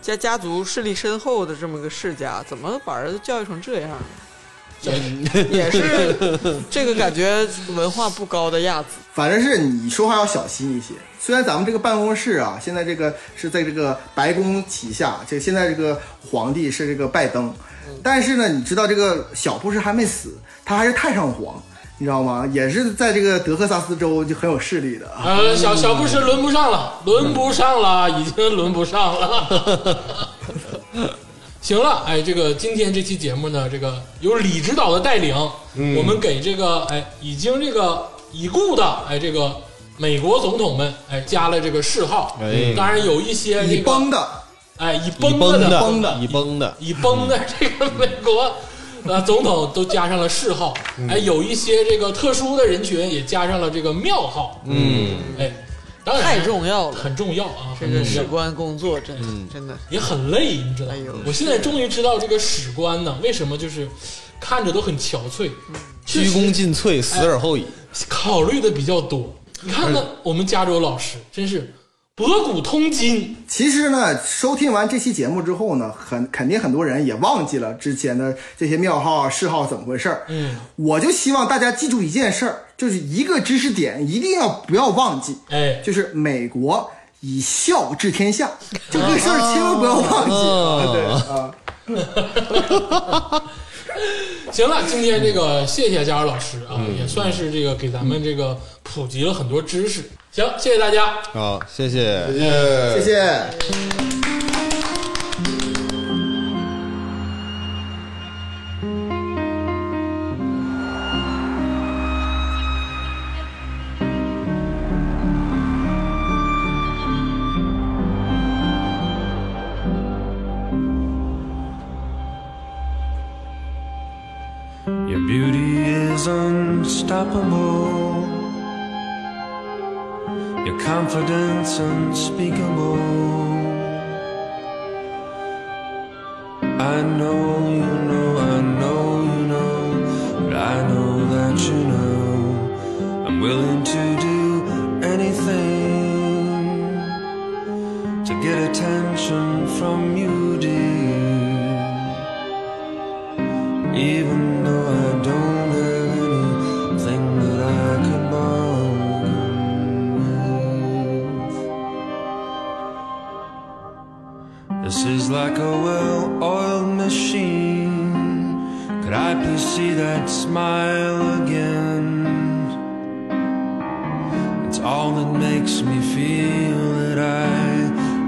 [SPEAKER 2] 家家族势力深厚的这么个世家，怎么把儿子教育成这样呢？也是这个感觉文化不高的亚子，
[SPEAKER 5] 反正是你说话要小心一些。虽然咱们这个办公室啊，现在这个是在这个白宫旗下，这现在这个皇帝是这个拜登，但是呢，你知道这个小布什还没死，他还是太上皇，你知道吗？也是在这个德克萨斯州就很有势力的啊。
[SPEAKER 1] 呃，小小布什轮不上了，轮不上了，已经轮不上了。 行了，哎，这个今天这期节目呢，这个由李指导的带领，
[SPEAKER 4] 嗯
[SPEAKER 1] 我们给这个哎已经这个已故的哎这个美国总统们哎加了这个谥号，
[SPEAKER 4] 哎
[SPEAKER 1] 当然有一些这
[SPEAKER 5] 你
[SPEAKER 1] 个
[SPEAKER 5] 崩的，
[SPEAKER 1] 哎已
[SPEAKER 4] 已
[SPEAKER 1] 崩了的
[SPEAKER 4] 崩
[SPEAKER 5] 崩的
[SPEAKER 4] 已崩的，
[SPEAKER 1] 已崩的这个美国呃总统都加上了谥号，
[SPEAKER 4] 嗯
[SPEAKER 1] 哎，有一些这个特殊的人群也加上了这个庙号，
[SPEAKER 4] 嗯，
[SPEAKER 1] 哎，当然
[SPEAKER 2] 太重要了，
[SPEAKER 1] 很重要啊，
[SPEAKER 2] 这
[SPEAKER 1] 很重
[SPEAKER 2] 个
[SPEAKER 1] 要
[SPEAKER 2] 史官工作真、真的
[SPEAKER 1] 也很累，你知道吗？
[SPEAKER 2] 哎呦
[SPEAKER 1] 我现在终于知道这个史官呢，为什么就是看着都很憔悴，
[SPEAKER 2] 嗯
[SPEAKER 1] 确
[SPEAKER 4] 鞠
[SPEAKER 1] 实
[SPEAKER 4] 躬尽瘁，死而后已。
[SPEAKER 1] 考虑的比较多。你看
[SPEAKER 4] 嗯
[SPEAKER 1] 看我们加州老师，真是博古通今，
[SPEAKER 5] 其实呢，收听完这期节目之后呢，很肯定很多人也忘记了之前的这些庙号啊、谥号怎么回事儿。嗯，我就希望大家记住一件事儿，就是一个知识点一定要不要忘记，
[SPEAKER 1] 哎，
[SPEAKER 5] 就是美国以孝治天下，就这个事儿千万不要忘记。啊对啊，
[SPEAKER 1] 行了，今天这个谢谢加州老师啊，
[SPEAKER 4] 嗯
[SPEAKER 1] 也算是这个给咱
[SPEAKER 2] 嗯
[SPEAKER 1] 们这个普及了很多知识。行，谢谢大家。
[SPEAKER 4] 好，谢谢。
[SPEAKER 3] 谢谢
[SPEAKER 5] 谢谢。
[SPEAKER 6] Your beauty is unstoppable. Your confidence unspeakable. I know you know, I know you know, but I know that you know. I'm willing to do anything to get attention from you, dear. that makes me feel that I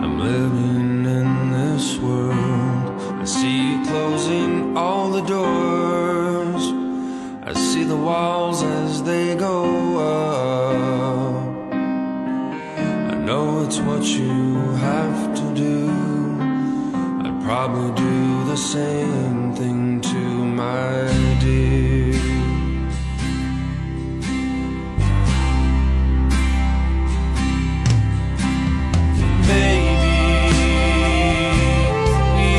[SPEAKER 6] am living in this world. I see you closing all the doors. I see the walls as they go up. I know it's what you have to do. I'd probably do the same thing to my dear. Baby,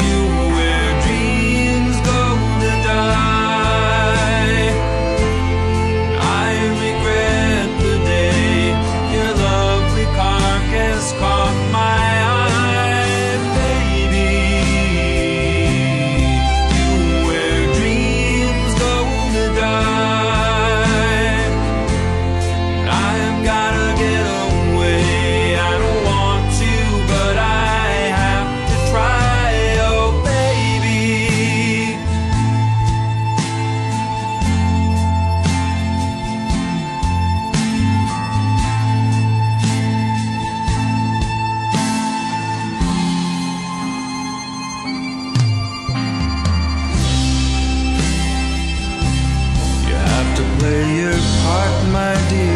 [SPEAKER 6] you where dreams go to die. I regret the day your lovely carcass caught my eye, baby. You where dreams go to die. I've gotta get away. I don't want to, but I have to try. Oh, baby. You have to play your part, my dear. Oh, Oh, Oh, Oh,